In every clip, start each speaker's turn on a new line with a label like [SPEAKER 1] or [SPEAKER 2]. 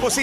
[SPEAKER 1] Você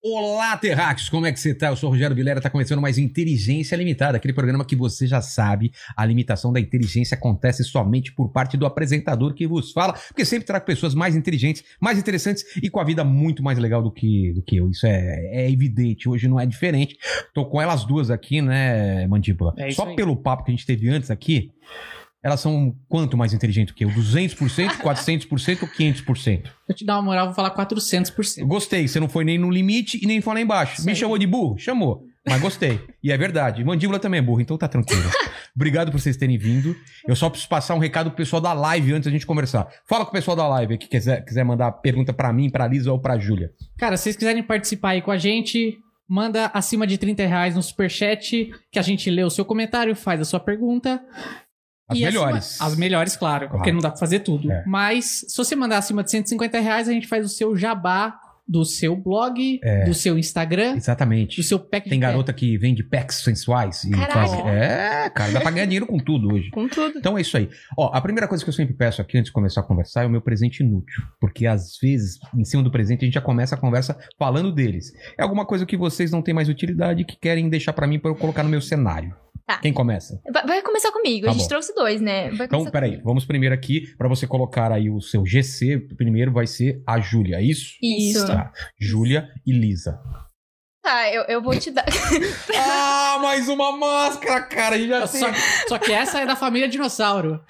[SPEAKER 2] Olá, Terráqueos, como é que você tá? Eu sou o Rogério Vilera, tá começando mais Inteligência Limitada, aquele programa que você já sabe, a limitação da inteligência acontece somente por parte do apresentador que vos fala, porque sempre trago pessoas mais inteligentes, mais interessantes e com a vida muito mais legal do que, do que eu. Isso é, é evidente, hoje não é diferente. Tô com elas duas aqui, né, Mandíbula?
[SPEAKER 3] É isso
[SPEAKER 2] Só
[SPEAKER 3] aí.
[SPEAKER 2] pelo papo que a gente teve antes aqui, elas são quanto mais inteligentes que eu? 200%, 400% ou 500%?
[SPEAKER 3] Vou te dar uma moral, vou falar 400%.
[SPEAKER 2] Eu Gostei, você não foi nem no limite e nem foi lá embaixo.
[SPEAKER 3] Isso
[SPEAKER 2] Me
[SPEAKER 3] aí.
[SPEAKER 2] chamou de burro? Chamou. Mas gostei. E é verdade. Mandíbula também é burro, então tá tranquilo. Obrigado por vocês terem vindo. Eu só preciso passar um recado pro pessoal da live antes da gente conversar. Fala com o pessoal da live que quiser, quiser mandar pergunta pra mim, pra Lisa ou pra Júlia.
[SPEAKER 3] Cara, se vocês quiserem participar aí com a gente, manda acima de 30 reais no superchat, que a gente lê o seu comentário, faz a sua pergunta.
[SPEAKER 2] As
[SPEAKER 3] E
[SPEAKER 2] melhores.
[SPEAKER 3] acima- as melhores, claro, porque não dá pra fazer tudo.
[SPEAKER 2] É.
[SPEAKER 3] Mas se você mandar acima de 150 reais, a gente faz o seu jabá do seu blog, do seu Instagram,
[SPEAKER 2] Exatamente.
[SPEAKER 3] do seu é? pack de
[SPEAKER 2] É. Tem
[SPEAKER 3] pé.
[SPEAKER 2] garota que vende packs sensuais e
[SPEAKER 4] Caraca.
[SPEAKER 2] faz. É, cara, dá pra ganhar dinheiro com tudo hoje.
[SPEAKER 4] Com tudo.
[SPEAKER 2] Então é isso aí. Ó, a primeira coisa que eu sempre peço aqui antes de começar a conversar é o meu presente inútil. Porque às vezes, em cima do presente, a gente já começa a conversa falando deles. É alguma coisa que vocês não têm mais utilidade e que querem deixar pra mim pra eu colocar no meu cenário.
[SPEAKER 4] Tá.
[SPEAKER 2] Quem começa?
[SPEAKER 4] Vai, vai começar comigo.
[SPEAKER 2] Tá
[SPEAKER 4] a gente
[SPEAKER 2] bom.
[SPEAKER 4] trouxe dois, né? Vai
[SPEAKER 2] Então,
[SPEAKER 4] começar
[SPEAKER 2] peraí,
[SPEAKER 4] comigo.
[SPEAKER 2] vamos primeiro aqui pra você colocar aí o seu GC. Primeiro vai ser a Júlia, é isso?
[SPEAKER 4] Isso.
[SPEAKER 2] Tá. Júlia e Lisa.
[SPEAKER 4] Tá, eu, eu vou te dar.
[SPEAKER 2] ah, mais uma máscara, cara. A gente já tem-
[SPEAKER 3] Só, só que essa é da família dinossauro.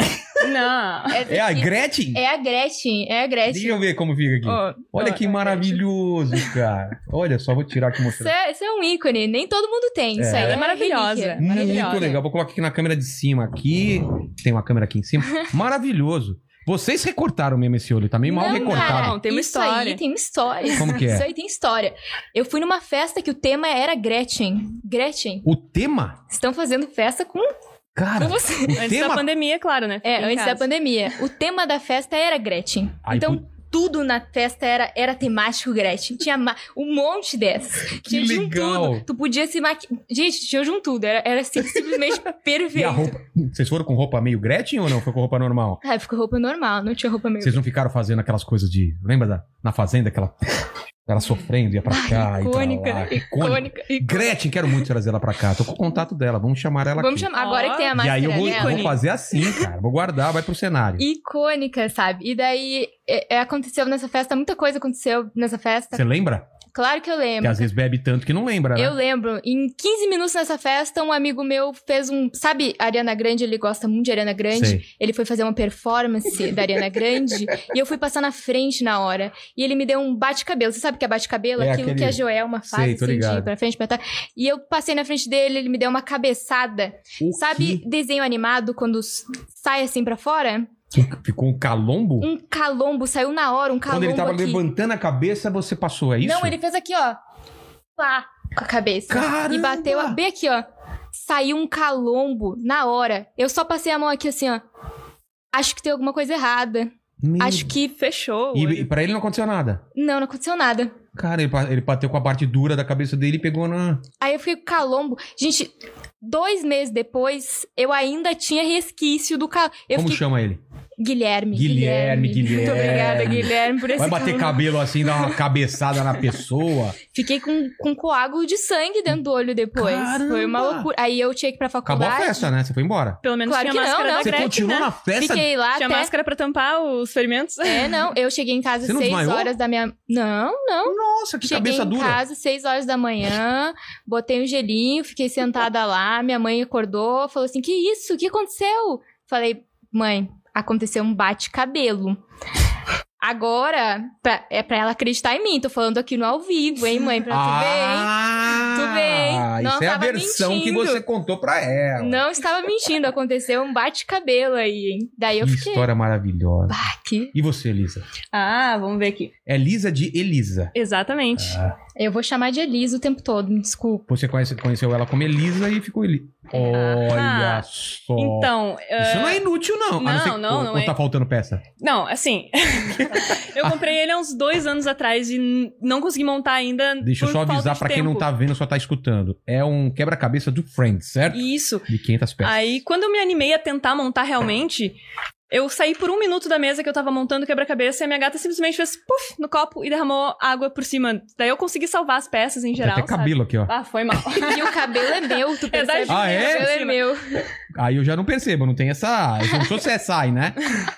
[SPEAKER 4] Não.
[SPEAKER 2] É a Gretchen?
[SPEAKER 4] É a Gretchen. É a
[SPEAKER 2] Deixa
[SPEAKER 4] Gretchen.
[SPEAKER 2] eu ver como fica aqui.
[SPEAKER 4] Ó,
[SPEAKER 2] Olha
[SPEAKER 4] ó,
[SPEAKER 2] que
[SPEAKER 4] é a
[SPEAKER 2] maravilhoso, cara. Olha só, vou tirar aqui e
[SPEAKER 4] Isso
[SPEAKER 2] mostrar.
[SPEAKER 4] é, isso é um ícone. Nem todo mundo tem. Isso
[SPEAKER 2] É.
[SPEAKER 4] aí
[SPEAKER 2] Ela
[SPEAKER 4] é,
[SPEAKER 2] é
[SPEAKER 4] maravilhosa. relíquia.
[SPEAKER 2] Muito legal. Vou colocar aqui na câmera de cima aqui. Tem uma câmera aqui em cima. Maravilhoso. Vocês recortaram mesmo esse olho, tá meio mal
[SPEAKER 4] Não,
[SPEAKER 2] recortado.
[SPEAKER 4] cara, tem uma história. Isso aí tem uma história.
[SPEAKER 2] Como que é?
[SPEAKER 4] Isso aí tem história. Eu fui numa festa que o tema era Gretchen. Gretchen,
[SPEAKER 2] O tema,
[SPEAKER 4] estão fazendo festa com, com
[SPEAKER 2] cara,
[SPEAKER 4] você.
[SPEAKER 2] o
[SPEAKER 5] Antes da
[SPEAKER 2] tema.
[SPEAKER 5] pandemia, claro, né?
[SPEAKER 4] É,
[SPEAKER 5] Em
[SPEAKER 4] antes
[SPEAKER 5] casa.
[SPEAKER 4] da pandemia. O tema da festa era Gretchen.
[SPEAKER 2] Ai,
[SPEAKER 4] então,
[SPEAKER 2] put-
[SPEAKER 4] tudo na festa era, era temático Gretchen. Tinha ma- um monte dessas.
[SPEAKER 2] Que
[SPEAKER 4] Tinha de um
[SPEAKER 2] legal.
[SPEAKER 4] tudo. Tu podia se maquiar. Gente, tinha de um tudo. Era, era assim, simplesmente
[SPEAKER 2] E a
[SPEAKER 4] perfeito.
[SPEAKER 2] roupa. Vocês foram com roupa meio Gretchen ou não? Foi com roupa normal?
[SPEAKER 4] Ah, ficou roupa normal, não tinha roupa meio.
[SPEAKER 2] Vocês não ficaram fazendo aquelas coisas de. Lembra da, na fazenda, aquela. Ela sofrendo, ia pra cá. e pra lá.
[SPEAKER 4] Icônica, icônica, icônica.
[SPEAKER 2] Gretchen, quero muito trazer ela pra cá. Tô com o contato dela. Vamos chamar ela
[SPEAKER 4] Vamos
[SPEAKER 2] aqui.
[SPEAKER 4] chamar. Agora
[SPEAKER 5] Ó.
[SPEAKER 4] que tem a
[SPEAKER 2] E aí
[SPEAKER 4] máscara
[SPEAKER 2] eu vou,
[SPEAKER 4] dela.
[SPEAKER 2] vou fazer assim, cara. Vou guardar, vai pro cenário.
[SPEAKER 4] Icônica, sabe? E daí é- é, aconteceu nessa festa, muita coisa aconteceu nessa festa.
[SPEAKER 2] Você lembra?
[SPEAKER 4] Claro que eu
[SPEAKER 2] Porque
[SPEAKER 4] lembro.
[SPEAKER 2] às vezes bebe tanto que não lembra, né?
[SPEAKER 4] É Eu lembro, em 15 minutos nessa festa, um amigo meu fez um. Sabe, Ariana Grande, ele gosta muito de Ariana Grande.
[SPEAKER 2] Sei.
[SPEAKER 4] Ele foi fazer uma performance da Ariana Grande e eu fui passar na frente na hora. E ele me deu um bate-cabelo. Você sabe o que é bate-cabelo?
[SPEAKER 2] É
[SPEAKER 4] Aquilo
[SPEAKER 2] aquele-
[SPEAKER 4] que a Joelma faz,
[SPEAKER 2] Sei, tô
[SPEAKER 4] assim, de
[SPEAKER 2] ligado.
[SPEAKER 4] ir pra frente, pra trás. E eu passei na frente dele, ele me deu uma cabeçada.
[SPEAKER 2] O
[SPEAKER 4] Sabe desenho animado quando s- sai assim pra fora?
[SPEAKER 2] que- que Ficou um calombo?
[SPEAKER 4] Um calombo, saiu na hora, um calombo
[SPEAKER 2] Quando ele tava
[SPEAKER 4] aqui.
[SPEAKER 2] levantando a cabeça, você passou, é isso?
[SPEAKER 4] Não, ele fez aqui, ó. Pá, com a cabeça.
[SPEAKER 2] Caramba!
[SPEAKER 4] E bateu a- bem aqui, ó. Saiu um calombo na hora. Eu só passei a mão aqui assim, ó. Acho que tem alguma coisa errada.
[SPEAKER 2] Meu-
[SPEAKER 4] Acho que
[SPEAKER 5] Fechou.
[SPEAKER 2] E,
[SPEAKER 5] olha.
[SPEAKER 2] e pra ele não aconteceu nada.
[SPEAKER 4] Não, não aconteceu nada.
[SPEAKER 2] Cara, ele, pa- ele bateu com a parte dura da cabeça dele e pegou na...
[SPEAKER 4] Aí eu fiquei com calombo. Gente, dois meses depois, eu ainda tinha resquício do calombo. Eu
[SPEAKER 2] Como
[SPEAKER 4] fiquei...
[SPEAKER 2] chama ele?
[SPEAKER 4] Guilherme.
[SPEAKER 2] Guilherme, Guilherme.
[SPEAKER 4] Muito obrigada, Guilherme, por esse
[SPEAKER 2] Vai bater
[SPEAKER 4] calombo.
[SPEAKER 2] cabelo assim, dar uma cabeçada na pessoa.
[SPEAKER 4] Fiquei com, com coágulo de sangue dentro do olho depois. Foi uma
[SPEAKER 2] Caramba!
[SPEAKER 4] loucura. Aí eu tinha que ir pra
[SPEAKER 2] Acabou
[SPEAKER 4] faculdade.
[SPEAKER 2] a festa, né? Você foi embora.
[SPEAKER 5] Pelo menos
[SPEAKER 4] Claro
[SPEAKER 5] tinha
[SPEAKER 4] que não,
[SPEAKER 5] máscara
[SPEAKER 4] não,
[SPEAKER 5] da
[SPEAKER 2] Você
[SPEAKER 4] Gretchen,
[SPEAKER 5] Gretchen,
[SPEAKER 2] continuou
[SPEAKER 5] né?
[SPEAKER 2] na festa?
[SPEAKER 4] Fiquei lá
[SPEAKER 5] Tinha
[SPEAKER 4] até...
[SPEAKER 5] máscara pra tampar os ferimentos. né?
[SPEAKER 4] É, não. Eu cheguei em casa
[SPEAKER 2] Você não
[SPEAKER 4] seis
[SPEAKER 2] desmaiou?
[SPEAKER 4] horas da minha. Não, não.
[SPEAKER 2] Nossa, que
[SPEAKER 4] cheguei
[SPEAKER 2] cabeça
[SPEAKER 4] em
[SPEAKER 2] dura.
[SPEAKER 4] casa seis horas da manhã, botei um gelinho, fiquei sentada lá. Minha mãe acordou, falou assim: Que isso? O que aconteceu? Falei, mãe, aconteceu um bate-cabelo. Agora, pra- é pra ela acreditar em mim. Tô falando aqui no ao vivo, hein, mãe? Pra tu ver, hein?
[SPEAKER 2] ah,
[SPEAKER 4] Tudo bem. Não,
[SPEAKER 2] Isso é a
[SPEAKER 4] tava
[SPEAKER 2] versão que
[SPEAKER 4] mentindo.
[SPEAKER 2] você contou pra ela.
[SPEAKER 4] Não estava mentindo, aconteceu um bate-cabelo aí, hein? Daí eu
[SPEAKER 2] que
[SPEAKER 4] fiquei.
[SPEAKER 2] história maravilhosa.
[SPEAKER 4] Ah, que
[SPEAKER 2] E você, Elisa?
[SPEAKER 5] Ah, vamos ver aqui.
[SPEAKER 2] É Lisa de Elisa.
[SPEAKER 5] Exatamente.
[SPEAKER 4] Eu vou chamar de Elisa o tempo todo, me desculpa.
[SPEAKER 2] Você conhece- conheceu ela como Elisa e ficou Elisa. Olha só.
[SPEAKER 5] Ah, Então,
[SPEAKER 2] Isso
[SPEAKER 5] ah,
[SPEAKER 2] não é inútil, não.
[SPEAKER 5] não,
[SPEAKER 2] que-
[SPEAKER 5] não,
[SPEAKER 2] ou-
[SPEAKER 5] não
[SPEAKER 2] ou
[SPEAKER 5] é.
[SPEAKER 2] tá faltando peça?
[SPEAKER 5] não, assim. eu comprei ele há uns dois anos atrás e n- não consegui montar ainda.
[SPEAKER 2] Deixa eu
[SPEAKER 5] por
[SPEAKER 2] só
[SPEAKER 5] falta
[SPEAKER 2] avisar
[SPEAKER 5] de
[SPEAKER 2] pra quem não
[SPEAKER 5] tempo.
[SPEAKER 2] tá vendo, só tá escutando. É um quebra-cabeça do Friends, certo?
[SPEAKER 5] Isso.
[SPEAKER 2] De 500 peças.
[SPEAKER 5] Aí, quando eu me animei a tentar montar realmente, eu saí por um minuto da mesa que eu tava montando o quebra-cabeça e a minha gata simplesmente fez puff no copo e derramou água por cima. Daí eu consegui salvar as peças em
[SPEAKER 2] Tem
[SPEAKER 5] geral.
[SPEAKER 2] até cabelo aqui, ó.
[SPEAKER 5] Sabe? Ah, foi mal.
[SPEAKER 4] E o cabelo é meu, tu
[SPEAKER 5] É da
[SPEAKER 4] percebe?
[SPEAKER 2] Ah,
[SPEAKER 4] O
[SPEAKER 2] é?
[SPEAKER 4] cabelo é
[SPEAKER 5] Sim,
[SPEAKER 4] meu.
[SPEAKER 2] Aí eu já não percebo, não tem essa. Eu não sou CSI, né?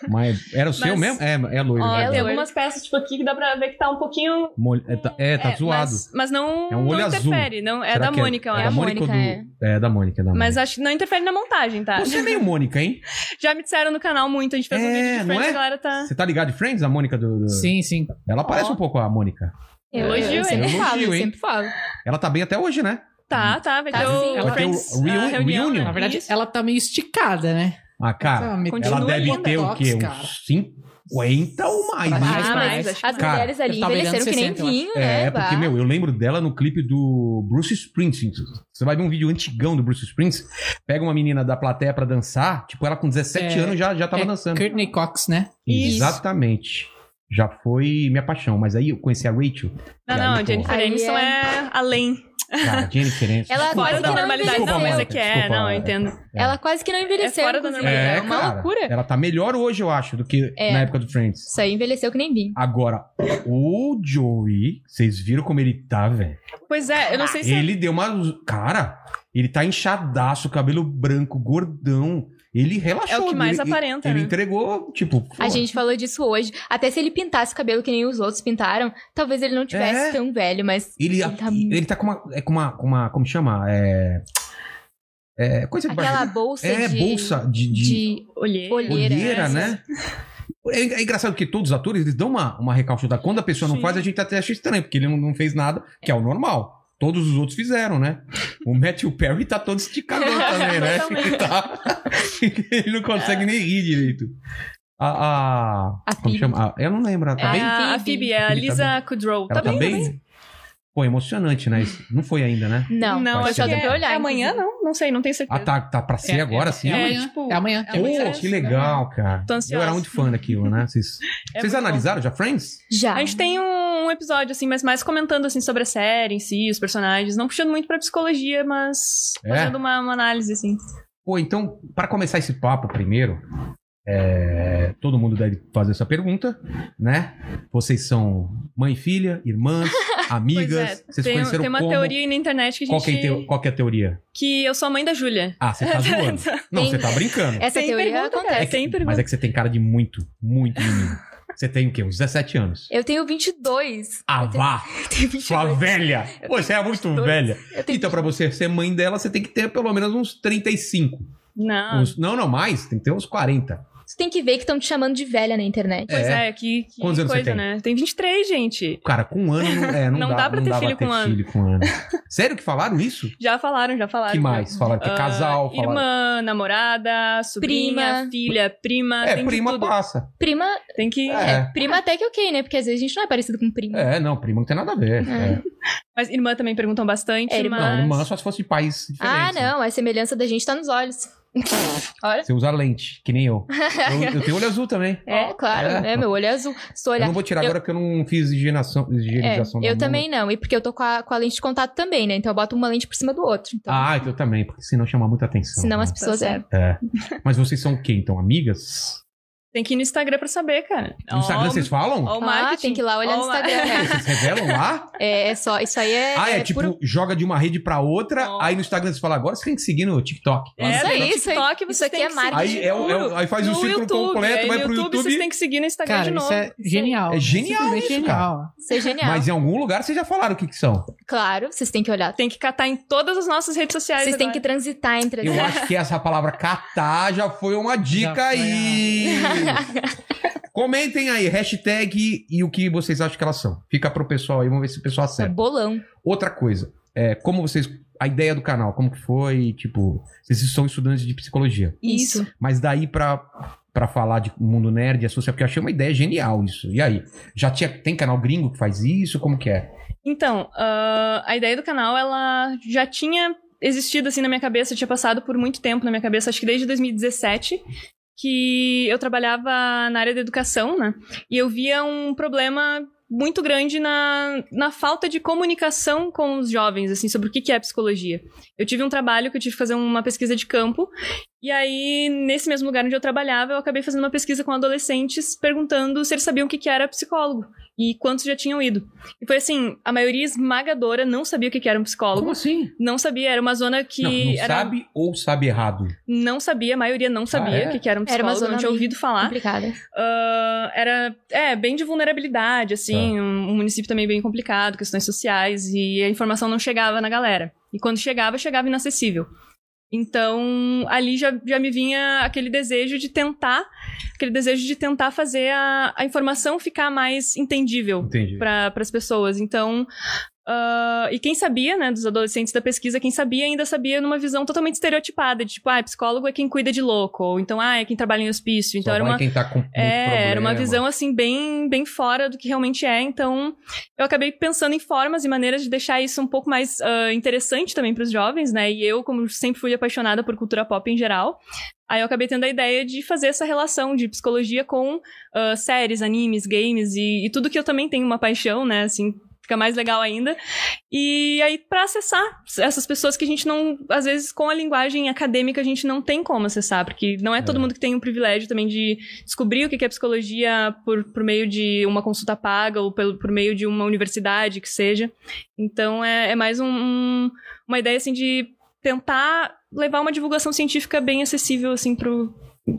[SPEAKER 2] Mas era o seu
[SPEAKER 5] Mas-
[SPEAKER 2] mesmo? É, é loiro.
[SPEAKER 5] Ó,
[SPEAKER 2] né?
[SPEAKER 4] É
[SPEAKER 5] tem
[SPEAKER 4] loiro.
[SPEAKER 5] algumas peças, tipo, aqui que dá pra ver que tá um pouquinho.
[SPEAKER 2] Mol- É, tá, é, tá
[SPEAKER 5] é,
[SPEAKER 2] zoado.
[SPEAKER 5] Mas, mas não,
[SPEAKER 2] É um olho
[SPEAKER 5] não
[SPEAKER 2] azul.
[SPEAKER 5] interfere. Não, é
[SPEAKER 2] Será
[SPEAKER 5] da
[SPEAKER 2] que
[SPEAKER 5] Mônica, eu
[SPEAKER 2] é, da
[SPEAKER 4] a
[SPEAKER 5] acho.
[SPEAKER 2] Mônica, ou
[SPEAKER 4] Mônica,
[SPEAKER 2] do... é. da Mônica, é da Mônica.
[SPEAKER 5] Mas acho que não interfere na montagem, tá?
[SPEAKER 2] Você é meio Mônica, hein?
[SPEAKER 5] Já me disseram no canal muito, a gente fez um
[SPEAKER 2] É,
[SPEAKER 5] vídeo de
[SPEAKER 2] não
[SPEAKER 5] Friends,
[SPEAKER 2] é?
[SPEAKER 5] a galera tá.
[SPEAKER 2] Você tá ligado de Friends, a Mônica do. do-
[SPEAKER 3] Sim, sim.
[SPEAKER 2] Ela parece um pouco a Mônica.
[SPEAKER 4] Eu, eu,
[SPEAKER 5] Elogio, hein?
[SPEAKER 4] sempre
[SPEAKER 2] Elogio,
[SPEAKER 4] falo, eu
[SPEAKER 2] hein?
[SPEAKER 4] sempre falo.
[SPEAKER 2] Ela tá bem até hoje, né?
[SPEAKER 5] Tá, tá, vai
[SPEAKER 4] Tá
[SPEAKER 5] ter
[SPEAKER 4] sim.
[SPEAKER 5] o,
[SPEAKER 4] Vai
[SPEAKER 5] o
[SPEAKER 2] ter o
[SPEAKER 5] Friends.
[SPEAKER 2] reunion-
[SPEAKER 5] a reunião,
[SPEAKER 2] reunion.
[SPEAKER 5] né?
[SPEAKER 3] Na verdade,
[SPEAKER 5] Isso.
[SPEAKER 3] ela tá meio esticada, né?
[SPEAKER 2] Ah, cara.
[SPEAKER 3] Tá,
[SPEAKER 5] continua
[SPEAKER 2] Ela deve
[SPEAKER 5] ainda.
[SPEAKER 2] ter o quê? Um
[SPEAKER 3] Tox, cara.
[SPEAKER 2] Uns 50 ou mais,
[SPEAKER 3] Pra
[SPEAKER 2] né?
[SPEAKER 3] mais,
[SPEAKER 4] Ah,
[SPEAKER 5] mais,
[SPEAKER 4] mas
[SPEAKER 5] acho que
[SPEAKER 4] as
[SPEAKER 5] mais.
[SPEAKER 4] mulheres ali
[SPEAKER 3] Cara, eu tava
[SPEAKER 4] envelheceram que nem
[SPEAKER 3] olhando 60, eu
[SPEAKER 4] vinho, né?
[SPEAKER 2] É, porque,
[SPEAKER 4] bah.
[SPEAKER 2] meu, eu lembro dela no clipe do Bruce Springsteen. Você vai ver um vídeo antigão do Bruce Springsteen. Pega uma menina da plateia pra dançar. Tipo, ela com 17
[SPEAKER 3] É,
[SPEAKER 2] anos já, já tava
[SPEAKER 3] é
[SPEAKER 2] dançando.
[SPEAKER 3] Courtney Cox, né?
[SPEAKER 5] Isso.
[SPEAKER 2] Exatamente. Já foi minha paixão. Mas aí eu conheci a Rachel.
[SPEAKER 5] Não,
[SPEAKER 2] E aí,
[SPEAKER 5] não,
[SPEAKER 2] pô,
[SPEAKER 5] Jennifer
[SPEAKER 4] Aí
[SPEAKER 5] Aniston
[SPEAKER 4] é-
[SPEAKER 5] é além.
[SPEAKER 2] Cara, Jennifer Aniston.
[SPEAKER 4] Ela
[SPEAKER 2] desculpa,
[SPEAKER 5] Fora
[SPEAKER 4] Não,
[SPEAKER 5] da
[SPEAKER 4] não,
[SPEAKER 2] cara.
[SPEAKER 5] normalidade
[SPEAKER 2] Desculpa,
[SPEAKER 5] da mesa
[SPEAKER 2] Mônica,
[SPEAKER 5] que é,
[SPEAKER 2] desculpa.
[SPEAKER 5] não, eu entendo.
[SPEAKER 4] Ela quase que não envelheceu.
[SPEAKER 5] É fora da
[SPEAKER 4] inclusive.
[SPEAKER 5] normalidade.
[SPEAKER 4] É uma
[SPEAKER 2] cara.
[SPEAKER 4] loucura.
[SPEAKER 2] Ela tá melhor hoje, eu acho, do que
[SPEAKER 4] É.
[SPEAKER 2] na época do Friends.
[SPEAKER 4] Isso aí envelheceu que nem vinho.
[SPEAKER 2] Agora, o Joey, vocês viram como ele tá, velho?
[SPEAKER 5] Pois é, eu não sei se
[SPEAKER 2] Ele deu uma. Cara, ele tá inchadaço, cabelo branco, gordão. Ele relaxou.
[SPEAKER 5] é o que mais
[SPEAKER 2] ele,
[SPEAKER 5] aparenta,
[SPEAKER 2] Ele
[SPEAKER 5] né?
[SPEAKER 2] entregou, tipo. pô,
[SPEAKER 4] A gente falou disso hoje. Até se ele pintasse o cabelo que nem os outros pintaram, talvez ele não tivesse
[SPEAKER 2] É.
[SPEAKER 4] tão velho, mas
[SPEAKER 2] Ele,
[SPEAKER 4] ele tá-
[SPEAKER 2] ele tá com uma. É com uma, com uma. Como chama? É. É. Coisa de
[SPEAKER 4] aquela
[SPEAKER 2] barriga.
[SPEAKER 4] bolsa
[SPEAKER 2] É,
[SPEAKER 4] de,
[SPEAKER 2] bolsa de. de,
[SPEAKER 4] de
[SPEAKER 5] Olhei.
[SPEAKER 4] Olhei. olheira,
[SPEAKER 2] Olheira, né? É, é engraçado que todos os atores eles dão uma, uma recalchuda. Quando a pessoa não
[SPEAKER 5] Sim.
[SPEAKER 2] faz, a gente até acha estranho, porque ele não, não fez nada, que é o normal. Todos os outros fizeram, né? O Matthew Perry tá todo esticadão também, né?
[SPEAKER 5] Totalmente.
[SPEAKER 2] Ele, tá- ele não consegue nem rir direito. A. a-
[SPEAKER 4] A
[SPEAKER 2] como
[SPEAKER 4] Phoebe.
[SPEAKER 2] chama? A- eu não lembro, ela tá
[SPEAKER 5] É
[SPEAKER 2] bem?
[SPEAKER 5] a, a
[SPEAKER 4] Phoebe.
[SPEAKER 5] Phoebe, é a
[SPEAKER 2] Phoebe tá
[SPEAKER 5] Lisa Kudrow.
[SPEAKER 2] Ela tá bem?
[SPEAKER 5] né?
[SPEAKER 2] Pô, emocionante, né? Isso Não foi ainda, né?
[SPEAKER 4] Não,
[SPEAKER 5] Não,
[SPEAKER 2] Pode
[SPEAKER 5] acho
[SPEAKER 4] só
[SPEAKER 5] que
[SPEAKER 4] deu
[SPEAKER 5] é,
[SPEAKER 4] pra olhar.
[SPEAKER 5] é amanhã, não. Não sei, não tenho
[SPEAKER 2] Ah,
[SPEAKER 5] certeza.
[SPEAKER 2] tá, tá pra ser
[SPEAKER 3] É,
[SPEAKER 2] agora,
[SPEAKER 3] é,
[SPEAKER 2] sim.
[SPEAKER 3] é
[SPEAKER 2] Amanhã.
[SPEAKER 3] amanhã.
[SPEAKER 5] tipo,
[SPEAKER 3] É amanhã.
[SPEAKER 5] é amanhã.
[SPEAKER 2] Pô, que legal, cara.
[SPEAKER 5] Tô ansiosa.
[SPEAKER 2] Eu era muito fã daquilo, né? Vocês,
[SPEAKER 5] É
[SPEAKER 2] vocês
[SPEAKER 5] muito
[SPEAKER 2] analisaram já Friends?
[SPEAKER 4] Já.
[SPEAKER 5] A gente tem um um episódio, assim, mas mais comentando, assim, sobre a série em si, os personagens. Não puxando muito pra psicologia, mas
[SPEAKER 2] É?
[SPEAKER 5] fazendo uma, uma análise, assim.
[SPEAKER 2] Pô, então, para começar esse papo primeiro, é, todo mundo deve fazer essa pergunta, né? Vocês são mãe e filha, irmãs, amigas,
[SPEAKER 5] pois é,
[SPEAKER 2] vocês
[SPEAKER 5] tem,
[SPEAKER 2] conheceram
[SPEAKER 5] tem uma
[SPEAKER 2] como?
[SPEAKER 5] teoria aí na internet que a gente...
[SPEAKER 2] Qual, que é a teo- qual que é a teoria?
[SPEAKER 5] que eu sou a mãe da Júlia. Então,
[SPEAKER 2] Ah, você tá zoando. Não,
[SPEAKER 4] Tem-
[SPEAKER 2] você tá brincando.
[SPEAKER 4] Essa
[SPEAKER 5] Sem
[SPEAKER 4] teoria
[SPEAKER 5] pergunta, cara.
[SPEAKER 4] acontece.
[SPEAKER 2] que-
[SPEAKER 5] sem pergunta.
[SPEAKER 2] mas é que você tem cara de muito, muito menino. Você tem o quê? Uns 17 anos.
[SPEAKER 4] Eu tenho 22.
[SPEAKER 2] Ah, vá!
[SPEAKER 4] Eu tenho 22.
[SPEAKER 2] Sua velha! Pô, você é muito
[SPEAKER 4] dois.
[SPEAKER 2] velha.
[SPEAKER 4] Eu tenho...
[SPEAKER 2] Então, pra você ser mãe dela, você tem que ter pelo menos uns 35.
[SPEAKER 5] Não.
[SPEAKER 2] Uns- não, não, mais. Tem que ter uns 40.
[SPEAKER 4] Tu tem que ver que estão te chamando de velha na internet.
[SPEAKER 5] Pois é, que, que
[SPEAKER 2] Quantos anos
[SPEAKER 5] coisa,
[SPEAKER 2] você tem?
[SPEAKER 5] né? Tem 23, gente.
[SPEAKER 2] Cara, com um ano não, é, não,
[SPEAKER 5] Não
[SPEAKER 2] dá,
[SPEAKER 5] dá pra
[SPEAKER 2] não
[SPEAKER 5] ter
[SPEAKER 2] dava
[SPEAKER 5] filho
[SPEAKER 2] ter
[SPEAKER 5] com um ano.
[SPEAKER 2] filho com um ano. Sério que falaram isso?
[SPEAKER 5] Já falaram, já falaram.
[SPEAKER 2] que mais? Falaram que é
[SPEAKER 5] Ah,
[SPEAKER 2] casal, falaram.
[SPEAKER 5] Irmã, namorada, sobrinha,
[SPEAKER 4] Prima.
[SPEAKER 5] filha, prima.
[SPEAKER 2] é,
[SPEAKER 5] tem
[SPEAKER 2] prima
[SPEAKER 5] de tudo.
[SPEAKER 2] passa.
[SPEAKER 4] Prima,
[SPEAKER 5] Tem que.
[SPEAKER 2] É.
[SPEAKER 4] prima até que ok, né? Porque às vezes a gente não é parecido com prima.
[SPEAKER 2] É, não, prima não tem nada a ver.
[SPEAKER 4] É.
[SPEAKER 2] É.
[SPEAKER 5] Mas irmã também perguntam bastante.
[SPEAKER 4] É, irmã.
[SPEAKER 5] mas...
[SPEAKER 2] Não, irmã só se fosse pais
[SPEAKER 4] ah,
[SPEAKER 2] diferentes. né?
[SPEAKER 4] não, a semelhança da gente tá nos olhos. Olha.
[SPEAKER 2] Você usa lente, que nem eu. Eu, eu tenho olho azul também.
[SPEAKER 4] É, claro,
[SPEAKER 2] É.
[SPEAKER 4] né? Meu olho é azul. Se tu
[SPEAKER 2] Eu
[SPEAKER 4] olhar.
[SPEAKER 2] não vou tirar agora porque eu não fiz higienização,
[SPEAKER 4] É,
[SPEAKER 2] higienização da
[SPEAKER 4] eu
[SPEAKER 2] mão.
[SPEAKER 4] também não. E porque eu tô com a, com a lente de contato também, né? Então eu boto uma lente por cima do outro. Então,
[SPEAKER 2] Ah, então eu também, porque senão chama muita atenção.
[SPEAKER 4] senão
[SPEAKER 2] né?
[SPEAKER 4] as pessoas.
[SPEAKER 5] Tá
[SPEAKER 4] É.
[SPEAKER 2] Mas vocês são o quê, então? Amigas?
[SPEAKER 5] Tem que ir no Instagram pra saber, cara.
[SPEAKER 2] No Instagram
[SPEAKER 5] Ó,
[SPEAKER 2] vocês falam?
[SPEAKER 5] ó o
[SPEAKER 4] Ah,
[SPEAKER 5] marketing.
[SPEAKER 4] tem que ir lá olhar no
[SPEAKER 5] Ó o ma-
[SPEAKER 4] Instagram. né?
[SPEAKER 2] Vocês revelam lá?
[SPEAKER 4] É, é só. Isso aí é.
[SPEAKER 2] ah, é, tipo,
[SPEAKER 4] puro-
[SPEAKER 2] joga de uma rede pra outra,
[SPEAKER 5] Não.
[SPEAKER 2] aí no Instagram você fala, agora você tem que seguir no TikTok.
[SPEAKER 5] É,
[SPEAKER 4] Isso aí,
[SPEAKER 5] no
[SPEAKER 4] isso aí.
[SPEAKER 5] TikTok você
[SPEAKER 4] Isso aqui
[SPEAKER 5] tem
[SPEAKER 4] é
[SPEAKER 5] que
[SPEAKER 4] marketing.
[SPEAKER 2] Aí, é, é,
[SPEAKER 5] puro.
[SPEAKER 2] aí faz o
[SPEAKER 5] No
[SPEAKER 2] círculo
[SPEAKER 5] YouTube,
[SPEAKER 2] completo,
[SPEAKER 5] aí
[SPEAKER 2] vai
[SPEAKER 5] no
[SPEAKER 2] pro
[SPEAKER 5] YouTube,
[SPEAKER 2] YouTube.
[SPEAKER 5] vocês têm que seguir no Instagram
[SPEAKER 3] Cara,
[SPEAKER 5] de novo.
[SPEAKER 3] isso é genial.
[SPEAKER 2] É genial
[SPEAKER 3] Simplesmente
[SPEAKER 2] isso,
[SPEAKER 3] genial.
[SPEAKER 4] Isso é genial.
[SPEAKER 2] Mas em algum lugar vocês já falaram o que, que são.
[SPEAKER 4] Claro, vocês têm que olhar.
[SPEAKER 5] Tem que catar em todas as nossas redes sociais.
[SPEAKER 4] Vocês têm que
[SPEAKER 5] agora.
[SPEAKER 4] transitar entre as É
[SPEAKER 2] Eu acho que essa palavra catar já foi uma dica
[SPEAKER 3] foi a-
[SPEAKER 2] aí. Comentem aí, hashtag e o que vocês acham que elas são. Fica pro pessoal aí, vamos ver se o pessoal
[SPEAKER 4] É
[SPEAKER 2] acerta.
[SPEAKER 4] bolão.
[SPEAKER 2] Outra coisa, é, como vocês. A ideia do canal, como que foi? Tipo, vocês são estudantes de psicologia.
[SPEAKER 4] Isso.
[SPEAKER 2] Mas daí pra, pra falar de mundo nerd e associar, porque eu achei uma ideia genial isso. E aí? Já tinha, tem canal gringo que faz isso? Como que é?
[SPEAKER 5] Então, ah, a ideia do canal, ela já tinha existido assim na minha cabeça, tinha passado por muito tempo na minha cabeça, acho que desde 2017, que eu trabalhava na área da educação, né? E eu via um problema muito grande na, na falta de comunicação com os jovens, assim, sobre o que que é psicologia. Eu tive um trabalho que eu tive que fazer uma pesquisa de campo, e aí, nesse mesmo lugar onde eu trabalhava, eu acabei fazendo uma pesquisa com adolescentes, perguntando se eles sabiam o que que era psicólogo e quantos já tinham ido. E foi assim, a maioria esmagadora não sabia o que que era um psicólogo,
[SPEAKER 3] Como assim?
[SPEAKER 5] não sabia, era uma zona que
[SPEAKER 2] não, não
[SPEAKER 5] era
[SPEAKER 2] sabe ou sabe errado?
[SPEAKER 5] não sabia, a maioria não sabia
[SPEAKER 2] é?
[SPEAKER 5] o que que era um
[SPEAKER 4] Era
[SPEAKER 5] psicólogo,
[SPEAKER 4] uma
[SPEAKER 5] não
[SPEAKER 4] zona
[SPEAKER 5] tinha
[SPEAKER 4] bem
[SPEAKER 5] ouvido falar.
[SPEAKER 4] Complicada.
[SPEAKER 5] Ah, era, é, bem de vulnerabilidade, assim,
[SPEAKER 2] Tá.
[SPEAKER 5] um, um município também bem complicado, questões sociais, e a informação não chegava na galera. E quando chegava, chegava inacessível. Então, ali já, já me vinha aquele desejo de tentar, aquele desejo de tentar fazer a, a informação ficar mais entendível
[SPEAKER 2] Entendi.
[SPEAKER 5] para as pessoas. Então, ah, e quem sabia, né, dos adolescentes da pesquisa, quem sabia ainda sabia numa visão totalmente estereotipada, de tipo, ah, psicólogo é quem cuida de louco, ou então, ah, é quem trabalha em hospício. Então
[SPEAKER 2] Só
[SPEAKER 5] era
[SPEAKER 2] vai
[SPEAKER 5] uma.
[SPEAKER 2] quem tá com muito
[SPEAKER 5] É, era uma
[SPEAKER 2] problema.
[SPEAKER 5] visão assim bem, bem fora do que realmente é. Então, eu acabei pensando em formas e maneiras de deixar isso um pouco mais ah, interessante também para os jovens, né? E eu, como sempre fui apaixonada por cultura pop em geral, aí eu acabei tendo a ideia de fazer essa relação de psicologia com ah, séries, animes, games e, e tudo que eu também tenho uma paixão, né? Assim, fica mais legal ainda. E aí, para acessar essas pessoas que a gente não, às vezes, com a linguagem acadêmica, a gente não tem como acessar, porque não é todo
[SPEAKER 2] É.
[SPEAKER 5] mundo que tem o privilégio também de descobrir o que que é psicologia por, por meio de uma consulta paga ou pelo, por meio de uma universidade, que seja. Então, é, é mais um- um- uma ideia, assim, de tentar levar uma divulgação científica bem acessível, assim, pro...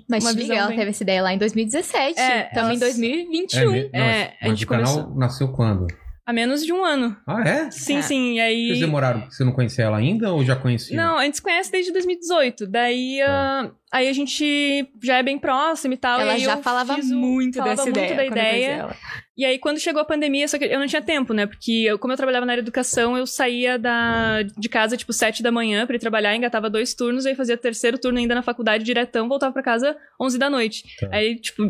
[SPEAKER 4] Mas
[SPEAKER 5] Uma
[SPEAKER 4] te
[SPEAKER 5] visão
[SPEAKER 4] liga, ela
[SPEAKER 5] bem-
[SPEAKER 4] teve essa ideia lá em 2017.
[SPEAKER 5] É,
[SPEAKER 4] Estamos em
[SPEAKER 5] elas-
[SPEAKER 2] É,
[SPEAKER 4] 2021.
[SPEAKER 2] me- não,
[SPEAKER 5] É,
[SPEAKER 2] mas
[SPEAKER 5] a gente
[SPEAKER 2] o canal
[SPEAKER 5] começou-
[SPEAKER 2] nasceu quando?
[SPEAKER 5] a menos de um ano.
[SPEAKER 2] Ah, é?
[SPEAKER 5] Sim,
[SPEAKER 4] É.
[SPEAKER 5] sim, e aí...
[SPEAKER 2] Vocês demoraram? Você não conhecia ela ainda ou já conhecia?
[SPEAKER 5] Não, a gente se conhece desde 2018. Daí,
[SPEAKER 2] Tá.
[SPEAKER 5] ah, aí a gente já é bem próximo e tal. e
[SPEAKER 4] Ela
[SPEAKER 5] aí
[SPEAKER 4] já
[SPEAKER 5] eu
[SPEAKER 4] falava
[SPEAKER 5] fiz o-
[SPEAKER 4] muito
[SPEAKER 5] falava
[SPEAKER 4] dessa
[SPEAKER 5] muito
[SPEAKER 4] ideia.
[SPEAKER 5] da
[SPEAKER 4] quando eu conheci
[SPEAKER 5] ideia.
[SPEAKER 4] ela.
[SPEAKER 5] E aí, quando chegou a pandemia, só que eu não tinha tempo, né? Porque, eu- como eu trabalhava na área de educação, eu saía da, de casa, tipo, sete da manhã pra ir trabalhar, engatava dois turnos, aí fazia terceiro turno ainda na faculdade, diretão, voltava pra casa 11 da noite.
[SPEAKER 2] Tá.
[SPEAKER 5] Aí, tipo,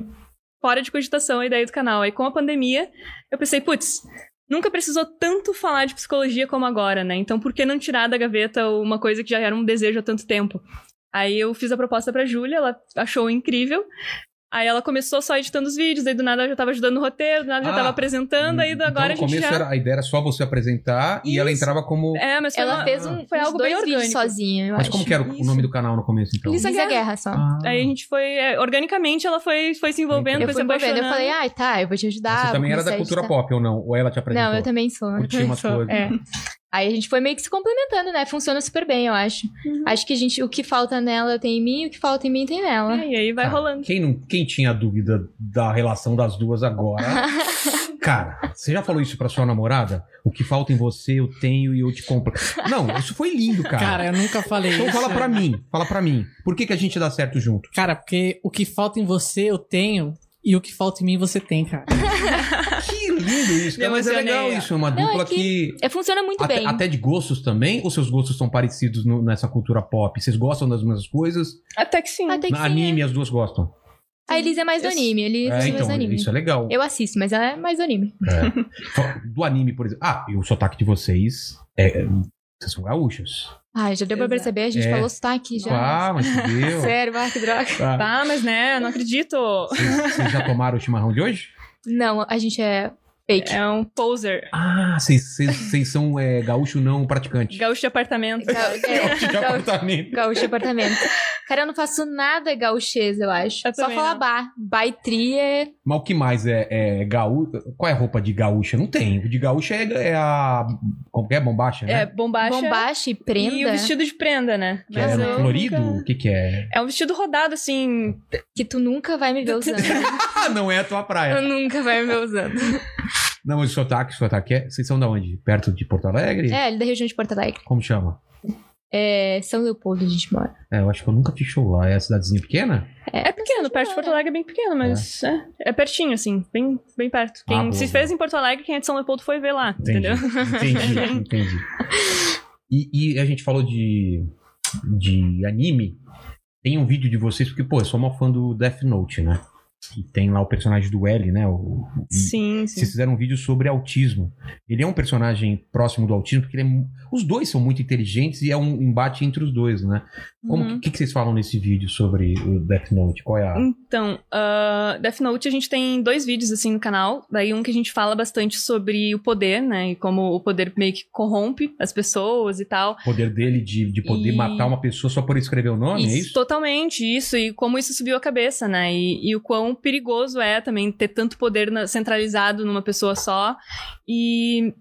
[SPEAKER 5] fora de cogitação a ideia do canal. Aí, com a pandemia, eu pensei, putz, nunca precisou tanto falar de psicologia como agora, né? Então, por que não tirar da gaveta uma coisa que já era um desejo há tanto tempo? Aí eu fiz a proposta pra Júlia, ela achou incrível. Aí ela começou só editando os vídeos, daí do nada ela já tava ajudando no roteiro, do nada
[SPEAKER 2] Ah,
[SPEAKER 5] já tava apresentando, aí do
[SPEAKER 2] Então,
[SPEAKER 5] agora
[SPEAKER 2] no
[SPEAKER 5] a gente
[SPEAKER 2] começo
[SPEAKER 5] já.
[SPEAKER 2] era- a ideia era só você apresentar e ela
[SPEAKER 5] Isso.
[SPEAKER 2] entrava como.
[SPEAKER 5] É, mas foi
[SPEAKER 4] Ela
[SPEAKER 5] uma-
[SPEAKER 4] fez um,
[SPEAKER 5] foi
[SPEAKER 4] uns
[SPEAKER 5] algo
[SPEAKER 4] dois
[SPEAKER 5] bem
[SPEAKER 4] vídeos
[SPEAKER 5] orgânico.
[SPEAKER 4] sozinha, eu
[SPEAKER 2] Mas
[SPEAKER 4] acho.
[SPEAKER 2] como que era o- o
[SPEAKER 5] Isso.
[SPEAKER 2] nome do canal no começo, então?
[SPEAKER 5] Lisa
[SPEAKER 4] Lisa Guerra,
[SPEAKER 5] Guerra
[SPEAKER 4] só.
[SPEAKER 2] Ah,
[SPEAKER 5] Aí a gente foi, é, organicamente ela foi, foi se envolvendo,
[SPEAKER 2] Entendi.
[SPEAKER 4] um eu
[SPEAKER 5] foi se
[SPEAKER 4] fui envolvendo, eu
[SPEAKER 5] apaixonando.
[SPEAKER 4] falei, ai, tá, eu vou te ajudar.
[SPEAKER 2] Você
[SPEAKER 4] vou
[SPEAKER 2] também era da
[SPEAKER 4] começar a
[SPEAKER 2] cultura
[SPEAKER 4] editar."
[SPEAKER 2] pop ou não? Ou ela te apresentou?
[SPEAKER 4] Não, eu também sou.
[SPEAKER 2] Ou tinha umas coisas.
[SPEAKER 5] É.
[SPEAKER 4] Aí a gente foi meio que se complementando, né? Funciona super bem, eu acho.
[SPEAKER 5] Uhum.
[SPEAKER 4] Acho que a gente, o que falta nela tem em mim, o que falta em mim tem nela.
[SPEAKER 5] É, E aí vai
[SPEAKER 2] Ah,
[SPEAKER 5] rolando.
[SPEAKER 2] Quem, não, quem tinha dúvida da relação das duas agora? Cara, você já falou isso pra sua namorada? O que falta em você eu tenho e eu te compro. Não, isso foi lindo, cara.
[SPEAKER 3] Cara, eu nunca falei
[SPEAKER 2] então
[SPEAKER 3] isso. né?
[SPEAKER 2] fala pra mim, fala pra mim. Por que, que a gente dá certo junto?
[SPEAKER 3] Cara, porque o que falta em você eu tenho e o que falta em mim você tem, cara.
[SPEAKER 2] Que lindo isso,
[SPEAKER 5] Me
[SPEAKER 2] cara. Mas é
[SPEAKER 5] emocionei,
[SPEAKER 2] legal
[SPEAKER 5] ó.
[SPEAKER 2] isso, é uma
[SPEAKER 4] Não,
[SPEAKER 2] dupla
[SPEAKER 4] é
[SPEAKER 2] que...
[SPEAKER 4] É, funciona muito
[SPEAKER 2] Até,
[SPEAKER 4] bem.
[SPEAKER 2] até de gostos também? Ou seus gostos são parecidos no- nessa cultura pop? Vocês gostam das mesmas coisas?
[SPEAKER 5] Até que sim.
[SPEAKER 4] Até Ah, que
[SPEAKER 2] Na
[SPEAKER 4] sim,
[SPEAKER 2] anime as duas gostam.
[SPEAKER 4] é. A Elisa é mais do
[SPEAKER 5] Isso.
[SPEAKER 4] anime, a Elisa é,
[SPEAKER 2] é,
[SPEAKER 4] mais
[SPEAKER 2] então,
[SPEAKER 4] do anime.
[SPEAKER 2] isso é legal.
[SPEAKER 4] Eu assisto, mas ela é mais do anime.
[SPEAKER 2] Fa- Do anime, por exemplo. Ah, e o sotaque de vocês é. é, Vocês são gaúchos.
[SPEAKER 4] Ai, Ah, já deu pra
[SPEAKER 5] Exato.
[SPEAKER 4] perceber, a gente
[SPEAKER 2] É.
[SPEAKER 4] falou sotaque já.
[SPEAKER 2] Ah, mas que deu.
[SPEAKER 4] Sério, ah, que droga.
[SPEAKER 2] Tá.
[SPEAKER 5] Tá, mas né, não acredito.
[SPEAKER 2] Vocês vocês já tomaram o chimarrão de hoje?
[SPEAKER 4] Não, a gente é fake.
[SPEAKER 5] É um poser.
[SPEAKER 2] Ah, vocês- vocês vocês são é, gaúcho não praticante.
[SPEAKER 5] Gaúcho de apartamento.
[SPEAKER 4] Ga- é,
[SPEAKER 2] Gaúcho de
[SPEAKER 4] gaú-
[SPEAKER 2] apartamento.
[SPEAKER 4] Gaúcho apartamento. Cara, eu não faço nada gaúchês, eu acho.
[SPEAKER 5] Eu
[SPEAKER 4] Só
[SPEAKER 5] também
[SPEAKER 4] falar
[SPEAKER 5] não.
[SPEAKER 4] bar. Baitri é.
[SPEAKER 2] Mas o que mais é, é gaúcho? Qual é a roupa de gaúcha? Não tem. O de gaúcha é, é a. Como que é? Bombacha, né?
[SPEAKER 5] É, bombacha.
[SPEAKER 4] Bombacha e prenda.
[SPEAKER 5] E o vestido de prenda, né?
[SPEAKER 2] que
[SPEAKER 5] Mas
[SPEAKER 2] é
[SPEAKER 5] eu
[SPEAKER 2] florido?
[SPEAKER 5] nunca-
[SPEAKER 2] O que que é?
[SPEAKER 5] É um vestido rodado, assim,
[SPEAKER 4] Que tu nunca vai me ver usando.
[SPEAKER 2] Ah, não é a tua
[SPEAKER 4] tu
[SPEAKER 2] praia.
[SPEAKER 4] nunca vai me ver usando.
[SPEAKER 2] Não, mas o sotaque, o sotaque é. Vocês são da onde? Perto de Porto Alegre?
[SPEAKER 4] É, ele é da região de Porto Alegre.
[SPEAKER 2] Como chama?
[SPEAKER 4] É São Leopoldo, a gente mora.
[SPEAKER 2] É, eu acho que eu nunca fiz show lá. É a cidadezinha pequena?
[SPEAKER 5] É pequeno, perto de Porto Alegre é bem pequeno, mas é, é pertinho, assim, bem, bem perto. Quem
[SPEAKER 2] Ah, boa,
[SPEAKER 5] se
[SPEAKER 2] boa.
[SPEAKER 5] fez em Porto Alegre, quem é de São Leopoldo foi ver lá,
[SPEAKER 2] Entendi.
[SPEAKER 5] entendeu?
[SPEAKER 2] Entendi, entendi. E, e a gente falou de, de anime. Tem um vídeo de vocês, porque, pô, eu sou uma fã do Death Note, né? que tem lá o personagem do L, né? O,
[SPEAKER 5] Sim, sim.
[SPEAKER 2] vocês fizeram um vídeo sobre autismo. Ele é um personagem próximo do autismo, porque ele é mu- os dois são muito inteligentes e é um embate entre os dois, né? Como
[SPEAKER 5] Uhum.
[SPEAKER 2] que, que vocês falam nesse vídeo sobre o Death Note? Qual é a.
[SPEAKER 5] Então, ah, Death Note, a gente tem dois vídeos assim no canal. Daí um que a gente fala bastante sobre o poder, né? E como o poder meio que corrompe as pessoas e tal.
[SPEAKER 2] o poder dele de, de poder
[SPEAKER 5] E-
[SPEAKER 2] matar uma pessoa só por escrever o nome, é isso?
[SPEAKER 5] Totalmente, isso. E como isso subiu a cabeça, né? E, e o quão perigoso é também ter tanto poder na- centralizado numa pessoa só. E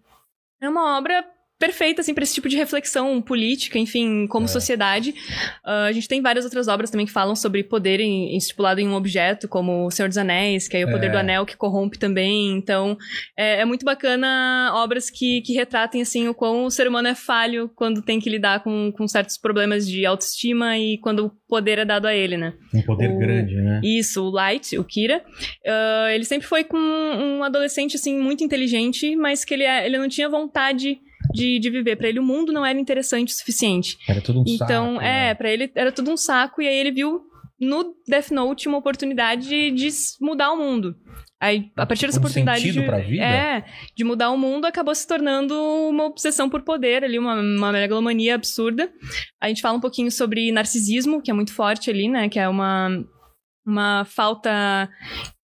[SPEAKER 5] é uma obra perfeita, assim, pra esse tipo de reflexão política, enfim, como
[SPEAKER 2] É.
[SPEAKER 5] sociedade. Ah, a gente tem várias outras obras também que falam sobre poder em- estipulado em um objeto, como O Senhor dos Anéis, que aí é o poder
[SPEAKER 2] É.
[SPEAKER 5] do anel que corrompe também. Então, é, é muito bacana obras que, que retratem, assim, o quão o ser humano é falho quando tem que lidar com, com certos problemas de autoestima e quando o poder é dado a ele, né?
[SPEAKER 2] Um poder
[SPEAKER 5] O-
[SPEAKER 2] grande, né?
[SPEAKER 5] Isso, o Light, o Kira. ah, ele sempre foi com um adolescente, assim, muito inteligente, mas que ele, é- ele não tinha vontade de, de viver. Pra ele, o mundo não era interessante o suficiente.
[SPEAKER 2] Era todo um
[SPEAKER 5] Então,
[SPEAKER 2] saco,
[SPEAKER 5] é,
[SPEAKER 2] né?
[SPEAKER 5] pra ele era tudo um saco, e aí ele viu no Death Note uma oportunidade de, de s- mudar o mundo. Aí, a partir dessa
[SPEAKER 2] Um
[SPEAKER 5] oportunidade
[SPEAKER 2] sentido
[SPEAKER 5] de,
[SPEAKER 2] pra vida?
[SPEAKER 5] É, de mudar o mundo, acabou se tornando uma obsessão por poder ali, uma, uma megalomania absurda. A gente fala um pouquinho sobre narcisismo, que é muito forte ali, né? Que é uma, uma falta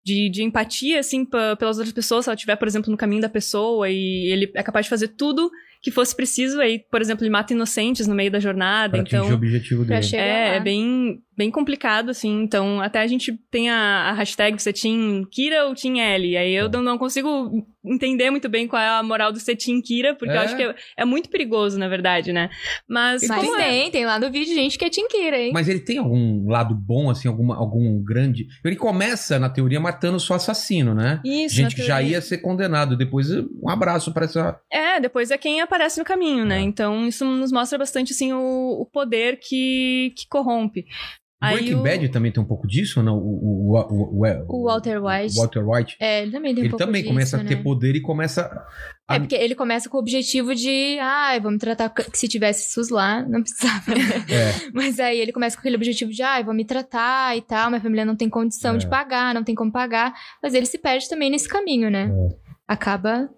[SPEAKER 5] de, de empatia, assim, pa- pelas outras pessoas. Se ela estiver, por exemplo, no caminho da pessoa e ele é capaz de fazer tudo que fosse preciso. Aí, por exemplo, ele mata inocentes no meio da jornada.
[SPEAKER 2] Pra atingir o
[SPEAKER 5] então,
[SPEAKER 2] objetivo
[SPEAKER 4] pra
[SPEAKER 2] dele.
[SPEAKER 4] chegar
[SPEAKER 5] é,
[SPEAKER 4] lá.
[SPEAKER 5] é bem, bem complicado, assim. Então, até a gente tem a, a hashtag você Team Kira ou Team L. Aí eu
[SPEAKER 2] É.
[SPEAKER 5] não, não consigo entender muito bem qual é a moral do ser Team Kira, porque
[SPEAKER 2] É?
[SPEAKER 5] eu acho que é, é muito perigoso, na verdade, né? Mas,
[SPEAKER 4] Mas
[SPEAKER 5] como é-
[SPEAKER 4] tem, tem lá no vídeo gente que é tinqueira, hein?
[SPEAKER 2] Mas ele tem algum lado bom, assim, alguma, algum grande. Ele começa, na teoria, matando só assassino, né?
[SPEAKER 5] Isso,
[SPEAKER 2] Gente que
[SPEAKER 5] na
[SPEAKER 2] já
[SPEAKER 5] teoria.
[SPEAKER 2] ia ser condenado. Depois, um abraço pra essa.
[SPEAKER 5] É, depois é quem aparece no caminho, né?
[SPEAKER 2] É.
[SPEAKER 5] Então, isso nos mostra bastante, assim, o, o poder que, que corrompe. Aí
[SPEAKER 2] Breaking
[SPEAKER 5] o-
[SPEAKER 2] Bad também tem um pouco disso, ou não? O, o, o, o,
[SPEAKER 4] O Walter White.
[SPEAKER 2] o Walter White.
[SPEAKER 4] É, ele também tem um
[SPEAKER 2] ele
[SPEAKER 4] pouco
[SPEAKER 2] também
[SPEAKER 4] disso,
[SPEAKER 2] começa a ter
[SPEAKER 4] né?
[SPEAKER 2] poder e começa. a-
[SPEAKER 4] É porque ele começa com o objetivo de, ai, vamos tratar c- que se tivesse SUS lá, não precisava.
[SPEAKER 2] É.
[SPEAKER 4] Mas aí ele começa com aquele objetivo de, ai, vou me tratar e tal, minha família não tem condição
[SPEAKER 2] É.
[SPEAKER 4] de pagar, não tem como pagar. Mas ele se perde também nesse caminho, né?
[SPEAKER 2] É.
[SPEAKER 4] Acaba.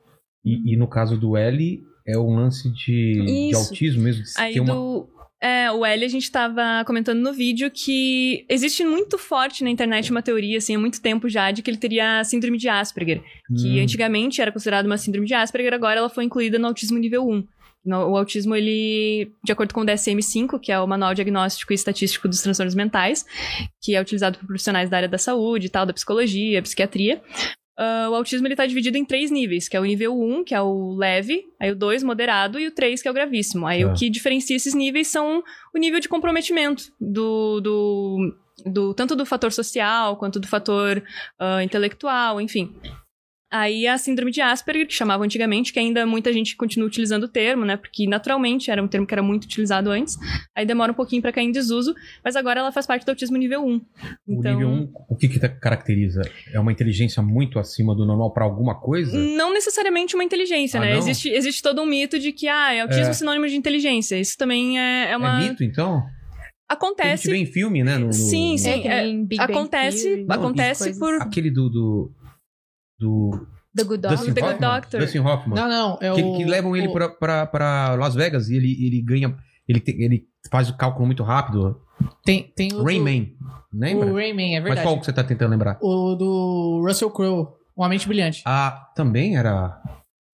[SPEAKER 2] E, e no caso do L, é um lance de, de
[SPEAKER 5] Isso.
[SPEAKER 2] autismo mesmo. de
[SPEAKER 5] Aí
[SPEAKER 2] ter uma-
[SPEAKER 5] do. É, o L, a gente tava comentando no vídeo que existe muito forte na
[SPEAKER 2] É.
[SPEAKER 5] internet uma teoria, assim, há muito tempo já, de que ele teria síndrome de Asperger. Que
[SPEAKER 2] Hum.
[SPEAKER 5] antigamente era considerada uma síndrome de Asperger, agora ela foi incluída no autismo nível 1. No- o autismo, ele, de acordo com o DSM-5, que é o Manual Diagnóstico e Estatístico dos Transtornos Mentais, que é utilizado por profissionais da área da saúde e tal, da psicologia, psiquiatria. ah, o autismo ele tá dividido em três níveis, que é o nível 1, que é o leve, aí o 2, moderado, e o 3, que é o gravíssimo. Aí
[SPEAKER 2] Tá.
[SPEAKER 5] o que diferencia esses níveis são o nível de comprometimento do, do, do tanto do fator social quanto do fator ah, intelectual, enfim. Aí a síndrome de Asperger, que chamava antigamente, que ainda muita gente continua utilizando o termo, né? Porque naturalmente era um termo que era muito utilizado antes. Aí demora um pouquinho pra cair em desuso, mas agora ela faz parte do autismo nível Então,
[SPEAKER 2] O
[SPEAKER 5] 1.
[SPEAKER 2] nível 1, o que que caracteriza? É uma inteligência muito acima do normal pra alguma coisa?
[SPEAKER 5] Não necessariamente uma inteligência,
[SPEAKER 2] Ah,
[SPEAKER 5] né?
[SPEAKER 2] não?
[SPEAKER 5] Existe, existe todo um mito de que, ah, é autismo
[SPEAKER 2] É.
[SPEAKER 5] sinônimo de inteligência. Isso também é, é uma.
[SPEAKER 2] É mito, então? Porque A gente
[SPEAKER 5] Acontece.
[SPEAKER 2] vê em filme, né? No, no-
[SPEAKER 5] Sim,
[SPEAKER 2] no-
[SPEAKER 5] sim.
[SPEAKER 4] É, que
[SPEAKER 5] é,
[SPEAKER 4] nem Big Bang
[SPEAKER 5] acontece
[SPEAKER 4] Theory,
[SPEAKER 2] Não,
[SPEAKER 5] acontece
[SPEAKER 4] essas
[SPEAKER 5] por.
[SPEAKER 2] Aquele do. do... Do
[SPEAKER 4] The Good
[SPEAKER 2] Dustin
[SPEAKER 4] Doctor.
[SPEAKER 5] The Good
[SPEAKER 2] Hoffman,
[SPEAKER 5] Doctor.
[SPEAKER 2] Dustin Hoffman.
[SPEAKER 3] Não, não. É
[SPEAKER 2] que,
[SPEAKER 3] o,
[SPEAKER 2] que levam ele
[SPEAKER 3] o-
[SPEAKER 2] pra, pra, pra Las Vegas e ele, ele ganha. Ele, te- ele faz o cálculo muito rápido.
[SPEAKER 3] Tem, tem o.
[SPEAKER 2] Rayman. Lembra?
[SPEAKER 3] O Rayman, é
[SPEAKER 2] Mas
[SPEAKER 3] verdade.
[SPEAKER 2] qual que você tá tentando lembrar?
[SPEAKER 3] O do Russell Crowe, Uma Mente Brilhante.
[SPEAKER 2] Ah, também era.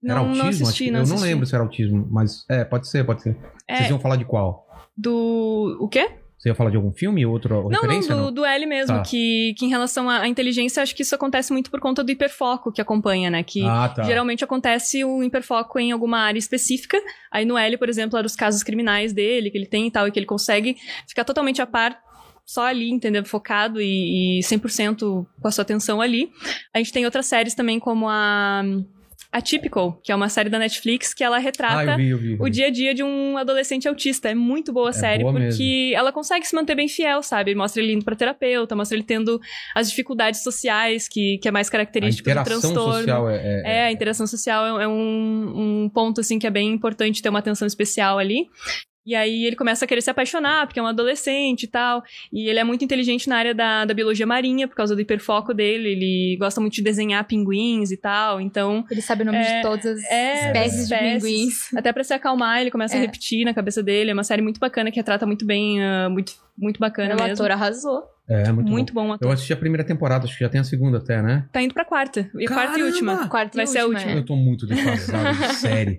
[SPEAKER 2] Era
[SPEAKER 5] Não,
[SPEAKER 2] autismo?
[SPEAKER 5] não
[SPEAKER 2] Acho
[SPEAKER 5] assisti,
[SPEAKER 2] que-
[SPEAKER 5] não
[SPEAKER 2] eu
[SPEAKER 5] assisti.
[SPEAKER 2] não lembro se era autismo, mas. É, pode ser, pode ser. Vocês
[SPEAKER 5] É,
[SPEAKER 2] iam falar de qual?
[SPEAKER 5] do. O quê?
[SPEAKER 2] Você ia falar de algum filme? Outra
[SPEAKER 5] Não, não,
[SPEAKER 2] referência?
[SPEAKER 5] do, do L mesmo,
[SPEAKER 2] Tá.
[SPEAKER 5] que, que em relação à à inteligência, acho que isso acontece muito por conta do hiperfoco que acompanha, né? Que
[SPEAKER 2] Ah, tá.
[SPEAKER 5] geralmente acontece o hiperfoco em alguma área específica. Aí no L, por exemplo, eram os casos criminais dele, que ele tem e tal, e que ele consegue ficar totalmente a par só ali, entendeu? Focado e, e 100% com a sua atenção ali. A gente tem outras séries também, como a hum, Atypical, que é uma série da Netflix que ela
[SPEAKER 2] Ah,
[SPEAKER 5] retrata
[SPEAKER 2] eu vi, eu vi. eu
[SPEAKER 5] o
[SPEAKER 2] vi.
[SPEAKER 5] dia a dia de um adolescente autista. É muito boa a série,
[SPEAKER 2] boa
[SPEAKER 5] porque ela consegue se manter bem fiel, sabe? Mostra ele indo pra terapeuta, mostra ele tendo as dificuldades sociais, que, que é mais
[SPEAKER 2] A
[SPEAKER 5] característico do
[SPEAKER 2] interação
[SPEAKER 5] transtorno.
[SPEAKER 2] social é, é-
[SPEAKER 5] É, um a interação social é, é um, um ponto, assim, que é bem importante ter uma atenção especial ali. E aí ele começa a querer se apaixonar, porque é um adolescente e tal. E ele é muito inteligente na área da, da biologia marinha, por causa do hiperfoco dele. Ele gosta muito de desenhar pinguins e tal. Então,
[SPEAKER 4] Ele sabe o nome
[SPEAKER 5] É,
[SPEAKER 4] de todas as
[SPEAKER 5] é,
[SPEAKER 4] espécies, de
[SPEAKER 5] espécies.
[SPEAKER 4] pinguins.
[SPEAKER 5] até pra se acalmar, ele começa a
[SPEAKER 4] É.
[SPEAKER 5] repetir na cabeça dele. É uma série muito bacana que retrata muito bem, ah, muito, muito bacana
[SPEAKER 4] O
[SPEAKER 5] mesmo.
[SPEAKER 4] ator arrasou.
[SPEAKER 2] É, muito,
[SPEAKER 5] Muito,
[SPEAKER 2] bom.
[SPEAKER 5] bom. o ator.
[SPEAKER 2] Eu assisti a primeira temporada, acho que já tem a segunda até, né?
[SPEAKER 5] Tá indo pra quarta. E quarta e
[SPEAKER 2] Caramba!
[SPEAKER 5] última.
[SPEAKER 4] Quarta
[SPEAKER 5] Vai
[SPEAKER 4] e
[SPEAKER 5] ser a
[SPEAKER 4] última,
[SPEAKER 5] última.
[SPEAKER 4] é.
[SPEAKER 2] Eu tô muito defasado de série.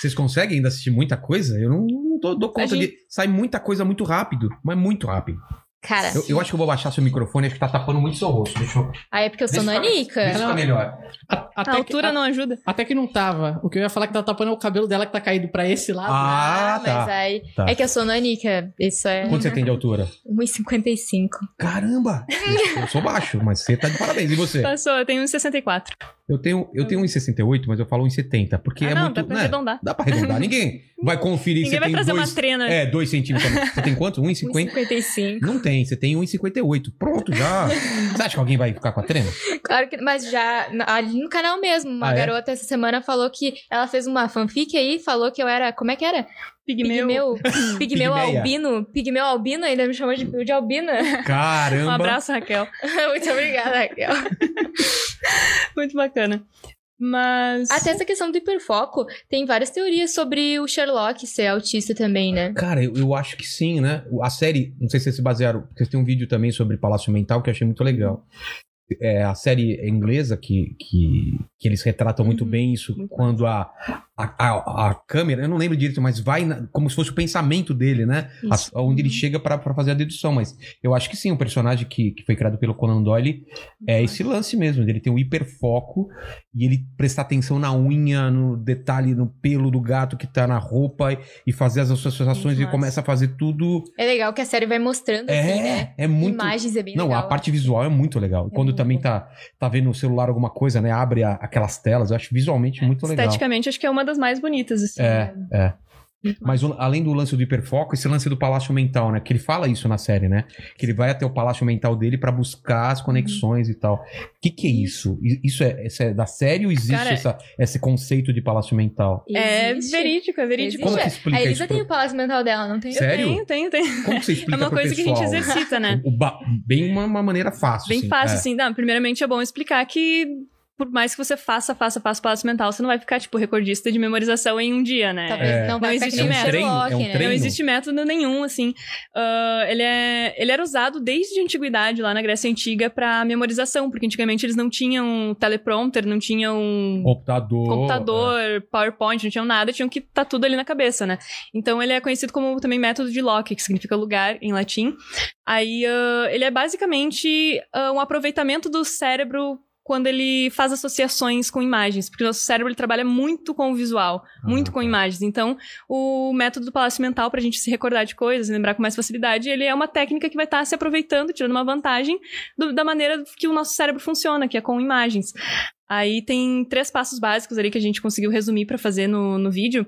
[SPEAKER 2] Vocês conseguem ainda assistir muita coisa? Eu não, não tô- dou conta
[SPEAKER 5] gente-
[SPEAKER 2] de. Sai muita coisa muito rápido, mas muito rápido.
[SPEAKER 4] Cara,
[SPEAKER 5] É.
[SPEAKER 2] Eu, eu acho que eu vou baixar seu microfone, acho que tá tapando muito seu rosto. Deixa eu.
[SPEAKER 4] aí é porque eu sou
[SPEAKER 2] Deixa eu-
[SPEAKER 4] nanica.
[SPEAKER 2] Deixa eu ficar melhor.
[SPEAKER 3] A-
[SPEAKER 5] A
[SPEAKER 3] até,
[SPEAKER 5] altura
[SPEAKER 3] que, a-
[SPEAKER 5] não ajuda.
[SPEAKER 3] até que não tava. O que eu ia falar que tá tapando é o cabelo dela que tá caído pra esse lado.
[SPEAKER 2] Ah,
[SPEAKER 4] mas
[SPEAKER 2] tá.
[SPEAKER 4] aí.
[SPEAKER 2] Tá.
[SPEAKER 4] É que eu sou nanica. Isso é
[SPEAKER 2] Quanto você tem de altura?
[SPEAKER 4] 1,55.
[SPEAKER 2] Caramba! Eu sou baixo, mas você tá de parabéns. E você?
[SPEAKER 5] Passou, eu tenho um uns 64.
[SPEAKER 2] Eu tenho, eu tenho 1,68, mas eu falo 1,70, porque
[SPEAKER 5] ah,
[SPEAKER 2] é
[SPEAKER 5] não,
[SPEAKER 2] muito.
[SPEAKER 5] dá pra
[SPEAKER 2] né?
[SPEAKER 5] arredondar.
[SPEAKER 2] Dá pra arredondar. Ninguém vai conferir se você
[SPEAKER 5] Ninguém vai
[SPEAKER 2] tem
[SPEAKER 5] trazer
[SPEAKER 2] dois.
[SPEAKER 5] uma trena.
[SPEAKER 2] É, 2 centímetros. Você tem quanto? 1,50?
[SPEAKER 4] 1,55.
[SPEAKER 2] Não tem, você tem 1,58. Pronto, já. Você acha que alguém vai ficar com a trena?
[SPEAKER 4] Claro que. Mas já. na- Ali no canal mesmo, uma
[SPEAKER 2] Ah, é?
[SPEAKER 4] garota essa semana falou que. Ela fez uma fanfic aí, falou que eu era. Como é que era?
[SPEAKER 5] Pigmeu.
[SPEAKER 4] Pigmeu. Pigmeu
[SPEAKER 2] Pigmeia.
[SPEAKER 4] albino. Pigmeu albino ainda me chamou de, de albina.
[SPEAKER 2] Caramba!
[SPEAKER 5] Um abraço, Raquel.
[SPEAKER 4] Muito obrigada, Raquel.
[SPEAKER 5] Muito bacana. Mas.
[SPEAKER 4] Até essa questão do hiperfoco, tem várias teorias sobre o Sherlock ser autista também, né?
[SPEAKER 2] Cara, eu, eu acho que sim, né? O- A série, não sei se vocês se basearam, porque tem um vídeo também sobre Palácio Mental que eu achei muito legal. É a série inglesa que, que, que eles retratam muito
[SPEAKER 5] Uhum,
[SPEAKER 2] bem isso,
[SPEAKER 5] muito
[SPEAKER 2] quando a, a, a, a câmera, eu não lembro direito, mas vai na- como se fosse o pensamento dele, né? A-
[SPEAKER 4] Isso.
[SPEAKER 2] onde ele chega pra pra fazer a dedução. Mas eu acho que sim, o personagem que, que foi criado pelo Conan Doyle é esse lance mesmo, dele ter um hiperfoco e ele prestar atenção na unha, no detalhe, no pelo do gato que tá na roupa e- e fazer as associações
[SPEAKER 5] Muito
[SPEAKER 2] e
[SPEAKER 5] massa.
[SPEAKER 2] começa a fazer tudo.
[SPEAKER 4] É legal que a série vai mostrando, assim, né?
[SPEAKER 2] É, é muito.
[SPEAKER 4] Imagens é bem
[SPEAKER 2] Não,
[SPEAKER 4] legal.
[SPEAKER 2] a parte visual é muito legal. E Quando
[SPEAKER 4] muito
[SPEAKER 2] também
[SPEAKER 4] bom.
[SPEAKER 2] tá, tá vendo no celular alguma coisa, né? Abre a- aquelas telas, eu acho visualmente muito legal.
[SPEAKER 5] Esteticamente, acho que é uma das mais bonitas, assim.
[SPEAKER 2] É, é.
[SPEAKER 5] Muito
[SPEAKER 2] Mas o- além do lance do hiperfoco, esse lance do palácio mental, né? Que ele fala isso na série, né? Que ele vai até o palácio mental dele pra buscar
[SPEAKER 5] Uhum.
[SPEAKER 2] as conexões e tal. O que, que é isso? I- Isso é, isso é da série ou existe
[SPEAKER 5] Cara,
[SPEAKER 2] essa- esse conceito de palácio mental?
[SPEAKER 5] É
[SPEAKER 4] Existe.
[SPEAKER 5] verídico, é verídico.
[SPEAKER 2] Como
[SPEAKER 4] Existe.
[SPEAKER 2] que explica
[SPEAKER 4] A Elisa
[SPEAKER 2] isso? pro-
[SPEAKER 4] tem o palácio mental dela, não tem?
[SPEAKER 5] Eu
[SPEAKER 2] Sério?
[SPEAKER 5] Tenho, tenho, tenho.
[SPEAKER 2] Como que você
[SPEAKER 5] É
[SPEAKER 2] explica
[SPEAKER 5] uma
[SPEAKER 2] pro
[SPEAKER 5] coisa que a gente
[SPEAKER 2] pessoal?
[SPEAKER 5] exercita, né?
[SPEAKER 2] O ba- Bem uma, uma maneira fácil.
[SPEAKER 5] Bem
[SPEAKER 2] assim.
[SPEAKER 5] fácil,
[SPEAKER 2] É.
[SPEAKER 5] assim. Não, primeiramente é bom explicar que, por mais que você faça, faça, faça passo mental, você não vai ficar, tipo, recordista de memorização em um dia, né?
[SPEAKER 4] Talvez
[SPEAKER 2] É.
[SPEAKER 4] não vai
[SPEAKER 5] Não
[SPEAKER 4] ficar
[SPEAKER 5] existe
[SPEAKER 4] que nem o
[SPEAKER 5] um
[SPEAKER 2] treino,
[SPEAKER 4] Sherlock,
[SPEAKER 2] é um
[SPEAKER 4] né?
[SPEAKER 2] treino.
[SPEAKER 5] Não existe método nenhum, assim. Ah, ele, é, ele era usado desde a antiguidade, lá na Grécia Antiga, pra memorização, porque antigamente eles não tinham teleprompter, não tinham
[SPEAKER 2] Computador.
[SPEAKER 5] computador,
[SPEAKER 2] é.
[SPEAKER 5] PowerPoint, não tinham nada, tinham que estar tudo ali na cabeça, né? Então ele é conhecido como também método de Locke, que significa lugar em latim. Aí ah, ele é basicamente ah, um aproveitamento do cérebro quando ele faz associações com imagens, porque o nosso cérebro ele trabalha muito com o visual,
[SPEAKER 2] Ah,
[SPEAKER 5] muito com
[SPEAKER 2] tá.
[SPEAKER 5] imagens. Então, o método do palácio mental pra gente se recordar de coisas, lembrar com mais facilidade, ele é uma técnica que vai estar se aproveitando, tirando uma vantagem do- da maneira que o nosso cérebro funciona, que é com imagens. Aí tem três passos básicos ali que a gente conseguiu resumir pra fazer no, no vídeo.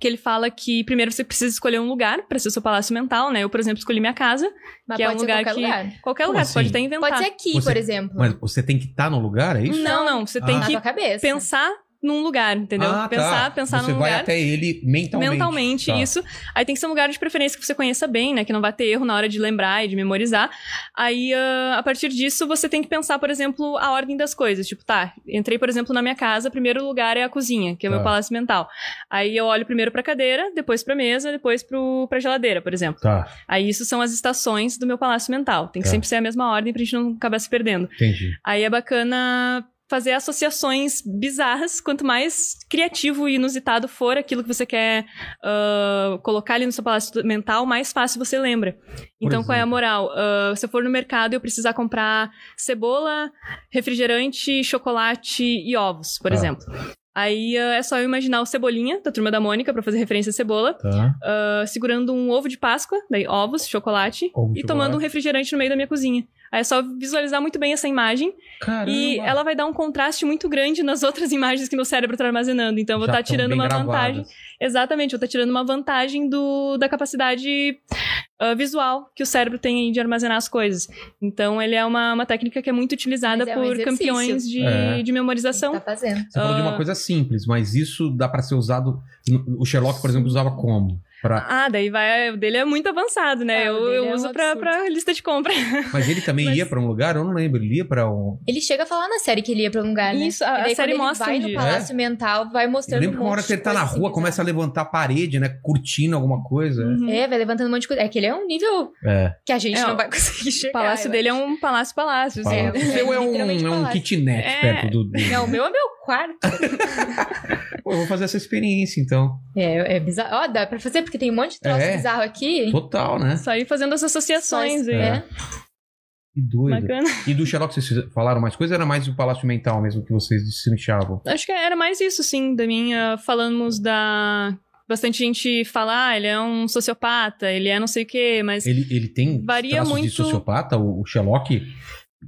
[SPEAKER 5] Que ele fala que primeiro você precisa escolher um lugar pra ser o seu palácio mental, né? Eu, por exemplo, escolhi minha casa.
[SPEAKER 4] Mas
[SPEAKER 5] que é
[SPEAKER 4] pode
[SPEAKER 5] um
[SPEAKER 4] ser
[SPEAKER 5] lugar
[SPEAKER 4] qualquer
[SPEAKER 5] que- tá.
[SPEAKER 4] lugar.
[SPEAKER 5] Qualquer
[SPEAKER 2] Como
[SPEAKER 5] lugar, você pode
[SPEAKER 2] assim?
[SPEAKER 5] até inventar.
[SPEAKER 4] Pode ser aqui,
[SPEAKER 2] Você-
[SPEAKER 4] por exemplo.
[SPEAKER 2] é. Mas você tem que estar no lugar, é isso?
[SPEAKER 5] Não, não, você tem
[SPEAKER 2] Ah.
[SPEAKER 4] na
[SPEAKER 5] que
[SPEAKER 4] sua cabeça.
[SPEAKER 5] pensar num lugar, entendeu?
[SPEAKER 2] Ah, tá.
[SPEAKER 5] pensar, pensar
[SPEAKER 2] Você
[SPEAKER 5] num
[SPEAKER 2] vai
[SPEAKER 5] lugar.
[SPEAKER 2] até ele mentalmente.
[SPEAKER 5] mentalmente,
[SPEAKER 2] Tá.
[SPEAKER 5] isso. Aí tem que ser um lugar de preferência que você conheça bem, né? Que não vai ter erro na hora de lembrar e de memorizar. Aí, ah, a partir disso, você tem que pensar, por exemplo, a ordem das coisas. Tipo, tá, entrei, por exemplo, na minha casa, primeiro lugar é a cozinha, que é o meu
[SPEAKER 2] Tá.
[SPEAKER 5] palácio mental. Aí eu olho primeiro pra cadeira, depois pra mesa, depois pro, pra geladeira, por exemplo.
[SPEAKER 2] Tá,
[SPEAKER 5] Aí isso são as estações do meu palácio mental. Tem que
[SPEAKER 2] Tá.
[SPEAKER 5] sempre ser a mesma ordem pra gente não acabar se perdendo.
[SPEAKER 2] entendi.
[SPEAKER 5] Aí é bacana fazer associações bizarras, quanto mais criativo e inusitado for aquilo que você quer ah, colocar ali no seu palácio mental, mais fácil você lembra. Então, qual é a
[SPEAKER 2] exemplo?
[SPEAKER 5] moral? Ah, se eu for no mercado e eu precisar comprar cebola, refrigerante, chocolate e ovos, por
[SPEAKER 2] Tá.
[SPEAKER 5] exemplo. Aí ah, é só eu imaginar o Cebolinha, da Turma da Mônica, pra fazer referência à cebola,
[SPEAKER 2] Tá.
[SPEAKER 5] ah, segurando um ovo de Páscoa, daí ovos, chocolate,
[SPEAKER 2] Ovo de
[SPEAKER 5] e tomando um
[SPEAKER 2] chocolate.
[SPEAKER 5] refrigerante no meio da minha cozinha. Aí é só visualizar muito bem essa imagem
[SPEAKER 2] Caramba.
[SPEAKER 5] e ela vai dar um contraste muito grande nas outras imagens que meu cérebro tá armazenando. Então eu vou
[SPEAKER 2] Já
[SPEAKER 5] estar
[SPEAKER 2] tão
[SPEAKER 5] tirando
[SPEAKER 2] bem
[SPEAKER 5] uma
[SPEAKER 2] gravadas.
[SPEAKER 5] vantagem. Exatamente, eu vou estar tirando uma vantagem do, da capacidade ah, visual que o cérebro tem aí de armazenar as coisas. Então ele é uma, uma técnica que é muito utilizada
[SPEAKER 4] Mas é um
[SPEAKER 5] por
[SPEAKER 4] exercício.
[SPEAKER 5] campeões de,
[SPEAKER 2] É.
[SPEAKER 5] de memorização.
[SPEAKER 4] Tá fazendo.
[SPEAKER 5] Ah.
[SPEAKER 2] Você falou de uma coisa simples, mas isso dá pra ser usado. O Sherlock, por exemplo, usava como? Pra...
[SPEAKER 5] Ah, daí vai. O dele é muito avançado, né?
[SPEAKER 4] Ah, o
[SPEAKER 5] eu
[SPEAKER 4] dele
[SPEAKER 5] eu
[SPEAKER 4] é um
[SPEAKER 5] uso pra,
[SPEAKER 4] absurdo.
[SPEAKER 5] pra lista de compra.
[SPEAKER 2] Mas ele também
[SPEAKER 5] Mas-
[SPEAKER 2] ia pra um lugar? Eu não lembro. Ele ia pra um.
[SPEAKER 4] Ele chega a falar na série que ele ia pra um lugar, né?
[SPEAKER 5] Isso, a-
[SPEAKER 4] E
[SPEAKER 5] a,
[SPEAKER 4] daí, quando
[SPEAKER 5] série
[SPEAKER 4] ele
[SPEAKER 5] mostra
[SPEAKER 4] vai
[SPEAKER 5] um
[SPEAKER 4] no
[SPEAKER 5] dia.
[SPEAKER 4] Palácio Mental, vai
[SPEAKER 2] Eu
[SPEAKER 4] mostrando
[SPEAKER 2] lembro que
[SPEAKER 4] um
[SPEAKER 2] É. uma hora
[SPEAKER 4] monte
[SPEAKER 2] que ele
[SPEAKER 4] de
[SPEAKER 2] tá na
[SPEAKER 4] coisa
[SPEAKER 2] rua,
[SPEAKER 4] assim,
[SPEAKER 2] começa a levantar a parede, né? Curtindo alguma coisa.
[SPEAKER 5] Hum. Uhum.
[SPEAKER 2] né?
[SPEAKER 4] bizarra. É, vai levantando um monte de coisa. É que ele é um nível
[SPEAKER 2] É.
[SPEAKER 4] que a gente
[SPEAKER 5] É,
[SPEAKER 4] não
[SPEAKER 5] ó,
[SPEAKER 4] vai conseguir chegar.
[SPEAKER 5] O palácio
[SPEAKER 4] eu
[SPEAKER 5] dele é
[SPEAKER 4] acho.
[SPEAKER 5] um palácio-palácio. assim.
[SPEAKER 2] Fala.
[SPEAKER 4] é,
[SPEAKER 2] O seu é um,
[SPEAKER 4] literalmente
[SPEAKER 2] é um
[SPEAKER 4] palácio.
[SPEAKER 2] kitnet
[SPEAKER 5] É.
[SPEAKER 2] perto do. do-
[SPEAKER 4] Não, o meu é meu quarto.
[SPEAKER 2] Pô, eu vou fazer essa experiência, então.
[SPEAKER 4] É, é bizarro. Ó, dá pra fazer, porque tem um monte de troço
[SPEAKER 2] É.
[SPEAKER 4] bizarro aqui.
[SPEAKER 2] Total, né?
[SPEAKER 5] Só ir fazendo as associações.
[SPEAKER 4] Só-
[SPEAKER 5] e-
[SPEAKER 4] é.
[SPEAKER 2] Que doido.
[SPEAKER 5] Bacana.
[SPEAKER 2] E do Sherlock, vocês fiz- falaram mais coisa? Era mais o Palácio Mental mesmo que vocês destrinchavam?
[SPEAKER 5] Acho que era mais isso, sim, da minha. Falamos da. Bastante gente fala, ah, ele é um sociopata, ele é não sei o quê, mas.
[SPEAKER 2] Ele, ele tem
[SPEAKER 5] Varia
[SPEAKER 2] traços de
[SPEAKER 5] muito-
[SPEAKER 2] sociopata, o, o Sherlock?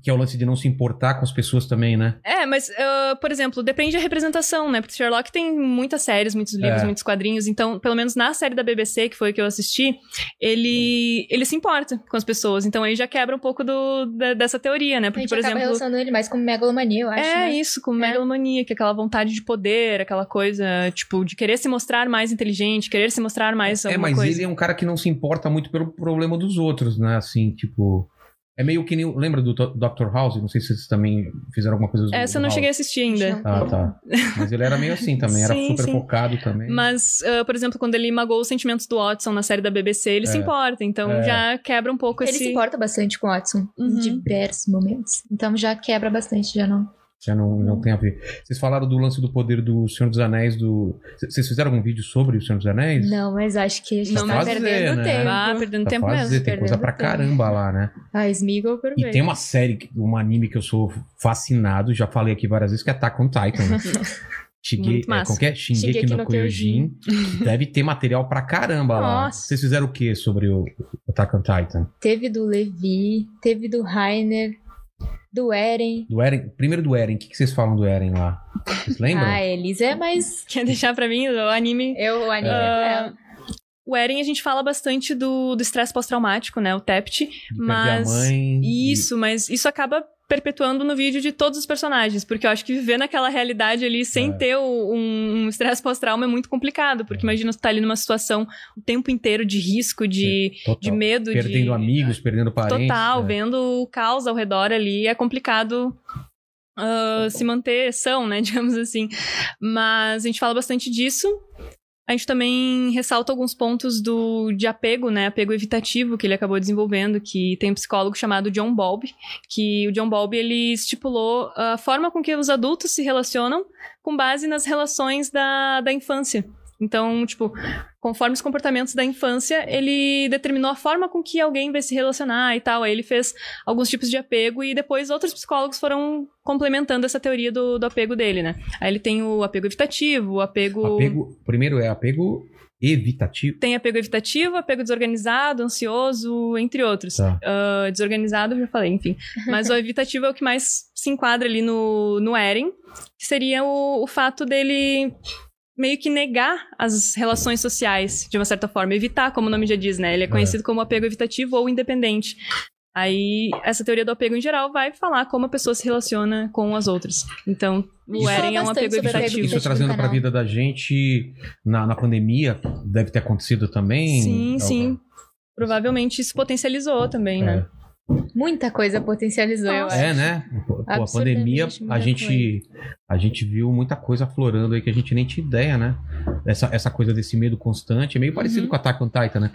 [SPEAKER 2] Que é o lance de não se importar com as pessoas também, né?
[SPEAKER 5] É, mas, ah, por exemplo, depende da representação, né? Porque Sherlock tem muitas séries, muitos livros,
[SPEAKER 2] É.
[SPEAKER 5] muitos quadrinhos. Então, pelo menos na série da BBC, que foi a que eu assisti,
[SPEAKER 2] Hum.
[SPEAKER 5] ele, ele se importa com as pessoas. Então, aí já quebra um pouco do, da- dessa teoria, né?
[SPEAKER 4] A
[SPEAKER 5] Porque,
[SPEAKER 4] gente
[SPEAKER 5] por
[SPEAKER 4] acaba
[SPEAKER 5] exemplo.
[SPEAKER 4] relacionando ele mais com megalomania, eu acho.
[SPEAKER 5] É
[SPEAKER 4] né?
[SPEAKER 5] isso, com megalomania, que é aquela vontade de poder, aquela coisa, tipo, de querer se mostrar mais inteligente, querer se mostrar mais
[SPEAKER 2] É,
[SPEAKER 5] alguma
[SPEAKER 2] mas
[SPEAKER 5] coisa.
[SPEAKER 2] ele é um cara que não se importa muito pelo problema dos outros, né? Assim, tipo. É meio que nem. o- Lembra do Do- Dr. House? Não sei se vocês também fizeram alguma coisa do
[SPEAKER 5] É, Essa eu não
[SPEAKER 2] House.
[SPEAKER 5] cheguei a assistir ainda.
[SPEAKER 2] Ah, tá. Mas ele era meio assim também, era
[SPEAKER 5] Sim,
[SPEAKER 2] super
[SPEAKER 5] sim.
[SPEAKER 2] focado também.
[SPEAKER 5] Mas, ah, por exemplo, quando ele magoou os sentimentos do Watson na série da BBC, ele se
[SPEAKER 2] É.
[SPEAKER 5] importa. Então
[SPEAKER 2] É.
[SPEAKER 5] já quebra um pouco
[SPEAKER 4] Ele
[SPEAKER 5] esse.
[SPEAKER 4] se importa bastante com o Watson em
[SPEAKER 5] Uhum.
[SPEAKER 4] diversos momentos. Então já quebra bastante, já não.
[SPEAKER 2] Já não, não tem a ver. Vocês falaram do lance do poder do Senhor dos Anéis do. C- Vocês fizeram algum vídeo sobre o Senhor dos Anéis?
[SPEAKER 4] Não, mas acho que a gente
[SPEAKER 5] Não,
[SPEAKER 4] tá
[SPEAKER 5] mas
[SPEAKER 2] é,
[SPEAKER 4] perdendo
[SPEAKER 2] né?
[SPEAKER 4] tempo.
[SPEAKER 5] Ah, perdendo
[SPEAKER 2] Dá
[SPEAKER 5] tempo
[SPEAKER 2] pra dizer,
[SPEAKER 5] mesmo.
[SPEAKER 2] tem coisa
[SPEAKER 4] perdendo
[SPEAKER 2] pra
[SPEAKER 4] tempo.
[SPEAKER 2] caramba lá, né?
[SPEAKER 4] Ah, Smigol por
[SPEAKER 2] E tem uma série, que- um anime que eu sou fascinado, já falei aqui várias vezes, que é Attack on Titan. né? Shige,
[SPEAKER 5] Muito
[SPEAKER 2] é,
[SPEAKER 5] massa.
[SPEAKER 2] qualquer Shingeki
[SPEAKER 4] Shingeki
[SPEAKER 2] no,
[SPEAKER 4] no
[SPEAKER 2] Kyojin, que deve ter material pra caramba lá.
[SPEAKER 5] Nossa.
[SPEAKER 2] Vocês fizeram o que sobre o o Attack on Titan?
[SPEAKER 4] Teve do Levi, teve do Rainer, do Eren.
[SPEAKER 2] Do Eren, primeiro do Eren, o que, que vocês falam do Eren lá? Vocês lembram?
[SPEAKER 4] Ah, eles é, mas
[SPEAKER 5] Quer deixar pra mim o anime?
[SPEAKER 4] eu
[SPEAKER 2] É.
[SPEAKER 4] animo
[SPEAKER 5] Ah,
[SPEAKER 4] ela.
[SPEAKER 5] O Eren, a gente fala bastante do do estresse pós-traumático, né? O TEPT.
[SPEAKER 2] De perder
[SPEAKER 5] mas-
[SPEAKER 2] a mãe, de-
[SPEAKER 5] Isso, mas isso acaba perpetuando no vídeo de todos os personagens, porque eu acho que viver naquela realidade ali sem
[SPEAKER 2] É.
[SPEAKER 5] ter o- um um estresse pós-trauma é muito complicado,
[SPEAKER 2] É.
[SPEAKER 5] porque imagina você tá ali numa situação o tempo inteiro de risco, de,
[SPEAKER 2] total.
[SPEAKER 5] de medo,
[SPEAKER 2] Perdendo
[SPEAKER 5] de...
[SPEAKER 2] amigos, perdendo parentes.
[SPEAKER 5] Total,
[SPEAKER 2] né?
[SPEAKER 5] vendo o caos ao redor ali, é complicado ah, se manter são, né, digamos assim. Mas a gente fala bastante disso. A gente também ressalta alguns pontos do, de apego, né? Apego evitativo que ele acabou desenvolvendo, que tem um psicólogo chamado John Bowlby, que o John Bowlby, ele estipulou a forma com que os adultos se relacionam com base nas relações da, da infância. Então, tipo, conforme os comportamentos da infância, ele determinou a forma com que alguém vai se relacionar e tal. Aí ele fez alguns tipos de apego e depois outros psicólogos foram complementando essa teoria do, do apego dele, né? Aí ele tem o apego evitativo, o apego...
[SPEAKER 2] Apego, primeiro é apego evitativo.
[SPEAKER 5] Tem apego evitativo, apego desorganizado, ansioso, entre outros.
[SPEAKER 2] Tá.
[SPEAKER 5] Ah, desorganizado, eu já falei, enfim. Mas o evitativo é o que mais se enquadra ali no, no Eren, que seria o, o fato dele meio que negar as relações sociais, de uma certa forma. Evitar, como o nome já diz, né? Ele é conhecido como apego evitativo ou independente. Aí, essa teoria do apego em geral vai falar como a pessoa se relaciona com as outras. Então,
[SPEAKER 4] A
[SPEAKER 5] o
[SPEAKER 4] gente
[SPEAKER 5] Eren
[SPEAKER 4] fala
[SPEAKER 5] é um
[SPEAKER 4] bastante
[SPEAKER 5] apego
[SPEAKER 4] sobre apego
[SPEAKER 5] evitativo.
[SPEAKER 2] Isso, isso
[SPEAKER 4] evitativo
[SPEAKER 2] trazendo
[SPEAKER 4] no
[SPEAKER 2] pra
[SPEAKER 4] canal.
[SPEAKER 2] vida da gente na, na pandemia deve ter acontecido também.
[SPEAKER 5] Sim, é um
[SPEAKER 2] Alba?
[SPEAKER 5] sim. Provavelmente isso potencializou também, né?
[SPEAKER 2] É,
[SPEAKER 4] Muita coisa potencializou, eu
[SPEAKER 5] Nossa.
[SPEAKER 4] acho.
[SPEAKER 2] É, né? Pô, a
[SPEAKER 4] Absurdamente
[SPEAKER 2] pandemia, a
[SPEAKER 4] muita
[SPEAKER 2] gente, a gente viu muita coisa aflorando aí que a gente nem tinha ideia, né? Essa, essa coisa desse medo constante é meio parecido
[SPEAKER 5] Uhum.
[SPEAKER 2] com o Attack on Titan, né?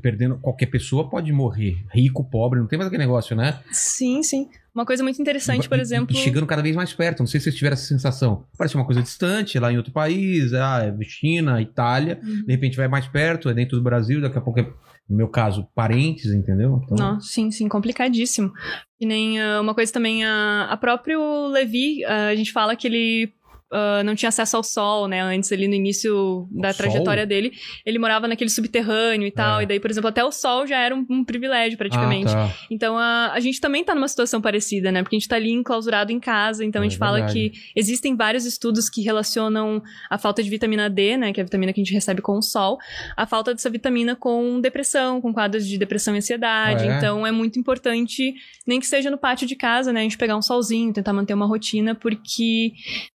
[SPEAKER 2] Perdendo, qualquer pessoa pode morrer. Rico, pobre, não tem mais aquele negócio, né?
[SPEAKER 5] É. Sim, sim. Uma coisa muito interessante,
[SPEAKER 2] E-
[SPEAKER 5] por
[SPEAKER 2] e-
[SPEAKER 5] exemplo.
[SPEAKER 2] E chegando cada vez mais perto. Não sei se vocês tiveram essa sensação. Parece uma coisa distante, lá em outro país, ah, é China, Itália.
[SPEAKER 5] Uhum.
[SPEAKER 2] De repente vai mais perto, é dentro do Brasil, daqui a pouco é, no meu caso, parentes, entendeu? Então,
[SPEAKER 5] Não, sim, sim, complicadíssimo. E nem ah, uma coisa também, ah, a, a próprio Levi, ah, a gente fala que ele ah, não tinha acesso ao sol, né? Antes, ali no início da
[SPEAKER 2] Ao
[SPEAKER 5] trajetória
[SPEAKER 2] sol?
[SPEAKER 5] dele, ele morava naquele subterrâneo e tal.
[SPEAKER 2] É.
[SPEAKER 5] E daí, por exemplo, até o sol já era um, um privilégio, praticamente.
[SPEAKER 2] Ah, tá.
[SPEAKER 5] Então a, a gente também tá numa situação parecida, né? Porque a gente tá ali enclausurado em casa, então
[SPEAKER 2] É
[SPEAKER 5] a gente fala
[SPEAKER 2] verdade.
[SPEAKER 5] que existem vários estudos que relacionam a falta de vitamina D, né? Que é a vitamina que a gente recebe com o sol, a falta dessa vitamina com depressão, com quadros de depressão e ansiedade.
[SPEAKER 2] Ah, é?
[SPEAKER 5] Então é muito importante, nem que seja no pátio de casa, né? A gente pegar um solzinho, tentar manter uma rotina, porque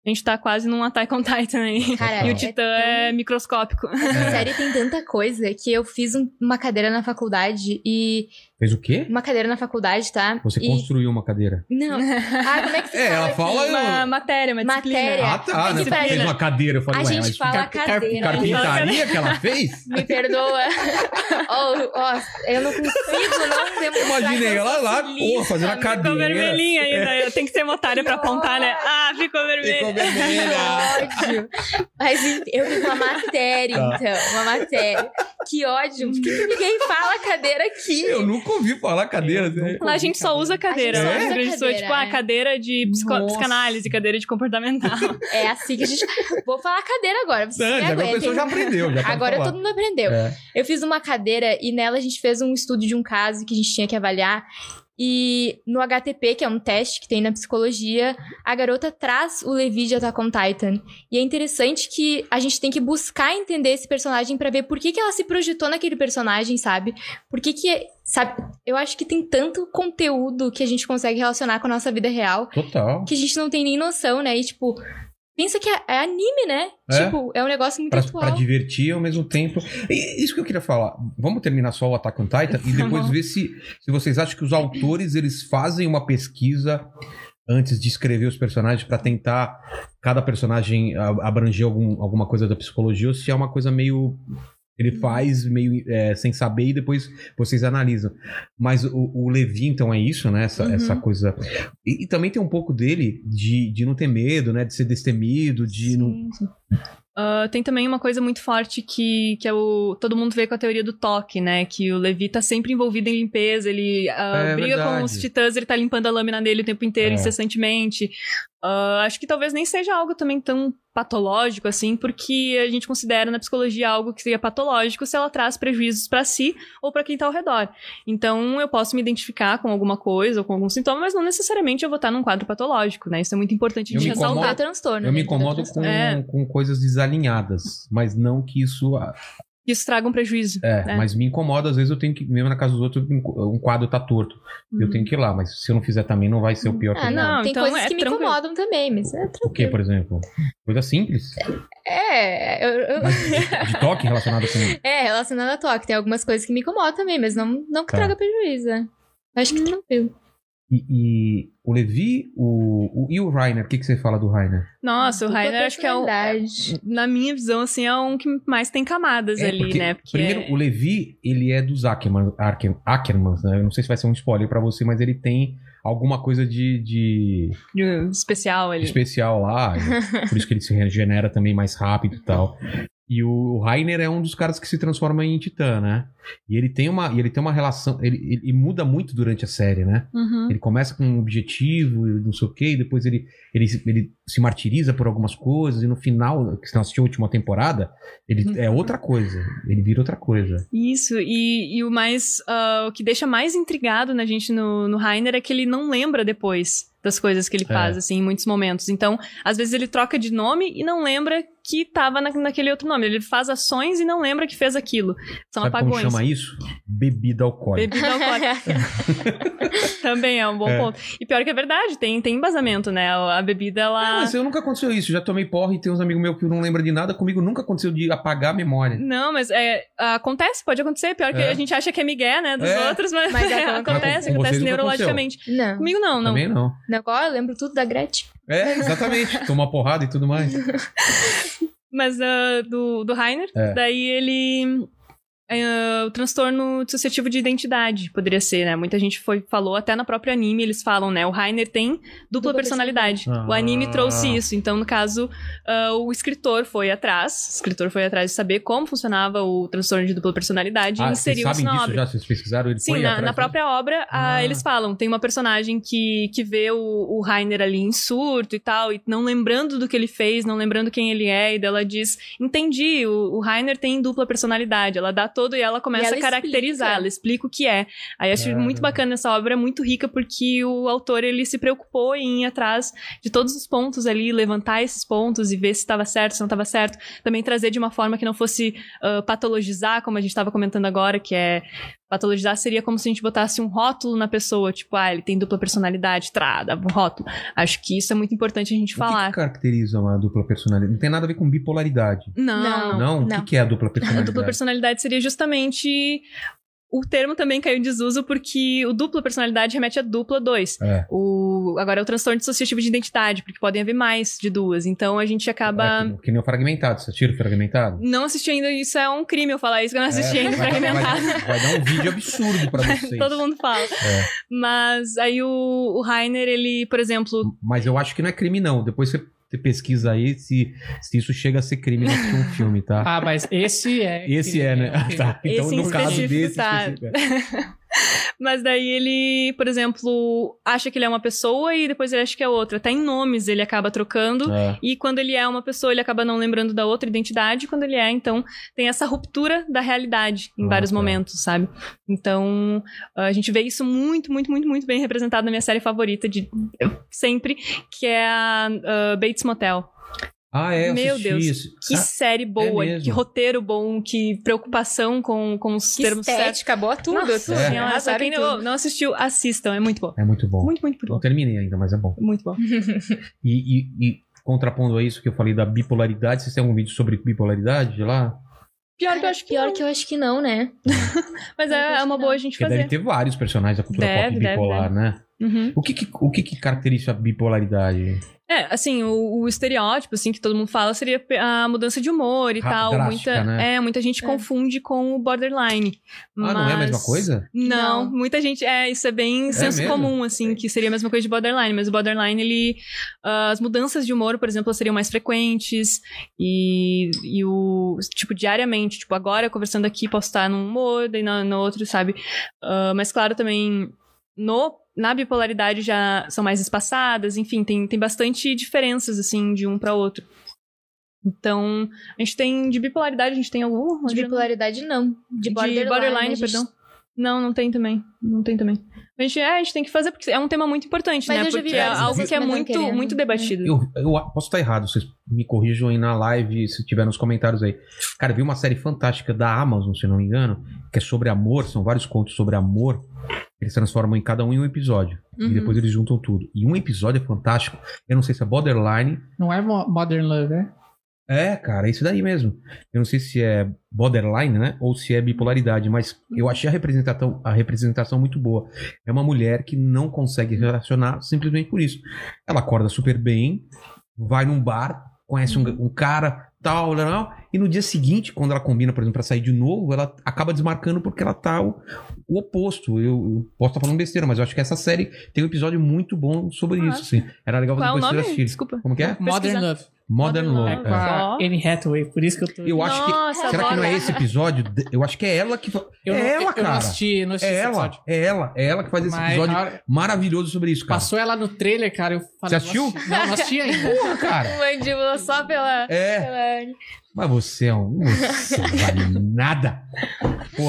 [SPEAKER 5] A gente tá quase num Attack on Titan aí.
[SPEAKER 4] Cara,
[SPEAKER 5] E
[SPEAKER 4] é
[SPEAKER 5] o Titã
[SPEAKER 4] tão-
[SPEAKER 5] é microscópico.
[SPEAKER 2] tá. É.
[SPEAKER 4] Essa série tem tanta coisa que eu fiz um- uma cadeira na faculdade e.
[SPEAKER 2] Fez o quê?
[SPEAKER 4] Uma cadeira na faculdade, tá?
[SPEAKER 2] Você
[SPEAKER 4] e...
[SPEAKER 2] construiu uma cadeira.
[SPEAKER 4] Não. Ah, como é que se
[SPEAKER 2] É, ela
[SPEAKER 4] aqui?
[SPEAKER 2] fala-
[SPEAKER 5] Uma matéria, uma disciplina.
[SPEAKER 4] Matéria.
[SPEAKER 2] Ah, tá.
[SPEAKER 4] Mas
[SPEAKER 2] Né?
[SPEAKER 4] isso
[SPEAKER 2] Porque
[SPEAKER 4] aí,
[SPEAKER 2] fez
[SPEAKER 4] né?
[SPEAKER 2] uma cadeira. Eu falei,
[SPEAKER 4] A
[SPEAKER 2] ué,
[SPEAKER 4] gente
[SPEAKER 2] mas
[SPEAKER 4] fala
[SPEAKER 2] car-
[SPEAKER 4] cadeira. né?"
[SPEAKER 2] carpintaria que ela fez?
[SPEAKER 4] Me perdoa. oh, eu não consigo não demonstrar. que
[SPEAKER 2] Imaginei
[SPEAKER 4] eu
[SPEAKER 2] ela
[SPEAKER 4] sou
[SPEAKER 2] lá,
[SPEAKER 4] feliz.
[SPEAKER 2] porra, fazendo a
[SPEAKER 5] Ficou
[SPEAKER 2] cadeira.
[SPEAKER 5] vermelhinha ainda. Eu tenho que ser uma otária pra apontar, né? Ah, ficou vermelha.
[SPEAKER 2] Ficou vermelha.
[SPEAKER 4] ódio. Mas enfim, eu fiz uma matéria,
[SPEAKER 2] Tá. Hum.
[SPEAKER 4] então. Uma matéria. Que ódio. Por que que ninguém fala cadeira aqui?
[SPEAKER 2] Eu nunca ouvi falar
[SPEAKER 4] É,
[SPEAKER 2] cadeira. né?
[SPEAKER 5] Lá a gente só usa cadeira.
[SPEAKER 4] A gente só
[SPEAKER 5] Lá no Rio
[SPEAKER 4] usa
[SPEAKER 5] Grande do Sul é
[SPEAKER 4] cadeira,
[SPEAKER 5] tipo, ah,
[SPEAKER 4] é.
[SPEAKER 5] cadeira de psico-
[SPEAKER 3] Nossa.
[SPEAKER 5] psicanálise, cadeira de comportamental.
[SPEAKER 4] É assim que a gente. Vou falar cadeira agora. Vocês me
[SPEAKER 2] Antes, agora a
[SPEAKER 4] aguentem.
[SPEAKER 2] pessoa já aprendeu. Já pode
[SPEAKER 4] Agora
[SPEAKER 2] falar.
[SPEAKER 4] todo mundo aprendeu.
[SPEAKER 2] É.
[SPEAKER 4] Eu fiz uma cadeira e nela a gente fez um estudo de um caso que a gente tinha que avaliar. E no HTP, que é um teste que tem na psicologia, a garota traz o Levi de Attack on Titan. E é interessante que a gente tem que buscar entender esse personagem pra ver por que, que ela se projetou naquele personagem, sabe? Por que que, sabe? Eu acho que tem tanto conteúdo que a gente consegue relacionar com a nossa vida real
[SPEAKER 2] Total.
[SPEAKER 4] que a gente não tem nem noção, né? E tipo, pensa que é, é anime, né?
[SPEAKER 2] É.
[SPEAKER 4] Tipo, é um negócio muito
[SPEAKER 2] Pra,
[SPEAKER 4] atual.
[SPEAKER 2] pra divertir ao mesmo tempo. E isso que eu queria falar. Vamos terminar só o Attack on Titan e depois
[SPEAKER 5] Vamos.
[SPEAKER 2] ver se, se vocês acham que os autores eles fazem uma pesquisa antes de escrever os personagens pra tentar cada personagem a- abranger algum- alguma coisa da psicologia ou se é uma coisa meio ele faz meio é, sem saber e depois vocês analisam. Mas o, o Levi, então, é isso, né? Essa,
[SPEAKER 4] Uhum.
[SPEAKER 2] essa coisa. E, e também tem um pouco dele de, de não ter medo, né? De ser destemido, de não.
[SPEAKER 4] Sim, sim.
[SPEAKER 5] Ah, tem também uma coisa muito forte que, que é o, todo mundo vê com a teoria do toque, né? Que o Levi tá sempre envolvido em limpeza, ele ah,
[SPEAKER 2] É
[SPEAKER 5] briga
[SPEAKER 2] verdade.
[SPEAKER 5] com os titãs, ele tá limpando a lâmina dele o tempo inteiro,
[SPEAKER 2] É.
[SPEAKER 5] incessantemente. Ah, acho que talvez nem seja algo também tão patológico assim, porque a gente considera na psicologia algo que seria patológico se ela traz prejuízos pra si ou pra quem tá ao redor. Então eu posso me identificar com alguma coisa ou com algum sintoma, mas não necessariamente eu vou estar num quadro patológico, né? Isso é muito importante
[SPEAKER 2] Eu
[SPEAKER 5] de
[SPEAKER 2] me
[SPEAKER 5] ressaltar.
[SPEAKER 2] incomodo-
[SPEAKER 4] É transtorno.
[SPEAKER 2] Eu me
[SPEAKER 4] né?
[SPEAKER 2] incomodo
[SPEAKER 4] Transtorno.
[SPEAKER 2] com,
[SPEAKER 5] É.
[SPEAKER 2] com coisas desalinhadas, mas não que isso. ah,
[SPEAKER 5] que Isso traga um prejuízo.
[SPEAKER 2] É,
[SPEAKER 5] É.
[SPEAKER 2] mas me incomoda, às vezes eu tenho que, mesmo na casa dos outros, um quadro tá torto. Eu tenho que ir lá, mas se eu não fizer também, não vai ser o pior
[SPEAKER 4] Ah,
[SPEAKER 2] problema.
[SPEAKER 4] não,
[SPEAKER 5] Não,
[SPEAKER 4] tem
[SPEAKER 5] então
[SPEAKER 4] coisas
[SPEAKER 5] é
[SPEAKER 4] que me
[SPEAKER 5] tranquilo.
[SPEAKER 4] incomodam também, mas é
[SPEAKER 2] O que, por exemplo? Coisa simples,
[SPEAKER 4] É, eu, eu-
[SPEAKER 2] mas de, de toque relacionado com.
[SPEAKER 4] é relacionado a toque, tem algumas coisas que me incomodam também, mas não, não que
[SPEAKER 2] Tá.
[SPEAKER 4] traga prejuízo. né? Acho
[SPEAKER 5] Hum.
[SPEAKER 4] que tranquilo.
[SPEAKER 2] E, e o Levi, o, o- e o Rainer, o que, que você fala do Rainer?
[SPEAKER 5] Nossa, o
[SPEAKER 4] Dupla
[SPEAKER 5] Rainer acho que é o.
[SPEAKER 4] Ah, personalidade.
[SPEAKER 5] Na minha visão, assim, é um que mais tem camadas
[SPEAKER 2] É,
[SPEAKER 5] ali,
[SPEAKER 2] porque-
[SPEAKER 5] né? Porque
[SPEAKER 2] Primeiro, o Levi, ele é dos Ackerman, Arke- Ackermans, né? Eu não sei se vai ser um spoiler pra você, mas ele tem alguma coisa de- de
[SPEAKER 5] é especial ali.
[SPEAKER 2] especial lá. e por isso que ele se regenera também mais rápido e tal. E o Rainer é um dos caras que se transforma em titã, né? E ele tem uma, e ele tem uma relação. Ele, ele- ele muda muito durante a série, né?
[SPEAKER 5] Uhum.
[SPEAKER 2] Ele começa com um objetivo, e não sei o quê, e depois ele, ele, se- ele se martiriza por algumas coisas, e no final, que se não assistiu a última temporada, ele é outra coisa. Ele vira outra coisa.
[SPEAKER 5] Isso, e, e o mais. ah, o que deixa mais intrigado na gente no, no Rainer é que ele não lembra depois das coisas que ele
[SPEAKER 2] É.
[SPEAKER 5] faz, assim, em muitos momentos. Então, às vezes ele troca de nome e não lembra que tava na- naquele outro nome. Ele faz ações e não lembra que fez aquilo. São
[SPEAKER 2] Sabe
[SPEAKER 5] apagões.
[SPEAKER 2] como chama isso? Bebida alcoólica.
[SPEAKER 5] Bebida alcoólica. Também é um bom
[SPEAKER 2] É.
[SPEAKER 5] ponto. E pior que é verdade, tem, tem embasamento, né? A bebida,
[SPEAKER 2] Ah,
[SPEAKER 5] ela.
[SPEAKER 2] mas eu nunca aconteceu isso. Já tomei porra e tem uns amigos meus que não lembram de nada. Comigo nunca aconteceu de apagar a memória.
[SPEAKER 5] Não, mas é, acontece, pode acontecer. Pior que
[SPEAKER 2] É.
[SPEAKER 5] a gente acha que é migué, né? Dos
[SPEAKER 2] É.
[SPEAKER 5] outros, mas,
[SPEAKER 4] Mas acontece.
[SPEAKER 5] acontece,
[SPEAKER 2] Mas com- com
[SPEAKER 5] acontece
[SPEAKER 2] vocês nunca
[SPEAKER 5] neurologicamente.
[SPEAKER 4] Não,
[SPEAKER 5] Comigo não, não.
[SPEAKER 2] Também não.
[SPEAKER 4] não, qual? eu lembro tudo da Gretchen.
[SPEAKER 2] É, exatamente. Tomar porrada e tudo mais.
[SPEAKER 5] Mas ah, do, do Rainer,
[SPEAKER 2] É.
[SPEAKER 5] daí ele. ah, o transtorno dissociativo de identidade poderia ser, né? Muita gente foi, falou, até na própria anime eles falam, né? O Rainer tem dupla,
[SPEAKER 4] Dupla
[SPEAKER 5] personalidade.
[SPEAKER 2] personalidade.
[SPEAKER 5] O anime
[SPEAKER 2] Ah.
[SPEAKER 5] trouxe isso. Então, no caso, ah, o escritor foi atrás. O escritor foi atrás de saber como funcionava o transtorno de dupla personalidade e
[SPEAKER 2] Ah, vocês
[SPEAKER 5] inseriu isso
[SPEAKER 2] sabem
[SPEAKER 5] na
[SPEAKER 2] disso
[SPEAKER 5] obra.
[SPEAKER 2] já? Vocês pesquisaram? Ele
[SPEAKER 5] Sim,
[SPEAKER 2] foi
[SPEAKER 5] na,
[SPEAKER 2] atrás
[SPEAKER 5] na
[SPEAKER 2] disso?
[SPEAKER 5] própria obra ah,
[SPEAKER 2] Ah.
[SPEAKER 5] eles falam. Tem uma personagem que, que vê o, o Rainer ali em surto e tal, e não lembrando do que ele fez, não lembrando quem ele é, e daí ela diz: Entendi, o, o Rainer tem dupla personalidade. Ela dá todo e ela começa
[SPEAKER 4] ela
[SPEAKER 5] a caracterizar,
[SPEAKER 4] explica.
[SPEAKER 5] ela explica o que é. Aí eu acho
[SPEAKER 2] Caramba.
[SPEAKER 5] muito bacana essa obra, é muito rica, porque o autor ele se preocupou em ir atrás de todos os pontos ali, levantar esses pontos e ver se estava certo, se não estava certo. Também trazer de uma forma que não fosse ah, patologizar, como a gente estava comentando agora, que é Patologizar seria como se a gente botasse um rótulo na pessoa, tipo, ah, ele tem dupla personalidade, trada, um rótulo. Acho que isso é muito importante a gente
[SPEAKER 2] O que,
[SPEAKER 5] falar.
[SPEAKER 2] que caracteriza uma dupla personalidade? Não tem nada a ver com bipolaridade.
[SPEAKER 5] Não,
[SPEAKER 4] Não.
[SPEAKER 5] não.
[SPEAKER 2] Não? O
[SPEAKER 4] não.
[SPEAKER 2] que, que é a dupla
[SPEAKER 5] A
[SPEAKER 2] personalidade?
[SPEAKER 5] dupla personalidade seria justamente. O termo também caiu em desuso porque o dupla personalidade remete a dupla dois.
[SPEAKER 2] É.
[SPEAKER 5] O, agora é o transtorno dissociativo de identidade, porque podem haver mais de duas. Então a gente acaba.
[SPEAKER 2] É, que, que nem o fragmentado. Você tira o fragmentado?
[SPEAKER 5] Não assisti ainda, isso é um crime eu falar isso, que eu não assisti ainda
[SPEAKER 2] vai, vai,
[SPEAKER 5] fragmentado.
[SPEAKER 2] vai, vai dar um vídeo absurdo pra vocês.
[SPEAKER 5] Todo mundo fala.
[SPEAKER 2] É.
[SPEAKER 5] Mas aí o, o Rainer, ele, por exemplo.
[SPEAKER 2] Mas eu acho que não é crime, não. Depois você você pesquisa aí se, se isso chega a ser crime nesse um filme, tá?
[SPEAKER 3] Ah, mas esse é.
[SPEAKER 2] Esse é, né? Ah, tá. Então,
[SPEAKER 5] Esse em
[SPEAKER 2] no caso
[SPEAKER 5] específico,
[SPEAKER 2] desse
[SPEAKER 5] tá.
[SPEAKER 2] específico, é.
[SPEAKER 5] Mas daí ele, por exemplo, acha que ele é uma pessoa e depois ele acha que é outra. Até em nomes ele acaba trocando.
[SPEAKER 2] É.
[SPEAKER 5] E quando ele é uma pessoa, ele acaba não lembrando da outra identidade. Quando ele é, então, tem essa ruptura da realidade em
[SPEAKER 2] Ah,
[SPEAKER 5] vários
[SPEAKER 2] tá.
[SPEAKER 5] momentos, sabe? Então, a gente vê isso muito, muito, muito, muito bem representado na minha série favorita de sempre, que é a ah, Bates Motel.
[SPEAKER 2] Ah, é, eu
[SPEAKER 5] Meu
[SPEAKER 2] assisti
[SPEAKER 5] Deus,
[SPEAKER 2] isso.
[SPEAKER 5] Que
[SPEAKER 2] Ah,
[SPEAKER 5] série boa,
[SPEAKER 2] mesmo?
[SPEAKER 5] que roteiro bom, que preocupação com, com os
[SPEAKER 4] Que
[SPEAKER 5] termos certos.
[SPEAKER 4] estética, boa tudo.
[SPEAKER 5] Nossa,
[SPEAKER 4] tudo.
[SPEAKER 2] É.
[SPEAKER 5] senhora, pra
[SPEAKER 4] Arrasaram
[SPEAKER 5] quem
[SPEAKER 4] em
[SPEAKER 5] não,
[SPEAKER 4] tudo.
[SPEAKER 5] não assistiu, assistam, é muito bom.
[SPEAKER 2] É muito bom.
[SPEAKER 5] Muito, muito, muito
[SPEAKER 2] Não
[SPEAKER 5] bom.
[SPEAKER 2] terminei ainda, mas é bom.
[SPEAKER 5] Muito bom.
[SPEAKER 2] E, e- e contrapondo a isso que eu falei da bipolaridade, vocês têm algum vídeo sobre bipolaridade lá?
[SPEAKER 5] Pior que eu acho que,
[SPEAKER 4] Pior
[SPEAKER 5] não,
[SPEAKER 4] que eu acho que não, né?
[SPEAKER 5] mas
[SPEAKER 4] eu
[SPEAKER 5] é,
[SPEAKER 4] acho
[SPEAKER 5] é uma
[SPEAKER 4] que
[SPEAKER 5] boa
[SPEAKER 4] não.
[SPEAKER 5] a gente
[SPEAKER 2] Porque deve
[SPEAKER 5] fazer.
[SPEAKER 2] ter vários personagens da cultura
[SPEAKER 5] Deve,
[SPEAKER 2] pop
[SPEAKER 5] deve,
[SPEAKER 2] bipolar, né?
[SPEAKER 5] Uhum.
[SPEAKER 2] O que, que- o que, que caracteriza a bipolaridade?
[SPEAKER 5] É, assim, o, o estereótipo, assim, que todo mundo fala seria pe- a mudança de humor e
[SPEAKER 2] Ra-
[SPEAKER 5] tal.
[SPEAKER 2] drástica,
[SPEAKER 5] muita,
[SPEAKER 2] né?
[SPEAKER 5] É, muita gente
[SPEAKER 4] É.
[SPEAKER 5] confunde com o borderline.
[SPEAKER 2] Ah, não é a mesma coisa?
[SPEAKER 5] Não,
[SPEAKER 4] Não.
[SPEAKER 5] muita gente. É, isso é bem senso
[SPEAKER 2] mesmo?
[SPEAKER 5] comum, assim, que seria a mesma coisa de borderline, mas o borderline, ele. ah, as mudanças de humor, por exemplo, elas seriam mais frequentes e, e o. Tipo, diariamente. Tipo, agora conversando aqui, posso estar num humor, daí no, no outro, sabe? Ah, mas claro, também no. Na bipolaridade já são mais espaçadas, enfim, tem, tem bastante diferenças, assim, de um para outro. Então, a gente tem. De bipolaridade, a gente tem algum?
[SPEAKER 4] De bipolaridade, não. De
[SPEAKER 5] De
[SPEAKER 4] borderline.
[SPEAKER 5] borderline,
[SPEAKER 4] a gente-
[SPEAKER 5] perdão. Não, não tem também. Não tem também. A gente, é, a gente tem que fazer porque é um tema muito importante,
[SPEAKER 4] Mas
[SPEAKER 5] né?
[SPEAKER 4] eu já vi
[SPEAKER 5] Porque é
[SPEAKER 4] várias
[SPEAKER 5] algo
[SPEAKER 4] pessoas
[SPEAKER 5] que é
[SPEAKER 4] comentando
[SPEAKER 5] muito,
[SPEAKER 4] querendo,
[SPEAKER 5] muito
[SPEAKER 4] né?
[SPEAKER 5] debatido.
[SPEAKER 2] Eu, eu posso estar errado, vocês me corrijam aí na live, se tiver nos comentários aí. Cara, eu vi uma série fantástica da Amazon, se eu não me engano, que é sobre amor, são vários contos sobre amor. Eles transformam em cada um em um episódio.
[SPEAKER 5] Uhum.
[SPEAKER 2] E depois eles juntam tudo. E um episódio é fantástico. Eu não sei se é borderline.
[SPEAKER 3] Não é mo- Modern Love, né?
[SPEAKER 2] É, cara, é isso daí mesmo. Eu não sei se é borderline, né? Ou se é bipolaridade, mas eu achei a representação, a representação muito boa. É uma mulher que não consegue relacionar simplesmente por isso. Ela acorda super bem, vai num bar, conhece um, um cara, tal, lá, lá, e no dia seguinte, quando ela combina, por exemplo, pra sair de novo, ela acaba desmarcando porque ela tá o, o oposto. Eu, eu posso estar falando besteira, mas eu acho que essa série tem um episódio muito bom sobre
[SPEAKER 5] Ah.
[SPEAKER 2] isso, assim. Era legal
[SPEAKER 5] Qual é o
[SPEAKER 2] depois vocês
[SPEAKER 5] nome?
[SPEAKER 2] assistirem.
[SPEAKER 5] Desculpa.
[SPEAKER 2] Como que é?
[SPEAKER 3] Modern
[SPEAKER 5] Pesquisar.
[SPEAKER 3] Love.
[SPEAKER 2] Modern,
[SPEAKER 5] Modern
[SPEAKER 2] Love.
[SPEAKER 3] É
[SPEAKER 5] Love.
[SPEAKER 3] com
[SPEAKER 2] é.
[SPEAKER 3] a
[SPEAKER 5] Ó.
[SPEAKER 3] Anne Hathaway, por isso que eu tô.
[SPEAKER 2] Eu acho que-
[SPEAKER 5] Nossa,
[SPEAKER 2] Será que
[SPEAKER 5] agora-
[SPEAKER 2] não é esse episódio? De- Eu acho que é ela que. fa-
[SPEAKER 3] Eu
[SPEAKER 2] é
[SPEAKER 3] não-
[SPEAKER 2] ela,
[SPEAKER 3] Eu não
[SPEAKER 2] cara.
[SPEAKER 3] assisti, não assisti
[SPEAKER 2] É
[SPEAKER 3] esse
[SPEAKER 2] ela,
[SPEAKER 3] episódio.
[SPEAKER 2] é ela, é ela que faz esse
[SPEAKER 3] Mas
[SPEAKER 2] episódio
[SPEAKER 3] na hora-
[SPEAKER 2] maravilhoso sobre isso, cara.
[SPEAKER 3] Passou ela no trailer, cara. Eu falei,
[SPEAKER 2] Você assistiu?
[SPEAKER 3] Não, assisti- não, não assisti ainda.
[SPEAKER 2] Porra, cara.
[SPEAKER 4] Mandíbula é só pela.
[SPEAKER 2] É,
[SPEAKER 4] pela-
[SPEAKER 2] mas você é um. Você não vale nada. Pô,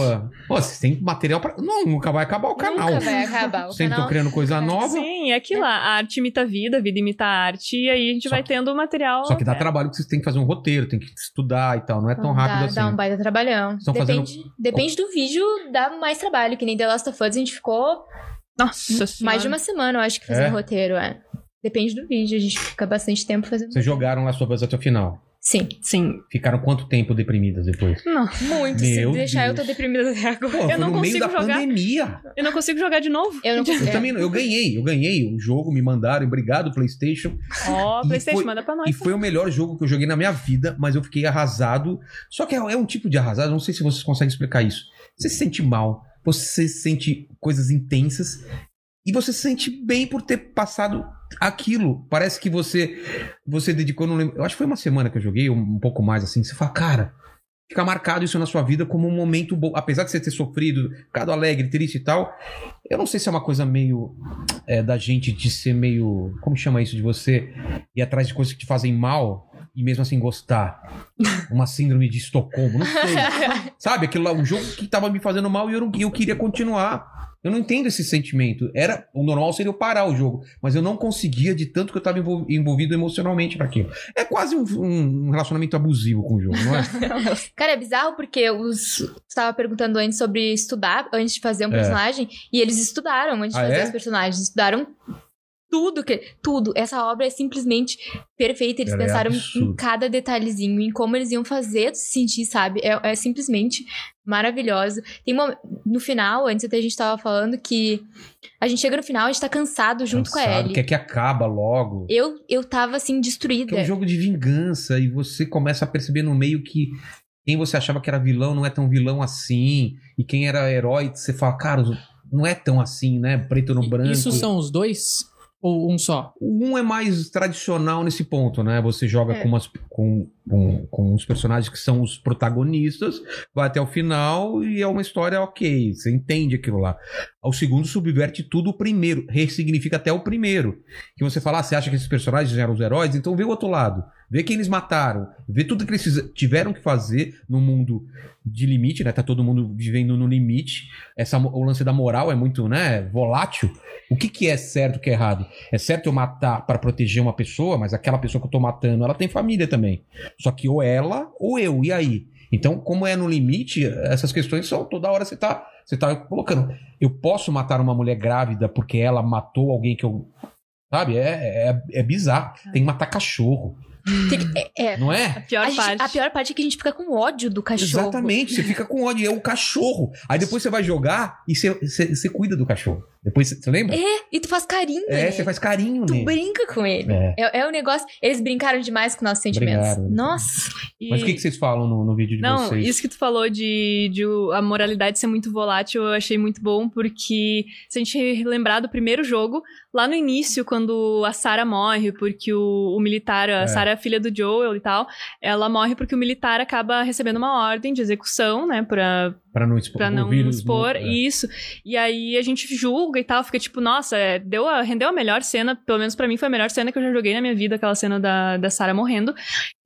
[SPEAKER 2] pô, vocês têm material pra. Não, nunca vai acabar o canal.
[SPEAKER 4] Nunca vai acabar. O
[SPEAKER 2] Sempre tô
[SPEAKER 4] canal.
[SPEAKER 2] criando coisa nova.
[SPEAKER 5] Sim, é aquilo lá. A arte imita a vida, a vida imita a arte, e aí a gente
[SPEAKER 2] Só
[SPEAKER 5] vai
[SPEAKER 2] que-
[SPEAKER 5] tendo o material.
[SPEAKER 2] Só que dá trabalho que vocês têm que fazer um roteiro, tem que estudar e tal. Não é tão rápido
[SPEAKER 4] dá,
[SPEAKER 2] assim.
[SPEAKER 4] dá um baita trabalhão.
[SPEAKER 2] Estão
[SPEAKER 4] depende, depende do vídeo, dá mais trabalho. Que nem The Last of Us, a gente ficou
[SPEAKER 5] Nossa senhora.
[SPEAKER 4] mais de uma semana, eu acho, que fazendo
[SPEAKER 2] É?
[SPEAKER 4] roteiro, é. Depende do vídeo, a gente fica bastante tempo fazendo.
[SPEAKER 2] Vocês jogaram lá sua vez até o final.
[SPEAKER 4] Sim.
[SPEAKER 5] Sim.
[SPEAKER 2] Ficaram quanto tempo deprimidas depois?
[SPEAKER 5] Não.
[SPEAKER 4] Muito.
[SPEAKER 2] Meu
[SPEAKER 4] se deixar, eu
[SPEAKER 2] Deus.
[SPEAKER 4] tô deprimida até agora.
[SPEAKER 2] Pô, foi
[SPEAKER 5] não
[SPEAKER 2] no meio
[SPEAKER 5] consigo
[SPEAKER 2] da
[SPEAKER 5] jogar.
[SPEAKER 2] pandemia.
[SPEAKER 5] Eu não consigo jogar de novo.
[SPEAKER 4] Então, Eu não consigo.
[SPEAKER 2] Eu também não, eu ganhei, eu ganhei o jogo, me mandaram, obrigado PlayStation,
[SPEAKER 5] Ó,
[SPEAKER 2] E
[SPEAKER 5] PlayStation,
[SPEAKER 2] foi-
[SPEAKER 5] manda pra
[SPEAKER 2] e
[SPEAKER 5] nós.
[SPEAKER 2] foi o melhor jogo que eu joguei na minha vida, mas eu fiquei arrasado. Só que é, é um tipo de arrasado, não sei se vocês conseguem explicar isso. Você se sente mal, você sente coisas intensas e você se sente bem por ter passado aquilo. Parece que você você dedicou, não lembro, eu acho que foi uma semana que eu joguei, um, um pouco mais assim, você fala, cara, fica marcado isso na sua vida como um momento bom, apesar de você ter sofrido, ficado alegre, triste e tal. Eu não sei se é uma coisa meio é, da gente de ser meio. Como chama isso? De você ir atrás de coisas que te fazem mal e mesmo assim gostar. Uma síndrome de Estocolmo, não sei. Sabe, aquilo lá, um jogo que tava me fazendo mal e eu, não- eu queria continuar. Eu não entendo esse sentimento. Era O normal seria eu parar o jogo, mas eu não conseguia de tanto que eu estava envolvido emocionalmente naquilo. É quase um, um relacionamento abusivo com o jogo, não é?
[SPEAKER 4] Cara, é bizarro porque os. Estava perguntando antes sobre estudar, antes de fazer um
[SPEAKER 2] É.
[SPEAKER 4] personagem, e eles estudaram antes de
[SPEAKER 2] Ah,
[SPEAKER 4] fazer
[SPEAKER 2] é?
[SPEAKER 4] os personagens, estudaram tudo que tudo. Essa obra é simplesmente perfeita. Eles
[SPEAKER 2] Ela é
[SPEAKER 4] pensaram em
[SPEAKER 2] absurda.
[SPEAKER 4] cada detalhezinho, em como eles iam fazer tu se sentir, sabe? É, é simplesmente maravilhoso. Tem uma, no final, antes até a gente tava falando que a gente chega no final, a gente tá cansado junto com a
[SPEAKER 2] Cansado,
[SPEAKER 4] Ellie.
[SPEAKER 2] Quer que é acaba logo.
[SPEAKER 4] Eu eu tava assim
[SPEAKER 2] Que
[SPEAKER 4] destruída.
[SPEAKER 2] é um jogo de vingança e você começa a perceber no meio que quem você achava que era vilão não é tão vilão assim. E quem era herói, você fala, cara, não é tão assim, né? Preto no branco.
[SPEAKER 3] Isso são os dois? Ou um só?
[SPEAKER 2] Um é mais tradicional nesse ponto, né? Você joga
[SPEAKER 5] É.
[SPEAKER 2] com, umas, com, com, com os personagens que são os protagonistas, vai até o final e é uma história ok, você entende aquilo lá. O segundo subverte tudo o primeiro, ressignifica até o primeiro. Que você fala, ah, você acha que esses personagens eram os heróis? Então vê o outro lado, vê quem eles mataram, vê tudo que eles fiz- tiveram que fazer no mundo de limite, né? Tá todo mundo vivendo no limite. Essa, mo- o lance da moral é muito, né, volátil. O que, que é certo, o que é errado? É certo eu matar pra proteger uma pessoa, mas aquela pessoa que eu tô matando, ela tem família também. Só que ou ela ou eu, e aí? Então, como é no limite, essas questões são toda hora você tá, você tá colocando. Eu posso matar uma mulher grávida porque ela matou alguém que eu. Sabe? É, é, é bizarro. Tem que matar cachorro,
[SPEAKER 4] É.
[SPEAKER 2] não é?
[SPEAKER 5] A pior
[SPEAKER 4] A, gente-
[SPEAKER 5] parte.
[SPEAKER 4] a pior parte é que a gente fica com ódio do cachorro.
[SPEAKER 2] Exatamente, você fica com ódio, é o cachorro. Aí depois você vai jogar e você, você, você cuida do cachorro. Depois você, você lembra?
[SPEAKER 4] E tu faz carinho.
[SPEAKER 2] É,
[SPEAKER 4] né?
[SPEAKER 2] você faz carinho
[SPEAKER 4] Tu
[SPEAKER 2] nele.
[SPEAKER 4] brinca com ele.
[SPEAKER 2] É. né?
[SPEAKER 4] É, é um negócio. Eles brincaram demais com nossos sentimentos.
[SPEAKER 2] Brincaram.
[SPEAKER 4] Nossa.
[SPEAKER 5] E-
[SPEAKER 2] Mas o que, que vocês falam no, no vídeo de
[SPEAKER 5] Não,
[SPEAKER 2] vocês?
[SPEAKER 5] isso que tu falou de, de o- a moralidade ser muito volátil, eu achei muito bom, porque se a gente lembrar do primeiro jogo, lá no início, quando a Sarah morre, porque o, o militar, a
[SPEAKER 2] É.
[SPEAKER 5] Sarah é filha do Joel e tal, ela morre porque o militar acaba recebendo uma ordem de execução, né, pra,
[SPEAKER 2] Pra não expor.
[SPEAKER 5] pra
[SPEAKER 2] o
[SPEAKER 5] não
[SPEAKER 2] Tipo, vírus,
[SPEAKER 5] expor,
[SPEAKER 2] né?
[SPEAKER 5] isso. E aí a gente julga e tal, fica tipo, nossa, é, deu a- rendeu a melhor cena, pelo menos pra mim foi a melhor cena que eu já joguei na minha vida, aquela cena da, da Sarah morrendo.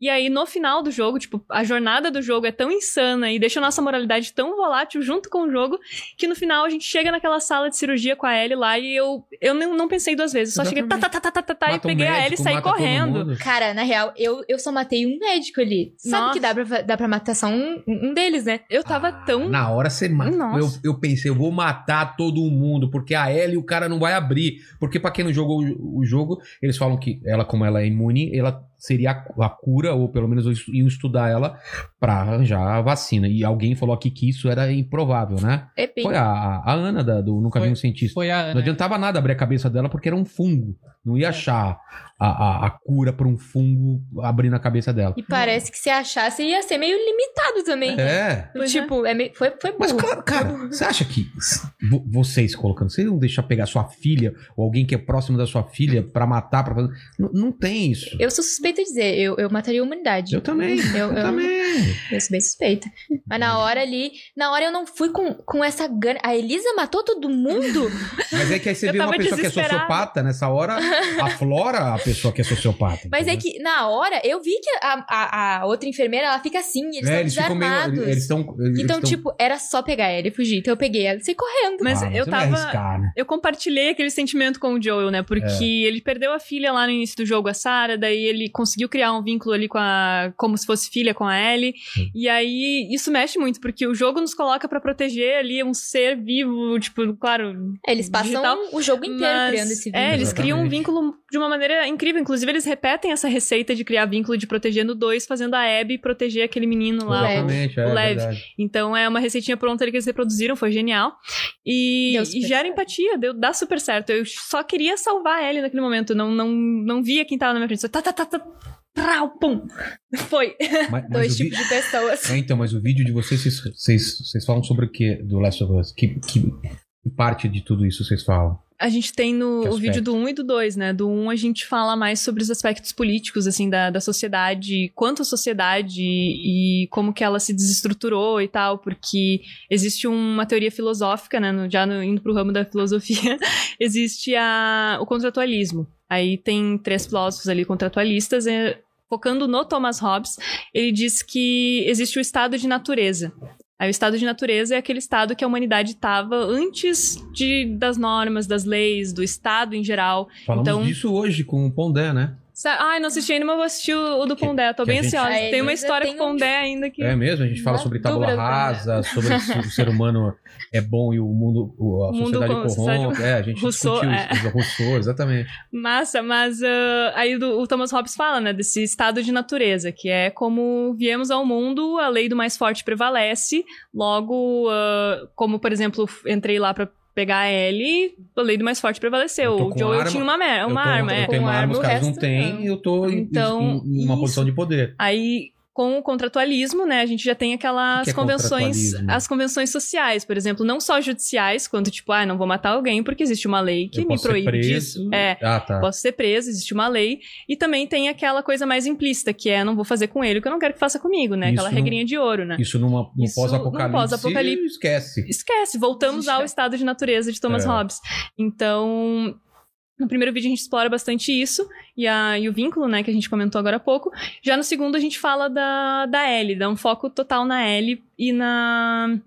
[SPEAKER 5] E aí no final do jogo, tipo, a jornada do jogo é tão insana e deixa a nossa moralidade tão volátil junto com o jogo, que no final a gente chega naquela sala de cirurgia com a Ellie lá e eu, eu não, não pensei duas vezes, só cheguei tá, tá,
[SPEAKER 2] Exatamente.
[SPEAKER 5] tá, tá, tá, tá, e
[SPEAKER 2] Mata um
[SPEAKER 5] peguei a
[SPEAKER 2] médico,
[SPEAKER 5] Ellie e saí
[SPEAKER 2] mata todo
[SPEAKER 5] correndo.
[SPEAKER 2] mundo.
[SPEAKER 4] Cara, na real, eu, eu só matei um médico ali. Sabe
[SPEAKER 5] Nossa.
[SPEAKER 4] que dá pra, fa- dá pra matar só um, um deles, né?
[SPEAKER 5] Eu tava
[SPEAKER 2] Ah,
[SPEAKER 5] tão.
[SPEAKER 2] Na hora você mata. Eu,
[SPEAKER 5] Então, Nossa.
[SPEAKER 2] eu pensei, eu vou matar todo mundo, porque a Ellie o cara não vai abrir. Porque pra quem não jogou o, o jogo, eles falam que ela, como ela é imune, ela seria a, cu- a cura, ou pelo menos eu es- iam estudar ela pra arranjar a vacina. E alguém falou aqui que isso era improvável, né?
[SPEAKER 4] É bem.
[SPEAKER 2] Foi a, a Ana da- do Nunca
[SPEAKER 3] Foi-
[SPEAKER 2] Vi um Cientista.
[SPEAKER 3] Foi né? a
[SPEAKER 2] Não
[SPEAKER 3] Ana.
[SPEAKER 2] adiantava nada abrir a cabeça dela porque era um fungo. Não
[SPEAKER 3] É.
[SPEAKER 2] ia achar a, a- a cura pra um fungo abrindo a cabeça dela.
[SPEAKER 4] E parece que se achasse ia ser meio limitado também.
[SPEAKER 2] É.
[SPEAKER 4] Pois Tipo, é meio- foi, foi
[SPEAKER 2] Mas,
[SPEAKER 4] burro.
[SPEAKER 2] claro, cara, você acha que vo- vocês colocando, vocês vão deixar pegar sua filha ou alguém que é próximo da sua filha pra matar, pra fazer. N- não tem isso.
[SPEAKER 4] Eu sou suspeita de dizer, eu, eu mataria a humanidade.
[SPEAKER 2] Eu também,
[SPEAKER 4] Eu,
[SPEAKER 2] Eu
[SPEAKER 4] eu-
[SPEAKER 2] também.
[SPEAKER 4] eu sou bem suspeita. Mas na hora ali, na hora eu não fui com, com essa gana. A Elisa matou todo mundo?
[SPEAKER 2] Mas é que aí você
[SPEAKER 5] Eu
[SPEAKER 2] vê uma
[SPEAKER 5] tava
[SPEAKER 2] pessoa que é
[SPEAKER 5] desesperada.
[SPEAKER 2] sociopata, nessa hora aflora a pessoa que é sociopata.
[SPEAKER 4] Mas é
[SPEAKER 2] entendeu?
[SPEAKER 4] que na hora eu vi que a, a, a outra enfermeira ela fica assim, eles
[SPEAKER 2] É,
[SPEAKER 4] estão
[SPEAKER 2] eles ficam meio.
[SPEAKER 4] desarmados.
[SPEAKER 2] Eles eles estão. eles
[SPEAKER 4] então,
[SPEAKER 2] estão-
[SPEAKER 4] tipo, era só pegar ela e fugir. Então eu peguei ela e saí correndo.
[SPEAKER 5] Mas
[SPEAKER 2] Ah,
[SPEAKER 5] eu
[SPEAKER 2] você não vai
[SPEAKER 5] tava.
[SPEAKER 2] arriscar, né?
[SPEAKER 5] eu compartilhei aquele sentimento com o Joel, né? Porque
[SPEAKER 2] É.
[SPEAKER 5] ele perdeu a filha lá no início do jogo, a Sarah, daí ele conseguiu criar um vínculo ali com a. como se fosse filha com a Ellie.
[SPEAKER 2] Hum.
[SPEAKER 5] E aí isso mexe muito, porque o jogo nos coloca pra proteger ali um ser vivo, tipo, claro.
[SPEAKER 4] Eles passam
[SPEAKER 5] Digital.
[SPEAKER 4] o jogo inteiro
[SPEAKER 5] mas-
[SPEAKER 4] criando esse vídeo.
[SPEAKER 5] É, eles criam um
[SPEAKER 2] Exatamente.
[SPEAKER 5] vínculo de uma maneira incrível. Inclusive, eles repetem essa receita de criar vínculo de proteger no 2, fazendo a Abby proteger aquele menino lá.
[SPEAKER 4] Leve.
[SPEAKER 2] Exatamente,
[SPEAKER 5] o
[SPEAKER 2] é,
[SPEAKER 5] leve.
[SPEAKER 2] verdade.
[SPEAKER 5] Então é uma receitinha pronta ali que eles reproduziram, foi genial. E,
[SPEAKER 4] Deu super
[SPEAKER 5] e gera
[SPEAKER 4] certo.
[SPEAKER 5] empatia, deu, dá super certo. Eu só queria salvar ele naquele momento, não, não, não via quem tava na minha frente. Só tá, tá, tá, tá, trau, pum. Foi. tipo
[SPEAKER 2] Mas- mas
[SPEAKER 4] Dois
[SPEAKER 2] o vi-
[SPEAKER 4] tipos de
[SPEAKER 5] assim.
[SPEAKER 4] pessoas.
[SPEAKER 2] É, então, mas o vídeo de vocês, vocês, vocês, vocês falam sobre o que do Last of Us? Que, que parte de tudo isso vocês falam?
[SPEAKER 5] A gente tem no
[SPEAKER 2] Que
[SPEAKER 5] o vídeo
[SPEAKER 2] aspecto?
[SPEAKER 5] do 1 e do 2, né? Do 1 a gente fala mais sobre os aspectos políticos, assim, da, da sociedade, quanto a sociedade e, e como que ela se desestruturou e tal, porque existe uma teoria filosófica, né? no- já no, indo pro ramo da filosofia, existe a, o contratualismo. Aí tem três filósofos ali contratualistas, é, eh, focando no Thomas Hobbes, ele diz que existe o estado de natureza. Aí o estado de natureza é aquele estado que a humanidade estava antes de, das normas, das leis, do estado em geral.
[SPEAKER 2] Falamos
[SPEAKER 5] Então-
[SPEAKER 2] disso hoje com o Pondé, né?
[SPEAKER 5] Sa Ai, não assisti ainda, mas vou assistir o, o do
[SPEAKER 2] Que-
[SPEAKER 5] Pondé. Tô
[SPEAKER 2] que a
[SPEAKER 5] bem
[SPEAKER 2] gente-
[SPEAKER 5] ansiosa.
[SPEAKER 4] Ai,
[SPEAKER 5] Tem uma
[SPEAKER 4] Elisa,
[SPEAKER 5] história
[SPEAKER 4] tem
[SPEAKER 5] com o
[SPEAKER 4] um-
[SPEAKER 5] Pondé ainda que... né,
[SPEAKER 2] É mesmo, a gente fala sobre
[SPEAKER 4] Madura
[SPEAKER 2] tábula
[SPEAKER 4] do Pondé.
[SPEAKER 2] rasa, sobre se o ser humano é bom e o mundo, o- a
[SPEAKER 5] O mundo
[SPEAKER 2] sociedade
[SPEAKER 5] com-
[SPEAKER 2] corrompe. É, a gente
[SPEAKER 5] Rousseau,
[SPEAKER 2] discutiu
[SPEAKER 5] é.
[SPEAKER 2] isso, Rousseau, exatamente.
[SPEAKER 5] Massa, mas ah, aí do- o Thomas Hobbes fala, né, desse estado de natureza, que é como viemos ao mundo, a lei do mais forte prevalece, logo, ah, como por exemplo, f- entrei lá pra pegar a L, a lei do mais forte prevaleceu.
[SPEAKER 2] Eu tô
[SPEAKER 5] O
[SPEAKER 2] com
[SPEAKER 5] Joel
[SPEAKER 2] arma,
[SPEAKER 5] tinha uma, mer- uma
[SPEAKER 2] eu tô-
[SPEAKER 5] arma,
[SPEAKER 2] eu
[SPEAKER 5] é.
[SPEAKER 2] tenho
[SPEAKER 4] Com
[SPEAKER 2] uma arma,
[SPEAKER 4] arma, né?
[SPEAKER 2] os
[SPEAKER 4] o
[SPEAKER 2] caras não
[SPEAKER 4] resto
[SPEAKER 2] têm,
[SPEAKER 4] não.
[SPEAKER 2] e eu tô em-
[SPEAKER 5] Então,
[SPEAKER 2] em, em uma
[SPEAKER 5] isso.
[SPEAKER 2] posição de poder.
[SPEAKER 5] Aí, com o contratualismo, né, a gente já tem
[SPEAKER 2] O
[SPEAKER 5] aquelas
[SPEAKER 2] que que é
[SPEAKER 5] convenções,
[SPEAKER 2] contratualismo?
[SPEAKER 5] as convenções sociais, por exemplo, não só judiciais, quanto tipo, ah, não vou matar alguém porque existe uma lei que
[SPEAKER 2] eu
[SPEAKER 5] me
[SPEAKER 2] posso
[SPEAKER 5] proíbe
[SPEAKER 2] ser preso.
[SPEAKER 5] disso. É,
[SPEAKER 2] Ah, tá.
[SPEAKER 5] posso ser preso, existe uma lei. E também tem aquela coisa mais implícita, que é não vou fazer com ele o que eu não quero que faça comigo, né? Aquela
[SPEAKER 2] Isso não-
[SPEAKER 5] regrinha de ouro, né?
[SPEAKER 2] Isso numa, num
[SPEAKER 5] Isso num
[SPEAKER 2] pós-apocalipse.
[SPEAKER 5] pós-apocalipse.
[SPEAKER 2] Esquece.
[SPEAKER 5] Esquece, voltamos
[SPEAKER 4] Existe,
[SPEAKER 5] ao
[SPEAKER 4] é.
[SPEAKER 5] estado de natureza de Thomas
[SPEAKER 2] É.
[SPEAKER 5] Hobbes. Então, no primeiro vídeo a gente explora bastante isso e, a- e o vínculo, né, que a gente comentou agora há pouco. Já no segundo a gente fala da, da L, dá um foco total na L e na.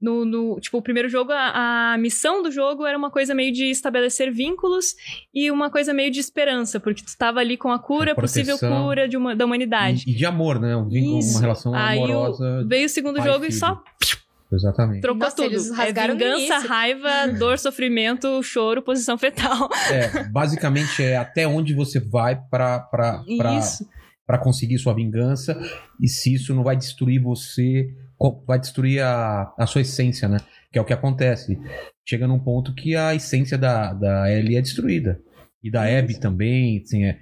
[SPEAKER 5] No, no- tipo, o primeiro jogo, a, a missão do jogo era uma coisa meio de estabelecer vínculos e uma coisa meio de esperança, porque tu tava ali com a cura,
[SPEAKER 2] A proteção.
[SPEAKER 5] possível cura de uma, da humanidade.
[SPEAKER 2] E, e de amor, né? Um vínculo,
[SPEAKER 5] Isso.
[SPEAKER 2] uma relação
[SPEAKER 5] Aí o-
[SPEAKER 2] amorosa.
[SPEAKER 5] Veio o segundo
[SPEAKER 2] Pai e
[SPEAKER 5] jogo e só
[SPEAKER 2] Exatamente.
[SPEAKER 5] Trocou
[SPEAKER 4] Nossa,
[SPEAKER 5] tudo.
[SPEAKER 4] eles
[SPEAKER 5] é
[SPEAKER 4] rasgaram no
[SPEAKER 5] vingança,
[SPEAKER 4] início.
[SPEAKER 5] raiva, dor, sofrimento, choro, posição fetal.
[SPEAKER 2] É, basicamente é até onde você vai pra, pra, pra,
[SPEAKER 5] Isso.
[SPEAKER 2] pra conseguir sua vingança e se isso não vai destruir você, co- vai destruir a, a sua essência, né? Que é o que acontece. Chega num ponto que a essência da, da Ellie é destruída. E da Abby também, assim, é,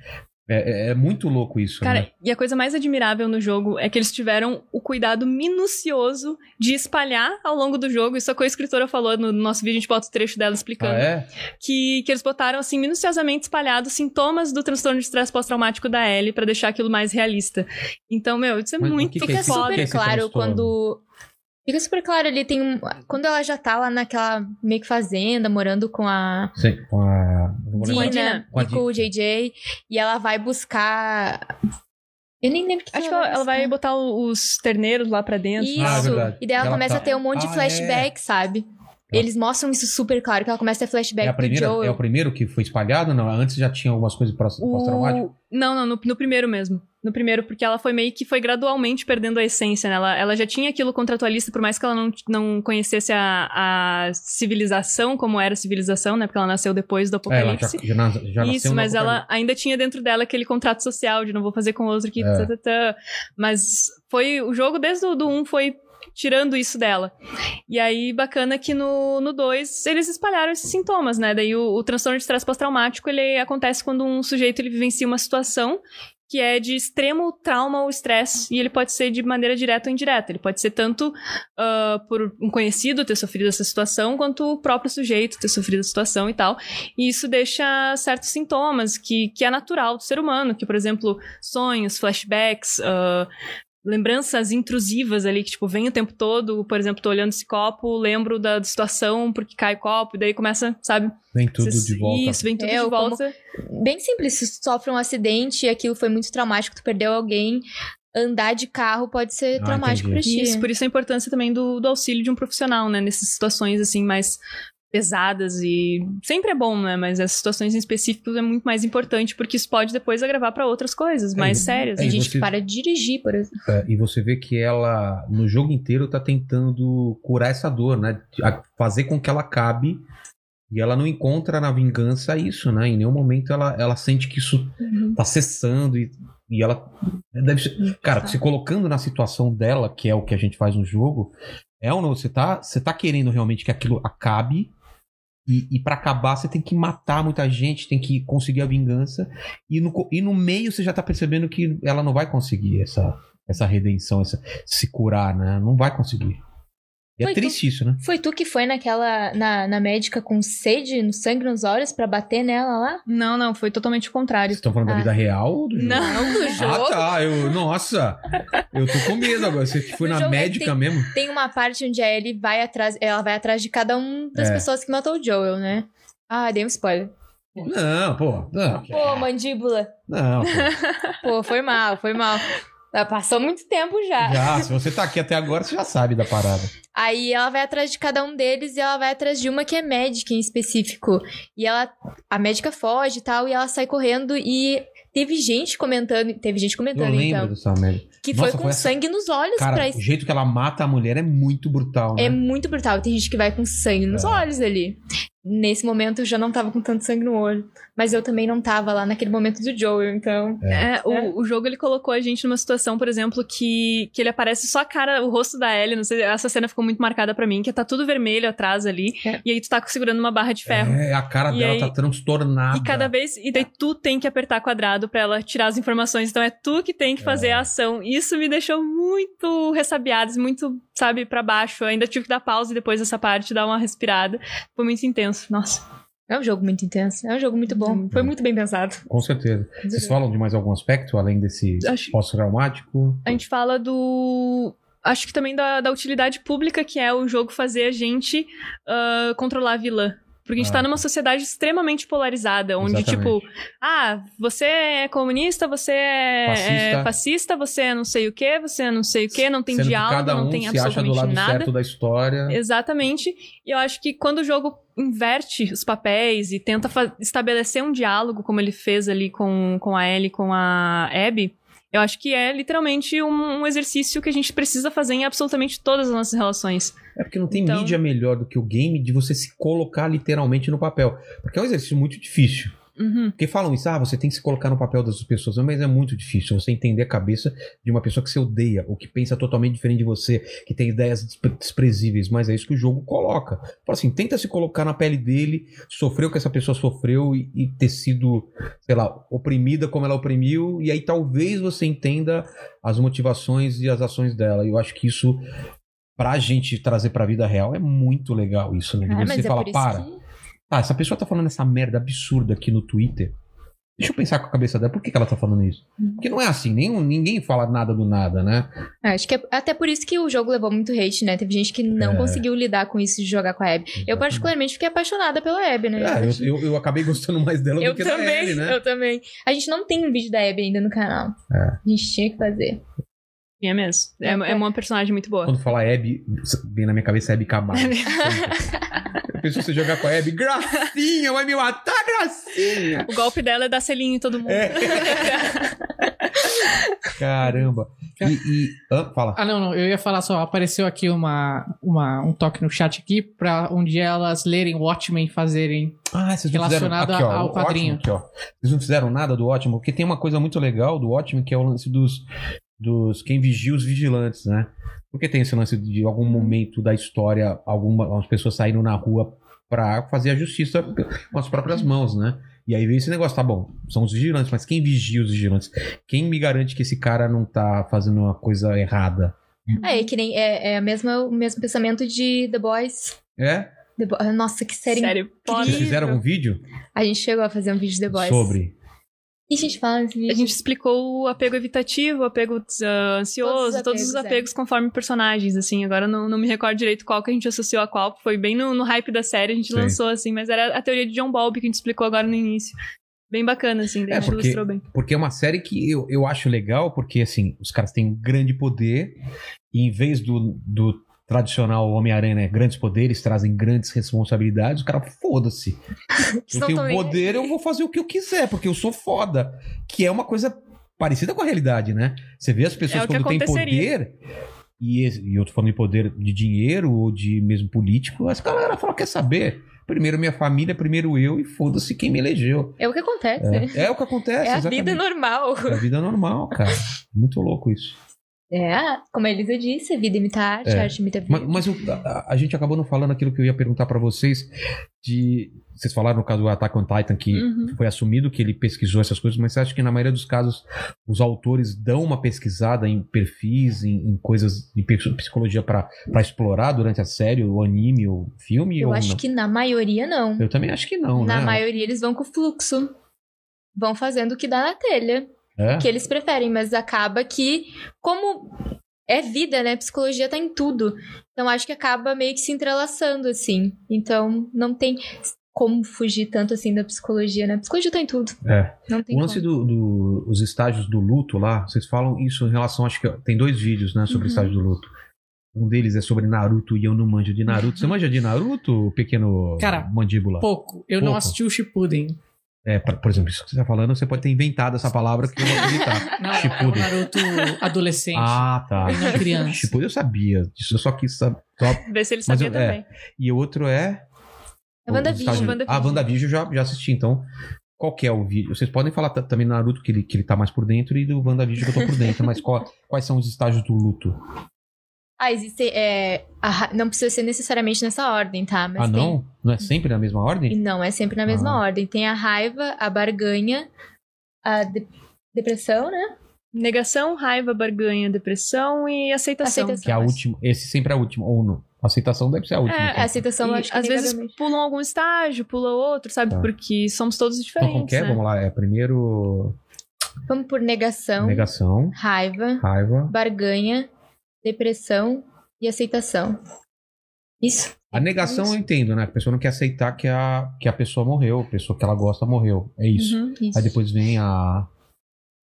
[SPEAKER 2] é, é muito louco isso, né?
[SPEAKER 5] Cara, e a coisa mais admirável no jogo é que eles tiveram o cuidado minucioso de espalhar ao longo do jogo. Isso é o que a escritora falou no nosso vídeo, a gente bota o trecho dela explicando.
[SPEAKER 2] Ah, é?
[SPEAKER 5] que, que eles botaram, assim, minuciosamente espalhados sintomas do transtorno de estresse pós-traumático da Ellie pra deixar aquilo mais realista. Então, meu, isso é
[SPEAKER 2] Mas o
[SPEAKER 5] muito
[SPEAKER 2] que que é
[SPEAKER 4] Fica
[SPEAKER 2] esse-
[SPEAKER 5] foda.
[SPEAKER 2] que é
[SPEAKER 4] super
[SPEAKER 2] esse
[SPEAKER 4] claro
[SPEAKER 2] transtorno?
[SPEAKER 4] quando. Fica super claro ali, tem um. Quando ela já tá lá naquela meio que fazenda, morando com a
[SPEAKER 2] Sim, com a. não vou
[SPEAKER 5] Sim.
[SPEAKER 2] lembrar.
[SPEAKER 4] Dina
[SPEAKER 2] Com a
[SPEAKER 4] e com o JJ, e ela vai buscar. Eu nem lembro o que
[SPEAKER 5] Acho que
[SPEAKER 4] ela,
[SPEAKER 5] ela, ela vai botar o- os terneiros lá pra dentro.
[SPEAKER 4] Isso.
[SPEAKER 2] Ah, é verdade.
[SPEAKER 4] e daí ela,
[SPEAKER 2] Ela
[SPEAKER 4] começa
[SPEAKER 2] tá-
[SPEAKER 4] a ter um monte
[SPEAKER 2] Ah, Tá.
[SPEAKER 4] de flashback, sabe? Eles mostram isso super claro, que ela começa a ter flashback
[SPEAKER 2] É, a primeira,
[SPEAKER 4] do
[SPEAKER 2] é o
[SPEAKER 4] Joel.
[SPEAKER 2] primeiro que foi espalhado? Não, antes já tinha algumas coisas pró-
[SPEAKER 5] O-
[SPEAKER 2] pós-traumáticas?
[SPEAKER 5] Não, não, no, no primeiro mesmo. No primeiro, porque ela foi meio que foi gradualmente perdendo a essência, né? Ela, ela já tinha aquilo contratualista, por mais que ela não, não conhecesse a, a civilização, como era a civilização, né? Porque ela nasceu depois do
[SPEAKER 2] É, ela já,
[SPEAKER 5] apocalipse.
[SPEAKER 2] já, nas- já nasceu
[SPEAKER 5] Isso,
[SPEAKER 2] no
[SPEAKER 5] mas ela
[SPEAKER 2] apocalipse.
[SPEAKER 5] ainda tinha dentro dela aquele contrato social de não vou fazer com outro que.
[SPEAKER 2] É.
[SPEAKER 5] tã, tã, tã. Mas foi. O jogo desde o do 1 foi tirando isso dela. E aí, bacana que no 2 eles espalharam esses sintomas, né? Daí o, o transtorno de estresse pós-traumático ele acontece quando um sujeito ele vivencia uma situação que é de extremo trauma ou estresse, e ele pode ser de maneira direta ou indireta. Ele pode ser tanto ah, por um conhecido ter sofrido essa situação, quanto o próprio sujeito ter sofrido a situação e tal. E isso deixa certos sintomas que, que é natural do ser humano, que, por exemplo, sonhos, flashbacks, ah, lembranças intrusivas ali, que, tipo, vem o tempo todo, por exemplo, tô olhando esse copo, lembro da, da situação, porque cai o copo, e daí começa, sabe?
[SPEAKER 2] Vem tudo
[SPEAKER 5] esses-
[SPEAKER 2] de volta.
[SPEAKER 5] Isso, vem tudo
[SPEAKER 4] É,
[SPEAKER 5] de
[SPEAKER 4] ou como-
[SPEAKER 5] volta.
[SPEAKER 4] Bem simples, se sofre um acidente e aquilo foi muito traumático, tu perdeu alguém, andar de carro pode ser
[SPEAKER 2] Ah,
[SPEAKER 4] traumático pra ti.
[SPEAKER 5] Isso, por isso a importância também do, do auxílio de um profissional, né? Nessas situações, assim, mais pesadas e sempre é bom, né? Mas essas situações em específico é muito mais importante porque isso pode depois agravar pra outras coisas mais
[SPEAKER 2] e-
[SPEAKER 5] sérias.
[SPEAKER 2] é,
[SPEAKER 4] Tem
[SPEAKER 5] né?
[SPEAKER 2] e
[SPEAKER 4] gente
[SPEAKER 2] você-
[SPEAKER 4] que para de dirigir, por exemplo.
[SPEAKER 2] É, e você vê que ela, no jogo inteiro, tá tentando curar essa dor, né? A- fazer com que ela acabe. E ela não encontra na vingança isso, né? Em nenhum momento ela, ela sente que isso tá cessando e, e ela. né, Deve ser- cara, se colocando na situação dela, que é o que a gente faz no jogo, é ou não? Você tá, você tá querendo realmente que aquilo acabe. E, e para acabar, você tem que matar muita gente, tem que conseguir a vingança. E no, co- e no meio você já tá percebendo que ela não vai conseguir essa, essa redenção, essa, se curar, né? Não vai conseguir. E é
[SPEAKER 4] Foi
[SPEAKER 2] triste isso, né?
[SPEAKER 4] Foi tu que foi naquela. na, na médica com sede, no sangue nos olhos, pra bater nela lá?
[SPEAKER 5] Não, não, foi totalmente o contrário.
[SPEAKER 2] Vocês estão falando da
[SPEAKER 4] Ah.
[SPEAKER 2] vida real ou do jogo?
[SPEAKER 5] Não, do
[SPEAKER 2] Ah, tá. Eu, nossa, eu tô com medo agora. Você foi
[SPEAKER 4] No
[SPEAKER 2] na
[SPEAKER 4] jogo é
[SPEAKER 2] médica
[SPEAKER 4] tem-
[SPEAKER 2] mesmo?
[SPEAKER 4] Tem uma parte onde a Ellie vai atrás. Ela vai atrás de cada um das
[SPEAKER 2] É.
[SPEAKER 4] pessoas que matou o Joel, né? Ah, dei um spoiler.
[SPEAKER 2] Não, pô. Não, É.
[SPEAKER 4] Pô, mandíbula.
[SPEAKER 2] não pô.
[SPEAKER 4] Pô, foi mal, foi mal. Ah, Passou muito tempo já.
[SPEAKER 2] Já, se você tá aqui até agora, você já sabe da parada.
[SPEAKER 4] Aí ela vai atrás de cada um deles e ela vai atrás de uma que é médica em específico. E ela. A médica foge e tal, e ela sai correndo e. Teve gente comentando, teve gente
[SPEAKER 2] Eu
[SPEAKER 4] comentando,
[SPEAKER 2] lembro
[SPEAKER 4] então,
[SPEAKER 2] dessa merda.
[SPEAKER 4] que
[SPEAKER 2] Nossa,
[SPEAKER 4] foi com
[SPEAKER 2] foi essa-
[SPEAKER 4] sangue nos olhos pra
[SPEAKER 2] Cara, o
[SPEAKER 4] es-
[SPEAKER 2] jeito que ela mata a mulher é muito brutal, né?
[SPEAKER 4] É muito brutal. Tem gente que vai com sangue nos
[SPEAKER 2] É.
[SPEAKER 4] olhos ali. Nesse momento eu já não tava com tanto sangue no olho. Mas eu também não tava lá naquele momento do Joel, então.
[SPEAKER 5] É, o, o jogo ele colocou a gente numa situação, por exemplo, que, que ele aparece só a cara, o rosto da Ellie, não sei, essa cena ficou muito marcada pra mim, que tá tudo vermelho atrás ali,
[SPEAKER 4] É.
[SPEAKER 5] e aí tu tá segurando uma barra de ferro.
[SPEAKER 2] É, a cara
[SPEAKER 5] E
[SPEAKER 2] dela
[SPEAKER 5] aí-
[SPEAKER 2] tá transtornada.
[SPEAKER 5] E cada vez, e daí tu tem que apertar quadrado pra ela tirar as informações, então é tu que tem que fazer a ação. Isso me deixou muito ressabiados, muito, sabe, pra baixo. Eu ainda tive que dar pausa depois dessa parte, dar uma respirada. Foi muito intenso. Nossa.
[SPEAKER 4] É um jogo muito intenso. É um jogo muito bom. Foi muito bem pensado.
[SPEAKER 2] Com certeza. Vocês falam de mais algum aspecto, além desse
[SPEAKER 5] Acho-
[SPEAKER 2] pós-traumático?
[SPEAKER 5] A gente fala do acho que também da, da utilidade pública que é o jogo fazer a gente ah, controlar a vilã. Porque a gente
[SPEAKER 2] Ah.
[SPEAKER 5] tá numa sociedade extremamente polarizada, onde,
[SPEAKER 2] Exatamente.
[SPEAKER 5] tipo, ah, você é comunista, você é
[SPEAKER 2] Fascista.
[SPEAKER 5] é fascista, você é não sei o quê, você é não sei o quê, não tem
[SPEAKER 2] Sendo que
[SPEAKER 5] diálogo,
[SPEAKER 2] cada um
[SPEAKER 5] não tem
[SPEAKER 2] se acha do
[SPEAKER 5] absolutamente
[SPEAKER 2] lado
[SPEAKER 5] nada.
[SPEAKER 2] certo da história.
[SPEAKER 5] Exatamente. E eu acho que quando o jogo inverte os papéis e tenta fa- estabelecer um diálogo, como ele fez ali com, com a Ellie, com a Abby, eu acho que é literalmente um, um exercício que a gente precisa fazer em absolutamente todas as nossas relações.
[SPEAKER 2] É porque não tem
[SPEAKER 5] Então-
[SPEAKER 2] mídia melhor do que o game de você se colocar literalmente no papel. Porque é um exercício muito difícil.
[SPEAKER 5] Uhum.
[SPEAKER 2] Porque falam isso, ah, você tem que se colocar no papel das outras pessoas, mas é muito difícil você entender a cabeça de uma pessoa que você odeia, ou que pensa totalmente diferente de você, que tem ideias despre- desprezíveis, mas é isso que o jogo coloca. Fala assim, tenta se colocar na pele dele, sofreu o que essa pessoa sofreu e, e ter sido, sei lá, oprimida como ela oprimiu, e aí talvez você entenda as motivações e as ações dela. E eu acho que isso, pra gente trazer pra vida real, é muito legal isso, né? De
[SPEAKER 4] Ah,
[SPEAKER 2] você falar, para.
[SPEAKER 4] que.
[SPEAKER 2] Ah, essa pessoa tá falando essa merda absurda aqui no Twitter. Deixa eu pensar com a cabeça dela, por que, que ela tá falando isso?
[SPEAKER 4] Uhum.
[SPEAKER 2] Porque não é assim, nenhum, ninguém fala nada do nada, né?
[SPEAKER 4] É, acho que é até por isso que o jogo levou muito hate, né? Teve gente que não
[SPEAKER 2] É.
[SPEAKER 4] conseguiu lidar com isso de jogar com a Abby. Eu, particularmente, fiquei apaixonada pela Abby, né?
[SPEAKER 2] É, eu, eu, eu acabei gostando mais dela
[SPEAKER 4] Eu
[SPEAKER 2] do que
[SPEAKER 4] também,
[SPEAKER 2] da Ellie, né?
[SPEAKER 4] eu também. A gente não tem um vídeo da Abby ainda no canal.
[SPEAKER 2] É.
[SPEAKER 4] A gente tinha que fazer.
[SPEAKER 5] É mesmo. É,
[SPEAKER 4] É,
[SPEAKER 5] é uma personagem muito boa.
[SPEAKER 2] Quando fala Abby, vem na minha cabeça Abby Camargo. eu penso você jogar com a Abby, gracinha, vai me matar, gracinha!
[SPEAKER 5] O golpe dela é dar selinho em todo mundo.
[SPEAKER 2] Caramba. E, e- ah, fala.
[SPEAKER 3] Ah, não, não. Eu ia falar só. Apareceu aqui uma, uma, um toque no chat aqui pra um dia elas lerem Watchmen e fazerem.
[SPEAKER 2] Ah, vocês não fizeram
[SPEAKER 3] Relacionado
[SPEAKER 2] aqui, ó,
[SPEAKER 3] ao
[SPEAKER 2] o
[SPEAKER 3] quadrinho.
[SPEAKER 2] Ótimo aqui, ó. Vocês não fizeram nada do ótimo, porque tem uma coisa muito legal do ótimo que é o lance dos, dos quem vigia os vigilantes, né? Porque tem esse lance de algum
[SPEAKER 3] Uhum.
[SPEAKER 2] momento da história, alguma- algumas pessoas saíram na rua pra fazer a justiça com as
[SPEAKER 3] Uhum.
[SPEAKER 2] próprias mãos, né? E aí veio esse negócio, tá bom, são os vigilantes, mas quem vigia os vigilantes? Quem me garante que esse cara não tá fazendo uma coisa errada?
[SPEAKER 4] É, que nem. É, é a mesma, o mesmo pensamento de The Boys.
[SPEAKER 2] É?
[SPEAKER 4] The Bo- Nossa, que série.
[SPEAKER 5] Sério, pode.
[SPEAKER 2] Vocês fizeram algum vídeo
[SPEAKER 4] A gente chegou a fazer um vídeo de The Boys.
[SPEAKER 2] sobre?
[SPEAKER 4] E a gente fala nesse
[SPEAKER 5] A
[SPEAKER 4] vídeo.
[SPEAKER 5] gente explicou o apego evitativo, o apego ah, ansioso,
[SPEAKER 4] Todos
[SPEAKER 5] todos
[SPEAKER 4] os
[SPEAKER 5] os,
[SPEAKER 4] apegos, é.
[SPEAKER 5] apegos conforme personagens, assim. Agora eu não, não me recordo direito qual que a gente associou a qual. Foi bem no, no hype da série, a gente
[SPEAKER 2] Sim.
[SPEAKER 5] lançou, assim. Mas era a teoria de John Bowlby que a gente explicou agora no início. Bem bacana, assim.
[SPEAKER 2] É,
[SPEAKER 5] daí a gente
[SPEAKER 2] porque-
[SPEAKER 5] ilustrou bem.
[SPEAKER 2] Porque é uma série que eu, eu acho legal, porque assim, os caras têm um grande poder, e em vez do, do tradicional Homem-Aranha, né, grandes poderes trazem grandes responsabilidades, o cara foda-se. Eu
[SPEAKER 4] Não
[SPEAKER 2] tenho
[SPEAKER 4] tô nem aí.
[SPEAKER 2] poder, eu vou fazer o que eu quiser, porque eu sou foda. Que é uma coisa parecida com a realidade, né? Você vê as pessoas
[SPEAKER 5] É o que
[SPEAKER 2] quando têm
[SPEAKER 5] aconteceria.
[SPEAKER 2] poder. E, esse- e eu tô falando de poder de dinheiro ou de mesmo político, as galera fala, quer saber? Primeiro minha família, primeiro eu, e foda-se quem me elegeu.
[SPEAKER 4] É o que acontece, né?
[SPEAKER 2] É, é o que acontece.
[SPEAKER 4] É a
[SPEAKER 2] exatamente.
[SPEAKER 4] vida normal.
[SPEAKER 2] É a vida normal, cara. Muito louco isso.
[SPEAKER 4] É, como a Elisa disse, a vida imita a arte,
[SPEAKER 2] É.
[SPEAKER 4] a arte imita a vida.
[SPEAKER 2] Ma- Mas, eu- a, a gente acabou não falando aquilo que eu ia perguntar pra vocês. De, vocês falaram no caso do Attack on Titan que
[SPEAKER 5] Uhum.
[SPEAKER 2] foi assumido que ele pesquisou essas coisas, mas você acha que na maioria dos casos os autores dão uma pesquisada em perfis, em, em coisas de pe- psicologia pra pra explorar durante a série, o anime, o filme?
[SPEAKER 4] eu
[SPEAKER 2] ou
[SPEAKER 4] acho
[SPEAKER 2] não?
[SPEAKER 4] que na maioria não.
[SPEAKER 2] Eu também acho que não,
[SPEAKER 4] na
[SPEAKER 2] né?
[SPEAKER 4] maioria eles vão com o fluxo. Vão fazendo o que dá na telha.
[SPEAKER 2] É?
[SPEAKER 4] que eles preferem, mas acaba que, como é vida, né? Psicologia tá em tudo. Então acho que acaba meio que se entrelaçando, assim. Então não tem. como fugir tanto assim da psicologia, né? Psicologia tá em tudo.
[SPEAKER 2] É.
[SPEAKER 4] Não tem
[SPEAKER 2] O lance
[SPEAKER 4] como.
[SPEAKER 2] dos do, os estágios do luto lá, vocês falam isso em relação, acho que tem dois vídeos, né, sobre
[SPEAKER 4] Uhum.
[SPEAKER 2] estágio do luto. Um deles é sobre Naruto e eu não manjo de Naruto. Você
[SPEAKER 4] Uhum.
[SPEAKER 2] manja de Naruto, pequeno
[SPEAKER 3] Cara,
[SPEAKER 2] mandíbula?
[SPEAKER 3] Pouco. Eu não
[SPEAKER 2] Pouco.
[SPEAKER 3] assisti o Shippuden.
[SPEAKER 2] É, pra- por exemplo, isso que você tá falando, você pode ter inventado essa palavra que eu vou acreditar.
[SPEAKER 3] Não, é o
[SPEAKER 2] Shippuden.
[SPEAKER 3] Naruto adolescente.
[SPEAKER 2] Ah, tá.
[SPEAKER 3] E não criança.
[SPEAKER 2] Shippuden eu sabia disso, eu só quis saber. só-
[SPEAKER 5] Ver se ele
[SPEAKER 2] Mas
[SPEAKER 5] sabia
[SPEAKER 2] eu- é.
[SPEAKER 5] também.
[SPEAKER 2] E o outro é...
[SPEAKER 4] É WandaVision,
[SPEAKER 2] Estágio-
[SPEAKER 5] WandaVision.
[SPEAKER 2] Ah, WandaVision eu já, já assisti, então... Qual que é o vídeo? Vocês podem falar t- também do Naruto, que ele, que ele tá mais por dentro, e do WandaVision que eu tô por dentro, mas qual- quais são os estágios do luto?
[SPEAKER 4] Ah, existe. é, a ra- não precisa ser necessariamente nessa ordem, tá? Mas
[SPEAKER 2] ah,
[SPEAKER 4] tem-
[SPEAKER 2] não? Não é sempre na mesma
[SPEAKER 4] E
[SPEAKER 2] ordem?
[SPEAKER 4] não, é sempre na mesma
[SPEAKER 2] Ah.
[SPEAKER 4] ordem. Tem a raiva, a barganha, a de- depressão, né?
[SPEAKER 5] Negação, raiva, barganha, depressão e aceitação.
[SPEAKER 4] Aceitação.
[SPEAKER 2] Que é a
[SPEAKER 4] mas-
[SPEAKER 2] última. Esse sempre é a última, ou não? A aceitação deve ser a última. então.
[SPEAKER 5] É,
[SPEAKER 4] A aceitação, eu
[SPEAKER 5] E
[SPEAKER 4] acho que
[SPEAKER 5] às
[SPEAKER 4] tem
[SPEAKER 5] vezes
[SPEAKER 4] cada vez.
[SPEAKER 5] pulam algum estágio, pula outro, sabe?
[SPEAKER 2] Tá.
[SPEAKER 5] Porque somos todos
[SPEAKER 2] então,
[SPEAKER 5] diferentes.
[SPEAKER 2] como que é?
[SPEAKER 5] né?
[SPEAKER 2] Vamos lá. É primeiro
[SPEAKER 4] Vamos por
[SPEAKER 5] Então.
[SPEAKER 4] negação,
[SPEAKER 2] negação,
[SPEAKER 4] raiva,
[SPEAKER 2] raiva.
[SPEAKER 4] barganha, depressão e aceitação. Isso.
[SPEAKER 5] É
[SPEAKER 2] A negação eu entendo, né? A pessoa não quer aceitar que a, que a pessoa morreu, a pessoa que ela gosta morreu. É isso.
[SPEAKER 5] Uhum.
[SPEAKER 4] Isso.
[SPEAKER 2] Aí depois vem a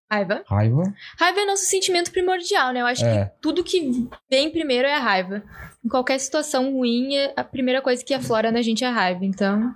[SPEAKER 4] Raiva.
[SPEAKER 2] raiva.
[SPEAKER 4] Raiva é nosso sentimento primordial, né? Eu acho
[SPEAKER 2] É.
[SPEAKER 4] que tudo que vem primeiro é a raiva. Em qualquer situação ruim, é- a primeira coisa que aflora na gente é a raiva. Então,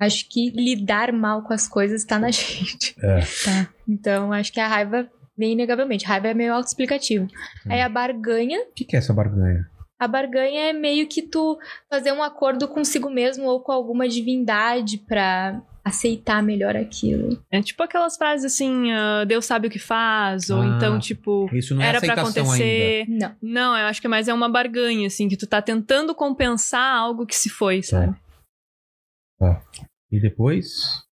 [SPEAKER 4] acho que lidar mal com as coisas tá na gente.
[SPEAKER 2] É.
[SPEAKER 4] Tá. Então, acho que a raiva vem inegavelmente. Raiva é meio autoexplicativo.
[SPEAKER 2] Entendi.
[SPEAKER 4] Aí a barganha
[SPEAKER 2] O que, que é essa barganha?
[SPEAKER 4] A barganha é meio que tu fazer um acordo consigo mesmo ou com alguma divindade pra aceitar melhor aquilo.
[SPEAKER 5] É tipo aquelas frases assim, ah, Deus sabe o que faz, ou
[SPEAKER 2] Ah.
[SPEAKER 5] então, tipo,
[SPEAKER 2] Isso não é
[SPEAKER 5] era pra
[SPEAKER 2] aceitação ainda.
[SPEAKER 5] acontecer.
[SPEAKER 4] Não.
[SPEAKER 5] Não, eu acho que mais é uma barganha, assim, que tu tá tentando compensar algo que se
[SPEAKER 2] É,
[SPEAKER 5] foi, sabe?
[SPEAKER 2] E depois.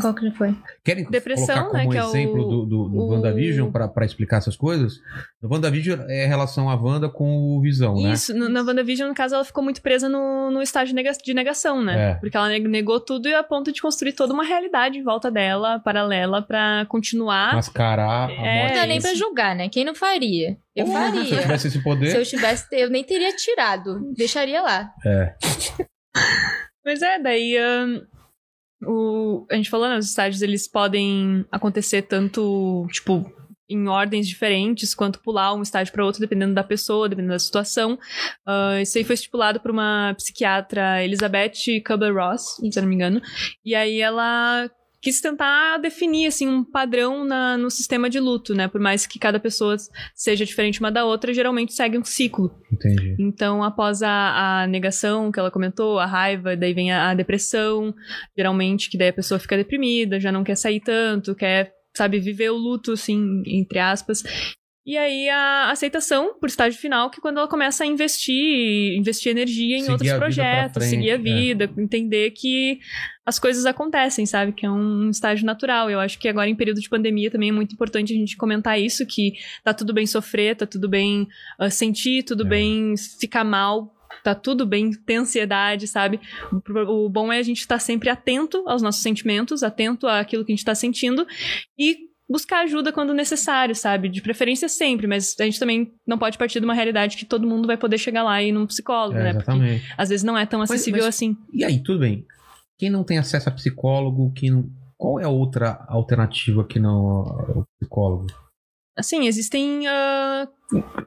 [SPEAKER 4] Qual que foi?
[SPEAKER 2] Querem
[SPEAKER 5] Depressão,
[SPEAKER 2] colocar
[SPEAKER 5] né,
[SPEAKER 2] como
[SPEAKER 5] que é o-
[SPEAKER 2] exemplo do, do, do
[SPEAKER 5] o-
[SPEAKER 2] WandaVision pra, pra explicar essas coisas? No WandaVision é relação à Wanda com o Visão, né?
[SPEAKER 5] Isso, no, na WandaVision, no caso, ela ficou muito presa no, no estágio nega- de negação, né?
[SPEAKER 2] É.
[SPEAKER 5] Porque ela neg- negou tudo e a ponto de construir toda uma realidade em volta dela, paralela, pra continuar.
[SPEAKER 2] Mascarar a
[SPEAKER 5] Ah, É,
[SPEAKER 4] não
[SPEAKER 2] morte.
[SPEAKER 4] dá nem pra
[SPEAKER 5] isso.
[SPEAKER 4] julgar, né? Quem não faria? Eu
[SPEAKER 2] Porra, Se eu
[SPEAKER 4] faria.
[SPEAKER 2] tivesse esse
[SPEAKER 4] Se eu
[SPEAKER 2] poder.
[SPEAKER 4] tivesse, eu nem teria tirado. Deixaria lá.
[SPEAKER 2] É.
[SPEAKER 5] Mas é, daí. ahn, o, a gente falou, né? Os estágios eles podem acontecer tanto, tipo, em ordens diferentes, quanto pular um estágio para outro, dependendo da pessoa, dependendo da situação. Ah, isso aí foi estipulado por uma psiquiatra, Elizabeth Kubler-Ross, se eu não me engano. E aí ela quis tentar definir, assim, um padrão na- no sistema de luto, né? Por mais que cada pessoa seja diferente uma da outra, geralmente segue um ciclo.
[SPEAKER 2] Entendi.
[SPEAKER 5] Então, após a, a negação que ela comentou, a raiva, daí vem a, a depressão, geralmente, que daí a pessoa fica deprimida, já não quer sair tanto, quer, sabe, viver o luto, assim, entre aspas. E aí a aceitação por estágio final, que é quando ela começa a investir, investir energia em
[SPEAKER 2] Seguir
[SPEAKER 5] outros
[SPEAKER 2] a vida pra
[SPEAKER 5] projetos,
[SPEAKER 2] frente,
[SPEAKER 5] seguir a
[SPEAKER 2] é.
[SPEAKER 5] vida, entender que as coisas acontecem, sabe? Que é um estágio natural. Eu acho que agora, em período de pandemia, também é muito importante a gente comentar isso, que tá tudo bem sofrer, tá tudo bem ah, sentir, tudo
[SPEAKER 2] É.
[SPEAKER 5] bem ficar mal, tá tudo bem ter ansiedade, sabe? O pro- O bom é a gente estar sempre atento aos nossos sentimentos, atento àquilo que a gente tá sentindo e buscar ajuda quando necessário, sabe? De preferência sempre, mas a gente também não pode partir de uma realidade que todo mundo vai poder chegar lá e ir num psicólogo,
[SPEAKER 2] É,
[SPEAKER 5] né? Porque
[SPEAKER 2] exatamente.
[SPEAKER 5] às vezes não é tão acessível
[SPEAKER 2] mas-
[SPEAKER 5] assim.
[SPEAKER 2] E aí, tudo bem. Quem não tem acesso a psicólogo, quem não... qual é a outra alternativa que não o psicólogo?
[SPEAKER 5] Assim, existem ah,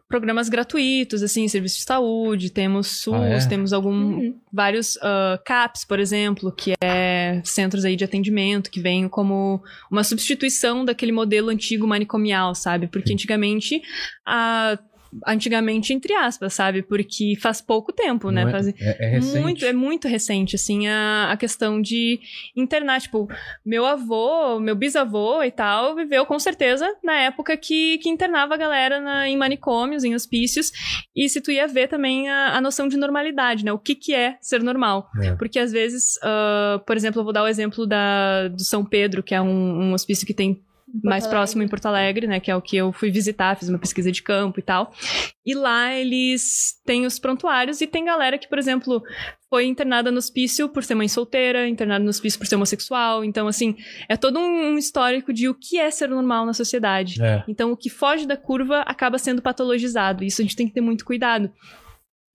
[SPEAKER 5] programas gratuitos, assim, serviço de saúde, temos SUS,
[SPEAKER 2] Ah, é?
[SPEAKER 5] temos algum,
[SPEAKER 4] Uhum.
[SPEAKER 5] vários ah, CAPs, por exemplo, que é centros aí de atendimento, que vem como uma substituição daquele modelo antigo manicomial, sabe? Porque
[SPEAKER 2] Sim.
[SPEAKER 5] antigamente, a- antigamente, entre aspas, sabe? Porque faz pouco tempo, né?
[SPEAKER 2] Não
[SPEAKER 5] Faz-
[SPEAKER 2] é, é, é recente.
[SPEAKER 5] muito, é muito recente, assim, a, a questão de internar. Tipo, meu avô, meu bisavô e tal, viveu com certeza na época que, que internava a galera na- em manicômios, em hospícios. E se tu ia ver também a, a noção de normalidade, né? O que, que é ser normal.
[SPEAKER 2] É.
[SPEAKER 5] Porque às vezes, ah, por exemplo, eu vou dar o exemplo da, do São Pedro, que é um, um hospício que tem mais
[SPEAKER 4] Alegre.
[SPEAKER 5] próximo em Porto Alegre, né? Que é o que eu fui visitar, fiz uma pesquisa de campo e tal. E lá eles têm os prontuários e tem galera que, por exemplo, foi internada no hospício por ser mãe solteira, internada no hospício por ser homossexual. Então, assim, é todo um histórico de o que é ser normal na sociedade.
[SPEAKER 2] É.
[SPEAKER 5] Então, o que foge da curva acaba sendo patologizado. Isso a gente tem que ter muito cuidado.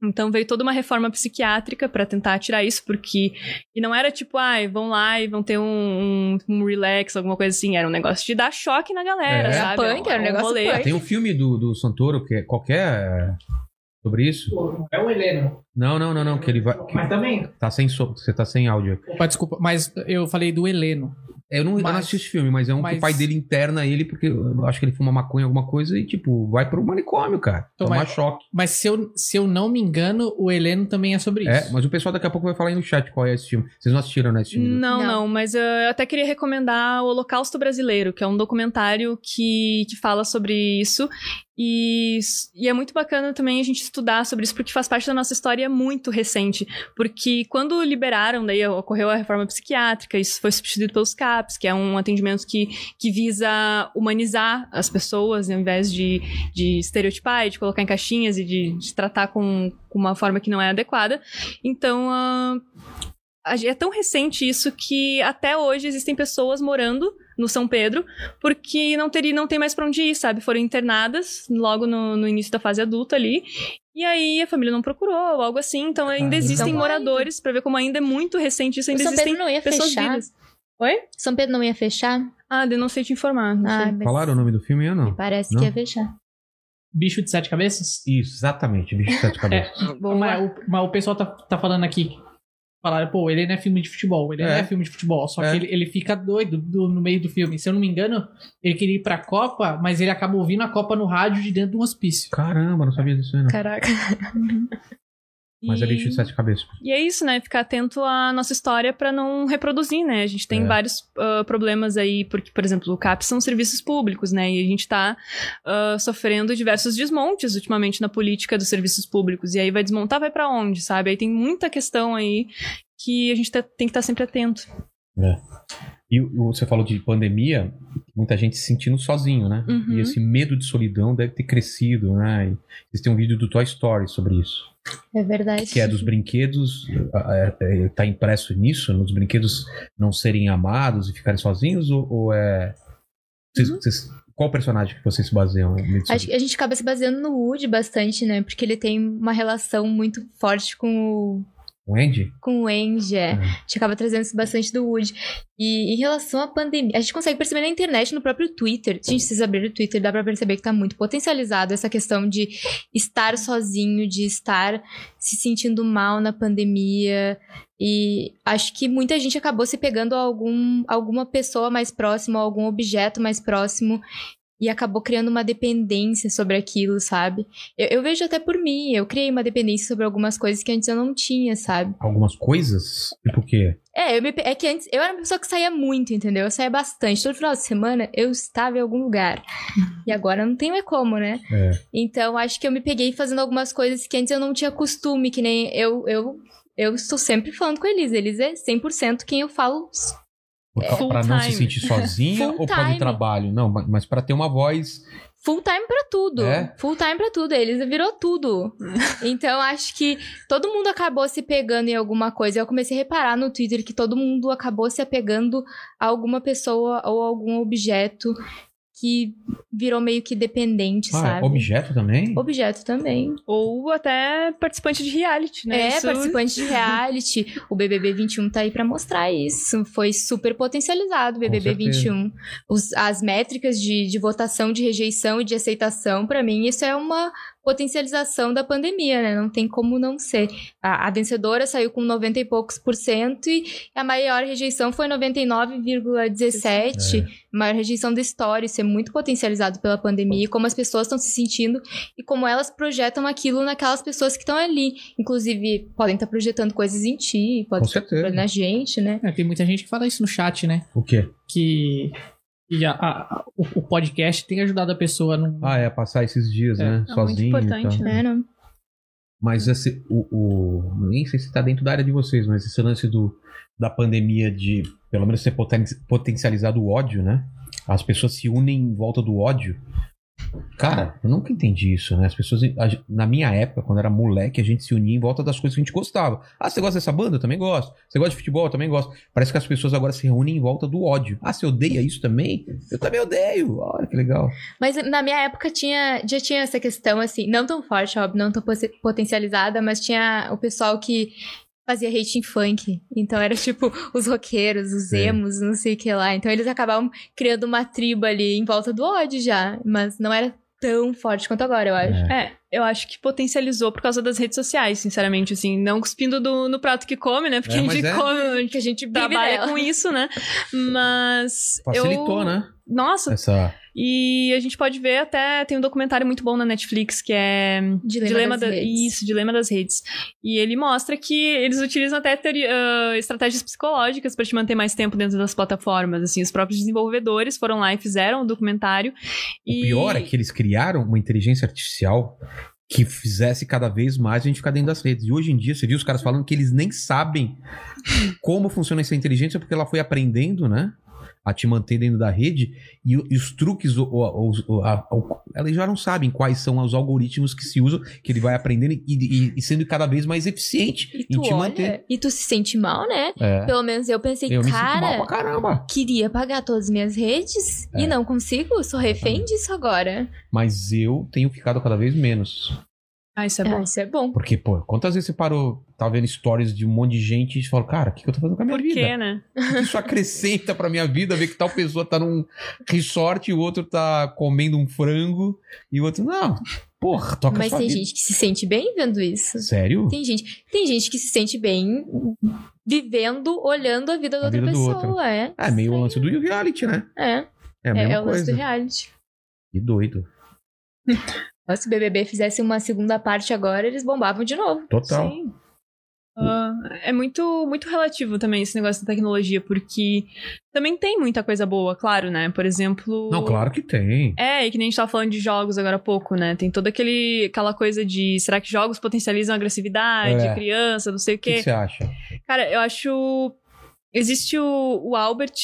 [SPEAKER 5] Então veio toda uma reforma psiquiátrica para tentar tirar isso, porque. E não era tipo, ai, vão lá e vão ter um, um, um relax, alguma coisa assim. Era um negócio de dar choque na galera,
[SPEAKER 2] É.
[SPEAKER 5] sabe?
[SPEAKER 4] Punk, era um negócio
[SPEAKER 5] rolê.
[SPEAKER 4] punk.
[SPEAKER 2] Tem um filme do, do Santoro que é qualquer sobre isso?
[SPEAKER 6] É o Heleno.
[SPEAKER 2] Não, não, não, não, que ele vai
[SPEAKER 6] Mas também.
[SPEAKER 2] tá sem som, você tá sem áudio.
[SPEAKER 3] Opa, desculpa, mas eu falei do Heleno.
[SPEAKER 2] Eu não, eu não
[SPEAKER 3] Mas-
[SPEAKER 2] assisti esse filme, mas é um que o
[SPEAKER 3] mas-
[SPEAKER 2] pai dele interna ele porque eu acho que ele fuma maconha alguma coisa e tipo, vai pro manicômio, cara.
[SPEAKER 3] Então,
[SPEAKER 2] Tomar
[SPEAKER 3] mas-
[SPEAKER 2] choque.
[SPEAKER 3] Mas se eu, se eu não me engano, o Heleno também é sobre isso.
[SPEAKER 2] É, mas o pessoal daqui a pouco vai falar aí no chat qual é esse filme. Vocês não assistiram, né, esse filme?
[SPEAKER 5] Não,
[SPEAKER 4] Não.
[SPEAKER 5] não, mas uh, eu até queria recomendar O Holocausto Brasileiro, que é um documentário que, que fala sobre isso. E, e é muito bacana também a gente estudar sobre isso, porque faz parte da nossa história é muito recente. Porque quando liberaram, daí ocorreu a reforma psiquiátrica, isso foi substituído pelos CAPs, que é um atendimento que, que visa humanizar as pessoas, ao invés de, de estereotipar e de colocar em caixinhas e de, de tratar com, com uma forma que não é adequada. Então, ah, a gen- é tão recente isso que até hoje existem pessoas morando no São Pedro porque não teria, não tem mais pra onde ir, sabe? Foram internadas logo no, no início da fase adulta ali. E aí a família não procurou, ou algo assim. Então ainda
[SPEAKER 2] Ah,
[SPEAKER 5] existem
[SPEAKER 4] então-
[SPEAKER 5] moradores pra ver como ainda é muito recente isso,
[SPEAKER 4] O
[SPEAKER 5] ainda
[SPEAKER 4] São
[SPEAKER 5] existem
[SPEAKER 4] Pedro não ia
[SPEAKER 5] pessoas
[SPEAKER 4] fechar.
[SPEAKER 5] vivas. Oi?
[SPEAKER 4] São Pedro não ia fechar?
[SPEAKER 5] Ah, eu não sei te informar. não
[SPEAKER 4] Ah,
[SPEAKER 5] sei.
[SPEAKER 4] mas
[SPEAKER 2] Falaram o nome do filme ou não?
[SPEAKER 4] Parece
[SPEAKER 2] Não?
[SPEAKER 4] que ia fechar.
[SPEAKER 3] Bicho de sete cabeças?
[SPEAKER 2] Isso, exatamente, bicho de sete cabeças.
[SPEAKER 4] É.
[SPEAKER 5] Bom,
[SPEAKER 3] mas, o, mas o pessoal tá, tá falando aqui. Falaram, pô, o Heleno é filme de futebol. Ele é.
[SPEAKER 2] É.
[SPEAKER 3] filme de futebol. Só
[SPEAKER 2] É.
[SPEAKER 3] que ele, ele fica doido do- no meio do filme. Se eu não me engano, ele queria ir pra Copa, mas ele acaba ouvindo a Copa no rádio de dentro de um hospício.
[SPEAKER 2] Caramba, não sabia disso aí, não.
[SPEAKER 4] Caraca.
[SPEAKER 2] Mas é bicho de sete cabeças.
[SPEAKER 5] Uhum. E é isso, né? Ficar atento à nossa história pra não reproduzir, né? A gente tem
[SPEAKER 2] É.
[SPEAKER 5] vários ah, problemas aí, porque, por exemplo, o CAPS são serviços públicos, né? E a gente tá ah, sofrendo diversos desmontes ultimamente na política dos serviços públicos. E aí vai desmontar, vai pra onde, sabe? Aí tem muita questão aí que a gente tá- tem que estar sempre atento.
[SPEAKER 2] E o- você falou de pandemia, muita gente se sentindo sozinho, né?
[SPEAKER 5] Uhum.
[SPEAKER 2] E esse medo de solidão deve ter crescido, né? E Vocês têm um vídeo do Toy Story sobre isso,
[SPEAKER 4] É verdade.
[SPEAKER 2] que é dos brinquedos, é, é, tá impresso nisso, nos brinquedos não serem amados e ficarem sozinhos, ou, ou é... Vocês, vocês- qual personagem que vocês se baseiam? no medo de
[SPEAKER 4] Acho que a gente acaba se baseando no Woody bastante, né? Porque ele tem uma relação muito forte com o
[SPEAKER 2] O Andy?
[SPEAKER 4] com o Angie,
[SPEAKER 2] É.
[SPEAKER 4] é. A gente acaba trazendo isso bastante do Wood. E em relação à pandemia, a gente consegue perceber na internet, no próprio Twitter. Gente, vocês abrirem o Twitter, dá pra perceber que tá muito potencializado essa questão de estar sozinho, de estar se sentindo mal na pandemia. E acho que muita gente acabou se pegando a algum, alguma pessoa mais próxima, a algum objeto mais próximo. E acabou criando uma dependência sobre aquilo, sabe? Eu, eu vejo até por mim. Eu criei uma dependência sobre algumas coisas que antes eu não tinha, sabe?
[SPEAKER 2] Algumas coisas? Tipo o quê?
[SPEAKER 4] É, eu me pe- é que antes eu era uma pessoa que saía muito, entendeu? Eu saía bastante. Todo final de semana eu estava em algum lugar. E agora não tem mais como, né?
[SPEAKER 2] É.
[SPEAKER 4] Então acho que eu me peguei fazendo algumas coisas que antes eu não tinha costume, que nem eu. eu eu estou sempre falando com a Elisa. Elisa é 100% quem eu falo.
[SPEAKER 2] Por- Pra
[SPEAKER 5] É.
[SPEAKER 2] não se
[SPEAKER 5] Full time.
[SPEAKER 2] sentir sozinha
[SPEAKER 4] Full
[SPEAKER 2] ou para o
[SPEAKER 4] time.
[SPEAKER 2] trabalho? Não, ma- mas para ter uma voz... ah,
[SPEAKER 4] Full time pra tudo.
[SPEAKER 2] É?
[SPEAKER 4] Full time pra tudo. A Elisa virou tudo. então acho que todo mundo acabou se pegando em alguma coisa. Eu comecei a reparar no Twitter que todo mundo acabou se apegando a alguma pessoa ou algum objeto que virou meio que dependente,
[SPEAKER 2] Ah,
[SPEAKER 4] sabe?
[SPEAKER 2] objeto também?
[SPEAKER 4] Objeto também.
[SPEAKER 5] Ou até participante de reality, né?
[SPEAKER 4] É,
[SPEAKER 5] Isso-
[SPEAKER 4] participante de reality. O BBB 21 tá aí pra mostrar isso. Foi super potencializado o BBB
[SPEAKER 2] certeza.
[SPEAKER 4] 21. Os- as métricas de, de votação, de rejeição e de aceitação, pra mim, isso é uma potencialização da pandemia, né? Não tem como não ser. A, a vencedora saiu com 90 e poucos por cento e a maior rejeição foi
[SPEAKER 2] É.
[SPEAKER 4] 99,17. A Maior rejeição da história. Isso é muito potencializado pela pandemia. E como as pessoas estão se sentindo e como elas projetam aquilo naquelas pessoas que estão ali. Inclusive, podem estar projetando coisas em ti,
[SPEAKER 2] Com
[SPEAKER 4] podem estar
[SPEAKER 2] certeza.
[SPEAKER 4] na gente, né?
[SPEAKER 3] É, tem muita gente que fala isso no chat, né?
[SPEAKER 2] O quê?
[SPEAKER 3] Que, que a- a- o, o podcast tem ajudado a pessoa num,
[SPEAKER 2] Ah, é, passar esses dias,
[SPEAKER 3] É.
[SPEAKER 2] né?
[SPEAKER 5] É
[SPEAKER 2] Sozinho. e
[SPEAKER 5] muito importante,
[SPEAKER 2] tal.
[SPEAKER 5] né?
[SPEAKER 4] É, não.
[SPEAKER 2] Mas esse, o, o- Nem sei se tá dentro da área de vocês, mas esse lance do, da pandemia de, pelo menos, ter poten- potencializado o ódio, né? As pessoas se unem em volta do ódio. Cara, eu nunca entendi isso, né? As pessoas, a- na minha época, quando eu era moleque, a gente se unia em volta das coisas que a gente gostava. Ah, você gosta dessa banda? Eu também gosto. Você gosta de futebol? Eu também gosto. Parece que as pessoas agora se reúnem em volta do ódio. Ah, você odeia isso também? Eu também odeio. Olha que legal.
[SPEAKER 4] Mas na minha época tinha, já tinha essa questão, assim, não tão forte, óbvio, não tão posi- potencializada, mas tinha o pessoal que fazia hate em funk. Então era tipo os roqueiros, os
[SPEAKER 2] Sim.
[SPEAKER 4] emos, não sei o que lá. Então eles acabavam criando uma tribo ali em volta do ódio já, mas não era tão forte quanto agora, eu acho.
[SPEAKER 5] É, eu acho que potencializou por causa das redes sociais, sinceramente, assim, não cuspindo do- no prato que come, né? Porque
[SPEAKER 2] É,
[SPEAKER 5] a
[SPEAKER 2] mas
[SPEAKER 5] gente
[SPEAKER 2] é.
[SPEAKER 5] come, que a gente trabalha
[SPEAKER 4] dela.
[SPEAKER 5] com isso, né? Mas
[SPEAKER 2] Facilitou,
[SPEAKER 5] eu...
[SPEAKER 2] né?
[SPEAKER 5] Nossa,
[SPEAKER 2] Essa.
[SPEAKER 5] e a gente pode ver até tem um documentário muito bom na Netflix que é
[SPEAKER 4] Dilema,
[SPEAKER 5] Dilema,
[SPEAKER 4] das
[SPEAKER 5] da-
[SPEAKER 4] redes.
[SPEAKER 5] Isso, Dilema das Redes. E ele mostra que eles utilizam até teori- ah, estratégias psicológicas para te manter mais tempo dentro das plataformas. Assim, os próprios desenvolvedores foram lá e fizeram o documentário.
[SPEAKER 2] O pior é que eles criaram uma inteligência artificial que fizesse cada vez mais a gente ficar dentro das redes. E hoje em dia, você viu os caras falando que eles nem sabem como funciona essa inteligência, porque ela foi aprendendo, né? A te manter dentro da rede. E, o- e os truques, o- o- os- o- a- o- elas já não sabem quais são os algoritmos que se usam, que ele vai aprendendo e, e- e sendo cada vez mais eficiente
[SPEAKER 4] E
[SPEAKER 2] em
[SPEAKER 4] tu
[SPEAKER 2] te manter.
[SPEAKER 4] olha, e tu se sente mal, né?
[SPEAKER 2] É.
[SPEAKER 4] Pelo menos eu pensei,
[SPEAKER 2] Eu me sinto mal
[SPEAKER 4] cara,
[SPEAKER 2] pra caramba.
[SPEAKER 4] queria apagar todas as minhas redes
[SPEAKER 2] É. Uhum.
[SPEAKER 4] e não consigo, sou refém disso agora.
[SPEAKER 2] Mas eu tenho ficado cada vez menos.
[SPEAKER 5] Ah, isso é
[SPEAKER 4] Ah,
[SPEAKER 5] bom.
[SPEAKER 4] isso é bom.
[SPEAKER 2] Porque, pô, quantas vezes você parou, tá vendo stories de um monte de gente e você fala, cara, o que, que eu tô fazendo com a minha
[SPEAKER 5] Por
[SPEAKER 2] vida?
[SPEAKER 5] quê, né?
[SPEAKER 2] O que isso acrescenta pra minha vida? Ver que tal pessoa tá num resort e o outro tá comendo um frango e o outro, não, porra, toca
[SPEAKER 4] Mas
[SPEAKER 2] sua
[SPEAKER 4] tem
[SPEAKER 2] vida.
[SPEAKER 4] gente que se sente bem vendo isso.
[SPEAKER 2] Sério?
[SPEAKER 4] Tem gente, tem gente que se sente bem vivendo, olhando a vida da
[SPEAKER 2] A
[SPEAKER 4] outra
[SPEAKER 2] vida do
[SPEAKER 4] pessoa.
[SPEAKER 2] outro.
[SPEAKER 4] É.
[SPEAKER 2] É meio o lance do reality, né?
[SPEAKER 4] É,
[SPEAKER 2] É a
[SPEAKER 4] é,
[SPEAKER 2] mesma
[SPEAKER 4] é o lance
[SPEAKER 2] coisa.
[SPEAKER 4] do reality.
[SPEAKER 2] Que doido.
[SPEAKER 4] Mas se o BBB fizesse uma segunda parte agora, eles bombavam de novo.
[SPEAKER 2] Total.
[SPEAKER 5] Sim. Ah, é muito, muito relativo também esse negócio da tecnologia, porque também tem muita coisa boa, claro, né? Por exemplo.
[SPEAKER 2] Não, claro que tem.
[SPEAKER 5] É, e que nem a gente tava falando de jogos agora há pouco, né? Tem toda aquele, aquela coisa de será que jogos potencializam a agressividade,
[SPEAKER 2] É.
[SPEAKER 5] criança, não sei o
[SPEAKER 2] O que
[SPEAKER 5] quê.
[SPEAKER 2] que você acha?
[SPEAKER 5] Cara, eu acho. Existe o, o Albert.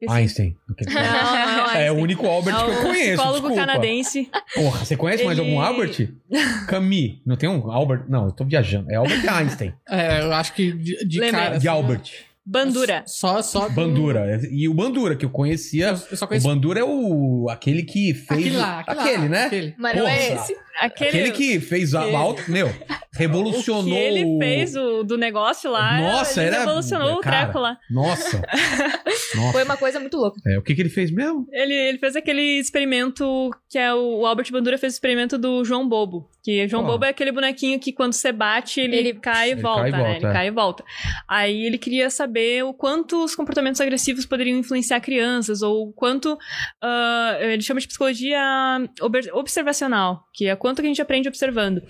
[SPEAKER 5] Esse-
[SPEAKER 2] Einstein.
[SPEAKER 5] Não, não, Einstein.
[SPEAKER 2] É o único Albert
[SPEAKER 5] É
[SPEAKER 2] que eu
[SPEAKER 5] um
[SPEAKER 2] conheço.
[SPEAKER 5] psicólogo
[SPEAKER 2] desculpa.
[SPEAKER 5] canadense.
[SPEAKER 2] Porra, você conhece mais
[SPEAKER 5] Ele-
[SPEAKER 2] algum Albert? Camille. Não tem um Albert? Não, eu tô viajando. É Albert Einstein.
[SPEAKER 3] É, eu acho que de, de
[SPEAKER 5] Lembra,
[SPEAKER 3] cara.
[SPEAKER 2] de
[SPEAKER 3] assim,
[SPEAKER 2] Albert.
[SPEAKER 5] Bandura.
[SPEAKER 3] Só, só. do-
[SPEAKER 2] Bandura. E o Bandura, que eu conhecia.
[SPEAKER 3] Eu só
[SPEAKER 2] O
[SPEAKER 3] conheço.
[SPEAKER 2] Bandura é o aquele que fez.
[SPEAKER 3] Aquele lá, aquele, lá,
[SPEAKER 2] Aquele, né?
[SPEAKER 3] Aquele.
[SPEAKER 4] Mas não é
[SPEAKER 2] Porra.
[SPEAKER 4] esse.
[SPEAKER 5] Aquele,
[SPEAKER 2] Aquele que fez a
[SPEAKER 5] Aquele.
[SPEAKER 2] alta. Meu, revolucionou.
[SPEAKER 5] o que ele
[SPEAKER 2] o-
[SPEAKER 5] fez o, do negócio lá.
[SPEAKER 2] Nossa,
[SPEAKER 5] ele
[SPEAKER 2] era- cara.
[SPEAKER 5] revolucionou o treco lá.
[SPEAKER 2] Nossa. Nossa.
[SPEAKER 4] Foi uma coisa muito louca.
[SPEAKER 2] É, o que, que ele fez mesmo?
[SPEAKER 5] Ele, ele fez aquele experimento que é o, o Albert Bandura fez o experimento do João Bobo. Que João
[SPEAKER 2] Pô.
[SPEAKER 5] Bobo é aquele bonequinho que quando você bate, ele,
[SPEAKER 4] Ele-
[SPEAKER 5] cai e
[SPEAKER 2] Ele
[SPEAKER 5] volta,
[SPEAKER 2] cai e
[SPEAKER 5] né?
[SPEAKER 2] volta,
[SPEAKER 5] Ele
[SPEAKER 2] é.
[SPEAKER 5] cai e volta. Aí ele queria saber o quanto os comportamentos agressivos poderiam influenciar crianças, ou o quanto. ah, ele chama de psicologia ah, ober- observacional, que é quanto que a gente aprende observando.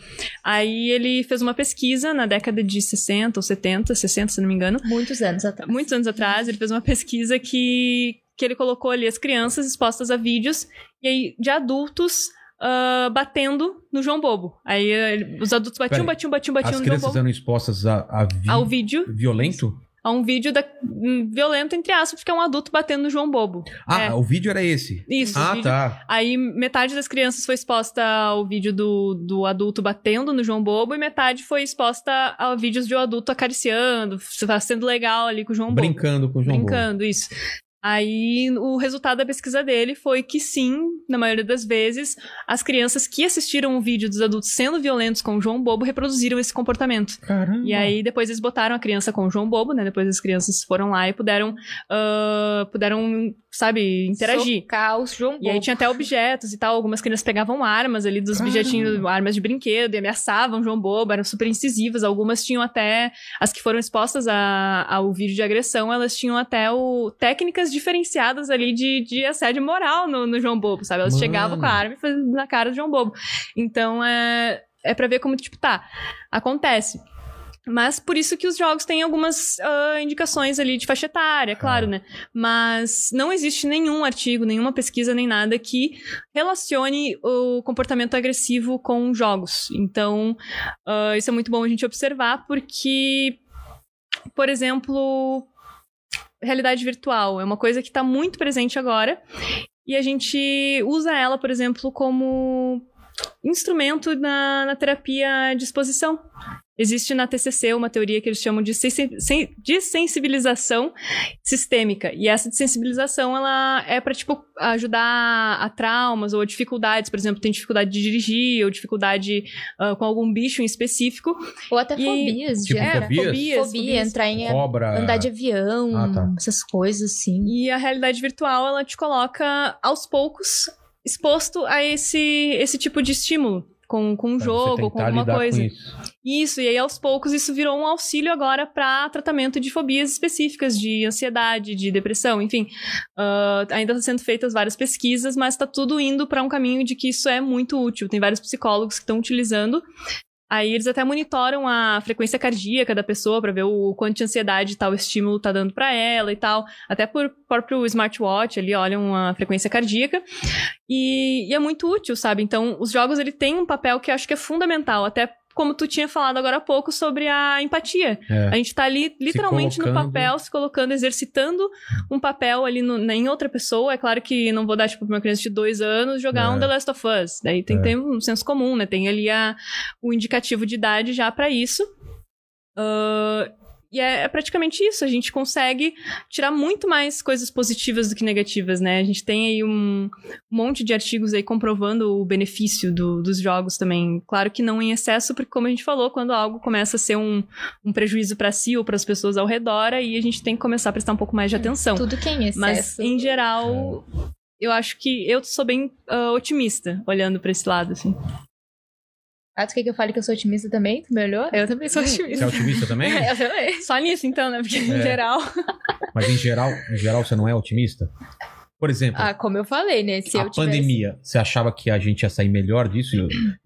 [SPEAKER 5] Aí ele fez uma pesquisa na década de 60 ou 70, 60, se não me engano
[SPEAKER 4] Muitos anos atrás.
[SPEAKER 5] muitos anos atrás, ele fez uma pesquisa que, que ele colocou ali as crianças expostas a vídeos e aí de adultos ah, batendo no João Bobo. Aí eh, ele- os adultos batiam,
[SPEAKER 2] Peraí.
[SPEAKER 5] batiam, batiam, batiam
[SPEAKER 2] As
[SPEAKER 5] no João
[SPEAKER 2] crianças
[SPEAKER 5] Bobo.
[SPEAKER 2] eram expostas a, a vi-
[SPEAKER 5] um Ao vídeo,
[SPEAKER 2] violento?
[SPEAKER 5] a um vídeo da- hum, violento, entre aspas, porque é um adulto batendo no João Bobo.
[SPEAKER 2] Ah,
[SPEAKER 5] É.
[SPEAKER 2] o vídeo era esse.
[SPEAKER 5] Isso,
[SPEAKER 2] ah,
[SPEAKER 5] vídeo. é
[SPEAKER 2] tá.
[SPEAKER 5] Aí metade das crianças foi exposta ao vídeo do, do adulto batendo no João Bobo e metade foi exposta a vídeos de um adulto acariciando, sendo legal ali com o João Bobo.
[SPEAKER 2] Brincando com o João Bobo.
[SPEAKER 5] um brincando, isso. Aí o resultado da pesquisa dele foi que sim, na maioria das vezes, as crianças que assistiram o vídeo dos adultos sendo violentos com o João Bobo reproduziram esse comportamento.
[SPEAKER 2] Caramba.
[SPEAKER 5] E aí depois eles botaram a criança com o João Bobo, né? Depois as crianças foram lá e puderam, ah, puderam, sabe, interagir.
[SPEAKER 4] Socar o João
[SPEAKER 5] E aí
[SPEAKER 4] Bobo.
[SPEAKER 5] tinha até objetos e tal. Algumas crianças pegavam armas ali dos
[SPEAKER 2] Caramba.
[SPEAKER 5] objetinhos, armas de brinquedo, e ameaçavam João Bobo, eram super incisivas. Algumas tinham até. As que foram expostas a- ao vídeo de agressão, elas tinham até o, técnicas diferenciadas ali de, de assédio moral no, no João Bobo, sabe? Elas
[SPEAKER 2] Mano.
[SPEAKER 5] chegavam com a arma e faziam na cara do João Bobo. Então é. É pra ver como, tipo, tá, acontece. Mas por isso que os jogos têm algumas ah, indicações ali de faixa etária, claro, né? Mas não existe nenhum artigo, nenhuma pesquisa, nem nada que relacione o comportamento agressivo com jogos. Então, ah, isso é muito bom a gente observar, porque, por exemplo, realidade virtual é uma coisa que está muito presente tá agora. E a gente usa ela, por exemplo, como instrumento na, na terapia de exposição. Existe na TCC uma teoria que eles chamam de sensi- sen- de sensibilização sistêmica. E essa desensibilização, ela é para tipo, ajudar a traumas ou a dificuldades. Por exemplo, tem dificuldade de dirigir ou dificuldade ah, com algum bicho em específico.
[SPEAKER 4] Ou até
[SPEAKER 5] E-
[SPEAKER 4] fobias,
[SPEAKER 2] Tipo,
[SPEAKER 4] já.
[SPEAKER 2] fobias?
[SPEAKER 4] Fobia, entrar em.
[SPEAKER 2] Cobra.
[SPEAKER 4] Andar de avião,
[SPEAKER 2] Ah, tá.
[SPEAKER 4] essas coisas, assim.
[SPEAKER 5] E a realidade virtual, ela te coloca aos poucos exposto a esse, esse tipo de estímulo. Com, com um
[SPEAKER 2] pra você
[SPEAKER 5] jogo, com
[SPEAKER 2] tentar
[SPEAKER 5] alguma
[SPEAKER 2] lidar com
[SPEAKER 5] coisa.
[SPEAKER 2] isso.
[SPEAKER 5] Isso, e aí aos poucos isso virou um auxílio agora para tratamento de fobias específicas, de ansiedade, de depressão, enfim. Ah, ainda estão sendo feitas várias pesquisas, mas está tudo indo para um caminho de que isso é muito útil. Tem vários psicólogos que estão utilizando. Aí eles até monitoram a frequência cardíaca da pessoa para ver o quanto de ansiedade tal estímulo tá dando para ela e tal. Até por próprio smartwatch ali olham a frequência cardíaca. E, e é muito útil, sabe? Então, os jogos ele tem um papel que eu acho que é fundamental, até como tu tinha falado agora há pouco sobre a empatia.
[SPEAKER 2] É.
[SPEAKER 5] A gente tá ali literalmente no
[SPEAKER 2] colocando.
[SPEAKER 5] papel, se colocando, exercitando um papel ali no- na- em outra pessoa. É claro que não vou dar, tipo, pra uma criança de dois anos jogar
[SPEAKER 2] É.
[SPEAKER 5] um The Last of Us. Daí tem,
[SPEAKER 2] É.
[SPEAKER 5] tem um senso comum, né? Tem ali a, o indicativo de idade já pra isso. Ah, e é, é praticamente isso. A gente consegue tirar muito mais coisas positivas do que negativas, né? A gente tem aí um monte de artigos aí comprovando o benefício do- dos jogos também. Claro que não em excesso, porque como a gente falou, quando algo começa a ser um, um prejuízo pra si ou para as pessoas ao redor, aí a gente tem que começar a prestar um pouco mais de atenção.
[SPEAKER 4] Tudo que é em excesso.
[SPEAKER 5] Mas em geral,
[SPEAKER 2] É.
[SPEAKER 5] eu acho que eu sou bem ah, otimista olhando pra esse lado, assim.
[SPEAKER 4] Ah, tu quer que eu fale que eu sou otimista também? Tu me olhou? Eu também sou
[SPEAKER 2] Você
[SPEAKER 4] otimista.
[SPEAKER 2] é otimista também?
[SPEAKER 4] Eu também.
[SPEAKER 5] Só nisso, então, né? Porque
[SPEAKER 2] É.
[SPEAKER 5] em geral.
[SPEAKER 2] Mas em geral, em geral você não é otimista? Por exemplo,
[SPEAKER 4] Ah, como eu falei, né? Se
[SPEAKER 2] a
[SPEAKER 4] eu tivesse-
[SPEAKER 2] pandemia, você achava que a gente ia sair melhor disso?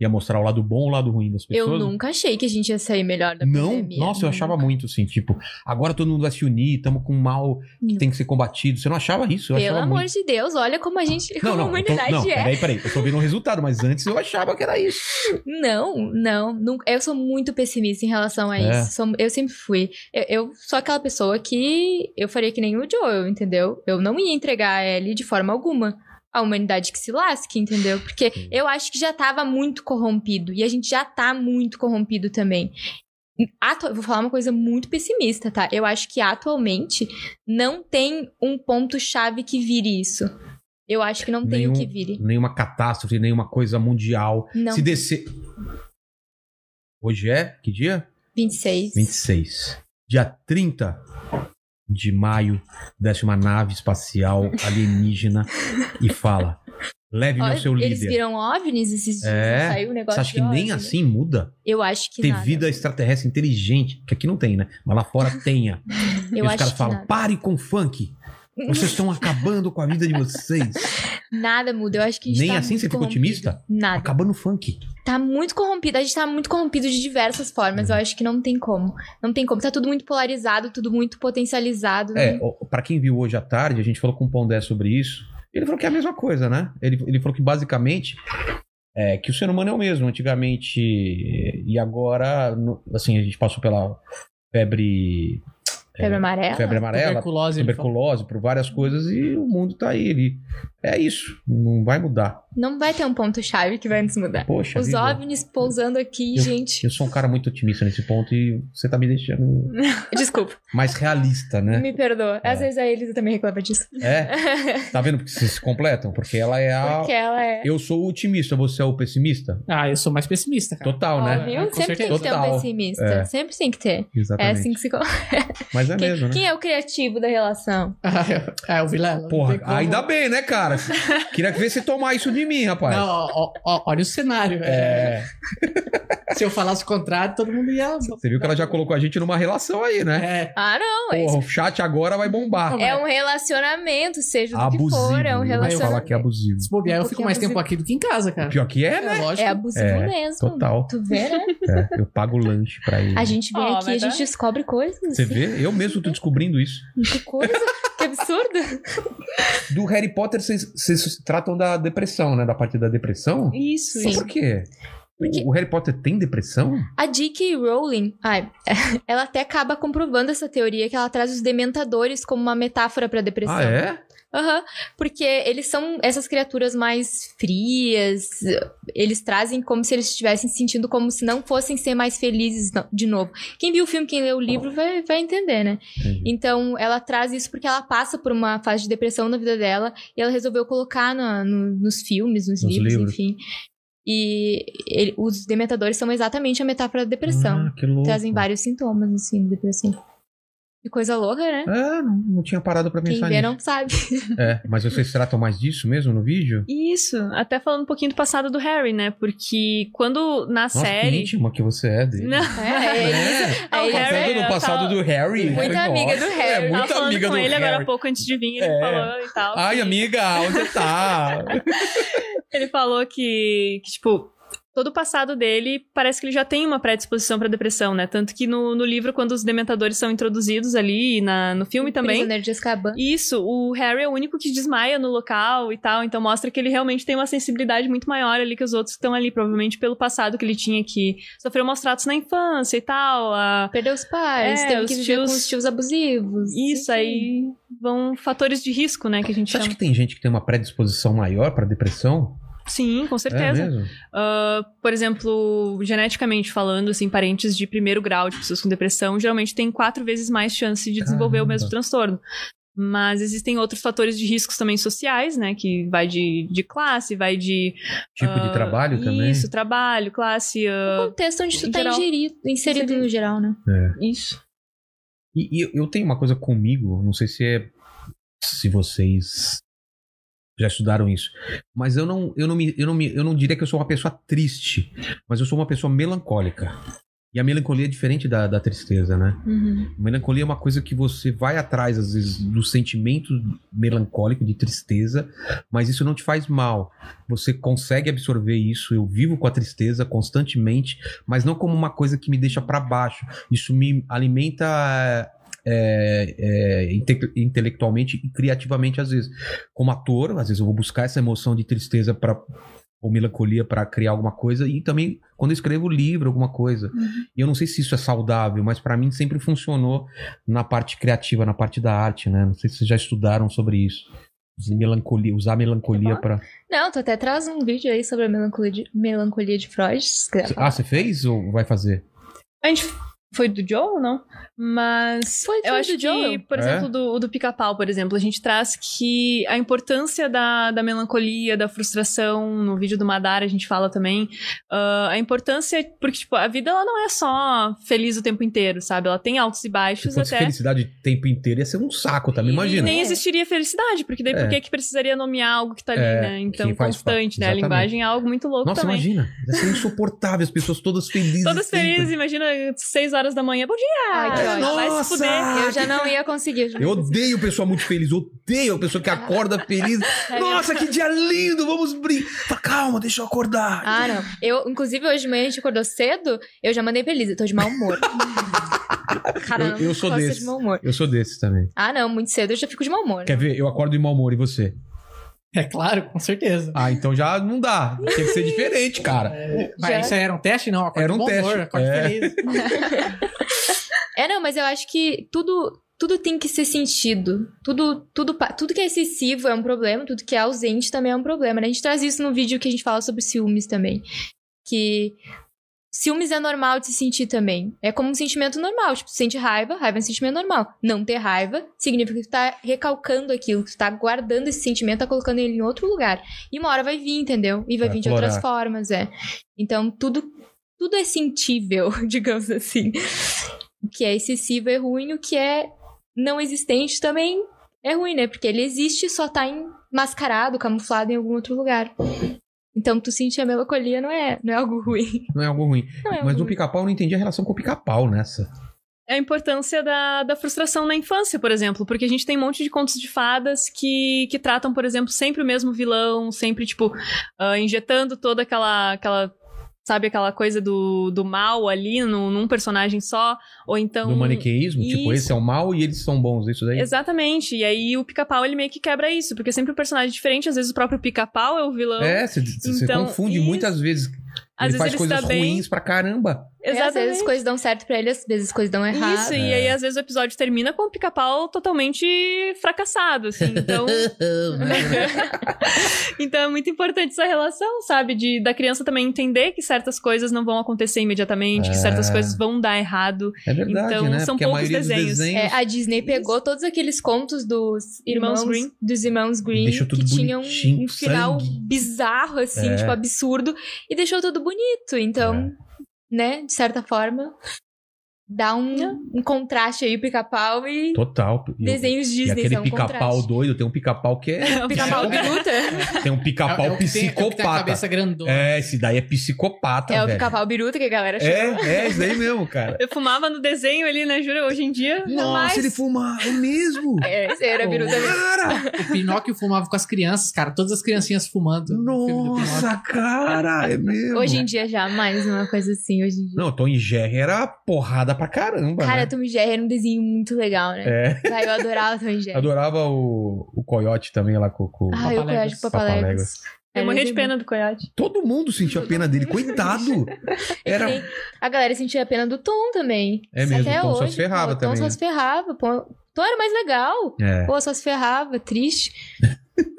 [SPEAKER 2] Ia mostrar o lado bom ou o lado ruim das
[SPEAKER 4] Eu
[SPEAKER 2] pessoas?
[SPEAKER 4] nunca achei que a gente ia sair melhor da
[SPEAKER 2] Não?
[SPEAKER 4] pandemia.
[SPEAKER 2] Nossa, eu achava muito, assim, tipo, agora todo mundo vai se unir, estamos com um mal que
[SPEAKER 4] Não.
[SPEAKER 2] tem que ser combatido. Você não achava isso? Eu
[SPEAKER 4] Pelo
[SPEAKER 2] achava
[SPEAKER 4] amor
[SPEAKER 2] muito.
[SPEAKER 4] de Deus, olha como a gente,
[SPEAKER 2] Não, não,
[SPEAKER 4] como a
[SPEAKER 2] eu tô-
[SPEAKER 4] humanidade
[SPEAKER 2] não,
[SPEAKER 4] é.
[SPEAKER 2] peraí, peraí, eu tô vendo o resultado, mas antes eu achava que era isso.
[SPEAKER 4] Não, não, nunca- Eu sou muito pessimista em relação a
[SPEAKER 2] É.
[SPEAKER 4] isso. Sou- eu sempre fui. Eu, eu sou aquela pessoa que eu faria que nem o Joel, entendeu? Eu não ia entregar a Ellie de forma alguma. A humanidade que se lasque, entendeu? Porque
[SPEAKER 2] Sim.
[SPEAKER 4] eu acho que já tava muito corrompido. E a gente já tá muito corrompido também. Atu- eu Vou falar uma coisa muito pessimista, tá? Eu acho que atualmente não tem um ponto-chave que vire isso. Eu acho que não tem
[SPEAKER 2] Nenhum-
[SPEAKER 4] o que vire.
[SPEAKER 2] Nenhuma catástrofe, nenhuma coisa mundial.
[SPEAKER 4] Não.
[SPEAKER 2] Se descer. Hoje é? Que dia?
[SPEAKER 4] 26.
[SPEAKER 2] 26. Dia 30 de maio, desce uma nave espacial alienígena e fala: leve-me ao
[SPEAKER 4] Ó,
[SPEAKER 2] é seu
[SPEAKER 4] Eles
[SPEAKER 2] líder.
[SPEAKER 4] viram OVNIs esses dias,
[SPEAKER 2] É.
[SPEAKER 4] saiu um negócio
[SPEAKER 2] Você acha que
[SPEAKER 4] de
[SPEAKER 2] nem
[SPEAKER 4] OVNI?
[SPEAKER 2] assim muda?
[SPEAKER 4] Eu acho que
[SPEAKER 2] Ter
[SPEAKER 4] nada.
[SPEAKER 2] vida extraterrestre inteligente, que aqui não tem, né? Mas lá fora tenha. e
[SPEAKER 4] Eu
[SPEAKER 2] os
[SPEAKER 4] acho
[SPEAKER 2] caras
[SPEAKER 4] que
[SPEAKER 2] falam:
[SPEAKER 4] nada.
[SPEAKER 2] pare com o funk. Vocês estão acabando com a vida de vocês.
[SPEAKER 4] Nada muda, eu acho que a gente
[SPEAKER 2] Nem
[SPEAKER 4] tá
[SPEAKER 2] assim
[SPEAKER 4] muito
[SPEAKER 2] você fica
[SPEAKER 4] corrompido.
[SPEAKER 2] otimista?
[SPEAKER 4] Nada.
[SPEAKER 2] Acabando o funk.
[SPEAKER 4] Tá muito corrompido, a gente tá muito corrompido de diversas formas, eu acho que não tem como. Não tem como, tá tudo muito polarizado, tudo muito potencializado.
[SPEAKER 2] É,
[SPEAKER 4] né?
[SPEAKER 2] o- pra quem viu hoje à tarde, a gente falou com o Pondé sobre isso. Ele falou que é a mesma coisa, né? Ele, ele falou que basicamente é que o ser humano é o mesmo antigamente e agora, no- assim, a gente passou pela febre
[SPEAKER 4] Febre amarela.
[SPEAKER 2] febre amarela,
[SPEAKER 3] Tuberculose. ele fala.
[SPEAKER 2] tuberculose, por várias coisas e o mundo tá aí. Ele, é isso, não vai mudar.
[SPEAKER 4] Não vai ter um ponto-chave que vai nos mudar.
[SPEAKER 2] Poxa,
[SPEAKER 4] É. Os
[SPEAKER 2] vida.
[SPEAKER 4] OVNIs pousando aqui, gente.
[SPEAKER 2] eu sou um cara muito otimista nesse ponto e você tá me deixando
[SPEAKER 4] Desculpa,
[SPEAKER 2] mais realista, né?
[SPEAKER 4] me perdoa. Às
[SPEAKER 2] É.
[SPEAKER 4] vezes a Elisa também reclama disso.
[SPEAKER 2] É, tá vendo porque vocês se completam? Porque ela é a
[SPEAKER 4] Porque ela é.
[SPEAKER 2] Eu sou o otimista, você é o pessimista?
[SPEAKER 3] Ah, eu sou mais pessimista,
[SPEAKER 4] Tá.
[SPEAKER 3] cara.
[SPEAKER 2] Total,
[SPEAKER 4] Ó,
[SPEAKER 2] né?
[SPEAKER 4] viu?
[SPEAKER 3] Com
[SPEAKER 4] Sempre tem que
[SPEAKER 2] certeza.
[SPEAKER 4] ter um
[SPEAKER 2] Total.
[SPEAKER 4] pessimista.
[SPEAKER 2] É.
[SPEAKER 4] Sempre tem que ter. É
[SPEAKER 2] Exatamente.
[SPEAKER 4] assim que se. co-
[SPEAKER 2] Mas é
[SPEAKER 4] Quem,
[SPEAKER 2] mesmo, né?
[SPEAKER 4] quem é o criativo da relação?
[SPEAKER 3] Ah, eu vi lá. não
[SPEAKER 2] Porra,
[SPEAKER 3] tem como.
[SPEAKER 2] ainda bem, né, cara? Queria ver você tomar isso de mim, rapaz.
[SPEAKER 3] Não, ó, ó, ó, olha o cenário. é.
[SPEAKER 2] É,
[SPEAKER 3] Se eu falasse o contrário, todo mundo ia.
[SPEAKER 2] você viu que ela já colocou a gente numa relação aí, né?
[SPEAKER 3] É,
[SPEAKER 4] Ah, não.
[SPEAKER 2] Porra, o chat agora vai bombar.
[SPEAKER 4] É um relacionamento, seja do
[SPEAKER 2] abusivo.
[SPEAKER 4] que for, é
[SPEAKER 2] eu
[SPEAKER 4] um
[SPEAKER 2] vou falar
[SPEAKER 4] relacionamento.
[SPEAKER 2] que é abusivo.
[SPEAKER 3] se bobear, eu
[SPEAKER 4] Um
[SPEAKER 3] fico
[SPEAKER 4] pouquinho
[SPEAKER 3] mais tempo aqui do que em casa, cara.
[SPEAKER 2] Pior que é, né?
[SPEAKER 3] lógico.
[SPEAKER 4] É abusivo
[SPEAKER 2] É,
[SPEAKER 4] mesmo.
[SPEAKER 2] total.
[SPEAKER 4] Tu vê, né?
[SPEAKER 2] É, eu pago lanche pra ele.
[SPEAKER 4] A gente vem
[SPEAKER 5] Ó,
[SPEAKER 4] aqui e a
[SPEAKER 5] mas
[SPEAKER 4] gente
[SPEAKER 5] é.
[SPEAKER 4] descobre coisas.
[SPEAKER 2] Você vê? Eu mesmo tô descobrindo isso.
[SPEAKER 4] Que coisa. que absurdo.
[SPEAKER 2] Do Harry Potter, vocês- vocês tratam da depressão, né? Da parte da depressão?
[SPEAKER 5] Isso,
[SPEAKER 4] Sim.
[SPEAKER 2] Por quê? O-
[SPEAKER 4] Porque-
[SPEAKER 2] O Harry Potter tem depressão?
[SPEAKER 4] A J.K. Rowling, ai, ela até acaba comprovando essa teoria que ela traz os dementadores como uma metáfora pra depressão.
[SPEAKER 2] Ah, é?
[SPEAKER 4] Aham, porque eles são essas criaturas mais frias, eles trazem como se eles estivessem se sentindo como se não fossem ser mais felizes no- de novo. Quem viu o filme, quem leu o livro, vai, vai entender, né?
[SPEAKER 2] Entendi.
[SPEAKER 4] Então, ela traz isso porque ela passa por uma fase de depressão na vida dela e ela resolveu colocar na- no- nos filmes, nos,
[SPEAKER 2] Nos
[SPEAKER 4] livros,
[SPEAKER 2] livros.
[SPEAKER 4] enfim. E ele- os dementadores são exatamente a metáfora da depressão.
[SPEAKER 2] Ah, que louco.
[SPEAKER 4] Trazem vários sintomas, assim, de depressão. Que coisa louca, né?
[SPEAKER 2] Ah, não, não tinha parado pra
[SPEAKER 4] Quem
[SPEAKER 2] pensar
[SPEAKER 4] vê
[SPEAKER 2] nisso.
[SPEAKER 4] não sabe.
[SPEAKER 2] É, mas vocês tratam mais disso mesmo no vídeo?
[SPEAKER 5] Isso, até falando um pouquinho do passado do Harry, né? Porque quando na
[SPEAKER 2] Nossa, que
[SPEAKER 5] série.
[SPEAKER 2] íntima que você é dele.
[SPEAKER 5] Não,
[SPEAKER 4] É, é
[SPEAKER 2] É,
[SPEAKER 4] Aí ele-
[SPEAKER 5] Harry,
[SPEAKER 2] contando
[SPEAKER 5] eu
[SPEAKER 2] do passado
[SPEAKER 5] tava-
[SPEAKER 2] do Harry.
[SPEAKER 4] Muita
[SPEAKER 2] Nossa,
[SPEAKER 4] amiga do Harry.
[SPEAKER 2] É,
[SPEAKER 5] tava
[SPEAKER 2] muita
[SPEAKER 5] falando
[SPEAKER 2] amiga
[SPEAKER 5] com
[SPEAKER 2] do
[SPEAKER 5] ele
[SPEAKER 2] Harry.
[SPEAKER 5] agora há pouco antes de vir, ele
[SPEAKER 2] É.
[SPEAKER 5] falou e tal.
[SPEAKER 2] Ai,
[SPEAKER 5] que-
[SPEAKER 2] amiga, onde tá?
[SPEAKER 5] Ele falou que, que, tipo, todo o passado dele parece que ele já tem uma predisposição pra depressão, né? Tanto que no, no livro, quando os dementadores são introduzidos ali, e na, no filme também.
[SPEAKER 4] Prisioneiro de Azkaban.
[SPEAKER 5] Isso, o Harry é o único que desmaia no local e tal, então mostra que ele realmente tem uma sensibilidade muito maior ali que os outros que estão ali, provavelmente pelo passado que ele tinha que sofreu maus tratos na infância e tal. a-
[SPEAKER 4] Perdeu os pais,
[SPEAKER 5] É,
[SPEAKER 4] teve
[SPEAKER 5] os
[SPEAKER 4] que viver
[SPEAKER 5] tios-
[SPEAKER 4] com os tios abusivos.
[SPEAKER 5] Isso
[SPEAKER 4] enfim.
[SPEAKER 5] aí vão fatores de risco, né, que a gente
[SPEAKER 2] Você acha
[SPEAKER 5] chama.
[SPEAKER 2] que tem gente que tem uma predisposição maior pra depressão?
[SPEAKER 5] Sim, com
[SPEAKER 2] É
[SPEAKER 5] certeza.
[SPEAKER 2] mesmo?
[SPEAKER 5] Ah, por exemplo, geneticamente falando, assim, parentes de primeiro grau de pessoas com depressão geralmente têm quatro vezes mais chance de desenvolver o
[SPEAKER 2] Caramba.
[SPEAKER 5] mesmo transtorno. Mas existem outros fatores de riscos também sociais, né? Que vai de, de classe, vai de.
[SPEAKER 2] Tipo de
[SPEAKER 5] ah,
[SPEAKER 2] trabalho também?
[SPEAKER 5] Isso, trabalho, classe. ah,
[SPEAKER 4] O contexto onde tu
[SPEAKER 5] Em
[SPEAKER 4] tá
[SPEAKER 5] geral.
[SPEAKER 4] ingerido- inserido
[SPEAKER 5] Inserido.
[SPEAKER 4] no geral, né?
[SPEAKER 5] isso.
[SPEAKER 2] E, e eu- eu tenho uma coisa comigo, não sei se é se vocês já estudaram isso, mas eu não eu não me eu não me eu não diria que eu sou uma pessoa triste, mas eu sou uma pessoa melancólica. E a melancolia é diferente da, da tristeza, né? Melancolia é uma coisa que você vai atrás, às vezes, do sentimento melancólico, de tristeza, mas isso não te faz mal. Você consegue absorver isso. Eu vivo com a tristeza constantemente, mas não como uma coisa que me deixa pra baixo. Isso me alimenta. é, é, inte- intelectualmente e criativamente às vezes como ator às vezes eu vou buscar essa emoção de tristeza para ou melancolia pra criar alguma coisa e também quando eu escrevo livro alguma coisa e eu não sei se isso é saudável mas pra mim sempre funcionou na parte criativa na parte da arte né não sei se vocês já estudaram sobre isso Usar melancolia usar melancolia para
[SPEAKER 4] Não, tu até traz um vídeo aí sobre a melancolia de, melancolia de Freud. se quiser falar.
[SPEAKER 2] ah você fez ou vai fazer
[SPEAKER 5] A gente. Foi do Joe ou não? Mas.
[SPEAKER 4] Foi- foi
[SPEAKER 5] eu
[SPEAKER 4] do
[SPEAKER 5] acho que,
[SPEAKER 4] Joel.
[SPEAKER 5] por
[SPEAKER 2] É?
[SPEAKER 5] exemplo, do, do pica-pau, por exemplo, a gente traz que a importância da, da melancolia, da frustração, no vídeo do Madara a gente fala também. ah, a importância. Porque, tipo, a vida ela não é só feliz o tempo inteiro, sabe? Ela tem altos e
[SPEAKER 2] se
[SPEAKER 5] baixos
[SPEAKER 2] fosse
[SPEAKER 5] até.
[SPEAKER 2] felicidade o tempo inteiro ia ser um saco também
[SPEAKER 5] E
[SPEAKER 2] imagina
[SPEAKER 5] Nem existiria felicidade, porque daí
[SPEAKER 2] É.
[SPEAKER 5] por que, que precisaria nomear algo que tá ali,
[SPEAKER 2] É,
[SPEAKER 5] né? Então,
[SPEAKER 2] que faz
[SPEAKER 5] constante,
[SPEAKER 2] parte,
[SPEAKER 5] né? A
[SPEAKER 2] exatamente.
[SPEAKER 5] linguagem é algo muito louco
[SPEAKER 2] nossa
[SPEAKER 5] também.
[SPEAKER 2] imagina ia ser insuportável as pessoas todas felizes
[SPEAKER 5] Todas
[SPEAKER 2] sempre.
[SPEAKER 5] felizes, imagina, seis horas da manhã, bom dia!
[SPEAKER 4] Ai, que
[SPEAKER 5] vai
[SPEAKER 4] ódio.
[SPEAKER 5] se
[SPEAKER 2] nossa!
[SPEAKER 5] fuder.
[SPEAKER 4] Eu já não ia conseguir. já não
[SPEAKER 2] Eu
[SPEAKER 4] ia conseguir.
[SPEAKER 2] odeio pessoa muito feliz, eu odeio a pessoa que acorda feliz.
[SPEAKER 5] É
[SPEAKER 2] Nossa, que dia lindo, vamos brincar. Calma, deixa eu acordar.
[SPEAKER 4] Ah, não. Eu, inclusive, hoje de manhã a gente acordou cedo, eu já mandei feliz, eu tô de mau humor. Cara,
[SPEAKER 2] Eu-
[SPEAKER 4] não
[SPEAKER 2] eu sou
[SPEAKER 4] gosto
[SPEAKER 2] desse.
[SPEAKER 4] de mau humor.
[SPEAKER 2] Eu sou desses também.
[SPEAKER 4] Ah, não, muito cedo eu já fico de mau humor.
[SPEAKER 2] Quer ver? Eu acordo de mau humor e você?
[SPEAKER 3] É claro, com certeza. É,
[SPEAKER 2] Ah, então já não dá. Tem que ser diferente, cara.
[SPEAKER 4] É, Já-
[SPEAKER 3] Mas isso aí era um teste? Não, acorde
[SPEAKER 2] Era um
[SPEAKER 3] de bom
[SPEAKER 2] teste,
[SPEAKER 3] humor, acorde
[SPEAKER 2] é.
[SPEAKER 3] feliz.
[SPEAKER 4] É, não, mas eu acho que tudo, tudo tem que ser sentido. Tudo, tudo, pa- tudo que é excessivo é um problema, tudo que é ausente também é um problema. né? A gente traz isso no vídeo que a gente fala sobre ciúmes também. Que ciúmes é normal de se sentir também. É como um sentimento normal. Tipo, tu sente raiva, raiva é um sentimento normal. Não ter raiva significa que tu tá recalcando aquilo, que tu tá guardando esse sentimento, tá colocando ele em outro lugar. E uma hora vai vir, entendeu? E vai,
[SPEAKER 2] Vai
[SPEAKER 4] vir de
[SPEAKER 2] aflorar.
[SPEAKER 4] outras formas, é. Então, tudo, tudo é sentível, digamos assim. O que é excessivo é ruim, o que é não existente também é ruim, né? Porque ele existe, só tá em- mascarado, camuflado em algum outro lugar. Então, tu sentir a melancolia não é, não é algo ruim.
[SPEAKER 2] Não é algo ruim.
[SPEAKER 4] Não é
[SPEAKER 2] Mas
[SPEAKER 4] algo
[SPEAKER 2] no pica-pau eu não entendi a relação com o pica-pau nessa.
[SPEAKER 5] É a importância da, da frustração na infância, por exemplo. Porque a gente tem um monte de contos de fadas que, que tratam, por exemplo, sempre o mesmo vilão, sempre, tipo, ah, injetando toda aquela. aquela sabe, aquela coisa do, do mal ali no, num personagem só. Ou então.
[SPEAKER 2] Do maniqueísmo, tipo,
[SPEAKER 5] isso.
[SPEAKER 2] esse é o mal e eles são bons, isso daí.
[SPEAKER 5] Exatamente. E aí o pica-pau ele meio que quebra isso, porque sempre o personagem é diferente, às vezes o próprio pica-pau é o vilão.
[SPEAKER 2] É, você você
[SPEAKER 5] Então,
[SPEAKER 2] confunde
[SPEAKER 5] isso.
[SPEAKER 2] muitas vezes.
[SPEAKER 5] Às
[SPEAKER 2] ele
[SPEAKER 5] vezes
[SPEAKER 2] faz
[SPEAKER 5] ele
[SPEAKER 2] coisas
[SPEAKER 5] está bem.
[SPEAKER 2] ruins pra caramba.
[SPEAKER 4] É, às vezes
[SPEAKER 5] Exatamente.
[SPEAKER 4] coisas dão certo pra ele, às vezes coisas dão errado.
[SPEAKER 5] Isso, e
[SPEAKER 2] É.
[SPEAKER 5] aí às vezes o episódio termina com o pica-pau totalmente fracassado, assim. Então, então é muito importante essa relação, sabe? De, da criança também entender que certas coisas não vão acontecer imediatamente, que certas
[SPEAKER 2] É.
[SPEAKER 5] coisas vão dar errado.
[SPEAKER 2] É verdade,
[SPEAKER 5] Então,
[SPEAKER 2] né?
[SPEAKER 5] são
[SPEAKER 2] Porque a
[SPEAKER 5] poucos
[SPEAKER 2] maioria dos
[SPEAKER 5] desenhos.
[SPEAKER 4] É,
[SPEAKER 2] desenhos
[SPEAKER 4] a Disney pegou todos aqueles contos dos irmãos,
[SPEAKER 5] Irmãos Grimm.
[SPEAKER 4] dos irmãos Green
[SPEAKER 2] Deixou tudo
[SPEAKER 4] que tinham
[SPEAKER 2] bonitinho,
[SPEAKER 4] um final
[SPEAKER 2] sangue.
[SPEAKER 4] bizarro assim,
[SPEAKER 2] É.
[SPEAKER 4] tipo absurdo, e deixou tudo bonito. Então, né, de certa forma, dá
[SPEAKER 5] É.
[SPEAKER 4] um, um contraste aí o pica-pau e
[SPEAKER 2] Total. E,
[SPEAKER 4] desenhos
[SPEAKER 2] e
[SPEAKER 4] Disney
[SPEAKER 2] aquele
[SPEAKER 4] são um
[SPEAKER 2] pica-pau
[SPEAKER 4] contraste.
[SPEAKER 2] doido, tem um pica-pau que é.
[SPEAKER 4] Pica-pau biruta?
[SPEAKER 2] Tem um
[SPEAKER 3] É
[SPEAKER 2] pica-pau
[SPEAKER 3] o que tem- é o que tem a
[SPEAKER 2] psicopata.
[SPEAKER 3] cabeça grandona.
[SPEAKER 2] É, esse daí é psicopata,
[SPEAKER 4] É o
[SPEAKER 2] velho.
[SPEAKER 4] pica-pau biruta que a galera chama.
[SPEAKER 2] É, é, isso daí mesmo, cara.
[SPEAKER 5] Eu fumava no desenho ali, né, Jura? Hoje em dia, não mais.
[SPEAKER 2] ele fumar, é mesmo?
[SPEAKER 4] É, esse era biruta mesmo.
[SPEAKER 2] Cara,
[SPEAKER 3] O Pinóquio fumava com as crianças, cara. Todas as criancinhas fumando. no um filme do Pinóquio.
[SPEAKER 2] nossa, cara, é mesmo.
[SPEAKER 4] Hoje em dia jamais uma coisa assim, hoje em dia.
[SPEAKER 2] Não, Tom e Jerry era porrada pra caramba,
[SPEAKER 4] Cara,
[SPEAKER 2] né?
[SPEAKER 4] Tom e Jerry era um desenho muito legal, né?
[SPEAKER 2] É,
[SPEAKER 4] Vai, eu adorava Tom e Jerry.
[SPEAKER 2] adorava o, o Coyote também lá com... com...
[SPEAKER 4] Ah, eu
[SPEAKER 3] Papaléguas.
[SPEAKER 4] conheço
[SPEAKER 2] Papaléguas.
[SPEAKER 4] Papaléguas. É,
[SPEAKER 5] Eu
[SPEAKER 4] Era
[SPEAKER 5] morria de
[SPEAKER 4] desenho.
[SPEAKER 5] pena do coiote.
[SPEAKER 2] Todo mundo sentiu a pena dele, coitado. Era...
[SPEAKER 4] nem- A galera sentia a pena do Tom também.
[SPEAKER 2] É mesmo,
[SPEAKER 4] Até
[SPEAKER 2] o Tom só
[SPEAKER 4] hoje,
[SPEAKER 2] se ferrava
[SPEAKER 4] pô, O
[SPEAKER 2] também,
[SPEAKER 4] Tom
[SPEAKER 2] né?
[SPEAKER 4] só se ferrava. Pô, Tom era mais legal.
[SPEAKER 2] É.
[SPEAKER 4] Pô, só se ferrava, triste.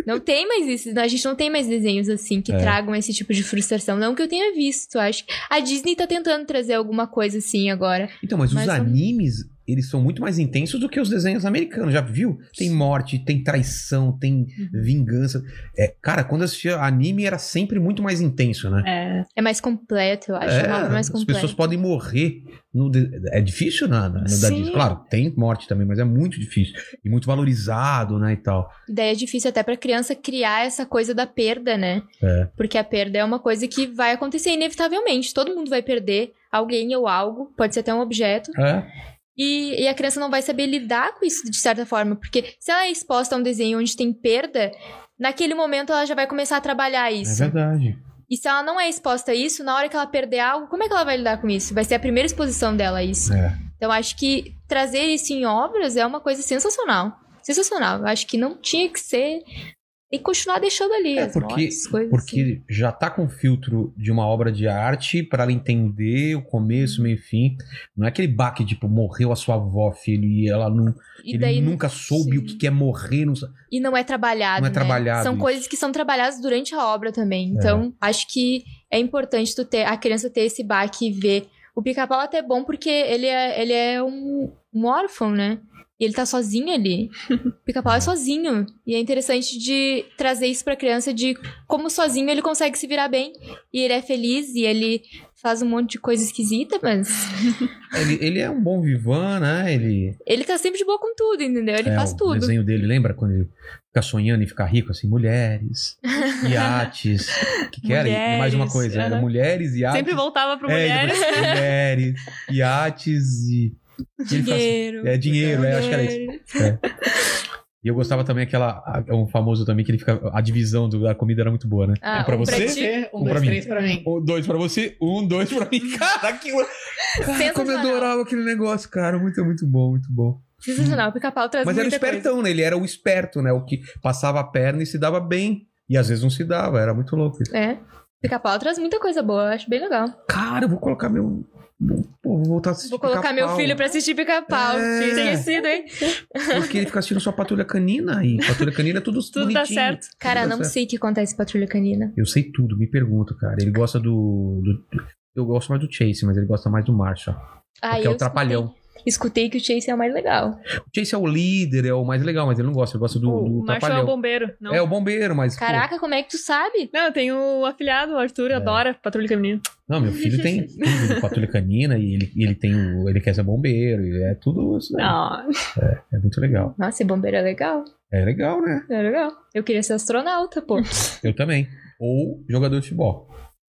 [SPEAKER 4] não tem mais isso. A gente não tem mais desenhos assim que
[SPEAKER 2] É.
[SPEAKER 4] tragam esse tipo de frustração. Não que eu tenha visto, acho. que A Disney tá tentando trazer alguma coisa assim agora.
[SPEAKER 2] Então, mas, os
[SPEAKER 4] Mas não-
[SPEAKER 2] animes, eles são muito mais intensos do que os desenhos americanos, já viu? Tem morte, tem traição, tem
[SPEAKER 4] Uhum.
[SPEAKER 2] vingança. É, cara, quando eu assistia anime era sempre muito mais intenso, né?
[SPEAKER 5] É.
[SPEAKER 4] É mais completo, eu acho.
[SPEAKER 2] É,
[SPEAKER 4] É, uma obra mais
[SPEAKER 2] as
[SPEAKER 4] completa.
[SPEAKER 2] pessoas podem morrer. no de- É difícil nada, no da
[SPEAKER 5] Sim.
[SPEAKER 2] Disney. Claro, tem morte também, mas é muito difícil. E muito valorizado, né, e tal.
[SPEAKER 4] E daí é difícil até pra criança criar essa coisa da perda, né?
[SPEAKER 2] É.
[SPEAKER 4] Porque a perda é uma coisa que vai acontecer inevitavelmente. Todo mundo vai perder alguém ou algo. Pode ser até um objeto.
[SPEAKER 2] É,
[SPEAKER 4] E, e a criança não vai saber lidar com isso de certa forma, porque se ela é exposta a um desenho onde tem perda, naquele momento ela já vai começar a trabalhar
[SPEAKER 2] é
[SPEAKER 4] isso.
[SPEAKER 2] verdade.
[SPEAKER 4] e se ela não é exposta a isso, na hora que ela perder algo, como é que ela vai lidar com isso? Vai ser a primeira exposição dela a isso.
[SPEAKER 2] É.
[SPEAKER 4] Então acho que trazer isso em obras é uma coisa sensacional. Sensacional. Eu acho que não tinha que ser. E continuar deixando ali.
[SPEAKER 2] É,
[SPEAKER 4] as
[SPEAKER 2] porque-
[SPEAKER 4] mortes, coisas assim.
[SPEAKER 2] Porque já tá com filtro de uma obra de arte pra ela entender o começo,
[SPEAKER 4] Uhum.
[SPEAKER 2] meio e fim. Não é aquele baque, tipo, morreu a sua avó, filho, e ela não
[SPEAKER 4] E
[SPEAKER 2] ele
[SPEAKER 4] daí
[SPEAKER 2] nunca soube
[SPEAKER 4] sim.
[SPEAKER 2] o que que é morrer. Não... sa-
[SPEAKER 4] E não é trabalhado.
[SPEAKER 2] Não é
[SPEAKER 4] né?
[SPEAKER 2] trabalhado
[SPEAKER 4] São
[SPEAKER 2] isso. É.
[SPEAKER 4] coisas que são trabalhadas durante a obra também. Então, acho que é importante tu ter, a criança ter esse baque e ver. O pica-pau até é bom porque ele é, ele é um, um órfão, né? E ele tá sozinho ali. O pica-pau é sozinho. E é interessante de trazer isso pra criança de como sozinho ele consegue se virar bem. E ele é feliz e ele faz um monte de coisa esquisita, mas
[SPEAKER 2] Ele, ele é um bom vivan, né? Ele,
[SPEAKER 4] ele tá sempre de boa com tudo, entendeu? Ele
[SPEAKER 2] é,
[SPEAKER 4] faz
[SPEAKER 2] o
[SPEAKER 4] tudo.
[SPEAKER 2] desenho dele, lembra? Quando ele fica sonhando e fica rico, assim, mulheres, iates. O que, que era? E mais uma
[SPEAKER 5] Mulheres,
[SPEAKER 2] coisa, era
[SPEAKER 5] aham.
[SPEAKER 2] mulheres, iates.
[SPEAKER 5] Sempre voltava pro
[SPEAKER 2] É, e
[SPEAKER 5] mulher.
[SPEAKER 2] depois mulheres, iates e. e ele fala assim,
[SPEAKER 4] Dinheiro.
[SPEAKER 2] é dinheiro, é, acho que era isso. E eu gostava também aquela. a- Um famoso também que ele fica. A divisão do- da comida era muito boa, né?
[SPEAKER 4] Ah,
[SPEAKER 2] um pra
[SPEAKER 4] um pra
[SPEAKER 2] você,
[SPEAKER 4] ti.
[SPEAKER 3] Um,
[SPEAKER 2] Um pra
[SPEAKER 3] dois,
[SPEAKER 2] mim.
[SPEAKER 3] três pra mim.
[SPEAKER 2] um, dois pra você, um, dois pra
[SPEAKER 4] Hum.
[SPEAKER 2] mim. Cara, aquilo. Cara, como eu
[SPEAKER 4] Sensacional.
[SPEAKER 2] adorava aquele negócio, cara. Muito, muito bom, muito bom.
[SPEAKER 4] Sensacional, o pica-pau traz
[SPEAKER 2] Mas era o
[SPEAKER 4] muita coisa.
[SPEAKER 2] espertão, né? Ele era o esperto, né? O que passava a perna e se dava bem. E às vezes não se dava, era muito louco isso.
[SPEAKER 4] É. Pica-pau traz muita coisa boa, eu acho bem legal.
[SPEAKER 2] Cara, eu vou colocar meu. Pô, vou voltar a assistir.
[SPEAKER 4] Vou colocar meu
[SPEAKER 2] Pica-Pau.
[SPEAKER 4] filho pra assistir pica-pau.
[SPEAKER 2] É.
[SPEAKER 4] Tinha sido, hein?
[SPEAKER 2] Porque ele fica assistindo só patrulha canina. E patrulha canina é tudo,
[SPEAKER 5] Tudo dá
[SPEAKER 2] bonitinho.
[SPEAKER 5] certo.
[SPEAKER 4] Cara,
[SPEAKER 2] Tudo dá
[SPEAKER 4] não
[SPEAKER 2] certo.
[SPEAKER 4] sei o que acontece com a Patrulha Canina.
[SPEAKER 2] Eu sei tudo, me pergunta, cara. Ele gosta do. do- Eu gosto mais do Chase, mas ele gosta mais do Marshall.
[SPEAKER 4] Aí
[SPEAKER 2] Porque é
[SPEAKER 4] eu
[SPEAKER 2] o trapalhão.
[SPEAKER 4] Escutei, escutei que o Chase é o mais legal.
[SPEAKER 2] O Chase é o líder, é o mais legal, mas ele não gosta, ele gosta do, do
[SPEAKER 5] O Marshall é
[SPEAKER 2] trapalhão.
[SPEAKER 5] o bombeiro. Não.
[SPEAKER 2] É o bombeiro, mas. pô,
[SPEAKER 4] Caraca, como é que tu sabe?
[SPEAKER 5] Não, tem o afilhado, o Arthur,
[SPEAKER 2] É.
[SPEAKER 5] adora Patrulha Feminina.
[SPEAKER 2] não, meu filho tem tudo, patrulha canina, e ele, ele tem o. ele quer ser bombeiro, e é tudo isso. daí.
[SPEAKER 5] Não.
[SPEAKER 2] É muito legal.
[SPEAKER 4] Nossa, e bombeiro é legal.
[SPEAKER 2] É legal, né?
[SPEAKER 4] É legal. Eu queria ser astronauta, pô.
[SPEAKER 2] Eu também. Ou jogador de futebol.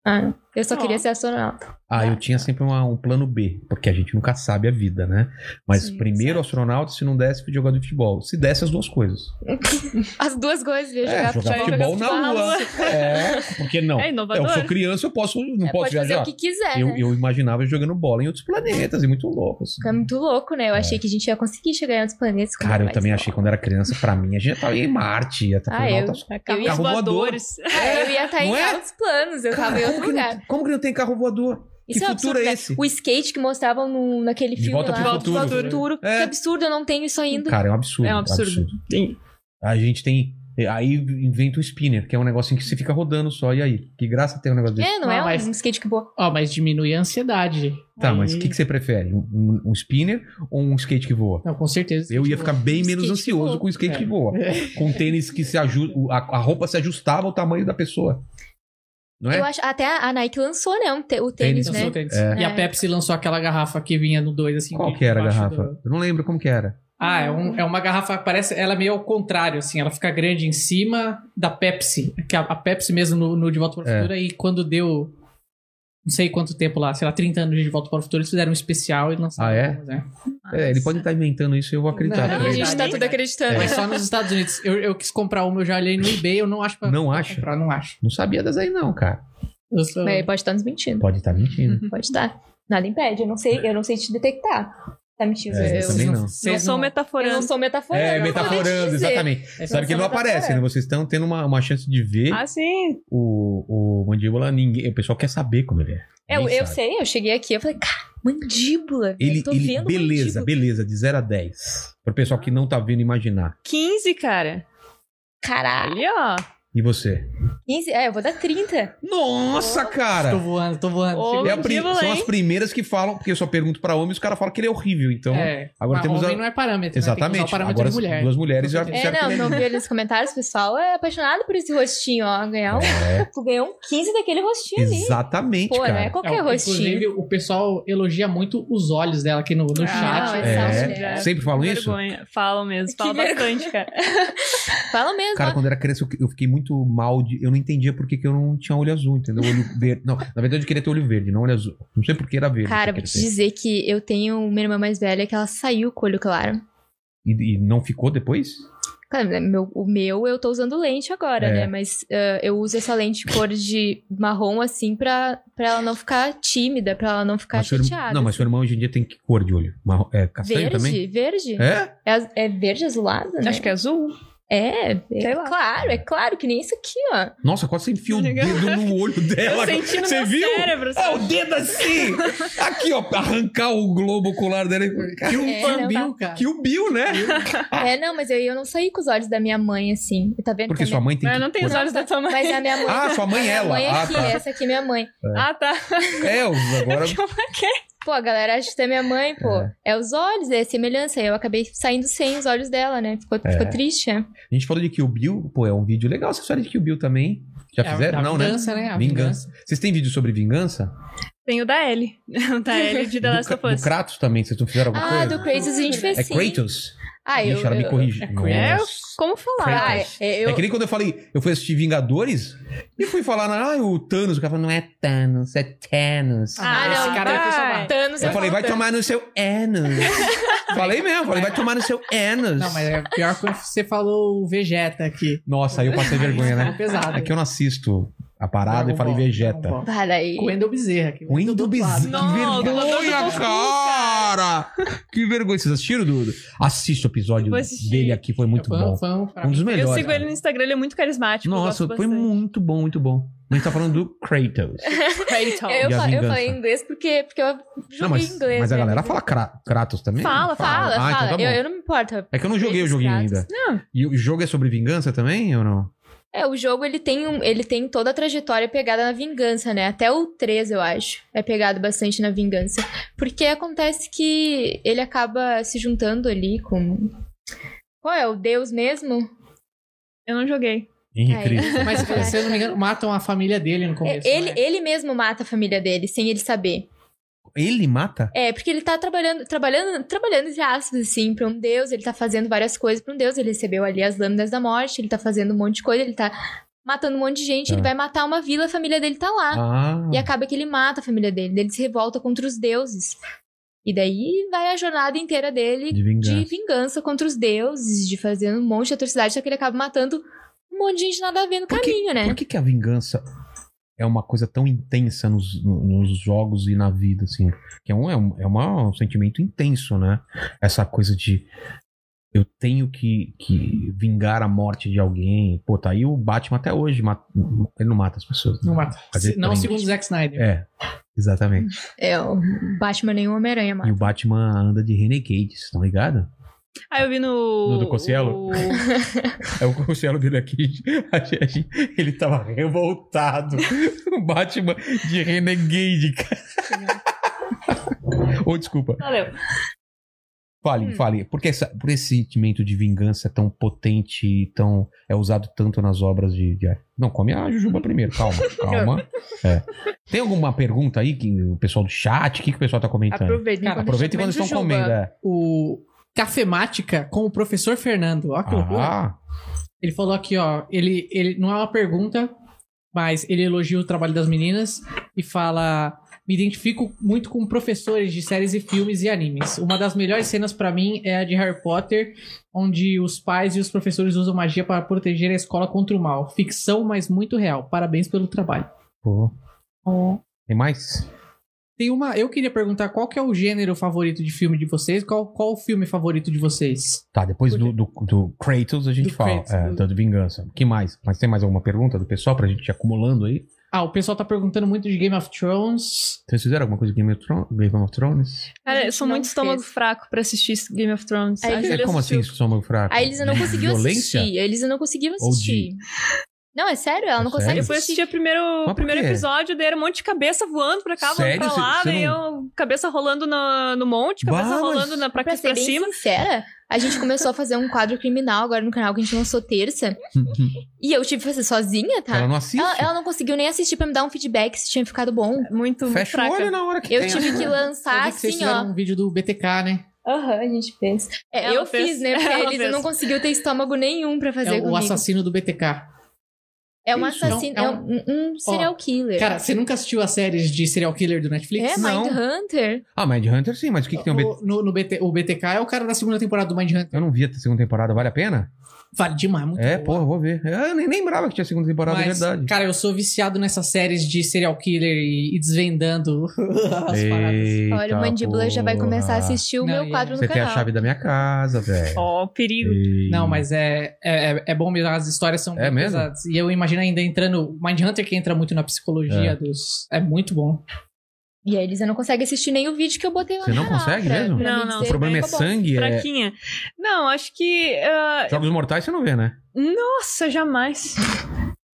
[SPEAKER 4] Ah, eu só
[SPEAKER 5] Ó.
[SPEAKER 4] queria ser astronauta.
[SPEAKER 2] Ah, eu tinha sempre uma- um plano B, porque a gente nunca sabe a vida, né? Mas
[SPEAKER 5] Sim,
[SPEAKER 2] primeiro
[SPEAKER 5] certo.
[SPEAKER 2] astronauta, se não desse, jogador de futebol. Se desse as duas coisas.
[SPEAKER 4] As duas coisas, eu ia
[SPEAKER 2] É,
[SPEAKER 4] jogar,
[SPEAKER 2] jogar
[SPEAKER 5] futebol.
[SPEAKER 2] futebol na
[SPEAKER 5] Jogar futebol na
[SPEAKER 2] lua. É, porque não?
[SPEAKER 5] É inovador.
[SPEAKER 2] Eu sou criança, eu posso, não posso
[SPEAKER 4] É, Pode fazer
[SPEAKER 2] viajar.
[SPEAKER 4] o que quiser,
[SPEAKER 2] eu,
[SPEAKER 4] né?
[SPEAKER 2] eu imaginava jogando bola em outros planetas e muito louco. assim.
[SPEAKER 4] Fica muito louco, né? Eu achei que a gente ia conseguir chegar em outros planetas.
[SPEAKER 2] É. Cara, eu
[SPEAKER 4] mas
[SPEAKER 2] também
[SPEAKER 4] não.
[SPEAKER 2] achei tá quando era criança, pra mim, a gente já tava em Marte, ia estar
[SPEAKER 4] Ah,
[SPEAKER 2] fazendo
[SPEAKER 4] eu-
[SPEAKER 2] altas-
[SPEAKER 5] É, carros
[SPEAKER 2] Carro voador.
[SPEAKER 5] voadores.
[SPEAKER 4] Ah, eu ia estar em
[SPEAKER 2] Não é?
[SPEAKER 4] outros planos, eu tava em
[SPEAKER 2] Cara,
[SPEAKER 4] outro
[SPEAKER 2] como, que
[SPEAKER 4] lugar.
[SPEAKER 2] não, como que não tem carro voador?
[SPEAKER 4] Isso
[SPEAKER 2] Que
[SPEAKER 4] é um
[SPEAKER 2] futuro
[SPEAKER 4] absurdo,
[SPEAKER 2] é
[SPEAKER 4] né?
[SPEAKER 2] esse?
[SPEAKER 4] O skate que mostravam no, naquele
[SPEAKER 2] De
[SPEAKER 4] filme
[SPEAKER 2] Volta
[SPEAKER 4] lá.
[SPEAKER 2] pro
[SPEAKER 4] De Volta pro
[SPEAKER 5] Futuro.
[SPEAKER 4] futuro.
[SPEAKER 2] É.
[SPEAKER 4] Que absurdo, eu não tenho isso ainda.
[SPEAKER 2] Cara, é um absurdo.
[SPEAKER 5] É um absurdo. Tem-
[SPEAKER 2] A gente tem. Aí inventa o spinner, que é um negocinho que você fica rodando só. E aí? Que graça tem um negócio desse?
[SPEAKER 4] É, não
[SPEAKER 3] Ah,
[SPEAKER 4] é um
[SPEAKER 3] mas-
[SPEAKER 4] skate que boa.
[SPEAKER 3] Ó, mas diminui a ansiedade.
[SPEAKER 2] Tá,
[SPEAKER 3] É. Aí-
[SPEAKER 2] mas o que, que você prefere? Um- Um, um spinner ou um skate que voa?
[SPEAKER 3] Não, com certeza.
[SPEAKER 2] Eu ia ficar bem
[SPEAKER 4] Tipo, Skate
[SPEAKER 2] menos
[SPEAKER 4] que
[SPEAKER 2] ansioso
[SPEAKER 4] voa.
[SPEAKER 2] com o skate
[SPEAKER 3] É.
[SPEAKER 2] que voa. Com tênis que se ajuda. A, a roupa se ajustava ao tamanho da pessoa. Não é?
[SPEAKER 4] Eu acho, até a Nike lançou, né? um te- o tênis,
[SPEAKER 2] Tênis,
[SPEAKER 4] né?
[SPEAKER 3] Lançou tênis.
[SPEAKER 2] É.
[SPEAKER 3] E a Pepsi lançou aquela garrafa que vinha no 2, assim.
[SPEAKER 2] Qual
[SPEAKER 3] de-
[SPEAKER 2] que era a
[SPEAKER 3] debaixo
[SPEAKER 2] garrafa?
[SPEAKER 3] do-
[SPEAKER 2] Eu não lembro como que era.
[SPEAKER 3] Ah, é, um- é uma garrafa, parece, ela é meio ao contrário, assim, ela fica grande em cima da Pepsi, que é a, a Pepsi mesmo no, no De Volta para o
[SPEAKER 2] É.
[SPEAKER 3] Futuro, e quando deu, não sei quanto tempo lá, sei lá, 30 anos de De Volta para o Futuro, eles fizeram um especial e lançaram.
[SPEAKER 2] Ah, é?
[SPEAKER 3] algumas, né?
[SPEAKER 2] É, ele pode estar inventando isso e eu vou acreditar.
[SPEAKER 3] Não,
[SPEAKER 2] tá
[SPEAKER 4] Não, a
[SPEAKER 2] ligado?
[SPEAKER 4] gente tá tudo acreditando.
[SPEAKER 3] É. Mas só nos Estados Unidos, eu, eu quis comprar uma, eu já olhei no eBay, eu não acho pra,
[SPEAKER 2] Não
[SPEAKER 3] pra
[SPEAKER 2] acha?
[SPEAKER 3] comprar, não acho.
[SPEAKER 2] Não sabia das aí, não, cara.
[SPEAKER 3] Eu
[SPEAKER 2] É.
[SPEAKER 3] sou-
[SPEAKER 4] Mas ele pode estar nos mentindo.
[SPEAKER 2] Pode estar mentindo.
[SPEAKER 4] Pode estar. Nada impede. Eu não sei, eu não sei te detectar. Tá mentindo.
[SPEAKER 2] É, eu
[SPEAKER 4] eu,
[SPEAKER 2] também não.
[SPEAKER 5] Não
[SPEAKER 3] vocês
[SPEAKER 5] sou
[SPEAKER 4] eu não
[SPEAKER 5] metaforando.
[SPEAKER 4] sou metaforando.
[SPEAKER 2] É,
[SPEAKER 4] eu não vou te
[SPEAKER 2] metaforando,
[SPEAKER 4] dizer.
[SPEAKER 2] exatamente.
[SPEAKER 3] É,
[SPEAKER 2] Sabe que não
[SPEAKER 4] só
[SPEAKER 2] aparece, né?
[SPEAKER 4] metaforando.
[SPEAKER 2] Vocês estão tendo uma, uma chance de ver
[SPEAKER 5] Ah, sim.
[SPEAKER 2] o, o mandíbula. Ninguém, o pessoal quer saber como ele é.
[SPEAKER 4] É, Eu,
[SPEAKER 2] Ninguém
[SPEAKER 4] eu
[SPEAKER 2] sabe.
[SPEAKER 4] sei, eu cheguei aqui, eu falei, cara, mandíbula.
[SPEAKER 2] Ele,
[SPEAKER 4] eu tô
[SPEAKER 2] ele-
[SPEAKER 5] um
[SPEAKER 4] vendo
[SPEAKER 2] beleza,
[SPEAKER 4] mandíbula.
[SPEAKER 2] beleza, de 0 a 10. Pro pessoal que não tá vendo imaginar.
[SPEAKER 5] 15, cara.
[SPEAKER 4] Caralho.
[SPEAKER 5] Ali, ó.
[SPEAKER 2] E você?
[SPEAKER 4] 15, é, eu vou dar 30.
[SPEAKER 2] Nossa,
[SPEAKER 3] Tô
[SPEAKER 2] cara!
[SPEAKER 3] voando, tô voando.
[SPEAKER 5] Ô,
[SPEAKER 2] É a pri-
[SPEAKER 5] mandíbula,
[SPEAKER 2] são
[SPEAKER 5] hein?
[SPEAKER 2] as primeiras que falam, porque eu só pergunto pra homem e os caras falam que ele é horrível. Então,
[SPEAKER 3] É,
[SPEAKER 2] agora
[SPEAKER 3] mas
[SPEAKER 2] temos a-
[SPEAKER 3] homem não é parâmetro, né? Tem que usar
[SPEAKER 2] exatamente.
[SPEAKER 3] o parâmetro
[SPEAKER 2] Agora
[SPEAKER 3] de mulher.
[SPEAKER 2] duas mulheres já
[SPEAKER 3] É,
[SPEAKER 4] É,
[SPEAKER 2] disseram que
[SPEAKER 4] não,
[SPEAKER 2] ele
[SPEAKER 4] não vi ali nos comentários, o pessoal é apaixonado por esse rostinho, ó. Ganhar um,
[SPEAKER 2] é.
[SPEAKER 4] tu ganhou um 15 daquele rostinho ali.
[SPEAKER 2] Exatamente,
[SPEAKER 4] Pô, não é
[SPEAKER 2] cara.
[SPEAKER 4] qualquer
[SPEAKER 3] É,
[SPEAKER 4] rostinho.
[SPEAKER 3] Inclusive, o pessoal elogia muito os olhos dela aqui no, no
[SPEAKER 5] Ah,
[SPEAKER 3] chat.
[SPEAKER 4] é
[SPEAKER 2] É,
[SPEAKER 4] Exato, né?
[SPEAKER 2] sempre falam isso?
[SPEAKER 5] Vergonha. Falam mesmo.
[SPEAKER 4] Que
[SPEAKER 5] Falam bastante, cara.
[SPEAKER 2] É.
[SPEAKER 4] Fala mesmo,
[SPEAKER 2] Cara,
[SPEAKER 4] ó.
[SPEAKER 2] quando eu era criança, eu- eu fiquei muito mal de. Eu não entendia por que, que eu não tinha olho azul, entendeu? Olho verde. Não, na verdade eu queria ter olho verde, não olho azul. Não sei por que era verde. que
[SPEAKER 4] Cara, vou
[SPEAKER 2] eu
[SPEAKER 4] te
[SPEAKER 2] queria ter.
[SPEAKER 4] dizer que eu tenho uma irmã mais velha que ela saiu com o olho claro.
[SPEAKER 2] E, e não ficou depois?
[SPEAKER 4] Cara, né, meu- o meu eu tô usando lente agora,
[SPEAKER 2] É.
[SPEAKER 4] né? Mas ah, eu uso essa lente cor de marrom, assim, pra, pra ela não ficar tímida, pra ela não ficar
[SPEAKER 2] Mas seu irmão-
[SPEAKER 4] chateada.
[SPEAKER 2] Não, mas seu irmão hoje em dia tem que cor de olho? Marrom- é, castanho
[SPEAKER 4] Verde,
[SPEAKER 2] também?
[SPEAKER 4] verde.
[SPEAKER 2] É?
[SPEAKER 4] É, az- é verde azulado, né?
[SPEAKER 5] Acho que é azul.
[SPEAKER 4] É,
[SPEAKER 5] Sei
[SPEAKER 4] é
[SPEAKER 5] lá.
[SPEAKER 4] claro, é claro, que nem isso aqui, ó.
[SPEAKER 2] Nossa, quase você enfia o
[SPEAKER 5] Tá ligado?
[SPEAKER 2] dedo no olho dela.
[SPEAKER 5] eu senti no
[SPEAKER 2] você
[SPEAKER 5] meu
[SPEAKER 2] viu?
[SPEAKER 5] cérebro.
[SPEAKER 2] É,
[SPEAKER 5] sabe?
[SPEAKER 2] o dedo assim! Aqui, ó, pra arrancar o globo ocular dela. Que o,
[SPEAKER 4] É,
[SPEAKER 3] Kill
[SPEAKER 4] não,
[SPEAKER 3] Bill, cara.
[SPEAKER 2] que o Bill, né?
[SPEAKER 4] É, não, mas eu, eu não saí com os olhos da minha mãe, assim. Tá vendo?
[SPEAKER 2] Porque
[SPEAKER 4] que a
[SPEAKER 2] sua mãe tem.
[SPEAKER 5] Mas eu
[SPEAKER 2] que
[SPEAKER 5] não tenho os
[SPEAKER 2] cor-
[SPEAKER 5] olhos da tua
[SPEAKER 4] minha...
[SPEAKER 5] mãe.
[SPEAKER 4] Mas a minha mãe...
[SPEAKER 2] Ah, sua mãe,
[SPEAKER 4] a minha
[SPEAKER 2] ela.
[SPEAKER 4] mãe
[SPEAKER 2] ah,
[SPEAKER 4] aqui,
[SPEAKER 2] tá.
[SPEAKER 4] essa aqui é minha mãe.
[SPEAKER 5] Ah, tá.
[SPEAKER 2] É, os- agora.
[SPEAKER 4] Pô, a galera acha que é minha mãe, pô. É, os olhos, é a semelhança. Eu acabei saindo sem os olhos dela, né? Ficou,
[SPEAKER 2] É.
[SPEAKER 4] ficou triste, né?
[SPEAKER 2] A gente falou de Kill Bill, pô, é um vídeo legal essa história de Kill Bill também. Já
[SPEAKER 3] É a-
[SPEAKER 2] fizeram?
[SPEAKER 5] tá,
[SPEAKER 3] a
[SPEAKER 2] Não, né?
[SPEAKER 3] vingança, né? A
[SPEAKER 2] Vingança. Vocês têm vídeo sobre vingança?
[SPEAKER 5] Tem o da Ellie. O da Ellie de The
[SPEAKER 2] do,
[SPEAKER 5] Last
[SPEAKER 2] Cra-
[SPEAKER 5] of Us.
[SPEAKER 2] do Kratos também, vocês não fizeram alguma
[SPEAKER 4] Ah,
[SPEAKER 2] coisa?
[SPEAKER 4] do Kratos a gente fez
[SPEAKER 2] É
[SPEAKER 4] sim.
[SPEAKER 2] Kratos?
[SPEAKER 4] Ah, eu...
[SPEAKER 2] Deixa ela me
[SPEAKER 4] eu-
[SPEAKER 2] corrigir.
[SPEAKER 3] é Kratos.
[SPEAKER 2] Nossa.
[SPEAKER 5] Como falar?
[SPEAKER 4] Ah, é, é, eu...
[SPEAKER 2] É que nem quando eu falei, eu fui assistir Vingadores e fui falar, ah, o Thanos. O cara falou, não é Thanos, é Thanos.
[SPEAKER 4] Ah,
[SPEAKER 3] Ah,
[SPEAKER 4] não,
[SPEAKER 3] esse cara
[SPEAKER 5] vai.
[SPEAKER 3] vai salvar.
[SPEAKER 4] Thanos
[SPEAKER 2] eu
[SPEAKER 4] é
[SPEAKER 2] falei, vai
[SPEAKER 4] foda.
[SPEAKER 2] tomar no seu Enos. falei mesmo, falei, vai tomar no seu Enos.
[SPEAKER 3] Não, mas é pior quando você falou o Vegeta aqui.
[SPEAKER 2] Nossa, aí eu passei vergonha,
[SPEAKER 3] Ficou
[SPEAKER 2] né?
[SPEAKER 3] pesado. Tá
[SPEAKER 2] É que eu não assisto a parada e
[SPEAKER 3] Dragon
[SPEAKER 2] falei
[SPEAKER 3] Ball,
[SPEAKER 2] Vegeta.
[SPEAKER 3] Dragon Ball.
[SPEAKER 4] Para aí.
[SPEAKER 3] Com o Wendel Bezerra aqui.
[SPEAKER 2] O Indo
[SPEAKER 3] dublado.
[SPEAKER 2] Bezerra.
[SPEAKER 5] Não,
[SPEAKER 2] Que
[SPEAKER 5] dublador do
[SPEAKER 2] vergonha,
[SPEAKER 5] Goku,
[SPEAKER 2] cara! Que vergonha. Vocês assistiram, Dudu? Assista o episódio
[SPEAKER 5] Eu vou assistir.
[SPEAKER 2] dele aqui, foi muito
[SPEAKER 3] Foi um-
[SPEAKER 2] bom.
[SPEAKER 3] foi um- pra
[SPEAKER 2] Um dos
[SPEAKER 5] Eu
[SPEAKER 2] melhores.
[SPEAKER 5] sigo ele no Instagram, ele é muito carismático. eu
[SPEAKER 2] Nossa,
[SPEAKER 5] gosto
[SPEAKER 2] foi
[SPEAKER 5] bastante.
[SPEAKER 2] muito bom, muito bom. Mas a gente tá falando do Kratos.
[SPEAKER 5] Kratos.
[SPEAKER 4] Eu,
[SPEAKER 2] E a
[SPEAKER 4] fa- eu
[SPEAKER 2] vingança?
[SPEAKER 4] falei inglês porque, porque eu joguei
[SPEAKER 2] Não, mas,
[SPEAKER 4] inglês.
[SPEAKER 2] mas a
[SPEAKER 4] né?
[SPEAKER 2] galera fala Kra- Kratos também?
[SPEAKER 4] Fala, fala,
[SPEAKER 2] Ah, então
[SPEAKER 4] fala.
[SPEAKER 2] tá bom.
[SPEAKER 4] eu, eu não me importo.
[SPEAKER 2] É que eu não joguei o joguinho
[SPEAKER 4] Kratos.
[SPEAKER 2] ainda.
[SPEAKER 5] Não.
[SPEAKER 2] E o jogo é sobre vingança também ou não?
[SPEAKER 4] É, o jogo ele tem, um, ele tem toda a trajetória pegada na vingança, né? Até o 3, eu acho, é pegado bastante na vingança. Porque acontece que ele acaba se juntando ali com. Qual é? O Deus mesmo?
[SPEAKER 5] Eu não joguei.
[SPEAKER 2] Henrique
[SPEAKER 4] Ai,
[SPEAKER 2] Cristo.
[SPEAKER 3] Mas, se eu não me engano, matam a família dele no começo.
[SPEAKER 4] É, ele,
[SPEAKER 3] né?
[SPEAKER 4] ele mesmo mata a família dele, sem ele saber.
[SPEAKER 2] Ele mata?
[SPEAKER 4] É, porque ele tá trabalhando, trabalhando, trabalhando de aspas, assim, pra um deus, ele tá fazendo várias coisas pra um deus, ele recebeu ali as lâminas da morte, ele tá fazendo um monte de coisa, ele tá matando um monte de gente, ele
[SPEAKER 2] Ah.
[SPEAKER 4] vai matar uma vila, a família dele tá lá.
[SPEAKER 2] Ah.
[SPEAKER 4] E acaba que ele mata a família dele, daí ele se revolta contra os deuses. E daí vai a jornada inteira dele
[SPEAKER 2] De vingança.
[SPEAKER 4] de vingança contra os deuses, de fazendo um monte de atrocidade, só que ele acaba matando um monte de gente nada a ver no
[SPEAKER 2] Por que-
[SPEAKER 4] caminho, né?
[SPEAKER 2] Por que, que a vingança é uma coisa tão intensa nos, no- nos jogos e na vida, assim? Que é um, é um, é uma- um sentimento intenso, né? Essa coisa de eu tenho que, que vingar a morte de alguém. Pô, tá aí o Batman até hoje. mata- ele não mata as pessoas. né?
[SPEAKER 3] Não mata.
[SPEAKER 2] Mas ele
[SPEAKER 3] não
[SPEAKER 2] prende.
[SPEAKER 3] segundo o Zack Snyder.
[SPEAKER 2] É, exatamente.
[SPEAKER 4] É, o Batman nem o Homem-Aranha,
[SPEAKER 2] E
[SPEAKER 4] mano.
[SPEAKER 2] o Batman anda de Renegades, estão ligado?
[SPEAKER 5] Ah, eu vi no.
[SPEAKER 2] No do Cossielo?
[SPEAKER 5] o-
[SPEAKER 2] Aí É o Cossielo dele aqui, a gente- ele tava revoltado. O Batman de Renegade, cara. Ou desculpa.
[SPEAKER 5] Valeu.
[SPEAKER 2] Fale, fale. Por que essa- por esse sentimento de vingança tão potente e tão. é usado tanto nas obras de, de arte? Não, come a Jujuba primeiro, calma, calma. É. Tem alguma pergunta aí que o pessoal do chat? O que, que o pessoal tá comentando?
[SPEAKER 6] Aproveitem
[SPEAKER 3] Cara,
[SPEAKER 2] Aproveita enquanto estão
[SPEAKER 6] chuva.
[SPEAKER 2] comendo. É.
[SPEAKER 3] O Cafemática com o professor Fernando. Ó que loucura.
[SPEAKER 2] Ah,
[SPEAKER 3] Ele falou aqui, ó. Ele, ele não é uma pergunta, mas ele elogia o trabalho das meninas e fala. Me identifico muito com professores de séries e filmes e animes. Uma das melhores cenas pra mim é a de Harry Potter, onde os pais e os professores usam magia para proteger a escola contra o mal. Ficção, mas muito real. Parabéns pelo trabalho.
[SPEAKER 2] pô.
[SPEAKER 3] É.
[SPEAKER 2] Tem mais?
[SPEAKER 3] Tem uma. Eu queria perguntar qual que é o gênero favorito de filme de vocês? Qual, qual o filme favorito de vocês?
[SPEAKER 2] Tá, depois do, do, do Kratos a gente
[SPEAKER 3] Do
[SPEAKER 2] fala.
[SPEAKER 3] Kratos,
[SPEAKER 2] é,
[SPEAKER 3] do-
[SPEAKER 2] do... do Vingança. que mais? Mas tem mais alguma pergunta do pessoal pra gente ir acumulando aí?
[SPEAKER 3] Ah, o pessoal tá perguntando muito de Game of Thrones.
[SPEAKER 2] Vocês fizeram alguma coisa de Game of Thron- Game of Thrones?
[SPEAKER 5] Cara, eu sou
[SPEAKER 4] Não
[SPEAKER 5] muito estômago
[SPEAKER 4] fez.
[SPEAKER 5] fraco pra assistir Game of Thrones.
[SPEAKER 4] Aí
[SPEAKER 5] A
[SPEAKER 4] ele-
[SPEAKER 2] É,
[SPEAKER 5] Julia
[SPEAKER 2] como assim,
[SPEAKER 5] assistiu.
[SPEAKER 2] estômago fraco?
[SPEAKER 4] A Elisa não
[SPEAKER 2] De
[SPEAKER 4] conseguiu
[SPEAKER 2] "Hum, violência?
[SPEAKER 4] assistir. A Elisa não conseguiu
[SPEAKER 2] Ou de-
[SPEAKER 4] assistir. Não, é sério, ela não
[SPEAKER 2] É
[SPEAKER 4] consegue
[SPEAKER 2] sério?
[SPEAKER 5] Eu fui assistir
[SPEAKER 4] assistir.
[SPEAKER 5] o primeiro,
[SPEAKER 2] por
[SPEAKER 5] primeiro
[SPEAKER 2] quê?
[SPEAKER 5] episódio, daí era um monte de cabeça voando pra cá, voando
[SPEAKER 2] Sério?
[SPEAKER 5] pra
[SPEAKER 2] Cê-
[SPEAKER 5] lá,
[SPEAKER 2] cê
[SPEAKER 5] daí
[SPEAKER 2] não-
[SPEAKER 5] eu, cabeça rolando no, no monte, cabeça
[SPEAKER 2] Bah, mas-
[SPEAKER 5] rolando na, pra,
[SPEAKER 4] Pra
[SPEAKER 5] cá
[SPEAKER 4] ser
[SPEAKER 5] pra
[SPEAKER 4] bem
[SPEAKER 5] cima.
[SPEAKER 4] sincera, a gente começou a fazer um quadro criminal agora no canal que a gente lançou terça. E eu tive que fazer sozinha, tá?
[SPEAKER 2] Ela não assiste.
[SPEAKER 4] Ela, ela não conseguiu nem assistir pra me dar um feedback se tinha ficado bom.
[SPEAKER 5] Muito, muito
[SPEAKER 2] Fecha o
[SPEAKER 5] fraca.
[SPEAKER 2] olho né? na hora que
[SPEAKER 4] Eu
[SPEAKER 2] tem
[SPEAKER 4] tive
[SPEAKER 2] a-
[SPEAKER 4] que
[SPEAKER 3] eu
[SPEAKER 4] lançar
[SPEAKER 3] vi que vocês
[SPEAKER 4] assim,
[SPEAKER 3] fizeram
[SPEAKER 4] ó.
[SPEAKER 3] um vídeo do BTK, né?
[SPEAKER 4] Aham, a gente fez. É,
[SPEAKER 5] Ela
[SPEAKER 4] eu
[SPEAKER 5] fez.
[SPEAKER 4] fiz, né? Porque
[SPEAKER 5] Ela
[SPEAKER 4] a Elisa
[SPEAKER 5] fez.
[SPEAKER 4] não conseguiu ter estômago nenhum pra fazer
[SPEAKER 3] É o
[SPEAKER 4] comigo.
[SPEAKER 3] assassino do BTK.
[SPEAKER 4] É um
[SPEAKER 3] Isso, não,
[SPEAKER 4] assassino,
[SPEAKER 3] é
[SPEAKER 4] é um, um serial killer.
[SPEAKER 3] Cara, você nunca assistiu as séries de serial killer do Netflix?
[SPEAKER 4] é,
[SPEAKER 2] não.
[SPEAKER 4] Mindhunter.
[SPEAKER 2] Ah, Mindhunter sim, mas o que, que tem a ver?
[SPEAKER 3] O, no, no BT, o BTK é o cara da segunda temporada do Mindhunter.
[SPEAKER 2] Eu não vi a segunda temporada, vale a pena?
[SPEAKER 3] Vale demais, muito
[SPEAKER 2] é,
[SPEAKER 3] boa.
[SPEAKER 2] porra, vou ver. Ah, Eu nem lembrava que tinha segunda temporada, é
[SPEAKER 3] Mas,
[SPEAKER 2] verdade.
[SPEAKER 3] cara, eu sou viciado nessas séries de serial killer e, e desvendando as paradas.
[SPEAKER 2] Eita,
[SPEAKER 4] Olha, o Mandíbula já vai
[SPEAKER 2] porra.
[SPEAKER 4] começar a assistir o
[SPEAKER 3] Não,
[SPEAKER 4] meu
[SPEAKER 3] e-
[SPEAKER 4] quadro
[SPEAKER 2] Você
[SPEAKER 4] no
[SPEAKER 2] tem a
[SPEAKER 4] canal.
[SPEAKER 2] chave da minha casa, velho.
[SPEAKER 5] Ó, o perigo.
[SPEAKER 2] Ei.
[SPEAKER 3] Não, mas é, é, é- é bom mesmo, as histórias são
[SPEAKER 2] É
[SPEAKER 3] bem
[SPEAKER 2] mesmo?
[SPEAKER 3] pesadas. E eu imagino ainda entrando. Mindhunter que entra muito na psicologia
[SPEAKER 2] É.
[SPEAKER 3] dos. É muito bom.
[SPEAKER 4] E a Elisa não consegue assistir nem o vídeo que eu botei lá.
[SPEAKER 2] Você não
[SPEAKER 4] no canal
[SPEAKER 2] consegue
[SPEAKER 4] pra-
[SPEAKER 2] mesmo?
[SPEAKER 4] pra
[SPEAKER 5] Não,
[SPEAKER 4] me
[SPEAKER 5] não.
[SPEAKER 2] O
[SPEAKER 4] dizer
[SPEAKER 2] problema é
[SPEAKER 4] como tá bom.
[SPEAKER 2] sangue? É...
[SPEAKER 5] Fraquinha. Não, acho que. ah,
[SPEAKER 2] Jogos Mortais você não vê, né?
[SPEAKER 5] Nossa, jamais.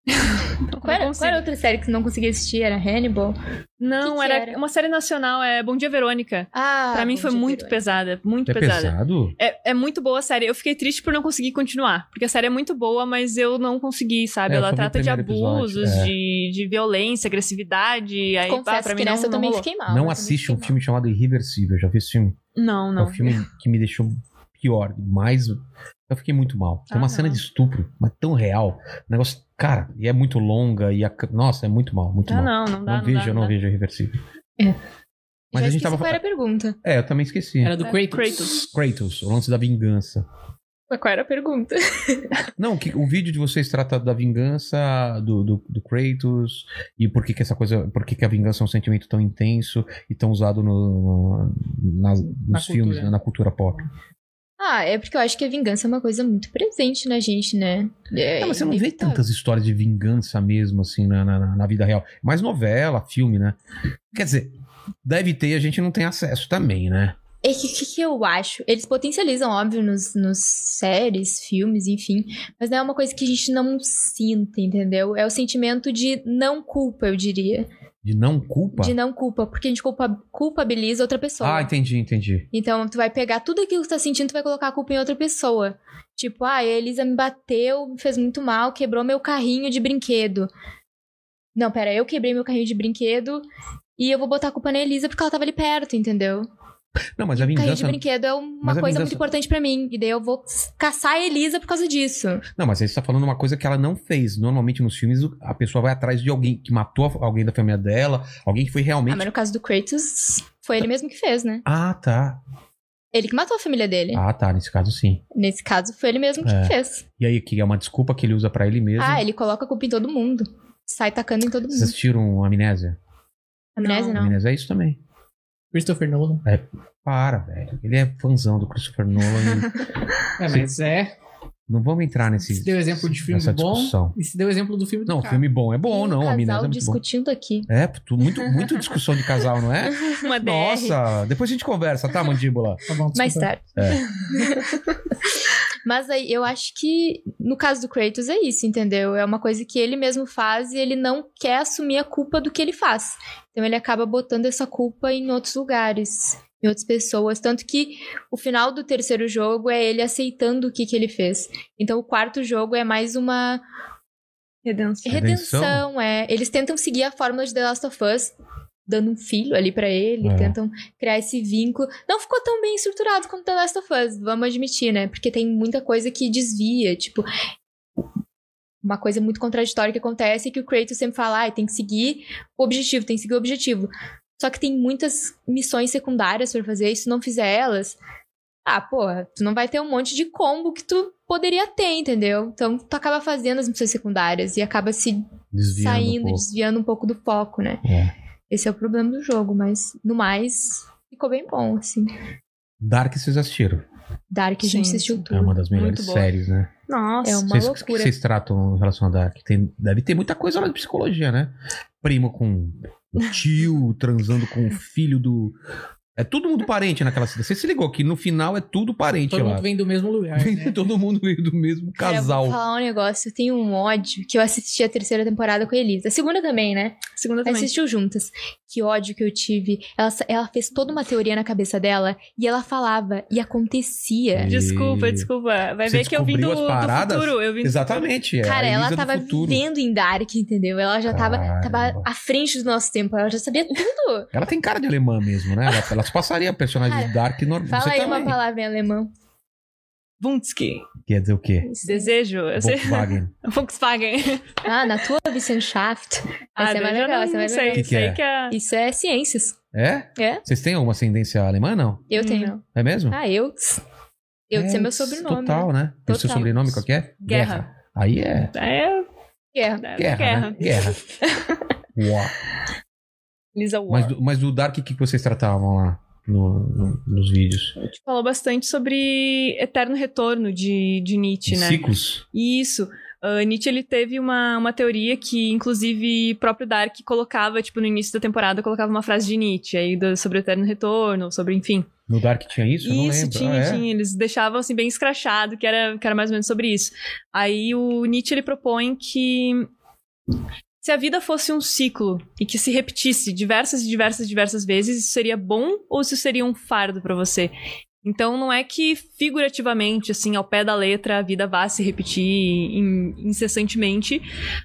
[SPEAKER 4] Qual era,
[SPEAKER 5] Não
[SPEAKER 4] qual era outra série que você não conseguia assistir? Era Hannibal?
[SPEAKER 5] Não,
[SPEAKER 4] que
[SPEAKER 5] era,
[SPEAKER 4] era?
[SPEAKER 5] uma série nacional, é Bom Dia Verônica.
[SPEAKER 4] Ah,
[SPEAKER 5] pra mim
[SPEAKER 4] Bom
[SPEAKER 5] foi
[SPEAKER 4] Dia,
[SPEAKER 5] muito
[SPEAKER 4] Verônica.
[SPEAKER 5] pesada, muito
[SPEAKER 2] É
[SPEAKER 5] pesada.
[SPEAKER 2] pesado?
[SPEAKER 5] É, é muito boa a série. Eu fiquei triste por não conseguir continuar. Porque a série é muito boa, mas eu não consegui,
[SPEAKER 2] É,
[SPEAKER 5] sabe?
[SPEAKER 2] eu
[SPEAKER 5] Ela
[SPEAKER 2] só vi o
[SPEAKER 5] trata de
[SPEAKER 2] primeiro episódio,
[SPEAKER 5] abusos,
[SPEAKER 2] é.
[SPEAKER 5] de, de violência, agressividade. Aí, pá,
[SPEAKER 4] Confesso
[SPEAKER 5] Ah, pra
[SPEAKER 4] que
[SPEAKER 5] mim não,
[SPEAKER 4] nessa eu
[SPEAKER 5] não
[SPEAKER 4] também
[SPEAKER 5] rolou.
[SPEAKER 4] fiquei mal. eu
[SPEAKER 2] Não
[SPEAKER 4] Ah, também
[SPEAKER 2] assiste
[SPEAKER 4] fiquei
[SPEAKER 2] um
[SPEAKER 4] mal.
[SPEAKER 2] filme chamado Irreversível, já vi esse filme.
[SPEAKER 5] Não,
[SPEAKER 2] É
[SPEAKER 5] não.
[SPEAKER 2] o filme que me deixou pior, mais. Eu fiquei muito mal. Tem
[SPEAKER 5] Ah,
[SPEAKER 2] uma cena
[SPEAKER 5] não.
[SPEAKER 2] de estupro, mas tão real. O negócio, cara, e é muito longa e a... nossa, é muito mal, muito
[SPEAKER 5] Ah,
[SPEAKER 2] mal.
[SPEAKER 5] não, não dá.
[SPEAKER 2] não vejo,
[SPEAKER 5] dá,
[SPEAKER 2] eu não
[SPEAKER 5] dá.
[SPEAKER 2] vejo irreversível. Mas a
[SPEAKER 4] Já
[SPEAKER 2] gente
[SPEAKER 4] esqueci
[SPEAKER 2] tava
[SPEAKER 4] qual era a pergunta.
[SPEAKER 2] É, eu também esqueci.
[SPEAKER 3] Era do
[SPEAKER 5] É,
[SPEAKER 3] Kratos.
[SPEAKER 5] Kratos.
[SPEAKER 2] Kratos, o lance da vingança.
[SPEAKER 4] Mas qual era a pergunta?
[SPEAKER 2] Não, o que, o vídeo de vocês trata da vingança do, do, do Kratos e por que, que essa coisa, por que, que a vingança é um sentimento tão intenso e tão usado no, no- nas-
[SPEAKER 3] Na
[SPEAKER 2] nos
[SPEAKER 3] cultura.
[SPEAKER 2] filmes, né, na cultura pop.
[SPEAKER 4] Ah, é porque eu acho que a vingança é uma coisa muito presente na gente, né? É,
[SPEAKER 2] É, mas você não vê
[SPEAKER 4] inevitável.
[SPEAKER 2] tantas histórias de vingança mesmo, assim, na, na- na- na vida real. Mais novela, filme, né? Quer dizer, deve ter, a gente não tem acesso também, né?
[SPEAKER 4] É que, que, que eu acho? Eles potencializam, óbvio, nos, nos séries, filmes, enfim. Mas não é uma coisa que a gente não sinta, entendeu? É o sentimento de não culpa, eu diria.
[SPEAKER 2] De não culpa.
[SPEAKER 4] De não culpa, porque a gente culpa- culpabiliza outra pessoa.
[SPEAKER 2] Ah, entendi, entendi.
[SPEAKER 4] Então, tu vai pegar tudo aquilo que tu tá sentindo, tu vai colocar a culpa em outra pessoa. Tipo, ah, a Elisa me bateu, me fez muito mal, quebrou meu carrinho de brinquedo. Não, pera, eu quebrei meu carrinho de brinquedo e eu vou botar a culpa na Elisa porque ela tava ali perto, entendeu?
[SPEAKER 2] Não, mas a
[SPEAKER 4] Carrinho de
[SPEAKER 2] vingança.
[SPEAKER 4] brinquedo é uma
[SPEAKER 2] mas a
[SPEAKER 4] coisa
[SPEAKER 2] vingança-
[SPEAKER 4] muito importante pra mim. E daí eu vou caçar a Elisa por causa disso.
[SPEAKER 2] Não, mas aí você tá falando uma coisa que ela não fez. Normalmente nos filmes o- a pessoa vai atrás de alguém que matou a- alguém da família dela, alguém que foi
[SPEAKER 4] Ah,
[SPEAKER 2] realmente.
[SPEAKER 4] mas no caso do Kratos, foi ele mesmo que fez, né?
[SPEAKER 2] Ah, tá.
[SPEAKER 4] Ele que matou a família dele.
[SPEAKER 2] Ah, tá, nesse caso sim.
[SPEAKER 4] Nesse caso, foi ele mesmo que
[SPEAKER 2] É.
[SPEAKER 4] fez.
[SPEAKER 2] E aí, que é uma desculpa que ele usa pra ele mesmo.
[SPEAKER 4] Ah, ele coloca a culpa em todo mundo. Sai tacando em todo
[SPEAKER 2] Vocês
[SPEAKER 4] mundo.
[SPEAKER 2] assistiram Amnésia?
[SPEAKER 4] Amnésia, não.
[SPEAKER 2] Amnésia é isso também.
[SPEAKER 3] Christopher Nolan.
[SPEAKER 2] Para, velho. Ele é fãzão do Christopher Nolan. e
[SPEAKER 3] É, mas é.
[SPEAKER 2] não vamos entrar nesse.
[SPEAKER 3] Se deu exemplo de filme
[SPEAKER 2] nessa
[SPEAKER 3] bom.
[SPEAKER 2] discussão.
[SPEAKER 3] E se deu exemplo do filme do
[SPEAKER 2] Não,
[SPEAKER 3] cara.
[SPEAKER 2] filme bom é bom,
[SPEAKER 4] Tem um
[SPEAKER 2] não. A Minas é
[SPEAKER 4] casal
[SPEAKER 2] muito bom.
[SPEAKER 4] discutindo aqui.
[SPEAKER 2] É, tu- muito, muito discussão de casal, não é?
[SPEAKER 5] Uma DR.
[SPEAKER 2] Nossa, depois a gente conversa, tá, mandíbula?
[SPEAKER 3] Tá bom,
[SPEAKER 4] Mais
[SPEAKER 3] desculpa.
[SPEAKER 4] tarde.
[SPEAKER 2] É.
[SPEAKER 4] Mas aí eu acho que no caso do Kratos é isso, entendeu? É uma coisa que ele mesmo faz e ele não quer assumir a culpa do que ele faz. Então ele acaba botando essa culpa em outros lugares, em outras pessoas. Tanto que o final do terceiro jogo é ele aceitando o que, que ele fez. Então o quarto jogo é mais uma
[SPEAKER 5] Redenção.
[SPEAKER 2] Redenção.
[SPEAKER 4] redenção. é. Eles tentam seguir a fórmula de The Last of Us. Dando um filho ali pra ele,
[SPEAKER 2] É.
[SPEAKER 4] tentam criar esse vínculo. Não ficou tão bem estruturado quanto The Last of Us, vamos admitir, né? Porque tem muita coisa que desvia, tipo. Uma coisa muito contraditória que acontece é que o Kratos sempre fala, ah, tem que seguir o objetivo, tem que seguir o objetivo. Só que tem muitas missões secundárias pra fazer, e se tu não fizer elas, ah, porra, tu não vai ter um monte de combo que tu poderia ter, entendeu? Então tu acaba fazendo as missões secundárias e acaba se
[SPEAKER 2] Desviando. um
[SPEAKER 4] saindo,
[SPEAKER 2] pouco.
[SPEAKER 4] desviando um pouco do foco, né?
[SPEAKER 2] É.
[SPEAKER 4] Esse é o problema do jogo, mas no mais, ficou bem bom, assim.
[SPEAKER 2] Dark vocês assistiram.
[SPEAKER 4] Dark, a
[SPEAKER 5] Sim,
[SPEAKER 4] gente assistiu tudo.
[SPEAKER 2] É uma das melhores
[SPEAKER 5] Muito boa.
[SPEAKER 2] séries, né?
[SPEAKER 5] Nossa.
[SPEAKER 4] É uma
[SPEAKER 2] Vocês- O que
[SPEAKER 4] loucura.
[SPEAKER 2] vocês tratam em relação a Dark? Tem- deve ter muita coisa lá de psicologia, né? Primo com o tio, transando com o filho do. É todo mundo parente naquela cidade. Você se ligou que no final é tudo parente
[SPEAKER 3] Todo
[SPEAKER 2] lá.
[SPEAKER 3] mundo vem do mesmo lugar, né?
[SPEAKER 2] todo mundo veio do mesmo
[SPEAKER 4] Cara, É, eu vou
[SPEAKER 2] casal.
[SPEAKER 4] falar um negócio, eu tenho um ódio que eu assisti a terceira temporada com a Elisa. A segunda também, né?
[SPEAKER 5] Segunda também.
[SPEAKER 4] Assistiu juntas. Que ódio que eu tive. Ela, sa- ela fez toda uma teoria na cabeça dela e ela falava e acontecia.
[SPEAKER 5] Desculpa,
[SPEAKER 2] E-
[SPEAKER 5] desculpa. Vai
[SPEAKER 2] Você
[SPEAKER 5] ver que eu vim do,
[SPEAKER 2] descobriu as
[SPEAKER 5] do
[SPEAKER 2] paradas?
[SPEAKER 5] futuro. Eu vim do
[SPEAKER 2] Exatamente. É
[SPEAKER 4] Cara,
[SPEAKER 2] a
[SPEAKER 4] ela
[SPEAKER 2] Elisa do
[SPEAKER 4] tava
[SPEAKER 2] futuro.
[SPEAKER 4] vivendo em Dark, entendeu? Ela já tava,
[SPEAKER 2] Caramba.
[SPEAKER 4] tava à frente do nosso tempo. Ela já sabia tudo.
[SPEAKER 2] Ela tem cara de alemã mesmo, né? Ela, ela se passaria personagem
[SPEAKER 4] Cara,
[SPEAKER 2] de Dark normal.
[SPEAKER 4] Fala
[SPEAKER 2] Você
[SPEAKER 4] aí
[SPEAKER 2] também.
[SPEAKER 4] uma palavra em alemão.
[SPEAKER 5] Wunski.
[SPEAKER 2] Quer dizer o quê?
[SPEAKER 5] Desejo. Eu sei.
[SPEAKER 2] Volkswagen.
[SPEAKER 5] Volkswagen.
[SPEAKER 4] Ah, na tua Wissenschaft.
[SPEAKER 5] Ah,
[SPEAKER 4] Essa é
[SPEAKER 5] daí
[SPEAKER 4] mais
[SPEAKER 5] já
[SPEAKER 4] legal,
[SPEAKER 5] não
[SPEAKER 4] essa é mais
[SPEAKER 5] sei.
[SPEAKER 4] legal.
[SPEAKER 2] Que que
[SPEAKER 5] sei
[SPEAKER 2] é?
[SPEAKER 5] que a...
[SPEAKER 4] Isso é ciências.
[SPEAKER 2] É?
[SPEAKER 4] É?
[SPEAKER 2] Vocês têm alguma ascendência alemã, não?
[SPEAKER 4] Eu
[SPEAKER 5] Hum.
[SPEAKER 4] tenho.
[SPEAKER 2] É mesmo?
[SPEAKER 4] Ah, eu. Eu é, é meu sobrenome. né?
[SPEAKER 2] Total, né? E O seu
[SPEAKER 4] Total.
[SPEAKER 2] sobrenome qual que é?
[SPEAKER 5] Guerra.
[SPEAKER 2] Aí é
[SPEAKER 5] É,
[SPEAKER 4] Guerra.
[SPEAKER 2] guerra,
[SPEAKER 5] é guerra.
[SPEAKER 2] né? Guerra. Uau.
[SPEAKER 5] Lisa War.
[SPEAKER 2] Mas, do- mas do Dark, o que que vocês tratavam lá no- no- nos vídeos?
[SPEAKER 5] A gente falou bastante sobre eterno retorno de, de Nietzsche, né?
[SPEAKER 2] Ciclos?
[SPEAKER 5] Isso. Ah, Nietzsche ele teve uma, uma teoria que, inclusive, o próprio Dark colocava, tipo, no início da temporada, colocava uma frase de Nietzsche aí do- sobre o eterno retorno, sobre, enfim.
[SPEAKER 2] No Dark tinha isso? Eu não
[SPEAKER 5] isso,
[SPEAKER 2] lembro.
[SPEAKER 5] tinha,
[SPEAKER 2] Ah, é?
[SPEAKER 5] tinha. Eles deixavam assim bem escrachado, que era, que era mais ou menos sobre isso. Aí o Nietzsche ele propõe que se a vida fosse um ciclo e que se repetisse diversas e diversas e diversas vezes, isso seria bom ou isso seria um fardo pra você? Então não é que figurativamente, assim, ao pé da letra, a vida vá se repetir in- incessantemente,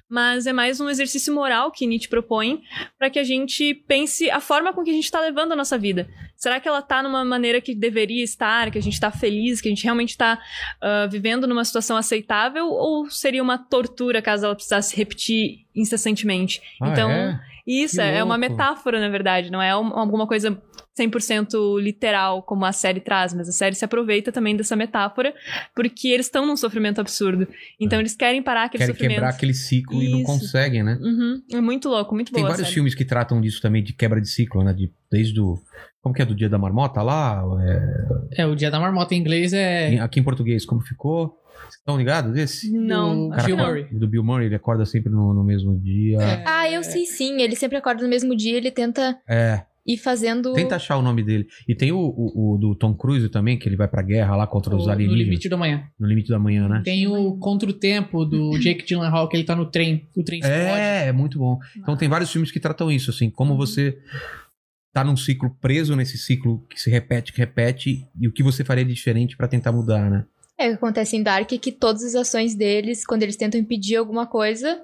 [SPEAKER 5] mas é mais um exercício moral que Nietzsche propõe para que a gente pense a forma com que a gente está levando a nossa vida. Será que ela tá numa maneira que deveria estar, que a gente tá feliz, que a gente realmente tá ah, vivendo numa situação aceitável? Ou seria uma tortura caso ela precisasse repetir incessantemente?
[SPEAKER 2] Ah,
[SPEAKER 5] então,
[SPEAKER 2] é?
[SPEAKER 5] isso
[SPEAKER 2] Que
[SPEAKER 5] é uma
[SPEAKER 2] louco.
[SPEAKER 5] metáfora, na verdade, não é um- alguma coisa 100% literal como a série traz, mas a série se aproveita também dessa metáfora, porque eles estão num sofrimento absurdo. Então eles querem parar aquele
[SPEAKER 2] É. Querem
[SPEAKER 5] sofrimento.
[SPEAKER 2] quebrar aquele ciclo e não
[SPEAKER 5] Isso.
[SPEAKER 2] conseguem, né?
[SPEAKER 5] Uhum, É muito louco, muito
[SPEAKER 2] Tem
[SPEAKER 5] boa a
[SPEAKER 2] vários
[SPEAKER 5] série.
[SPEAKER 2] filmes que tratam disso também, de quebra de ciclo, né? De, desde o... Como que é? Do Dia da Marmota lá? É,
[SPEAKER 3] É, o Dia da Marmota em inglês é.
[SPEAKER 2] Aqui em português, como ficou? Vocês estão ligados desse?
[SPEAKER 5] Não,
[SPEAKER 3] Do
[SPEAKER 5] acho que
[SPEAKER 3] Bill
[SPEAKER 5] não.
[SPEAKER 3] Murray.
[SPEAKER 2] Do Bill Murray, ele acorda sempre no, no mesmo dia.
[SPEAKER 3] É,
[SPEAKER 4] Ah, eu sei sim. Ele sempre acorda no mesmo dia, ele tenta
[SPEAKER 2] É.
[SPEAKER 4] ir fazendo.
[SPEAKER 2] Tenta achar o nome dele. E tem o, o- o do Tom Cruise também, que ele vai pra guerra lá contra os
[SPEAKER 3] o- No
[SPEAKER 2] alienígenas.
[SPEAKER 3] limite da manhã.
[SPEAKER 2] No limite da manhã, né?
[SPEAKER 3] Tem o Contra o Tempo
[SPEAKER 4] Uhum.
[SPEAKER 3] do Jake Gyllenhaal, que ele tá no trem. O trem explode.
[SPEAKER 2] É, é muito bom. Então tem vários filmes que tratam isso, assim,
[SPEAKER 5] Uhum.
[SPEAKER 2] como você tá num ciclo preso nesse ciclo que se repete, que repete, e o que você faria de diferente pra tentar mudar, né?
[SPEAKER 4] É, o que acontece em Dark é que todas as ações deles, quando eles tentam impedir alguma coisa,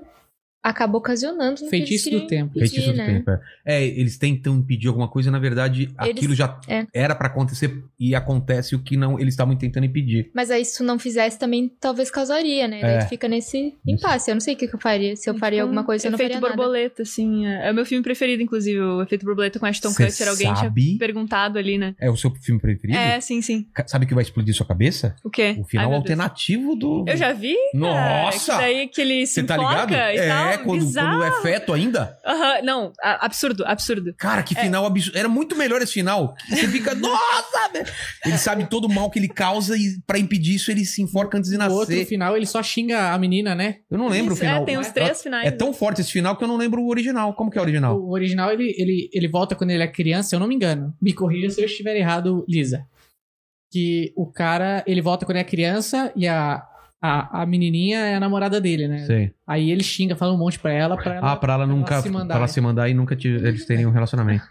[SPEAKER 4] acaba ocasionando. no que eles
[SPEAKER 3] Feitiço do
[SPEAKER 4] queriam
[SPEAKER 3] Tempo.
[SPEAKER 4] impedir,
[SPEAKER 2] Feitiço do
[SPEAKER 4] né?
[SPEAKER 2] tempo. É. É, eles tentam impedir alguma coisa, na verdade, aquilo já
[SPEAKER 4] é.
[SPEAKER 2] era pra acontecer e acontece o que não eles estavam tentando impedir.
[SPEAKER 4] Mas aí, se tu não fizesse, também talvez causaria, né?
[SPEAKER 2] É.
[SPEAKER 4] Daí tu fica nesse impasse. Eu não sei o que, que eu faria. Se eu faria
[SPEAKER 5] Tipo,
[SPEAKER 4] alguma coisa, eu não
[SPEAKER 5] Efeito
[SPEAKER 4] faria nada.
[SPEAKER 5] borboleta, assim. É é o meu filme preferido, inclusive, o Efeito Borboleta com Ashton
[SPEAKER 2] Cê
[SPEAKER 5] Kutcher. Alguém tinha
[SPEAKER 2] sabe?
[SPEAKER 5] perguntado ali, né?
[SPEAKER 2] É o seu filme preferido?
[SPEAKER 5] É, sim, sim.
[SPEAKER 2] Ca- Sabe o que vai explodir sua cabeça?
[SPEAKER 5] O quê?
[SPEAKER 2] O
[SPEAKER 5] Ai,
[SPEAKER 2] final
[SPEAKER 5] meu Deus.
[SPEAKER 2] alternativo do.
[SPEAKER 5] Eu já vi. cara,
[SPEAKER 2] Nossa!
[SPEAKER 5] que É, daí que ele se
[SPEAKER 2] Você tá
[SPEAKER 5] enforca
[SPEAKER 2] ligado?
[SPEAKER 5] e
[SPEAKER 2] é
[SPEAKER 5] tal.
[SPEAKER 2] quando, quando é feto ainda?
[SPEAKER 5] Aham, não, a- absurdo, absurdo.
[SPEAKER 2] Cara, que final absurdo. Era muito melhor esse final. Você fica, nossa, velho. Ele sabe todo o mal que ele causa e pra impedir isso ele se enforca antes de
[SPEAKER 3] No
[SPEAKER 2] nascer.
[SPEAKER 3] outro final, ele só xinga a menina, né?
[SPEAKER 2] Eu não lembro
[SPEAKER 5] Isso,
[SPEAKER 2] o final.
[SPEAKER 5] É, tem os três finais.
[SPEAKER 2] É tão forte esse final que eu não lembro o original. Como que é o original?
[SPEAKER 3] O original, ele, ele, ele volta quando ele é criança, se eu não me engano. Me corrija se eu estiver errado, Lisa. Que o cara, ele volta quando é criança e a, a, a menininha é a namorada dele, né?
[SPEAKER 2] Sei.
[SPEAKER 3] Aí ele xinga, fala um monte pra ela, pra ela...
[SPEAKER 2] Ah, pra ela nunca.
[SPEAKER 3] se mandar,
[SPEAKER 2] pra ela
[SPEAKER 3] é.
[SPEAKER 2] se mandar e nunca te- eles terem um relacionamento.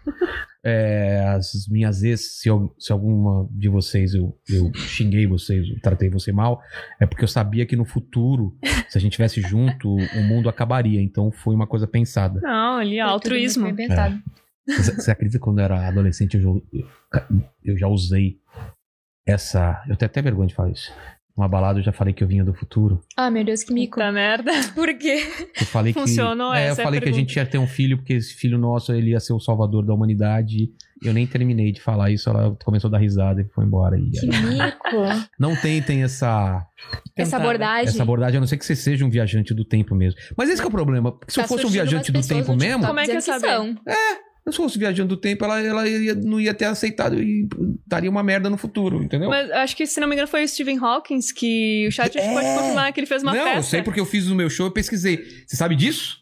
[SPEAKER 2] É, as minhas ex, se, eu- se alguma de vocês eu, eu xinguei vocês, eu tratei você mal, é porque eu sabia que no futuro, se a gente tivesse junto, o mundo acabaria. Então foi uma coisa pensada.
[SPEAKER 5] Não, ali, ó,
[SPEAKER 4] Foi
[SPEAKER 5] altruísmo.
[SPEAKER 4] tudo muito bem pensado.
[SPEAKER 2] É. Você você acredita que quando eu era adolescente eu, jo- eu já usei essa. Eu tenho até vergonha de falar isso. Uma balada eu já falei que eu vinha do futuro.
[SPEAKER 4] Ah, meu Deus, que mico.
[SPEAKER 5] Puta merda. Por quê?
[SPEAKER 2] Eu falei que.
[SPEAKER 5] Funcionou
[SPEAKER 2] é, eu
[SPEAKER 5] essa é a
[SPEAKER 2] falei que a gente ia ter um filho, porque esse filho nosso ele ia ser o salvador da humanidade. Eu nem terminei de falar isso, ela começou a dar risada e foi embora. E
[SPEAKER 4] Que mico.
[SPEAKER 2] Não tentem essa,
[SPEAKER 4] Essa
[SPEAKER 3] Tentada.
[SPEAKER 5] É,
[SPEAKER 4] abordagem.
[SPEAKER 2] né? essa abordagem, a não ser que você seja um viajante do tempo mesmo. Mas esse que é o problema. Porque se eu
[SPEAKER 4] Tá
[SPEAKER 2] fosse um
[SPEAKER 4] surgindo
[SPEAKER 2] viajante do
[SPEAKER 4] umas
[SPEAKER 2] tempo
[SPEAKER 4] pessoas no
[SPEAKER 2] mesmo,
[SPEAKER 4] TikTok
[SPEAKER 5] Como é que
[SPEAKER 4] dizendo
[SPEAKER 5] eu saber?
[SPEAKER 4] são.
[SPEAKER 2] se eu fosse um viajante do tempo, ela, ela ia- não ia ter aceitado e daria uma merda no futuro, entendeu?
[SPEAKER 5] Mas acho que, se não me engano, foi o Stephen Hawking que o chat
[SPEAKER 2] É.
[SPEAKER 5] pode confirmar que ele fez uma
[SPEAKER 2] não,
[SPEAKER 5] festa.
[SPEAKER 2] eu sei porque eu fiz no meu show, eu pesquisei. Você sabe disso?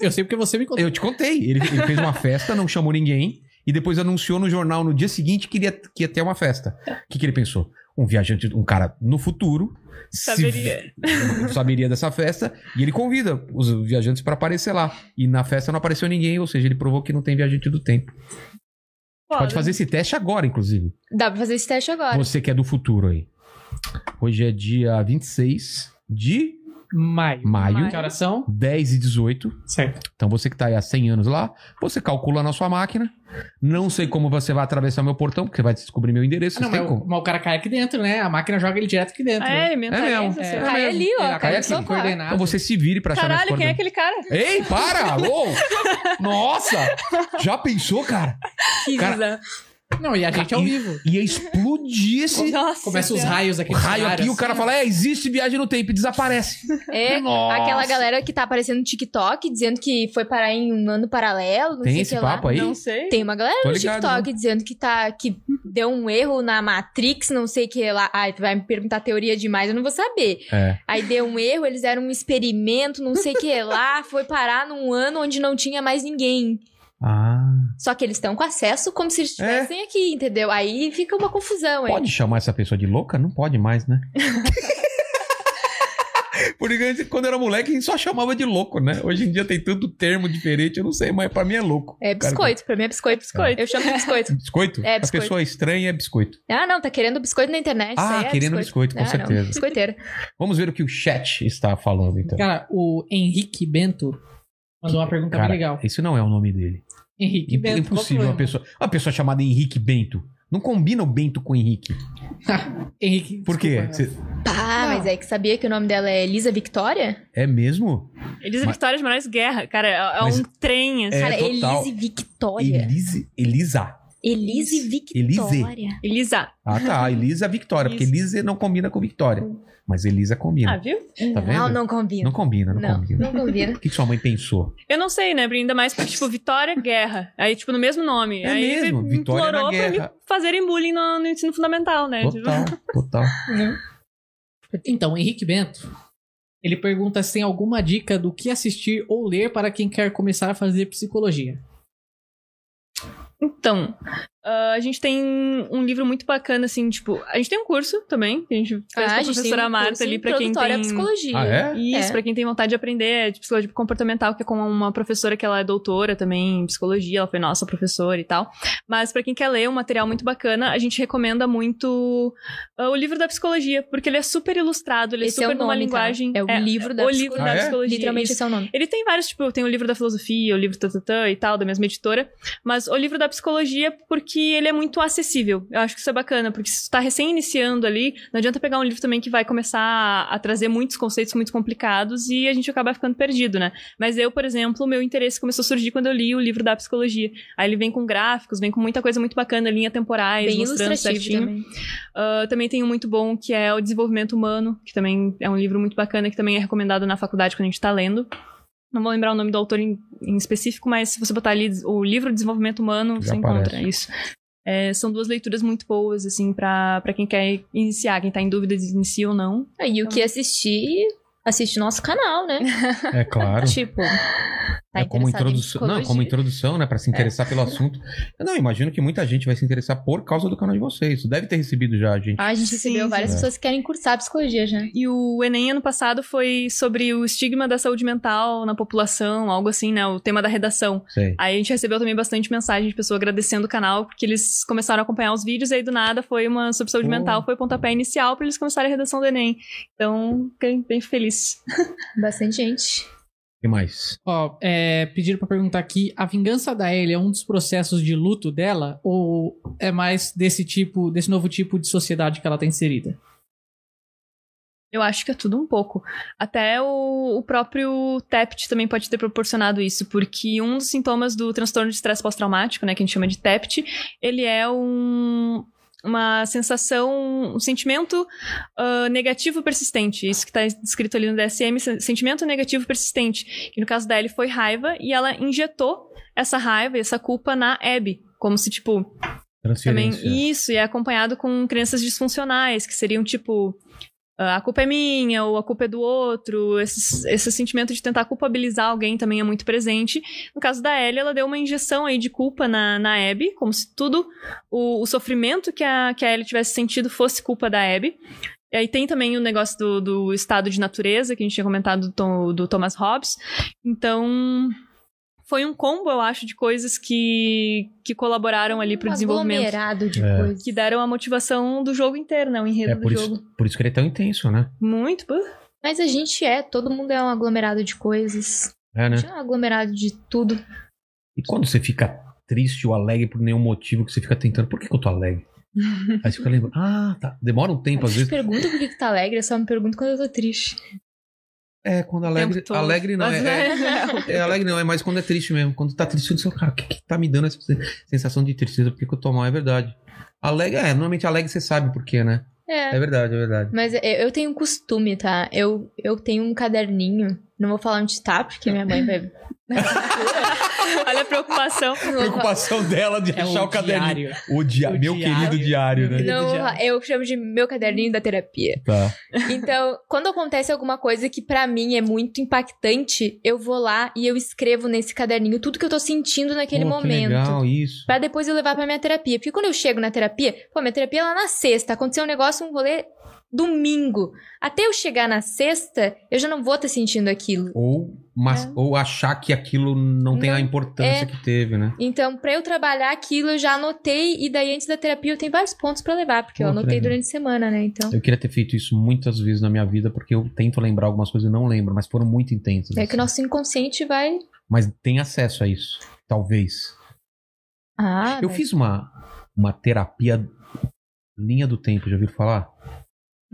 [SPEAKER 3] Eu sei porque você me contou.
[SPEAKER 2] Eu te contei. Ele, ele fez uma festa, não chamou ninguém, e depois anunciou no jornal no dia seguinte que, iria, que ia ter uma festa. O que, que ele pensou? Um viajante, um cara no futuro, se-
[SPEAKER 5] Saberia.
[SPEAKER 2] saberia dessa festa, e ele convida os viajantes pra aparecer lá. E na festa não apareceu ninguém, ou seja, ele provou que não tem viajante do tempo. Pode fazer esse teste agora, inclusive.
[SPEAKER 4] Dá pra fazer esse teste agora.
[SPEAKER 2] Você que é do futuro aí. Hoje é dia 26 de
[SPEAKER 3] Maio.
[SPEAKER 2] maio,
[SPEAKER 5] Maio.
[SPEAKER 3] Que horas são?
[SPEAKER 2] 10 e 18.
[SPEAKER 3] Certo.
[SPEAKER 2] Então você que está aí há 100 anos lá, você calcula na sua máquina. Não sei como você vai atravessar meu portão, porque vai descobrir meu endereço.
[SPEAKER 3] Ah, não,
[SPEAKER 2] não tem
[SPEAKER 3] mas, o,
[SPEAKER 2] como.
[SPEAKER 3] mas o cara cai aqui dentro, né? A máquina joga ele direto aqui dentro.
[SPEAKER 5] É, mentalista,
[SPEAKER 2] mesmo.
[SPEAKER 5] sei lá.
[SPEAKER 2] É.
[SPEAKER 4] Cai
[SPEAKER 2] mesmo.
[SPEAKER 4] ali, ó.
[SPEAKER 3] Ele assim,
[SPEAKER 4] Cai
[SPEAKER 2] cai
[SPEAKER 4] no
[SPEAKER 2] aqui,
[SPEAKER 4] sofá.
[SPEAKER 3] coordenado.
[SPEAKER 2] Então você se vire para achar minhas
[SPEAKER 5] Caralho, quem é
[SPEAKER 2] coordenadas.
[SPEAKER 5] aquele cara?
[SPEAKER 2] Ei, para! Alô! Nossa! Já pensou, cara?
[SPEAKER 5] Que
[SPEAKER 2] Cara,
[SPEAKER 5] bizarro.
[SPEAKER 3] Não, e a gente é ao
[SPEAKER 2] E-
[SPEAKER 3] vivo.
[SPEAKER 2] Ia explodir esse
[SPEAKER 5] Nossa
[SPEAKER 3] Começa os
[SPEAKER 5] Senhora.
[SPEAKER 3] raios aqui.
[SPEAKER 2] raio
[SPEAKER 3] claro,
[SPEAKER 2] aqui. O cara
[SPEAKER 3] assim.
[SPEAKER 2] fala, é, existe viagem no tempo e desaparece.
[SPEAKER 4] É,
[SPEAKER 2] Nossa.
[SPEAKER 4] aquela galera que tá aparecendo no TikTok dizendo que foi parar em um ano paralelo, não
[SPEAKER 2] Tem
[SPEAKER 4] sei o
[SPEAKER 2] esse
[SPEAKER 4] que
[SPEAKER 2] papo
[SPEAKER 4] lá.
[SPEAKER 2] aí?
[SPEAKER 5] é Não sei.
[SPEAKER 4] Tem uma galera
[SPEAKER 2] Tô
[SPEAKER 4] no
[SPEAKER 2] ligado,
[SPEAKER 4] TikTok dizendo que tá que deu um erro na Matrix, não sei o que lá. Ai, tu vai me perguntar teoria demais, eu não vou saber.
[SPEAKER 2] É.
[SPEAKER 4] Aí deu um erro, eles eram um experimento, não sei o que lá, foi parar num ano onde não tinha mais ninguém.
[SPEAKER 2] Ah.
[SPEAKER 4] Só que eles estão com acesso como se estivessem aqui, entendeu? Aí fica uma confusão, hein?
[SPEAKER 2] É. Pode chamar essa pessoa de louca? Não pode mais, né? Por enquanto, quando era moleque, a gente só chamava de louco, né? Hoje em dia tem tanto termo diferente, eu não sei, mas pra mim é louco.
[SPEAKER 4] É biscoito, pra mim é biscoito.
[SPEAKER 5] biscoito.
[SPEAKER 4] Eu chamo de biscoito.
[SPEAKER 2] Cara, biscoito?
[SPEAKER 4] É,
[SPEAKER 2] A
[SPEAKER 4] biscoito.
[SPEAKER 2] pessoa estranha é biscoito.
[SPEAKER 4] Ah, não, tá querendo biscoito na internet. isso
[SPEAKER 2] Ah,
[SPEAKER 4] aí é
[SPEAKER 2] querendo biscoito, com
[SPEAKER 4] Ah, não,
[SPEAKER 2] certeza.
[SPEAKER 4] biscoiteira.
[SPEAKER 2] Vamos ver o que o chat está falando, então.
[SPEAKER 3] Cara, o Henrique Bento mandou uma pergunta tá bem
[SPEAKER 2] Cara,
[SPEAKER 3] legal.
[SPEAKER 2] Isso não é o nome dele.
[SPEAKER 3] Henrique
[SPEAKER 2] Imp-
[SPEAKER 3] Bento. qual
[SPEAKER 2] Impossível uma
[SPEAKER 3] foi?
[SPEAKER 2] pessoa. Uma pessoa chamada Henrique Bento. Não combina o Bento com o Henrique.
[SPEAKER 3] Henrique.
[SPEAKER 2] Por quê?
[SPEAKER 3] desculpa.
[SPEAKER 2] Cê-
[SPEAKER 4] Pá, mas é que sabia que o nome dela é Elisa Victoria?
[SPEAKER 2] É mesmo?
[SPEAKER 5] Elisa
[SPEAKER 2] Mas-
[SPEAKER 5] Vitória de Moraes Guerra, cara, é, é
[SPEAKER 2] Mas-
[SPEAKER 5] um trem, assim.
[SPEAKER 2] É,
[SPEAKER 4] Cara,
[SPEAKER 2] total.
[SPEAKER 4] Elise Victoria.
[SPEAKER 2] Elise, Elisa.
[SPEAKER 4] Elise Victoria.
[SPEAKER 5] Elisa.
[SPEAKER 2] Ah, tá. Elisa Victoria. Porque
[SPEAKER 5] Isso.
[SPEAKER 2] Elise não combina com Victoria. Mas Elisa
[SPEAKER 5] Ah,
[SPEAKER 2] combina.
[SPEAKER 5] viu?
[SPEAKER 2] tá vendo?
[SPEAKER 4] Não, não combina.
[SPEAKER 2] Não combina, não,
[SPEAKER 4] Não,
[SPEAKER 2] combina.
[SPEAKER 4] não combina.
[SPEAKER 2] O que que sua mãe pensou?
[SPEAKER 5] Eu não sei, né, Bri? Ainda mais porque, tipo, Vitória Guerra. Aí, tipo, no mesmo nome.
[SPEAKER 2] É
[SPEAKER 5] Aí
[SPEAKER 2] mesmo,
[SPEAKER 5] me
[SPEAKER 2] Vitória
[SPEAKER 5] implorou
[SPEAKER 2] na
[SPEAKER 5] pra
[SPEAKER 2] Guerra.
[SPEAKER 5] me fazerem bullying no, no ensino fundamental, né? Tipo,
[SPEAKER 2] Total, total.
[SPEAKER 3] Então, Henrique Bento. Ele pergunta se tem alguma dica do que assistir ou ler para quem quer começar a fazer psicologia.
[SPEAKER 5] Então, ah, a gente tem um livro muito bacana, assim, tipo, a gente tem um curso também, que a gente
[SPEAKER 4] Ah,
[SPEAKER 5] fez com a professora Marta ali pra quem
[SPEAKER 4] um Introdutório à
[SPEAKER 5] tem.
[SPEAKER 4] psicologia.
[SPEAKER 2] Ah, é?
[SPEAKER 5] Isso, pra quem tem vontade de aprender é de psicologia comportamental, que é com uma professora que ela é doutora também em psicologia, ela foi nossa professora e tal. Mas pra quem quer ler um material muito bacana, a gente recomenda muito ah, o livro da psicologia, porque ele é super ilustrado, ele
[SPEAKER 4] Esse
[SPEAKER 5] é
[SPEAKER 4] é o
[SPEAKER 5] super
[SPEAKER 4] nome,
[SPEAKER 5] numa
[SPEAKER 4] tá?
[SPEAKER 5] linguagem.
[SPEAKER 4] É o livro da
[SPEAKER 5] o
[SPEAKER 4] psicologia.
[SPEAKER 5] livro
[SPEAKER 2] Ah,
[SPEAKER 5] da
[SPEAKER 2] é?
[SPEAKER 5] psicologia.
[SPEAKER 4] Literalmente
[SPEAKER 5] isso.
[SPEAKER 4] esse é o nome.
[SPEAKER 5] Ele tem vários, tipo, tem o livro da filosofia, o livro tatatã e tal, da mesma editora, mas o livro da psicologia, porque ele é muito acessível. Eu acho que isso é bacana, porque se tu tá recém-iniciando ali, não adianta pegar um livro também que vai começar a, a trazer muitos conceitos muito complicados e a gente acaba ficando perdido, né? Mas eu, por exemplo, o meu interesse começou a surgir quando eu li o livro da psicologia. Aí ele vem com gráficos, vem com muita coisa muito bacana, linha temporais,
[SPEAKER 4] Bem
[SPEAKER 5] mostrando
[SPEAKER 4] ilustrativo
[SPEAKER 5] certinho.
[SPEAKER 4] também.
[SPEAKER 5] Ah, também tem um muito bom que é O Desenvolvimento Humano, que também é um livro muito bacana, que também é recomendado na faculdade quando a gente tá lendo. Não vou lembrar o nome do autor em, em específico, mas se você botar ali o livro de Desenvolvimento Humano,
[SPEAKER 2] Já
[SPEAKER 5] você encontra
[SPEAKER 2] aparece.
[SPEAKER 5] isso. É, são duas leituras muito boas, assim, pra pra quem quer iniciar, quem tá em dúvida de inicia ou não.
[SPEAKER 4] Ah, E o
[SPEAKER 5] Ah.
[SPEAKER 4] que assistir, assiste nosso canal, né?
[SPEAKER 2] É claro.
[SPEAKER 4] Tipo, tá
[SPEAKER 2] é como
[SPEAKER 4] interessado em
[SPEAKER 2] introdução, não,
[SPEAKER 4] psicologia.
[SPEAKER 2] como introdução, né, Pra se interessar pelo assunto. Eu não imagino que muita gente vai se interessar por causa do canal de vocês. Deve ter recebido já, gente.
[SPEAKER 4] Ah, a gente
[SPEAKER 5] Sim,
[SPEAKER 4] recebeu
[SPEAKER 5] sim.
[SPEAKER 4] várias
[SPEAKER 2] É.
[SPEAKER 4] pessoas que querem cursar psicologia já.
[SPEAKER 5] E o Enem ano passado foi sobre o estigma da saúde mental na população, algo assim, né? O tema da redação.
[SPEAKER 2] Sei.
[SPEAKER 5] Aí a gente recebeu também bastante mensagem de pessoa agradecendo o canal, porque eles começaram a acompanhar os vídeos, e aí do nada foi uma sobre saúde
[SPEAKER 2] Pô.
[SPEAKER 5] mental, foi o pontapé inicial pra eles começarem a redação do Enem. Então, fiquei bem feliz.
[SPEAKER 4] Bastante gente.
[SPEAKER 2] O que mais?
[SPEAKER 3] Ó, é, pediram pra perguntar aqui, a vingança da Ellie é um dos processos de luto dela ou é mais desse tipo, desse novo tipo de sociedade que ela tá inserida?
[SPEAKER 5] Eu acho que é tudo um pouco. Até o, o próprio TEPT também pode ter proporcionado isso, porque um dos sintomas do transtorno de estresse pós-traumático, né, que a gente chama de TEPT, ele é um, uma sensação, um sentimento ah, negativo persistente. Isso que está descrito ali no DSM, sen- sentimento negativo persistente. Que no caso da Ellie foi raiva e ela injetou essa raiva e essa culpa na Abby. Como se, tipo, também
[SPEAKER 2] Transferência.
[SPEAKER 5] isso, e é acompanhado com crenças disfuncionais, que seriam tipo. ah, A culpa é minha, ou a culpa é do outro. Esse, esse sentimento de tentar culpabilizar alguém também é muito presente. No caso da Ellie, ela deu uma injeção aí de culpa na, na Abby, como se tudo o, o sofrimento que a, que a Ellie tivesse sentido fosse culpa da Abby. E aí tem também o negócio do, do estado de natureza, que a gente tinha comentado do, Tom- do Thomas Hobbes. Então, foi um combo, eu acho, de coisas que, que colaboraram ali pro
[SPEAKER 4] Um
[SPEAKER 5] desenvolvimento
[SPEAKER 4] aglomerado de
[SPEAKER 2] É.
[SPEAKER 4] coisas.
[SPEAKER 5] que deram a motivação do jogo inteiro, né? O enredo
[SPEAKER 2] É
[SPEAKER 5] do
[SPEAKER 2] por
[SPEAKER 5] jogo.
[SPEAKER 2] isso, por isso que ele é tão intenso, né?
[SPEAKER 5] Muito. pô.
[SPEAKER 4] Mas a gente é, todo mundo é um aglomerado de coisas.
[SPEAKER 2] É,
[SPEAKER 4] A
[SPEAKER 2] né?
[SPEAKER 4] gente é um aglomerado de tudo.
[SPEAKER 2] E quando você fica triste ou alegre por nenhum motivo que você fica tentando, por que, que eu tô alegre? Aí você fica lembrando, ah, tá. Demora um tempo,
[SPEAKER 4] Eu
[SPEAKER 2] às
[SPEAKER 4] te
[SPEAKER 2] vezes.
[SPEAKER 4] pergunto por que que tá alegre, eu só me pergunto quando eu tô triste.
[SPEAKER 2] É, quando
[SPEAKER 5] O
[SPEAKER 2] alegre.
[SPEAKER 5] tempo todo.
[SPEAKER 2] Alegre não,
[SPEAKER 5] Mas,
[SPEAKER 2] é, é,
[SPEAKER 5] né?
[SPEAKER 2] é alegre não, é mais quando é triste mesmo. Quando tá triste, você fala, cara, o que, que tá me dando essa sen- sensação de tristeza? Por que, que eu tô mal? É verdade. Alegre, é, normalmente alegre você sabe por quê, né? É verdade, é verdade.
[SPEAKER 4] Mas eu- eu tenho um costume, tá? Eu, eu tenho um caderninho. Não vou falar onde tá, porque minha mãe vai.
[SPEAKER 5] Olha a preocupação.
[SPEAKER 2] Preocupação dela de
[SPEAKER 4] É
[SPEAKER 2] achar É o, caderninho.
[SPEAKER 3] É
[SPEAKER 2] Né?
[SPEAKER 3] diário.
[SPEAKER 2] O, dia...
[SPEAKER 3] O
[SPEAKER 2] meu
[SPEAKER 3] diário.
[SPEAKER 2] querido diário, né?
[SPEAKER 3] Meu
[SPEAKER 4] Não, vou
[SPEAKER 3] já.
[SPEAKER 4] falar. eu chamo de meu caderninho da terapia.
[SPEAKER 2] Tá.
[SPEAKER 4] Então, quando acontece alguma coisa que pra mim é muito impactante, eu vou lá e eu escrevo nesse caderninho tudo que eu tô sentindo naquele
[SPEAKER 2] Pô, que
[SPEAKER 4] momento.
[SPEAKER 2] legal, isso.
[SPEAKER 4] Pra depois eu levar pra minha terapia. Porque quando eu chego na terapia, pô, minha terapia é lá na sexta. Aconteceu um negócio, um rolê domingo. Até eu chegar na sexta, eu já não vou estar sentindo aquilo.
[SPEAKER 2] Ou, mas, ou achar que aquilo não tem
[SPEAKER 4] É. Não,
[SPEAKER 2] a importância
[SPEAKER 4] é.
[SPEAKER 2] que teve, né?
[SPEAKER 4] Então, pra eu trabalhar aquilo, eu já anotei e daí antes da terapia eu tenho vários pontos pra levar, porque eu
[SPEAKER 2] Pô, que
[SPEAKER 4] anotei
[SPEAKER 2] legal.
[SPEAKER 4] durante a semana, né? Então,
[SPEAKER 2] Eu queria ter feito isso muitas vezes na minha vida, porque eu tento lembrar algumas coisas e não lembro, mas foram muito intensas.
[SPEAKER 4] é que o
[SPEAKER 2] assim.
[SPEAKER 4] nosso inconsciente vai
[SPEAKER 2] Mas tem acesso a isso, talvez.
[SPEAKER 4] Ah,
[SPEAKER 2] eu
[SPEAKER 4] mas-
[SPEAKER 2] fiz uma, uma terapia linha do tempo, já ouviram falar?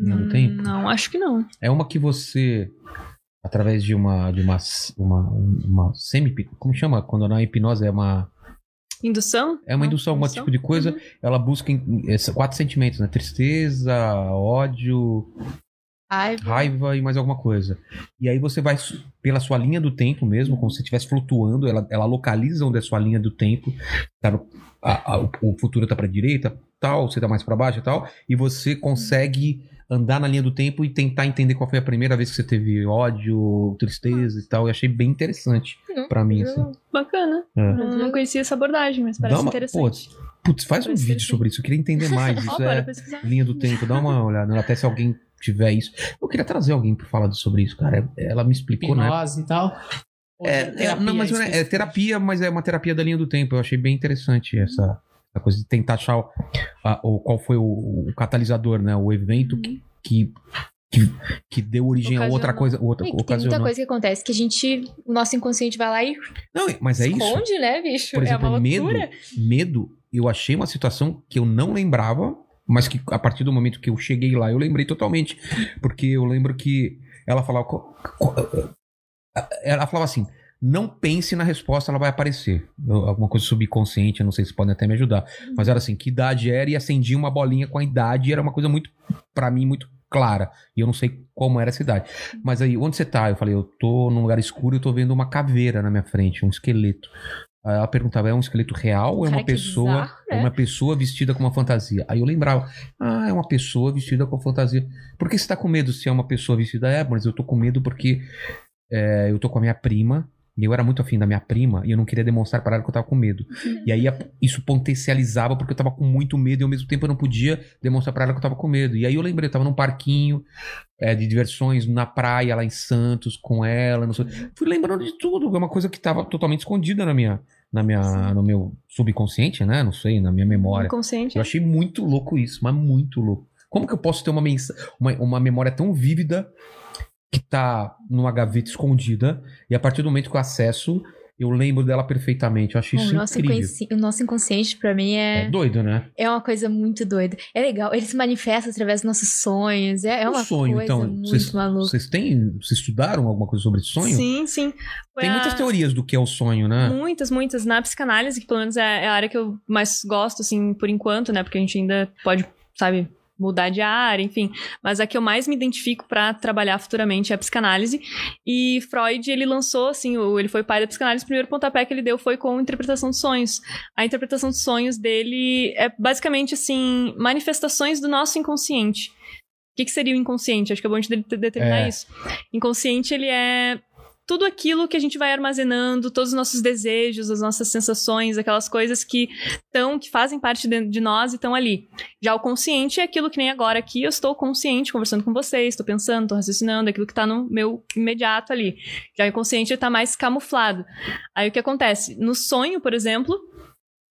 [SPEAKER 2] Linha do tempo?
[SPEAKER 5] Hum, Não, acho que não.
[SPEAKER 2] É uma que você, através de uma, de uma, s- uma, uma semi... Como chama? Quando não é hipnose, é uma...
[SPEAKER 5] Ah, Indução?
[SPEAKER 2] É uma
[SPEAKER 5] Não,
[SPEAKER 2] indução, algum tipo de coisa.
[SPEAKER 5] Uhum.
[SPEAKER 2] Ela busca em- em- essa- quatro sentimentos, né? Tristeza, ódio,
[SPEAKER 4] raiva.
[SPEAKER 2] raiva e mais alguma coisa. E aí você vai su- pela sua linha do tempo mesmo, como se você estivesse flutuando, ela, ela localiza onde é a sua linha do tempo. Tá no- a- a- o- o futuro tá pra direita, tal, você tá mais pra baixo e tal, e você consegue andar na linha do tempo e tentar entender qual foi a primeira vez que você teve ódio, tristeza e tal. Eu achei bem interessante
[SPEAKER 4] Hum,
[SPEAKER 2] pra mim, assim.
[SPEAKER 5] Bacana.
[SPEAKER 2] É.
[SPEAKER 5] Não, não conhecia essa abordagem, mas
[SPEAKER 2] Dá
[SPEAKER 5] parece
[SPEAKER 2] uma-
[SPEAKER 5] interessante.
[SPEAKER 2] Putz, faz um
[SPEAKER 5] Parece
[SPEAKER 2] vídeo
[SPEAKER 5] interessante.
[SPEAKER 2] sobre isso, eu queria entender mais.
[SPEAKER 5] Ó,
[SPEAKER 2] Isso
[SPEAKER 5] bora
[SPEAKER 2] é
[SPEAKER 5] pesquisar.
[SPEAKER 2] linha do tempo, dá uma olhada, até se alguém tiver isso. Eu queria trazer alguém pra falar sobre isso, cara. Ela me explicou, né?
[SPEAKER 3] Hipnose e tal. Ou
[SPEAKER 2] É, é,
[SPEAKER 3] terapia
[SPEAKER 2] não, mas não é, é
[SPEAKER 3] específica.
[SPEAKER 2] terapia, mas é uma terapia da linha do tempo. Eu achei bem interessante essa, essa coisa de tentar achar o, a- o- qual foi o, o catalisador, né? O evento
[SPEAKER 4] Uhum.
[SPEAKER 2] que, que, que, que deu origem a outra
[SPEAKER 5] Ocasionou.
[SPEAKER 2] coisa. Outra,
[SPEAKER 4] É que tem muita
[SPEAKER 2] ocasionou.
[SPEAKER 4] coisa que acontece que a gente, o nosso inconsciente vai lá e
[SPEAKER 2] Não, mas é isso.
[SPEAKER 4] esconde, né, bicho?
[SPEAKER 2] Por exemplo,
[SPEAKER 4] é uma
[SPEAKER 2] medo.
[SPEAKER 4] loucura.
[SPEAKER 2] Medo, eu achei uma situação que eu não lembrava, mas que a partir do momento que eu cheguei lá, eu lembrei totalmente. Porque eu lembro que ela falava. co- co- Ela falava assim. Não pense na resposta, ela vai aparecer. Eu- Alguma coisa subconsciente, eu não sei se podem até me ajudar. Mas era assim, que idade era e acendia uma bolinha com a idade, era uma coisa muito, pra mim, muito clara. E eu não sei como era a cidade. Mas aí, onde você tá? Eu falei, eu tô num lugar escuro e eu tô vendo uma caveira na minha frente, um esqueleto. Aí ela perguntava, é um esqueleto real ou é
[SPEAKER 6] Cara,
[SPEAKER 2] uma
[SPEAKER 6] que
[SPEAKER 2] pessoa.
[SPEAKER 6] bizarro,
[SPEAKER 2] É
[SPEAKER 6] né?
[SPEAKER 2] uma pessoa vestida com uma fantasia. Aí eu lembrava, ah, é uma pessoa vestida com fantasia. Por que você tá com medo se é uma pessoa vestida? É, mas eu tô com medo porque é, eu tô com a minha prima. E eu era muito afim da minha prima e eu não queria demonstrar para ela que eu tava com medo. E aí a- isso potencializava porque eu tava com muito medo e ao mesmo tempo eu não podia demonstrar para ela que eu tava com medo. E aí eu lembrei, eu tava num parquinho é, de diversões na praia lá em Santos com ela. Não sei. Fui lembrando de tudo, é uma coisa que tava totalmente escondida na minha, na minha, no meu subconsciente, né? Não sei, na minha memória.
[SPEAKER 5] Inconsciente. é.
[SPEAKER 2] Eu achei muito louco isso, mas muito louco. Como que eu posso ter uma, mensa- uma, uma memória tão vívida que tá numa gaveta escondida e a partir do momento que eu acesso, eu lembro dela perfeitamente. Eu achei
[SPEAKER 6] Bom,
[SPEAKER 2] isso é
[SPEAKER 6] o, nosso
[SPEAKER 2] incrível.
[SPEAKER 6] inconsci- o nosso inconsciente, pra mim,
[SPEAKER 2] É.
[SPEAKER 6] é,
[SPEAKER 2] doido, né?
[SPEAKER 6] é uma coisa muito doida. É legal, ele se manifesta através dos nossos sonhos. É, é
[SPEAKER 2] O
[SPEAKER 6] uma
[SPEAKER 2] sonho,
[SPEAKER 6] coisa
[SPEAKER 2] então,
[SPEAKER 6] muito
[SPEAKER 2] vocês-
[SPEAKER 6] maluca.
[SPEAKER 2] Vocês têm. Vocês estudaram alguma coisa sobre é sonho?
[SPEAKER 5] Sim, Ah. sim. Foi
[SPEAKER 2] Tem
[SPEAKER 5] a-
[SPEAKER 2] muitas teorias do que é o sonho, né?
[SPEAKER 5] Muitas, muitas. Na psicanálise, que pelo menos é é a área que eu mais gosto, assim, por enquanto, né? Porque a gente ainda pode, sabe, mudar de área, enfim. Mas a que eu mais me identifico pra trabalhar futuramente é a psicanálise. E Freud, ele lançou, assim, o- ele foi pai da psicanálise. O primeiro pontapé que ele deu foi com interpretação de sonhos. A interpretação de sonhos dele é basicamente, assim, manifestações do nosso inconsciente. O que, que seria o inconsciente? Acho que é bom a gente de- de- determinar
[SPEAKER 2] É.
[SPEAKER 5] isso. Inconsciente, ele é tudo aquilo que a gente vai armazenando, todos os nossos desejos, as nossas sensações, aquelas coisas que estão, que fazem parte de, de nós e estão ali. Já o consciente é aquilo que nem agora aqui, eu estou consciente, conversando com vocês, estou pensando, estou raciocinando, aquilo que está no meu imediato ali. Já o inconsciente está mais camuflado. Aí o que acontece? No sonho, por exemplo,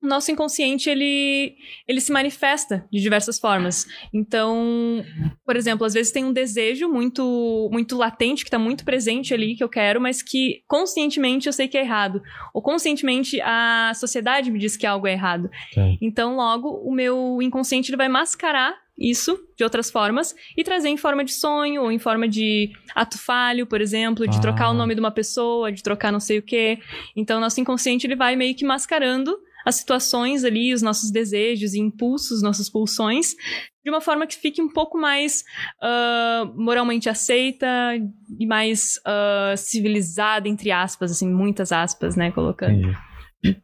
[SPEAKER 5] o nosso inconsciente, ele, ele se manifesta de diversas formas. Então, por exemplo, às vezes tem um desejo muito muito latente, que tá muito presente ali, que eu quero, mas que conscientemente eu sei que é errado. Ou conscientemente a sociedade me diz que algo é errado.
[SPEAKER 2] Sim.
[SPEAKER 5] Então, logo, o meu inconsciente ele vai mascarar isso de outras formas e trazer em forma de sonho, ou em forma de ato falho, por exemplo, de
[SPEAKER 2] Ah.
[SPEAKER 5] trocar o nome de uma pessoa, de trocar não sei o quê. Então, o nosso inconsciente ele vai meio que mascarando as situações ali, os nossos desejos e impulsos, nossas pulsões, de uma forma que fique um pouco mais ah, moralmente aceita e mais ah, civilizada, entre aspas, assim, muitas aspas, né, colocando.
[SPEAKER 2] Entendi.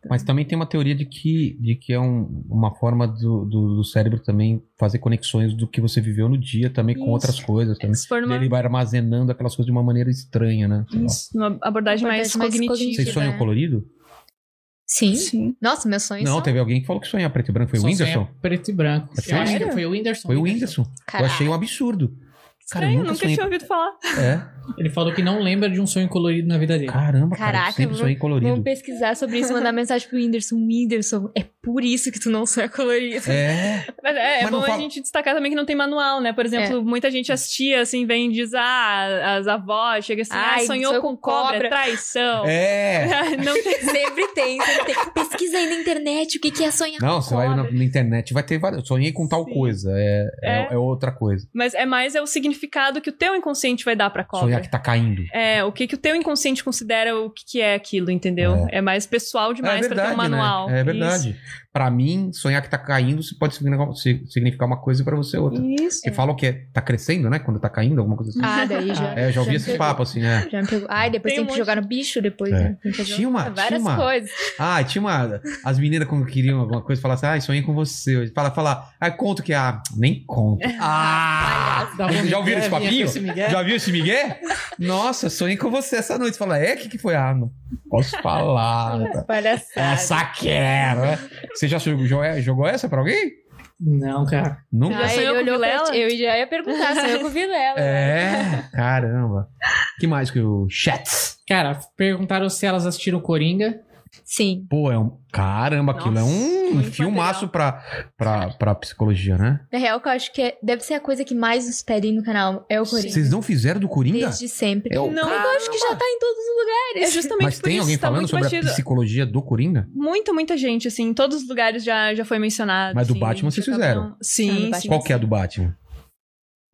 [SPEAKER 2] Mas também tem uma teoria de que, de que é um- uma forma do, do, do cérebro também fazer conexões do que você viveu no dia também com
[SPEAKER 5] Isso.
[SPEAKER 2] outras coisas. Também.
[SPEAKER 5] Se for
[SPEAKER 2] E
[SPEAKER 5] numa,
[SPEAKER 2] Ele vai armazenando aquelas coisas de uma maneira estranha, né? Sei lá.
[SPEAKER 5] isso, é. numa abordagem
[SPEAKER 6] Uma
[SPEAKER 5] mais
[SPEAKER 6] abordagem mais
[SPEAKER 5] cognitiva.
[SPEAKER 2] Vocês
[SPEAKER 6] Isso,
[SPEAKER 2] sonham
[SPEAKER 6] né?
[SPEAKER 2] colorido?
[SPEAKER 6] Sim.
[SPEAKER 5] Sim.
[SPEAKER 6] Nossa, meus sonhos
[SPEAKER 2] Não,
[SPEAKER 6] são...
[SPEAKER 2] teve alguém que falou que sonha preto e branco. Foi o
[SPEAKER 3] Só
[SPEAKER 2] Whindersson?
[SPEAKER 3] sonha Preto e branco.
[SPEAKER 2] É
[SPEAKER 3] Eu acho
[SPEAKER 5] sério?
[SPEAKER 3] que foi o Whindersson.
[SPEAKER 2] Foi o Whindersson. Eu achei um absurdo. Cara, eu
[SPEAKER 5] Estranho,
[SPEAKER 2] nunca
[SPEAKER 5] nunca
[SPEAKER 2] sonhei-
[SPEAKER 5] tinha ouvido falar.
[SPEAKER 2] É.
[SPEAKER 3] Ele falou que não lembra de um sonho colorido na vida dele.
[SPEAKER 2] Caramba, cara.
[SPEAKER 6] Caraca,
[SPEAKER 2] Eu sempre
[SPEAKER 6] eu
[SPEAKER 2] sonhei colorido.
[SPEAKER 6] Vamos pesquisar sobre isso, mandar mensagem pro Whindersson. Whindersson, é por isso que tu não sonha colorido.
[SPEAKER 2] É.
[SPEAKER 5] Mas é, é
[SPEAKER 2] Mas não
[SPEAKER 5] bom a
[SPEAKER 2] fala-
[SPEAKER 5] gente destacar também que não tem manual, né? Por
[SPEAKER 6] É.
[SPEAKER 5] exemplo, muita gente assistia, assim, vem e diz, ah, as avós, chega assim, ah,
[SPEAKER 6] Ai,
[SPEAKER 5] sonhou
[SPEAKER 6] sonhou
[SPEAKER 5] com
[SPEAKER 6] com
[SPEAKER 5] cobra,
[SPEAKER 6] cobra.
[SPEAKER 5] traição.
[SPEAKER 2] É.
[SPEAKER 5] não tem
[SPEAKER 6] sempre Ah, tem, sempre tem. Pesquisa aí na internet o que, que é sonhar
[SPEAKER 2] Não,
[SPEAKER 6] com
[SPEAKER 2] você vai na,
[SPEAKER 6] cobra.
[SPEAKER 2] na internet. Vai ter várias. Eu Sonhei com tal
[SPEAKER 5] Sim.
[SPEAKER 2] coisa. É, é. é outra coisa.
[SPEAKER 5] Mas é mais é o significado que o teu inconsciente vai dar pra cobra.
[SPEAKER 2] Sonhar que tá caindo.
[SPEAKER 5] É, o que, que o teu inconsciente considera o que, que é aquilo, entendeu? É, mais pessoal demais pra ter um manual.
[SPEAKER 2] Né? É verdade. Pra mim, sonhar que tá caindo se- pode significar- se- significar uma coisa e pra você outra.
[SPEAKER 5] Isso. Isso.
[SPEAKER 2] Você fala que é, tá crescendo, né? Quando tá caindo, alguma coisa assim.
[SPEAKER 6] Ah, daí já...
[SPEAKER 2] é, eu já ouvi
[SPEAKER 6] me
[SPEAKER 2] esse
[SPEAKER 6] pegou.
[SPEAKER 2] papo assim, né?
[SPEAKER 6] Já me pegou. Ai, depois
[SPEAKER 5] Tem
[SPEAKER 6] tem,
[SPEAKER 5] um
[SPEAKER 6] que
[SPEAKER 5] monte.
[SPEAKER 6] jogar no bicho depois.
[SPEAKER 2] É.
[SPEAKER 6] né? Tem que fazer
[SPEAKER 2] Tinha uma-
[SPEAKER 6] Várias
[SPEAKER 2] tinha uma-
[SPEAKER 6] coisas.
[SPEAKER 2] Ah, e tinha uma. As meninas, quando queriam alguma coisa, falavam assim: ah, sonhei com você. hoje." Fala, fala. Ah, conto que. Ah, nem conto. Ah!
[SPEAKER 3] Dava um
[SPEAKER 2] Vocês já ouviram
[SPEAKER 3] Miguel,
[SPEAKER 2] esse papinho?
[SPEAKER 3] vinha com esse Miguel.
[SPEAKER 2] Já viu esse Miguel? Nossa, sonhei com você essa noite. Fala, é? O que, que foi? Ah, não posso falar. né? É
[SPEAKER 6] Palhaçada.
[SPEAKER 2] Essa quero. né? Você já jogou, é, jogou essa pra alguém?
[SPEAKER 3] Não, cara.
[SPEAKER 2] Nunca?
[SPEAKER 5] Já
[SPEAKER 6] Ah,
[SPEAKER 5] sonhou
[SPEAKER 6] ele
[SPEAKER 5] com
[SPEAKER 6] olhou pra
[SPEAKER 5] Vilela?
[SPEAKER 6] ti- Eu já ia perguntar, sonhou com Vilela.
[SPEAKER 2] É, caramba. que mais que o Chats?
[SPEAKER 3] Cara, perguntaram se elas assistiram Coringa.
[SPEAKER 6] Sim.
[SPEAKER 2] Pô, é um. Caramba, aquilo é um
[SPEAKER 5] muito
[SPEAKER 2] filmaço pra, pra, pra psicologia, né?
[SPEAKER 6] Na real, que eu acho que é- deve ser a coisa que mais nos pedem no canal. É o Coringa.
[SPEAKER 2] Vocês não fizeram do Coringa?
[SPEAKER 6] Desde sempre.
[SPEAKER 2] Eu,
[SPEAKER 5] Não,
[SPEAKER 2] Cara,
[SPEAKER 6] Eu acho que já tá em todos os
[SPEAKER 5] é
[SPEAKER 6] lugares.
[SPEAKER 5] justamente
[SPEAKER 2] Oh. Mas
[SPEAKER 5] por
[SPEAKER 2] tem
[SPEAKER 5] isso
[SPEAKER 2] alguém
[SPEAKER 5] tá
[SPEAKER 2] falando
[SPEAKER 5] muito
[SPEAKER 2] sobre
[SPEAKER 5] batido.
[SPEAKER 2] a psicologia do Coringa?
[SPEAKER 5] Muita, muita gente, assim, em todos os lugares já, já foi mencionado.
[SPEAKER 2] Mas do
[SPEAKER 5] assim,
[SPEAKER 2] Batman vocês
[SPEAKER 5] Chacabão.
[SPEAKER 2] fizeram.
[SPEAKER 6] Ah, do
[SPEAKER 5] Sim, sim.
[SPEAKER 6] Batman.
[SPEAKER 2] Qual que é a do Batman?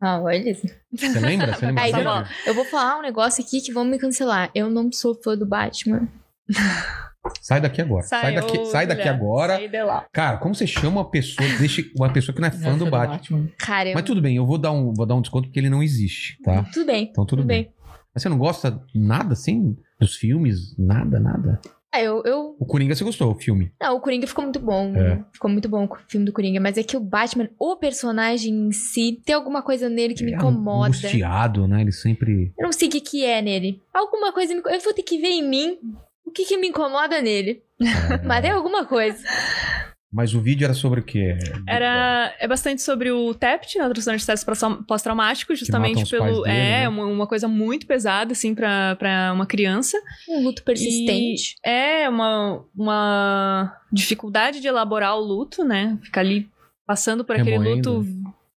[SPEAKER 6] Ah, olha isso.
[SPEAKER 2] Você lembra? Você lembra?
[SPEAKER 6] Aí,
[SPEAKER 2] Sabe?
[SPEAKER 6] eu vou falar um negócio aqui que vão me cancelar. Eu não sou fã do Batman.
[SPEAKER 2] Sai daqui agora. Sai,
[SPEAKER 5] Sai,
[SPEAKER 2] daqui,
[SPEAKER 5] ô,
[SPEAKER 2] sai daqui
[SPEAKER 5] Juliana,
[SPEAKER 2] agora.
[SPEAKER 5] Sai de lá.
[SPEAKER 2] Cara, como você chama uma pessoa, deixa uma pessoa que não é fã do Batman?
[SPEAKER 4] Cara, eu-
[SPEAKER 2] Mas tudo bem, eu vou dar um, vou dar um desconto porque ele não existe, tá?
[SPEAKER 4] tudo bem.
[SPEAKER 2] Então tudo,
[SPEAKER 4] Uhum. Tudo
[SPEAKER 2] bem.
[SPEAKER 4] bem.
[SPEAKER 2] Mas você não gosta nada assim dos filmes? Nada, nada?
[SPEAKER 4] Ah, eu, eu-
[SPEAKER 2] O Coringa você gostou, o filme.
[SPEAKER 4] Não, o Coringa ficou muito bom.
[SPEAKER 2] É.
[SPEAKER 4] Ficou muito bom o filme do Coringa. Mas é que o Batman, o personagem em si, tem alguma coisa nele que me
[SPEAKER 2] É
[SPEAKER 4] incomoda.
[SPEAKER 2] Angustiado, né? Ele sempre.
[SPEAKER 4] Eu não sei o que, que é nele. Alguma coisa me. Eu vou ter que ver em mim o que, que me incomoda nele.
[SPEAKER 2] é.
[SPEAKER 4] Mas é alguma coisa.
[SPEAKER 2] Mas o vídeo era sobre o quê?
[SPEAKER 5] Era, é bastante sobre o TEPT, né, o transtorno de estresse pós- pós-traumático, justamente
[SPEAKER 2] os pais
[SPEAKER 5] pelo...
[SPEAKER 2] dele,
[SPEAKER 5] é,
[SPEAKER 2] né?
[SPEAKER 5] uma, uma coisa muito pesada, assim, pra, pra uma criança.
[SPEAKER 4] Um luto persistente.
[SPEAKER 5] E é uma, uma dificuldade de elaborar o luto, né? Ficar ali passando por aquele
[SPEAKER 2] Remoendo.
[SPEAKER 5] luto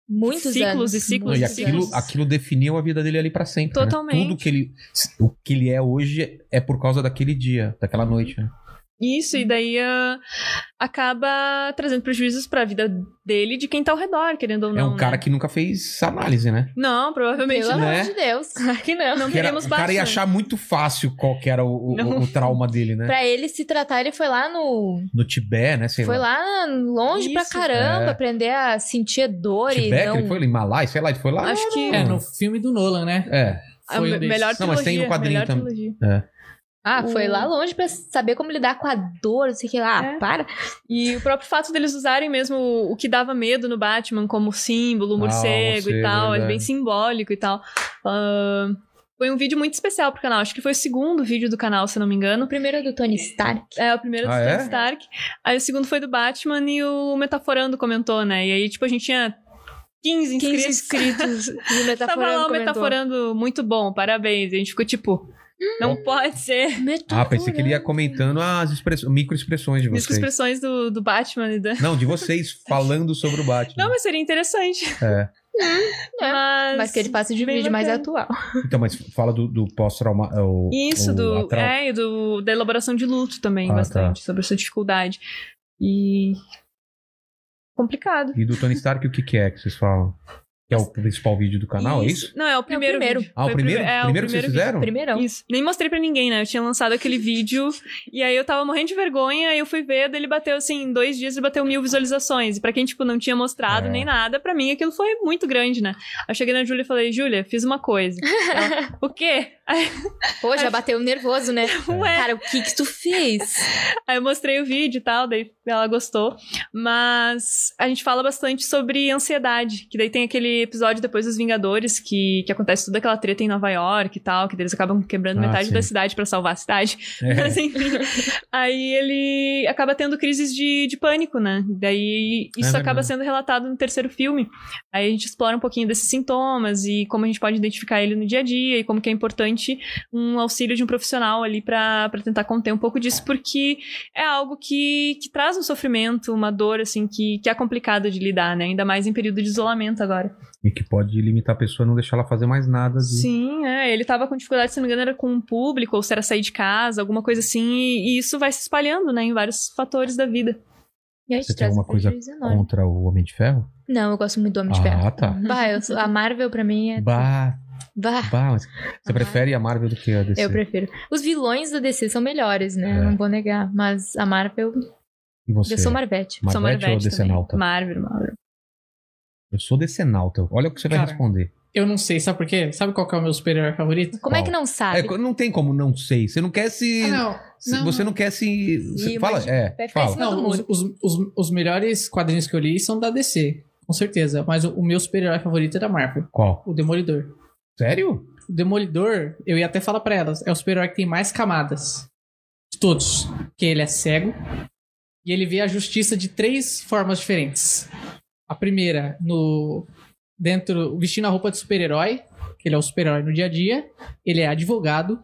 [SPEAKER 4] Muitos
[SPEAKER 5] Ciclos
[SPEAKER 4] anos.
[SPEAKER 5] e ciclos
[SPEAKER 2] Não, e
[SPEAKER 5] Muitos
[SPEAKER 2] aquilo,
[SPEAKER 5] anos.
[SPEAKER 2] aquilo definiu a vida dele ali pra sempre. né?
[SPEAKER 5] Totalmente.
[SPEAKER 2] Tudo que ele, o que ele é hoje é por causa daquele dia, daquela noite. Né?
[SPEAKER 5] Isso, e daí ah, acaba trazendo prejuízos pra vida dele e de quem tá ao redor, querendo ou não.
[SPEAKER 2] é um
[SPEAKER 5] né?
[SPEAKER 2] cara que nunca fez análise, né?
[SPEAKER 5] Não, provavelmente
[SPEAKER 4] Pelo
[SPEAKER 5] não.
[SPEAKER 2] né?
[SPEAKER 4] amor de Deus. Claro que não.
[SPEAKER 5] Não
[SPEAKER 2] Que era-
[SPEAKER 5] teremos
[SPEAKER 2] o cara ia
[SPEAKER 5] Batman.
[SPEAKER 2] achar muito fácil qual que era o, o-
[SPEAKER 5] Não.
[SPEAKER 2] o trauma dele, né?
[SPEAKER 4] Pra ele se tratar, ele foi lá no.
[SPEAKER 2] No Tibete, né? Sei
[SPEAKER 4] foi lá longe pra
[SPEAKER 5] Isso.
[SPEAKER 4] caramba,
[SPEAKER 2] É.
[SPEAKER 4] aprender a sentir a dor
[SPEAKER 2] Tibete,
[SPEAKER 4] e não.
[SPEAKER 2] ele foi no Himalaia, sei lá, ele foi lá.
[SPEAKER 5] Acho que
[SPEAKER 3] É, no filme do Nolan, né?
[SPEAKER 2] É.
[SPEAKER 5] a
[SPEAKER 3] Foi
[SPEAKER 5] me-
[SPEAKER 3] um desses.
[SPEAKER 5] melhor trilogia.
[SPEAKER 2] Não, mas tem o quadrinho
[SPEAKER 5] melhor
[SPEAKER 2] também. É.
[SPEAKER 5] trilogia.
[SPEAKER 4] Ah, foi
[SPEAKER 5] O-
[SPEAKER 4] lá longe pra saber como lidar com a dor, não sei o que lá. Ah,
[SPEAKER 5] É.
[SPEAKER 4] para.
[SPEAKER 5] E o próprio fato deles usarem mesmo o- o que dava medo no Batman como símbolo, o
[SPEAKER 2] Ah, o
[SPEAKER 5] morcego
[SPEAKER 2] morcego,
[SPEAKER 5] e tal, é
[SPEAKER 2] verdade.
[SPEAKER 5] bem simbólico e tal. Ah, foi um vídeo muito especial pro canal, acho que foi o segundo vídeo do canal, se não me engano.
[SPEAKER 4] O primeiro é do Tony Stark.
[SPEAKER 5] É, o primeiro do
[SPEAKER 2] Ah,
[SPEAKER 5] Tony
[SPEAKER 2] é?
[SPEAKER 5] Stark. Aí o segundo foi do Batman e o Metaforando comentou, né? E aí, tipo, a gente tinha 15 inscritos.
[SPEAKER 4] 15 inscritos do
[SPEAKER 5] Tava lá
[SPEAKER 4] Metaforando.
[SPEAKER 5] o
[SPEAKER 4] comentou.
[SPEAKER 5] Metaforando muito bom, parabéns. E a gente ficou tipo, não pode ser.
[SPEAKER 2] Ah, pensei que ele ia comentando as express- microexpressões de
[SPEAKER 5] Diz que as
[SPEAKER 2] vocês.
[SPEAKER 5] expressões do, do Batman e da.
[SPEAKER 2] Não, de vocês falando sobre o Batman.
[SPEAKER 5] Não, mas seria interessante.
[SPEAKER 2] É.
[SPEAKER 4] É,
[SPEAKER 5] Mas...
[SPEAKER 4] Mas que ele passa de
[SPEAKER 5] Bem
[SPEAKER 4] vídeo mais
[SPEAKER 5] bacana.
[SPEAKER 4] atual.
[SPEAKER 2] Então, mas fala do, do pós-trauma. é, o-
[SPEAKER 5] Isso,
[SPEAKER 2] o
[SPEAKER 5] do,
[SPEAKER 2] atrau-
[SPEAKER 5] é, e do, da elaboração de luto também,
[SPEAKER 2] Ah,
[SPEAKER 5] bastante, sobre essa dificuldade. E. complicado.
[SPEAKER 2] E do Tony Stark, o que, que é que vocês falam? Que é o principal vídeo do canal, é isso?
[SPEAKER 5] Não, é o primeiro.
[SPEAKER 4] primeiro.
[SPEAKER 5] vídeo.
[SPEAKER 2] Ah, o
[SPEAKER 5] Foi
[SPEAKER 2] primeiro,
[SPEAKER 5] prime- é, o
[SPEAKER 2] primeiro que vocês
[SPEAKER 5] primeiro
[SPEAKER 2] fizeram?
[SPEAKER 4] Primeirão.
[SPEAKER 5] Isso. Nem mostrei pra ninguém, né? Eu tinha lançado aquele vídeo e aí eu tava morrendo de vergonha aí eu fui ver, daí ele bateu assim, em dois dias ele bateu mil visualizações. E pra quem, tipo, não tinha mostrado
[SPEAKER 2] É.
[SPEAKER 5] nem nada, pra mim aquilo foi muito grande, né? Aí eu cheguei na Júlia e falei, Júlia, fiz uma coisa. Ela, o quê? Aí,
[SPEAKER 4] Pô, já bateu nervoso, né?
[SPEAKER 5] ué,
[SPEAKER 4] Cara, o que que tu fez?
[SPEAKER 5] Aí eu mostrei o vídeo e tal, daí ela gostou. Mas a gente fala bastante sobre ansiedade, que daí tem aquele episódio depois dos Vingadores, que, que acontece toda aquela treta em Nova York e tal, que daí eles acabam quebrando
[SPEAKER 2] Ah,
[SPEAKER 5] metade
[SPEAKER 2] sim.
[SPEAKER 5] da cidade pra salvar a cidade.
[SPEAKER 2] É.
[SPEAKER 5] Mas enfim, aí ele acaba tendo crises de, de pânico, né? Daí
[SPEAKER 2] É
[SPEAKER 5] isso
[SPEAKER 2] verdade.
[SPEAKER 5] acaba sendo relatado no terceiro filme. Aí a gente explora um pouquinho desses sintomas e como a gente pode identificar ele no dia a dia e como que é importante um auxílio de um profissional ali pra pra tentar conter um pouco disso, porque é algo que, que traz um sofrimento, uma dor, assim, que, que é complicado de lidar, né? Ainda mais em período de isolamento agora.
[SPEAKER 2] E que pode limitar a pessoa e não deixar ela fazer mais nada. de-
[SPEAKER 5] Sim, é. Ele tava com dificuldade, se não me engano, era com o público, ou se era sair de casa, alguma coisa assim, e, e isso vai se espalhando, né, em vários fatores da vida.
[SPEAKER 4] E aí,
[SPEAKER 2] Você tem
[SPEAKER 4] traz um
[SPEAKER 2] alguma coisa
[SPEAKER 4] prejuízo enorme.
[SPEAKER 2] Contra o Homem de Ferro?
[SPEAKER 4] Não, eu gosto muito do Homem de Ferro.
[SPEAKER 2] Ah,
[SPEAKER 5] Hum,
[SPEAKER 2] tá.
[SPEAKER 4] Bah, eu sou- a Marvel pra mim é.
[SPEAKER 2] Bah,
[SPEAKER 4] Bah,
[SPEAKER 2] bah. mas Você
[SPEAKER 4] Ah.
[SPEAKER 2] prefere a Marvel do que a DC?
[SPEAKER 4] eu prefiro. Os vilões da DC são melhores, né?
[SPEAKER 2] É.
[SPEAKER 4] Não vou negar. Mas a Marvel.
[SPEAKER 2] E você?
[SPEAKER 4] Eu sou Marvete.
[SPEAKER 2] Marvete
[SPEAKER 5] Sou
[SPEAKER 2] ou
[SPEAKER 5] Marvete também.
[SPEAKER 2] Decenalta?
[SPEAKER 5] Marvel, Marvel.
[SPEAKER 2] Eu sou Decenalta. Olha o que você vai
[SPEAKER 3] Cara,
[SPEAKER 2] responder.
[SPEAKER 3] Eu não sei, sabe por quê? Sabe qual que é o meu super-herói favorito?
[SPEAKER 4] Como é
[SPEAKER 2] Qual?
[SPEAKER 4] que não
[SPEAKER 2] É,
[SPEAKER 4] sabe?
[SPEAKER 2] co- não tem como não sei. Você não quer se.
[SPEAKER 3] Ah, não.
[SPEAKER 2] se- você não quer se. se-
[SPEAKER 4] Ih,
[SPEAKER 2] fala,
[SPEAKER 4] mas-
[SPEAKER 2] é.
[SPEAKER 4] vai ficar
[SPEAKER 2] Fala.
[SPEAKER 4] assim.
[SPEAKER 3] Não, os, os, os, os melhores quadrinhos que eu li são da DC, com certeza. Mas o, o meu super-herói favorito é da Marvel,
[SPEAKER 2] Qual?
[SPEAKER 3] o Demolidor.
[SPEAKER 2] Sério?
[SPEAKER 3] O Demolidor, eu ia até falar pra elas, é o super-herói que tem mais camadas. De todos. Que ele é cego e ele vê a justiça de três formas diferentes. A primeira, no dentro, vestindo a roupa de super-herói, que ele é o super-herói no dia a dia, ele é advogado.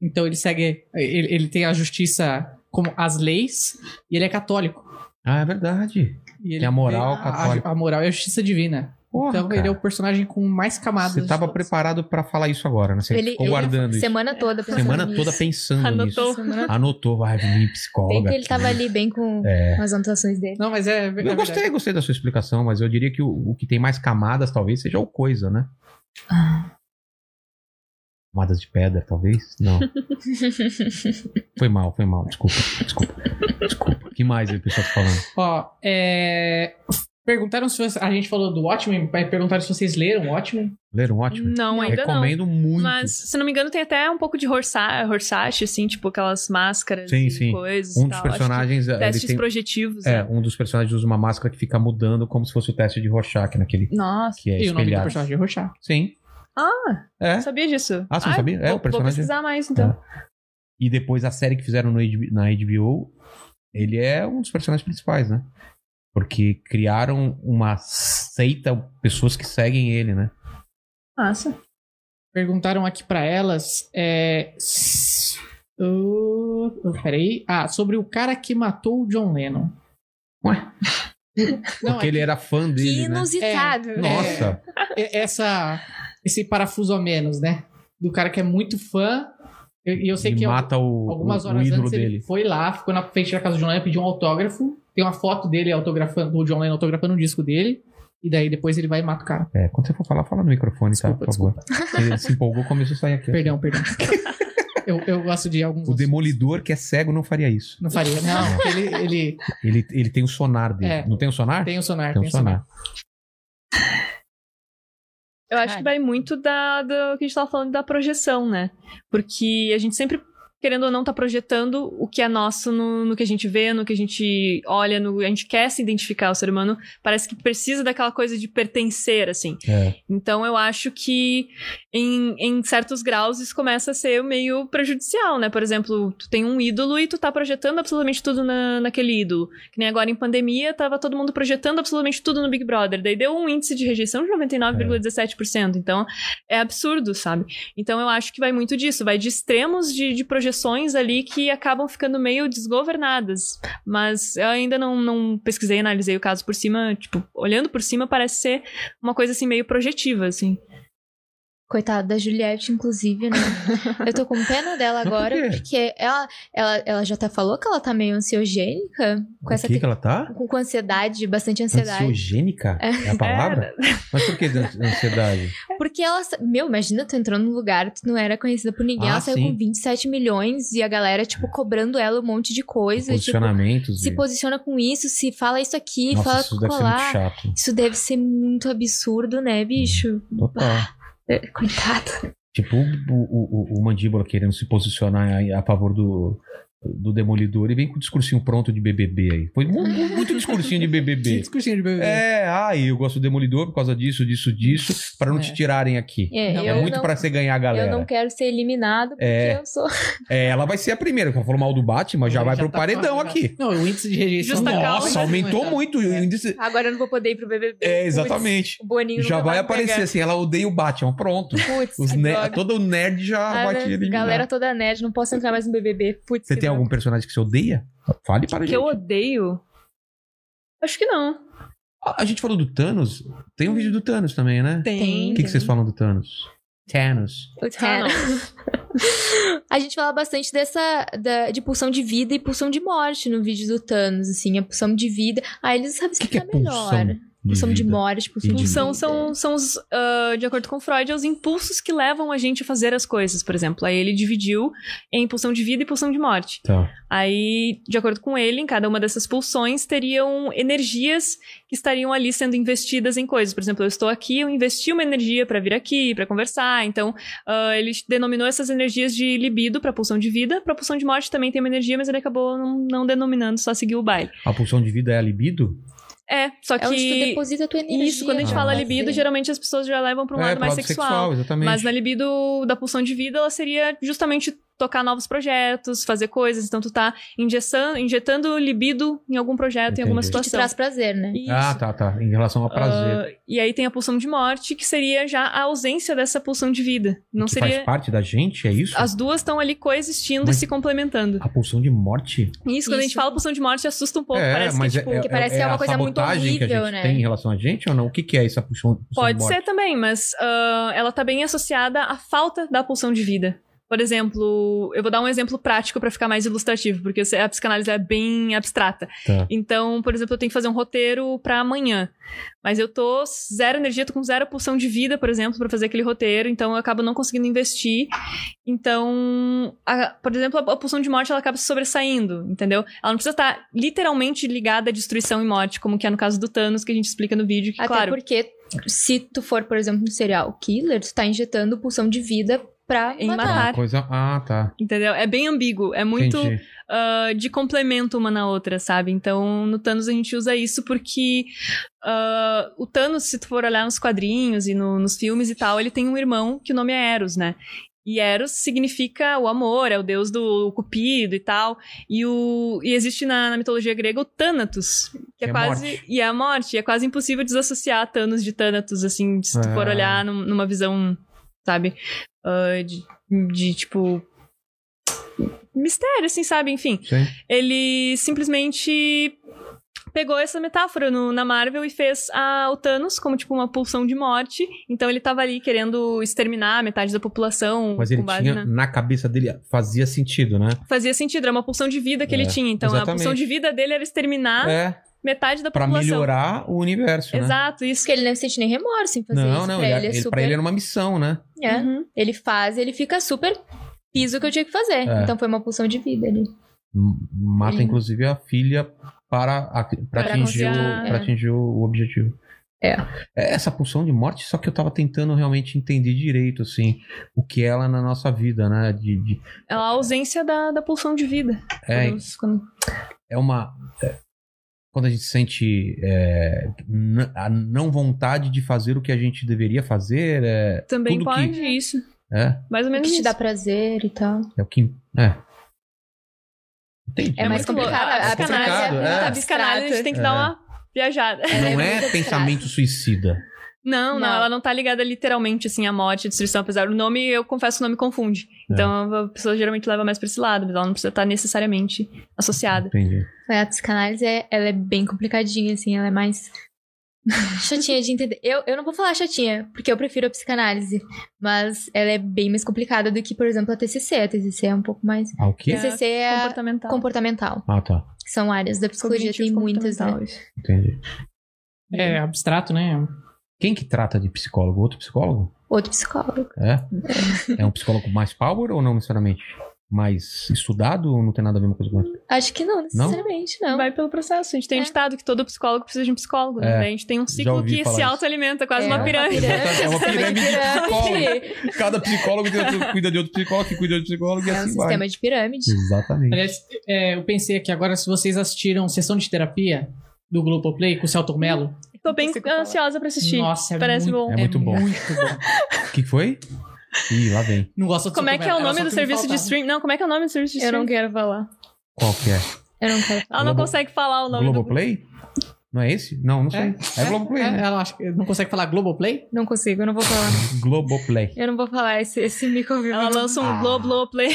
[SPEAKER 3] Então ele segue, ele, ele tem a justiça como as leis e ele é católico.
[SPEAKER 2] Ah, é verdade.
[SPEAKER 3] E ele
[SPEAKER 2] Tem a moral
[SPEAKER 3] tem
[SPEAKER 2] católica.
[SPEAKER 3] A, a moral e a justiça divina.
[SPEAKER 2] Porra,
[SPEAKER 3] então ele
[SPEAKER 2] cara.
[SPEAKER 3] é o personagem com mais camadas.
[SPEAKER 2] Você tava preparado pra falar isso agora, né? Você
[SPEAKER 4] Ele-
[SPEAKER 2] ficou
[SPEAKER 4] ele-
[SPEAKER 2] guardando isso.
[SPEAKER 4] Semana toda pensando
[SPEAKER 2] Semana
[SPEAKER 4] nisso.
[SPEAKER 2] toda pensando nisso.
[SPEAKER 5] Anotou.
[SPEAKER 4] Semana
[SPEAKER 2] Anotou. Vai, minha
[SPEAKER 4] Bem
[SPEAKER 2] psicóloga.
[SPEAKER 4] que ele tá tava ali bem com
[SPEAKER 2] É.
[SPEAKER 4] as anotações dele.
[SPEAKER 3] Não, mas é. é
[SPEAKER 2] Eu
[SPEAKER 3] verdade.
[SPEAKER 2] gostei, gostei da sua explicação, mas eu diria que o, o que tem mais camadas talvez seja o coisa, né? Tomadas de pedra, talvez? Não. foi mal, foi mal. Desculpa, desculpa, desculpa. O que mais aí o pessoal tá falando?
[SPEAKER 3] Ó, é... Perguntaram se você- a gente falou do Watchmen, mas perguntaram se vocês leram o Watchmen.
[SPEAKER 2] Leram ótimo?
[SPEAKER 5] Não, Hum, ainda
[SPEAKER 2] Tipo, Recomendo
[SPEAKER 5] não.
[SPEAKER 2] muito.
[SPEAKER 5] Mas, se não me engano, tem até um pouco de horsa- horsache, assim, tipo aquelas máscaras
[SPEAKER 2] Sim,
[SPEAKER 5] e
[SPEAKER 2] sim.
[SPEAKER 5] coisas.
[SPEAKER 2] Um
[SPEAKER 5] e
[SPEAKER 2] dos
[SPEAKER 5] tal.
[SPEAKER 2] personagens.
[SPEAKER 5] tá, Acho que
[SPEAKER 2] Ele
[SPEAKER 5] testes
[SPEAKER 2] tem,
[SPEAKER 5] projetivos.
[SPEAKER 2] é,
[SPEAKER 5] né?
[SPEAKER 2] um dos personagens usa uma máscara que fica mudando como se fosse o teste de Rorschach naquele.
[SPEAKER 5] Nossa.
[SPEAKER 2] Que é
[SPEAKER 3] e o nome do
[SPEAKER 2] espelhado.
[SPEAKER 3] personagem é Rochar.
[SPEAKER 2] Sim.
[SPEAKER 5] Ah,
[SPEAKER 2] É.
[SPEAKER 5] não sabia disso.
[SPEAKER 2] Ah, você não sabia? É,
[SPEAKER 5] vou,
[SPEAKER 2] o personagem- É.
[SPEAKER 5] Vou pesquisar mais, então.
[SPEAKER 2] E depois a série que fizeram no HBO na HBO, ele é um dos personagens principais, né? Porque criaram uma seita, pessoas que seguem ele, né?
[SPEAKER 5] Massa.
[SPEAKER 3] Perguntaram aqui pra elas. É... s- Uh, uh, peraí. Ah, sobre o cara que matou o John Lennon.
[SPEAKER 2] Ué?
[SPEAKER 3] Não,
[SPEAKER 2] Porque
[SPEAKER 3] é
[SPEAKER 2] ele era fã
[SPEAKER 6] Que
[SPEAKER 2] dele, né?
[SPEAKER 6] inusitado.
[SPEAKER 3] É.
[SPEAKER 2] Nossa,
[SPEAKER 3] e- essa, esse parafuso a menos, né? Do cara que é muito fã. E e eu sei
[SPEAKER 2] ele
[SPEAKER 3] que é al-
[SPEAKER 2] mata o,
[SPEAKER 3] algumas
[SPEAKER 2] o- o
[SPEAKER 3] horas
[SPEAKER 2] ídolo
[SPEAKER 3] antes ele
[SPEAKER 2] dele.
[SPEAKER 3] foi lá, ficou na frente da casa do John Lennon, pediu um autógrafo. Tem uma foto dele autografando, do John Lennon autografando um disco dele. E daí depois ele vai e mata o cara.
[SPEAKER 2] É, quando você for falar, fala no microfone, tá?
[SPEAKER 3] Desculpa,
[SPEAKER 2] Por favor. Ele se empolgou e começou a sair aqui.
[SPEAKER 3] Perdão, perdão. eu, eu gosto de alguns.
[SPEAKER 2] O Demolidor, que é cego, não faria isso.
[SPEAKER 3] Não faria. Não, porque ele, ele
[SPEAKER 2] Ele, ele tem o sonar dele.
[SPEAKER 3] É.
[SPEAKER 2] Não tem o sonar?
[SPEAKER 3] tem o
[SPEAKER 2] Tem
[SPEAKER 3] sonar, tem,
[SPEAKER 2] o
[SPEAKER 3] o sonar.
[SPEAKER 2] sonar.
[SPEAKER 5] Eu acho que vai muito da, do que a gente tava falando da projeção, né? Porque a gente sempre, querendo ou não, tá projetando o que é nosso no, no que a gente vê, no que a gente olha, no, a gente quer se identificar. O ser humano parece que precisa daquela coisa de pertencer, assim.
[SPEAKER 2] É.
[SPEAKER 5] Então eu acho que em, em certos graus isso começa a ser meio prejudicial, né? Por exemplo, tu tem um ídolo e tu tá projetando absolutamente tudo na, naquele ídolo. Que nem agora em pandemia, tava todo mundo projetando absolutamente tudo no Big Brother. Daí deu um índice de rejeição de 99,17%. Então é absurdo, sabe? Então eu acho que vai muito disso, vai de extremos de, de projeções ali que acabam ficando meio desgovernadas. Mas eu ainda não, não pesquisei, analisei o caso por cima. Tipo, olhando por cima, parece ser uma coisa assim meio projetiva, assim.
[SPEAKER 6] Coitada da Juliette, inclusive, né? Eu tô com pena dela
[SPEAKER 2] Mas por
[SPEAKER 6] agora,
[SPEAKER 2] quê?
[SPEAKER 6] porque ela, ela, ela já até falou que ela tá meio ansiogênica, com
[SPEAKER 2] o
[SPEAKER 6] essa
[SPEAKER 2] que,
[SPEAKER 6] te-
[SPEAKER 2] que ela tá?
[SPEAKER 6] com, com ansiedade, bastante ansiedade.
[SPEAKER 2] Ansiogênica? É a palavra? Mas por que an- ansiedade?
[SPEAKER 6] Porque ela. sa- Meu, imagina tu entrou num lugar, tu não era conhecida por ninguém,
[SPEAKER 2] Ah,
[SPEAKER 6] ela saiu
[SPEAKER 2] sim.
[SPEAKER 6] com 27 milhões e a galera, tipo, cobrando ela um monte de coisa. tipo,
[SPEAKER 2] Posicionamentos.
[SPEAKER 6] se
[SPEAKER 2] e-
[SPEAKER 6] posiciona com isso, se fala isso aqui,
[SPEAKER 2] Nossa,
[SPEAKER 6] fala
[SPEAKER 2] isso
[SPEAKER 6] com
[SPEAKER 2] deve ser muito
[SPEAKER 6] colar.
[SPEAKER 2] chato.
[SPEAKER 6] isso deve ser muito absurdo, né, bicho?
[SPEAKER 2] Hum. Total.
[SPEAKER 6] É, Coitado.
[SPEAKER 2] Tipo o, o, o- o Mandíbula querendo se posicionar a, a favor do, do Demolidor e vem com o discursinho pronto de BBB aí. Foi mu- mu- muito, discursinho de
[SPEAKER 3] Que
[SPEAKER 2] BBB.
[SPEAKER 3] discursinho de bebê.
[SPEAKER 2] É, ai, eu gosto do Demolidor por causa disso, disso, disso, pra não te
[SPEAKER 3] É.
[SPEAKER 2] tirarem aqui.
[SPEAKER 6] É,
[SPEAKER 3] Não,
[SPEAKER 2] É,
[SPEAKER 6] eu,
[SPEAKER 2] muito
[SPEAKER 6] não,
[SPEAKER 2] pra você ganhar a
[SPEAKER 6] eu
[SPEAKER 2] galera.
[SPEAKER 6] não quero ser eliminado porque
[SPEAKER 2] É.
[SPEAKER 6] eu sou.
[SPEAKER 2] É, ela vai ser a primeira, que ela falou mal do Batman, já vai pro
[SPEAKER 3] tá
[SPEAKER 2] paredão
[SPEAKER 3] fora,
[SPEAKER 2] aqui.
[SPEAKER 3] Não, o índice de rejeição.
[SPEAKER 2] tá
[SPEAKER 3] né?
[SPEAKER 5] Justa
[SPEAKER 3] dela-
[SPEAKER 5] causa.
[SPEAKER 2] Nossa, aumentou muito o índice.
[SPEAKER 6] Agora eu não vou poder ir pro BBB.
[SPEAKER 2] É,
[SPEAKER 6] Putz,
[SPEAKER 2] exatamente.
[SPEAKER 6] o Boninho
[SPEAKER 2] Já
[SPEAKER 6] nunca
[SPEAKER 2] vai
[SPEAKER 6] me
[SPEAKER 2] aparecer
[SPEAKER 6] pegar.
[SPEAKER 2] assim, ela odeia o Batman, pronto.
[SPEAKER 6] Putz,
[SPEAKER 2] Os
[SPEAKER 6] que
[SPEAKER 2] ne-
[SPEAKER 6] droga.
[SPEAKER 2] todo nerd já
[SPEAKER 6] Ah,
[SPEAKER 2] vai te
[SPEAKER 6] né?
[SPEAKER 2] eliminar.
[SPEAKER 6] Galera toda nerd, não posso entrar mais no BBB. Putz,
[SPEAKER 2] Você
[SPEAKER 6] que
[SPEAKER 2] tem
[SPEAKER 6] droga.
[SPEAKER 2] algum personagem que você odeia? Fale para
[SPEAKER 5] que
[SPEAKER 2] gente.
[SPEAKER 5] eu odeio. Acho que não.
[SPEAKER 2] A a gente falou do Thanos. Tem um vídeo do Thanos também, né?
[SPEAKER 6] Tem.
[SPEAKER 2] O que, que vocês falam do Thanos? Thanos.
[SPEAKER 6] O
[SPEAKER 5] Ah,
[SPEAKER 6] Thanos.
[SPEAKER 5] não.
[SPEAKER 6] A gente fala bastante dessa da- de pulsão de vida e pulsão de morte no vídeo do Thanos, assim, a pulsão de vida. Ah, eles sabem
[SPEAKER 2] O que, que é
[SPEAKER 6] explicar
[SPEAKER 2] pulsão?
[SPEAKER 6] melhor.
[SPEAKER 2] de
[SPEAKER 6] pulsão de
[SPEAKER 2] vida?
[SPEAKER 6] morte, pulsão
[SPEAKER 2] E
[SPEAKER 6] de
[SPEAKER 2] de
[SPEAKER 6] vida.
[SPEAKER 5] São, são, são os, ah, de acordo com Freud, é os impulsos que levam a gente a fazer as coisas, por exemplo. Aí ele dividiu em pulsão de vida e pulsão de morte.
[SPEAKER 2] Tá.
[SPEAKER 5] Aí, de acordo com ele, em cada uma dessas pulsões teriam energias que estariam ali sendo investidas em coisas. Por exemplo, eu estou aqui, eu investi uma energia para vir aqui, para conversar. Então, ah, ele denominou essas energias de libido para pulsão de vida. Para pulsão de morte também tem uma energia, mas ele acabou não, não denominando, só seguiu o baile.
[SPEAKER 2] A pulsão de vida é a libido?
[SPEAKER 5] É, só
[SPEAKER 6] É onde tu
[SPEAKER 5] que
[SPEAKER 6] deposita a tua energia. né?
[SPEAKER 5] isso, quando a gente
[SPEAKER 2] Ah,
[SPEAKER 5] fala
[SPEAKER 2] pode
[SPEAKER 5] libido,
[SPEAKER 6] já
[SPEAKER 5] geralmente as pessoas já levam para um
[SPEAKER 2] é,
[SPEAKER 5] lado
[SPEAKER 2] pro
[SPEAKER 5] mais
[SPEAKER 2] lado
[SPEAKER 5] sexual.
[SPEAKER 2] exatamente.
[SPEAKER 5] Mas na libido da pulsão de vida, ela seria justamente tocar novos projetos, fazer coisas. Então, tu tá injeção- injetando libido em algum projeto, em alguma
[SPEAKER 2] Entendi.
[SPEAKER 6] que te
[SPEAKER 5] situação.
[SPEAKER 6] traz prazer, né?
[SPEAKER 5] Isso.
[SPEAKER 2] Ah, tá, tá. Em relação ao prazer.
[SPEAKER 5] Ah, e aí tem a pulsão de morte, que seria já a ausência dessa pulsão de vida. Não
[SPEAKER 2] que
[SPEAKER 5] seria.
[SPEAKER 2] faz parte da gente, é isso?
[SPEAKER 5] As duas estão ali coexistindo
[SPEAKER 2] Mas-
[SPEAKER 5] e se complementando.
[SPEAKER 2] A pulsão de morte?
[SPEAKER 5] Isso, quando a gente
[SPEAKER 6] Isso.
[SPEAKER 5] fala pulsão de morte, assusta um pouco.
[SPEAKER 2] é,
[SPEAKER 5] parece
[SPEAKER 2] mas
[SPEAKER 5] que, tipo,
[SPEAKER 2] é,
[SPEAKER 6] que parece
[SPEAKER 2] é,
[SPEAKER 6] ser
[SPEAKER 2] é
[SPEAKER 6] uma
[SPEAKER 2] a
[SPEAKER 6] coisa muito
[SPEAKER 2] sabotagem que a
[SPEAKER 6] horrível,
[SPEAKER 2] gente
[SPEAKER 6] né?
[SPEAKER 2] tem em relação a gente ou não? O que, que é essa pulsão, pulsão de
[SPEAKER 5] Pode
[SPEAKER 2] morte?
[SPEAKER 5] ser também, mas ah, ela tá bem associada à falta da pulsão de vida. Por exemplo, eu vou dar um exemplo prático pra ficar mais ilustrativo, porque a psicanálise é bem abstrata.
[SPEAKER 2] Tá.
[SPEAKER 5] Então, por exemplo, eu tenho que fazer um roteiro pra amanhã. Mas eu tô zero energia, tô com zero pulsão de vida, por exemplo, pra fazer aquele roteiro, então eu acabo não conseguindo investir. Então, a- por exemplo, a, a pulsão de morte ela acaba se sobressaindo, entendeu? Ela não precisa estar literalmente ligada à destruição e morte, como que é no caso do Thanos, que a gente explica no vídeo, que
[SPEAKER 4] Até
[SPEAKER 5] claro.
[SPEAKER 4] porque, se tu for, por exemplo, um serial killer, tu tá injetando pulsão de vida pra
[SPEAKER 5] Em
[SPEAKER 4] matar.
[SPEAKER 5] matar.
[SPEAKER 2] É Uma coisa... Ah, tá.
[SPEAKER 5] Entendeu? É bem ambíguo, é muito
[SPEAKER 2] Entendi.
[SPEAKER 5] ah, de complemento uma na outra, sabe? Então, no Thanos a gente usa isso porque ah, o Thanos, se tu for olhar nos quadrinhos e no- nos filmes e tal, ele tem um irmão que o nome é Eros, né? E Eros significa o amor, é o deus do cupido e tal. E, o, e existe na, na mitologia grega o Thanatos, que é,
[SPEAKER 2] Que é
[SPEAKER 5] quase.
[SPEAKER 2] morte.
[SPEAKER 5] E é a morte. E é quase impossível desassociar Thanos de Thanatos, assim, se tu for
[SPEAKER 2] Ah.
[SPEAKER 5] olhar num- numa visão, sabe? ah, de, de tipo. Mistério, assim, sabe? Enfim
[SPEAKER 2] Sim.
[SPEAKER 5] ele simplesmente pegou essa metáfora no- na Marvel e fez a, o Thanos como tipo uma pulsão de morte. Então ele tava ali querendo exterminar metade da população
[SPEAKER 2] Mas ele
[SPEAKER 5] com base
[SPEAKER 2] tinha,
[SPEAKER 5] na-
[SPEAKER 2] na cabeça dele, fazia sentido, né?
[SPEAKER 5] Fazia sentido, era uma pulsão de vida que
[SPEAKER 2] É,
[SPEAKER 5] ele tinha. Então a
[SPEAKER 2] exatamente.
[SPEAKER 5] pulsão de vida dele
[SPEAKER 4] Ah,
[SPEAKER 5] era exterminar
[SPEAKER 2] é,
[SPEAKER 5] metade da
[SPEAKER 2] pra
[SPEAKER 5] população.
[SPEAKER 2] melhorar o universo, né?
[SPEAKER 5] Exato, isso.
[SPEAKER 4] Porque ele não sente nem remorso em fazer
[SPEAKER 2] Não,
[SPEAKER 4] isso.
[SPEAKER 2] não,
[SPEAKER 4] pra
[SPEAKER 2] ele,
[SPEAKER 4] ele é
[SPEAKER 2] ele-
[SPEAKER 4] super.
[SPEAKER 2] pra ele era uma missão, né?
[SPEAKER 4] é.
[SPEAKER 5] Uhum.
[SPEAKER 4] Ele faz, ele fica super. Fiz o que eu tinha que fazer.
[SPEAKER 2] É.
[SPEAKER 4] Então foi uma pulsão de vida ali.
[SPEAKER 2] M- Mata,
[SPEAKER 4] Ele-
[SPEAKER 2] inclusive, a filha para, a- pra atingir, o,
[SPEAKER 5] negociar,
[SPEAKER 2] pra
[SPEAKER 4] é.
[SPEAKER 2] atingir o objetivo.
[SPEAKER 4] É.
[SPEAKER 2] É Essa pulsão de morte, só que eu tava tentando realmente entender direito, assim, o que é ela na nossa vida, né? De, de-
[SPEAKER 5] É a ausência da, da pulsão de vida.
[SPEAKER 2] é,
[SPEAKER 4] Uhum.
[SPEAKER 5] Podemos- quando-
[SPEAKER 2] é uma. é, quando a gente sente é, n- a não vontade de fazer o que a gente deveria fazer, é,
[SPEAKER 5] Também
[SPEAKER 2] Tudo
[SPEAKER 5] pode
[SPEAKER 2] que-
[SPEAKER 5] isso.
[SPEAKER 2] é,
[SPEAKER 5] Mais ou
[SPEAKER 4] O
[SPEAKER 5] menos
[SPEAKER 4] que te
[SPEAKER 5] isso.
[SPEAKER 4] dá prazer e tal.
[SPEAKER 2] é o que. É. Entendi.
[SPEAKER 4] É mais
[SPEAKER 5] muito louco.
[SPEAKER 4] complicado.
[SPEAKER 5] A
[SPEAKER 4] A
[SPEAKER 5] psicanálise
[SPEAKER 2] complicado,
[SPEAKER 4] é
[SPEAKER 5] A
[SPEAKER 4] muito
[SPEAKER 5] psicanálise a gente
[SPEAKER 4] abstrata.
[SPEAKER 5] tem que
[SPEAKER 2] É.
[SPEAKER 5] dar uma viajada.
[SPEAKER 2] Não
[SPEAKER 4] É
[SPEAKER 2] é
[SPEAKER 4] muito
[SPEAKER 2] pensamento suicida.
[SPEAKER 5] Não, não,
[SPEAKER 4] Não.
[SPEAKER 5] ela não tá ligada literalmente, assim, à morte, à destruição, apesar do nome, eu confesso, o nome confunde.
[SPEAKER 2] É.
[SPEAKER 5] Então, a pessoa geralmente leva mais pra esse lado, mas ela não precisa estar necessariamente associada.
[SPEAKER 2] Entendi.
[SPEAKER 4] É, A psicanálise é, ela é bem complicadinha, assim, ela é mais chatinha de entender. Eu, eu não vou falar chatinha, porque eu prefiro a psicanálise, mas ela é bem mais complicada do que, por exemplo, a TCC. A TCC é um pouco mais.
[SPEAKER 2] Ah, o quê?
[SPEAKER 5] É,
[SPEAKER 4] TCC é a
[SPEAKER 5] Comportamental.
[SPEAKER 4] comportamental,
[SPEAKER 2] Ah, tá.
[SPEAKER 4] que são áreas da psicologia, tem muitas, né?
[SPEAKER 5] comportamental.
[SPEAKER 2] Entendi.
[SPEAKER 3] É abstrato, né?
[SPEAKER 2] Quem que trata de psicólogo? Outro psicólogo?
[SPEAKER 4] Outro psicólogo.
[SPEAKER 2] É? É um psicólogo mais power ou não necessariamente? Mais estudado ou não tem nada a ver uma coisa com outra?
[SPEAKER 4] Acho que não, necessariamente, não.
[SPEAKER 5] Então, Vai pelo processo. A gente tem um
[SPEAKER 4] É.
[SPEAKER 5] ditado que todo psicólogo precisa de um psicólogo, né?
[SPEAKER 2] É.
[SPEAKER 5] A gente tem um
[SPEAKER 2] Já
[SPEAKER 5] ciclo
[SPEAKER 2] ouvi
[SPEAKER 5] que
[SPEAKER 2] falar
[SPEAKER 5] se
[SPEAKER 2] isso.
[SPEAKER 5] autoalimenta, quase
[SPEAKER 4] É,
[SPEAKER 5] uma pirâmide.
[SPEAKER 2] É uma pirâmide de
[SPEAKER 4] pirâmide.
[SPEAKER 2] Cada psicólogo tem outro- cuida de outro psicólogo, que cuida de outro psicólogo e
[SPEAKER 4] É um
[SPEAKER 2] assim vai.
[SPEAKER 4] sistema de pirâmide.
[SPEAKER 2] Exatamente.
[SPEAKER 3] Aliás, é, eu pensei aqui agora, se vocês assistiram Sessão de Terapia do Globoplay com o Celton Mello.
[SPEAKER 5] Tô bem
[SPEAKER 4] Consigo falar.
[SPEAKER 5] ansiosa pra assistir.
[SPEAKER 3] Nossa, é
[SPEAKER 5] Parece
[SPEAKER 3] muito
[SPEAKER 5] bom.
[SPEAKER 2] É muito bom.
[SPEAKER 3] muito bom.
[SPEAKER 2] O que que foi? Ih, lá vem.
[SPEAKER 3] Não gosto de
[SPEAKER 5] Como é que é o
[SPEAKER 3] Celton Mello,
[SPEAKER 5] nome
[SPEAKER 3] era
[SPEAKER 5] do
[SPEAKER 3] só o que me
[SPEAKER 5] serviço de
[SPEAKER 3] faltava.
[SPEAKER 5] stream? Não, como é que é o nome do serviço de
[SPEAKER 4] Eu
[SPEAKER 5] stream?
[SPEAKER 4] não quero falar.
[SPEAKER 2] Qual que é?
[SPEAKER 4] Eu não quero.
[SPEAKER 5] Ela não
[SPEAKER 2] Globo-
[SPEAKER 5] consegue falar o nome do...
[SPEAKER 2] Globoplay? Não é esse? Não, não sei. É, Globoplay,
[SPEAKER 3] é,
[SPEAKER 2] né?
[SPEAKER 3] Ela acha que não consegue falar Globoplay?
[SPEAKER 4] Não consigo, eu não vou falar.
[SPEAKER 2] Globoplay.
[SPEAKER 4] Eu não vou falar esse, esse micro
[SPEAKER 5] Ela lança
[SPEAKER 2] Ah.
[SPEAKER 5] um Globloplay.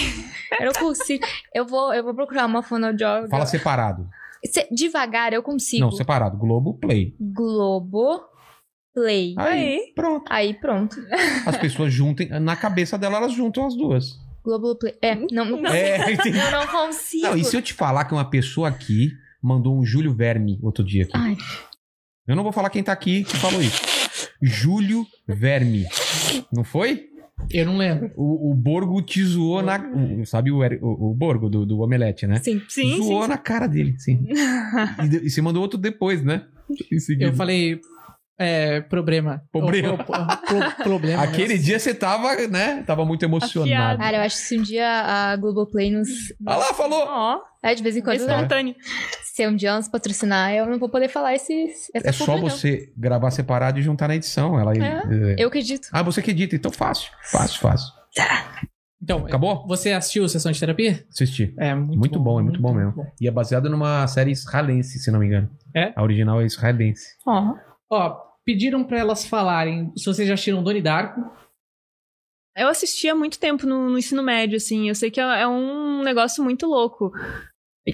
[SPEAKER 4] Eu não consigo. Eu vou, eu vou procurar uma fonoaudióloga.
[SPEAKER 2] Fala separado.
[SPEAKER 4] Se- devagar, eu consigo.
[SPEAKER 2] Não, separado. Globoplay.
[SPEAKER 4] Globo Play.
[SPEAKER 2] Aí, pronto.
[SPEAKER 4] Aí pronto.
[SPEAKER 2] As pessoas juntem, na cabeça dela, elas juntam as duas.
[SPEAKER 4] Globo Play. É, não,
[SPEAKER 2] É, entendi.
[SPEAKER 4] eu não consigo.
[SPEAKER 2] Não, e se eu te falar que uma pessoa aqui mandou um Júlio Verme outro dia aqui?
[SPEAKER 4] Ai.
[SPEAKER 2] Eu não vou falar quem tá aqui que falou isso. Júlio Verme. Não foi?
[SPEAKER 3] Eu não lembro.
[SPEAKER 2] O, o Borgo te zoou na. o- Sabe o, Eri- o- o Borgo do, do Omelete, né?
[SPEAKER 4] Sim.
[SPEAKER 5] Sim, sim,
[SPEAKER 2] zoou na cara dele, sim. E, de- e você mandou outro depois, né? Em seguida.
[SPEAKER 3] Eu falei. É, Uhum. problema.
[SPEAKER 2] Problema.
[SPEAKER 3] Ou- ou- pro- problema.
[SPEAKER 2] Aquele dia você tava, né? Tava muito emocionado.
[SPEAKER 4] Cara, eu acho que se um dia a Globoplay nos.
[SPEAKER 2] Ah lá, falou!
[SPEAKER 5] Ó,
[SPEAKER 4] É, de vez em quando. né?
[SPEAKER 5] espontâneo.
[SPEAKER 4] Se um dia ela nos patrocinar, eu não vou poder falar esse, essa
[SPEAKER 2] É só
[SPEAKER 4] publi, não.
[SPEAKER 2] você gravar separado e juntar na edição. Ela. é.
[SPEAKER 4] Eu acredito.
[SPEAKER 2] Ah, você que edita, então fácil. Fácil, fácil.
[SPEAKER 3] Então,
[SPEAKER 2] Acabou?
[SPEAKER 3] você assistiu Sessão de Terapia?
[SPEAKER 2] Assisti.
[SPEAKER 3] É muito,
[SPEAKER 2] Muito bom, é muito bom mesmo. E é baseado numa série israelense, se não me engano.
[SPEAKER 3] É?
[SPEAKER 2] A original é israelense.
[SPEAKER 5] Ó.
[SPEAKER 3] Ó, pediram pra elas falarem se vocês já assistiram Doni Darko.
[SPEAKER 5] Eu assisti há muito tempo no, no ensino médio, assim. Eu sei que é, é um negócio muito louco.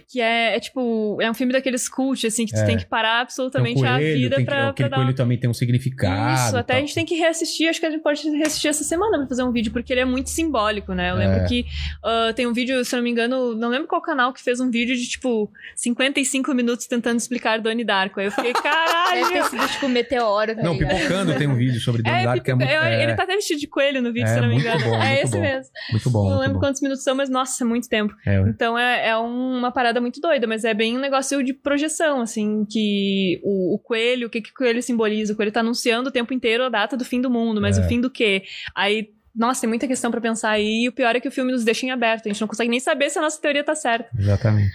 [SPEAKER 5] Que é, é tipo, é um filme daqueles cult, assim, que tu
[SPEAKER 2] É.
[SPEAKER 5] tem que parar
[SPEAKER 2] Tem
[SPEAKER 5] absolutamente
[SPEAKER 2] o
[SPEAKER 5] a
[SPEAKER 2] coelho,
[SPEAKER 5] vida
[SPEAKER 2] tem que-
[SPEAKER 5] pra, pra
[SPEAKER 2] aquele
[SPEAKER 5] dar
[SPEAKER 2] coelho também tem um significado.
[SPEAKER 5] Isso,
[SPEAKER 2] e
[SPEAKER 5] até a
[SPEAKER 2] tal.
[SPEAKER 5] gente tem que reassistir, acho que a gente pode reassistir essa semana pra fazer um vídeo, porque ele é muito simbólico, né? Eu lembro
[SPEAKER 2] É.
[SPEAKER 5] que ah, tem um vídeo, se eu não me engano, não lembro qual canal que fez um vídeo de tipo 55 minutos tentando explicar Donnie Darko. Aí eu fiquei,
[SPEAKER 4] Deve ter
[SPEAKER 5] caralho!
[SPEAKER 4] sido tipo um meteoro. tá
[SPEAKER 2] Não,
[SPEAKER 4] ligado?
[SPEAKER 2] pipocando tem um vídeo sobre Donnie
[SPEAKER 5] É,
[SPEAKER 2] Darko que é muito,
[SPEAKER 5] eu-
[SPEAKER 2] é,
[SPEAKER 5] Ele tá até vestido de coelho no vídeo,
[SPEAKER 2] É,
[SPEAKER 5] se eu não me
[SPEAKER 2] muito
[SPEAKER 5] engano.
[SPEAKER 2] bom,
[SPEAKER 5] é
[SPEAKER 2] muito
[SPEAKER 5] esse
[SPEAKER 2] bom.
[SPEAKER 5] mesmo.
[SPEAKER 2] muito bom.
[SPEAKER 5] não
[SPEAKER 2] muito
[SPEAKER 5] lembro
[SPEAKER 2] bom.
[SPEAKER 5] quantos minutos são, mas nossa, é muito tempo.
[SPEAKER 2] É,
[SPEAKER 5] Então é, é um- uma parada muito doida, mas é bem um negócio de projeção, assim, que o, o coelho, o que, que o coelho simboliza? O coelho tá anunciando o tempo inteiro a data do fim do mundo, mas
[SPEAKER 2] É.
[SPEAKER 5] o fim do quê? Aí, nossa, tem muita questão pra pensar aí, e o pior é que o filme nos deixa em aberto, a gente não consegue nem saber se a nossa teoria tá certa.
[SPEAKER 2] exatamente.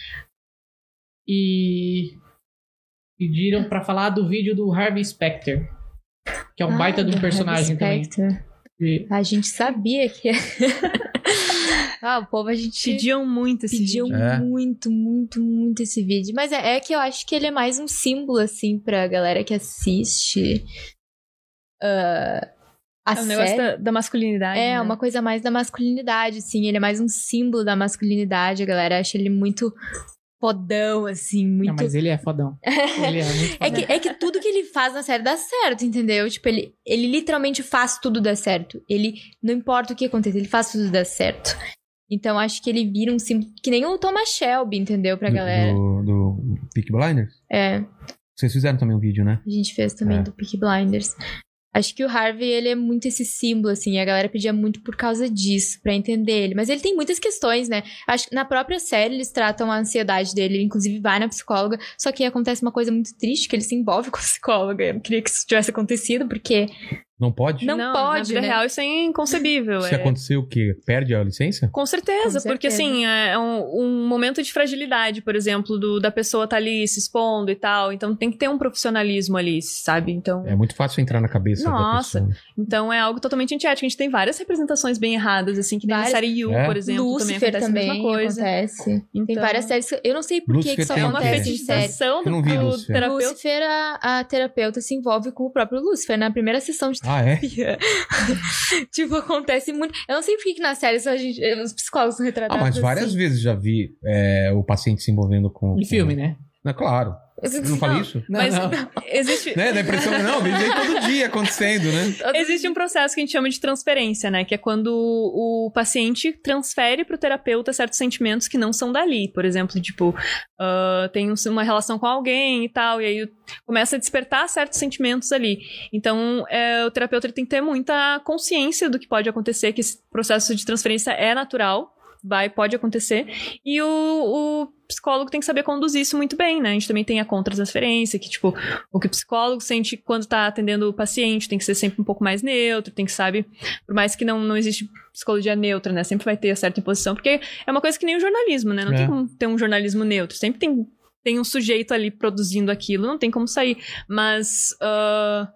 [SPEAKER 3] E pediram pra falar do vídeo do Harvey Specter, que é um
[SPEAKER 4] Ah,
[SPEAKER 3] baita de
[SPEAKER 4] do
[SPEAKER 3] um personagem também.
[SPEAKER 4] Spectre.
[SPEAKER 3] E-
[SPEAKER 4] A gente sabia que. é. ah, o povo a gente
[SPEAKER 5] Pediam muito esse
[SPEAKER 4] pediu
[SPEAKER 5] vídeo.
[SPEAKER 2] É.
[SPEAKER 4] muito, muito, muito esse vídeo. Mas é, é que eu acho que ele é mais um símbolo, assim, pra galera que assiste. ah, a
[SPEAKER 5] É um
[SPEAKER 4] série.
[SPEAKER 5] negócio da, da masculinidade.
[SPEAKER 4] É,
[SPEAKER 5] né?
[SPEAKER 4] uma coisa mais da masculinidade, assim. Ele é mais um símbolo da masculinidade. A galera acha ele muito fodão, assim, muito.
[SPEAKER 3] Não, mas ele é fodão. Ele é muito fodão.
[SPEAKER 4] É que, é que tudo que ele faz na série dá certo, entendeu? Tipo, ele, ele literalmente faz tudo dar certo. Ele, não importa o que aconteça, ele faz tudo dar certo. Então, acho que ele vira um símbolo. Que nem o Thomas Shelby, entendeu?
[SPEAKER 2] Uhum.
[SPEAKER 4] Pra galera.
[SPEAKER 2] Do, do Peak Blinders?
[SPEAKER 4] É,
[SPEAKER 2] Vocês fizeram também um vídeo, né?
[SPEAKER 4] a gente fez também
[SPEAKER 2] É.
[SPEAKER 4] do Peak Blinders. Acho que o Harvey, ele é muito esse símbolo, assim. e A galera pedia muito por causa disso, pra entender ele. Mas ele tem muitas questões, né? Acho que na própria série eles tratam a ansiedade dele. Ele, inclusive, vai na psicóloga. Só que acontece uma coisa muito triste, que ele se envolve com a psicóloga. Eu não queria que isso tivesse acontecido, porque...
[SPEAKER 2] Não pode?
[SPEAKER 4] Não
[SPEAKER 5] na
[SPEAKER 4] pode,
[SPEAKER 5] vida
[SPEAKER 4] né?
[SPEAKER 5] real isso é inconcebível.
[SPEAKER 2] Se
[SPEAKER 5] é-
[SPEAKER 2] acontecer o quê? Perde a licença?
[SPEAKER 5] Com certeza,
[SPEAKER 4] Com
[SPEAKER 5] porque
[SPEAKER 4] certeza.
[SPEAKER 5] assim, é um, um momento de fragilidade, por exemplo, do, da pessoa tá ali se expondo e tal. Então tem que ter um profissionalismo ali, sabe? Então
[SPEAKER 2] É muito fácil entrar na cabeça
[SPEAKER 5] Nossa.
[SPEAKER 2] da pessoa.
[SPEAKER 5] então é algo totalmente antiético. A gente tem várias representações bem erradas, assim, que nem na
[SPEAKER 4] Várias.
[SPEAKER 5] série You,
[SPEAKER 2] É.
[SPEAKER 5] por exemplo,
[SPEAKER 4] Lúcifer
[SPEAKER 5] também acontece a mesma coisa.
[SPEAKER 4] acontece. Tem
[SPEAKER 5] Então,
[SPEAKER 4] várias séries... que- Eu não sei por que
[SPEAKER 2] Lúcifer
[SPEAKER 4] que isso
[SPEAKER 2] tem
[SPEAKER 5] É uma
[SPEAKER 4] acontece em série.
[SPEAKER 5] fetichização
[SPEAKER 2] Eu não
[SPEAKER 5] do,
[SPEAKER 2] vi
[SPEAKER 5] do
[SPEAKER 2] Lúcifer.
[SPEAKER 5] terapeuta.
[SPEAKER 4] Lúcifer, a, a terapeuta se envolve com o próprio Lúcifer na primeira sessão de
[SPEAKER 2] Ah, é?
[SPEAKER 4] terapia. tipo, acontece muito. Eu não sei por que que na série só a gente, eh, os psicólogos são
[SPEAKER 2] Ah,
[SPEAKER 4] retratados.
[SPEAKER 2] mas várias
[SPEAKER 4] assim.
[SPEAKER 2] vezes já vi é, o paciente se envolvendo com.
[SPEAKER 3] Em filme, né?
[SPEAKER 2] Com... É claro. Eu
[SPEAKER 4] assim,
[SPEAKER 2] não falei isso?
[SPEAKER 3] Não,
[SPEAKER 5] Mas
[SPEAKER 3] não.
[SPEAKER 5] existe,
[SPEAKER 2] Né? Dá a impressão que não, eu vejo aí todo dia acontecendo, né?
[SPEAKER 5] Existe um processo que a gente chama de transferência, né? Que é quando o paciente transfere pro terapeuta certos sentimentos que não são dali. Por exemplo, tipo, ah, tem um- uma relação com alguém e tal, e aí começa a despertar certos sentimentos ali. Então, é, o terapeuta ele tem que ter muita consciência do que pode acontecer, que esse processo de transferência é natural. Vai, pode acontecer. E o, o psicólogo tem que saber conduzir isso muito bem, né? A gente também tem a contra-transferência, que, tipo, o que o psicólogo sente quando tá atendendo o paciente, tem que ser sempre um pouco mais neutro, tem que, sabe, por mais que não, não existe psicologia neutra, né? Sempre vai ter certa imposição, porque é uma coisa que nem o jornalismo, né? Não
[SPEAKER 2] É.
[SPEAKER 5] tem como ter um jornalismo neutro, sempre tem, tem um sujeito ali produzindo aquilo, não tem como sair. Mas ah,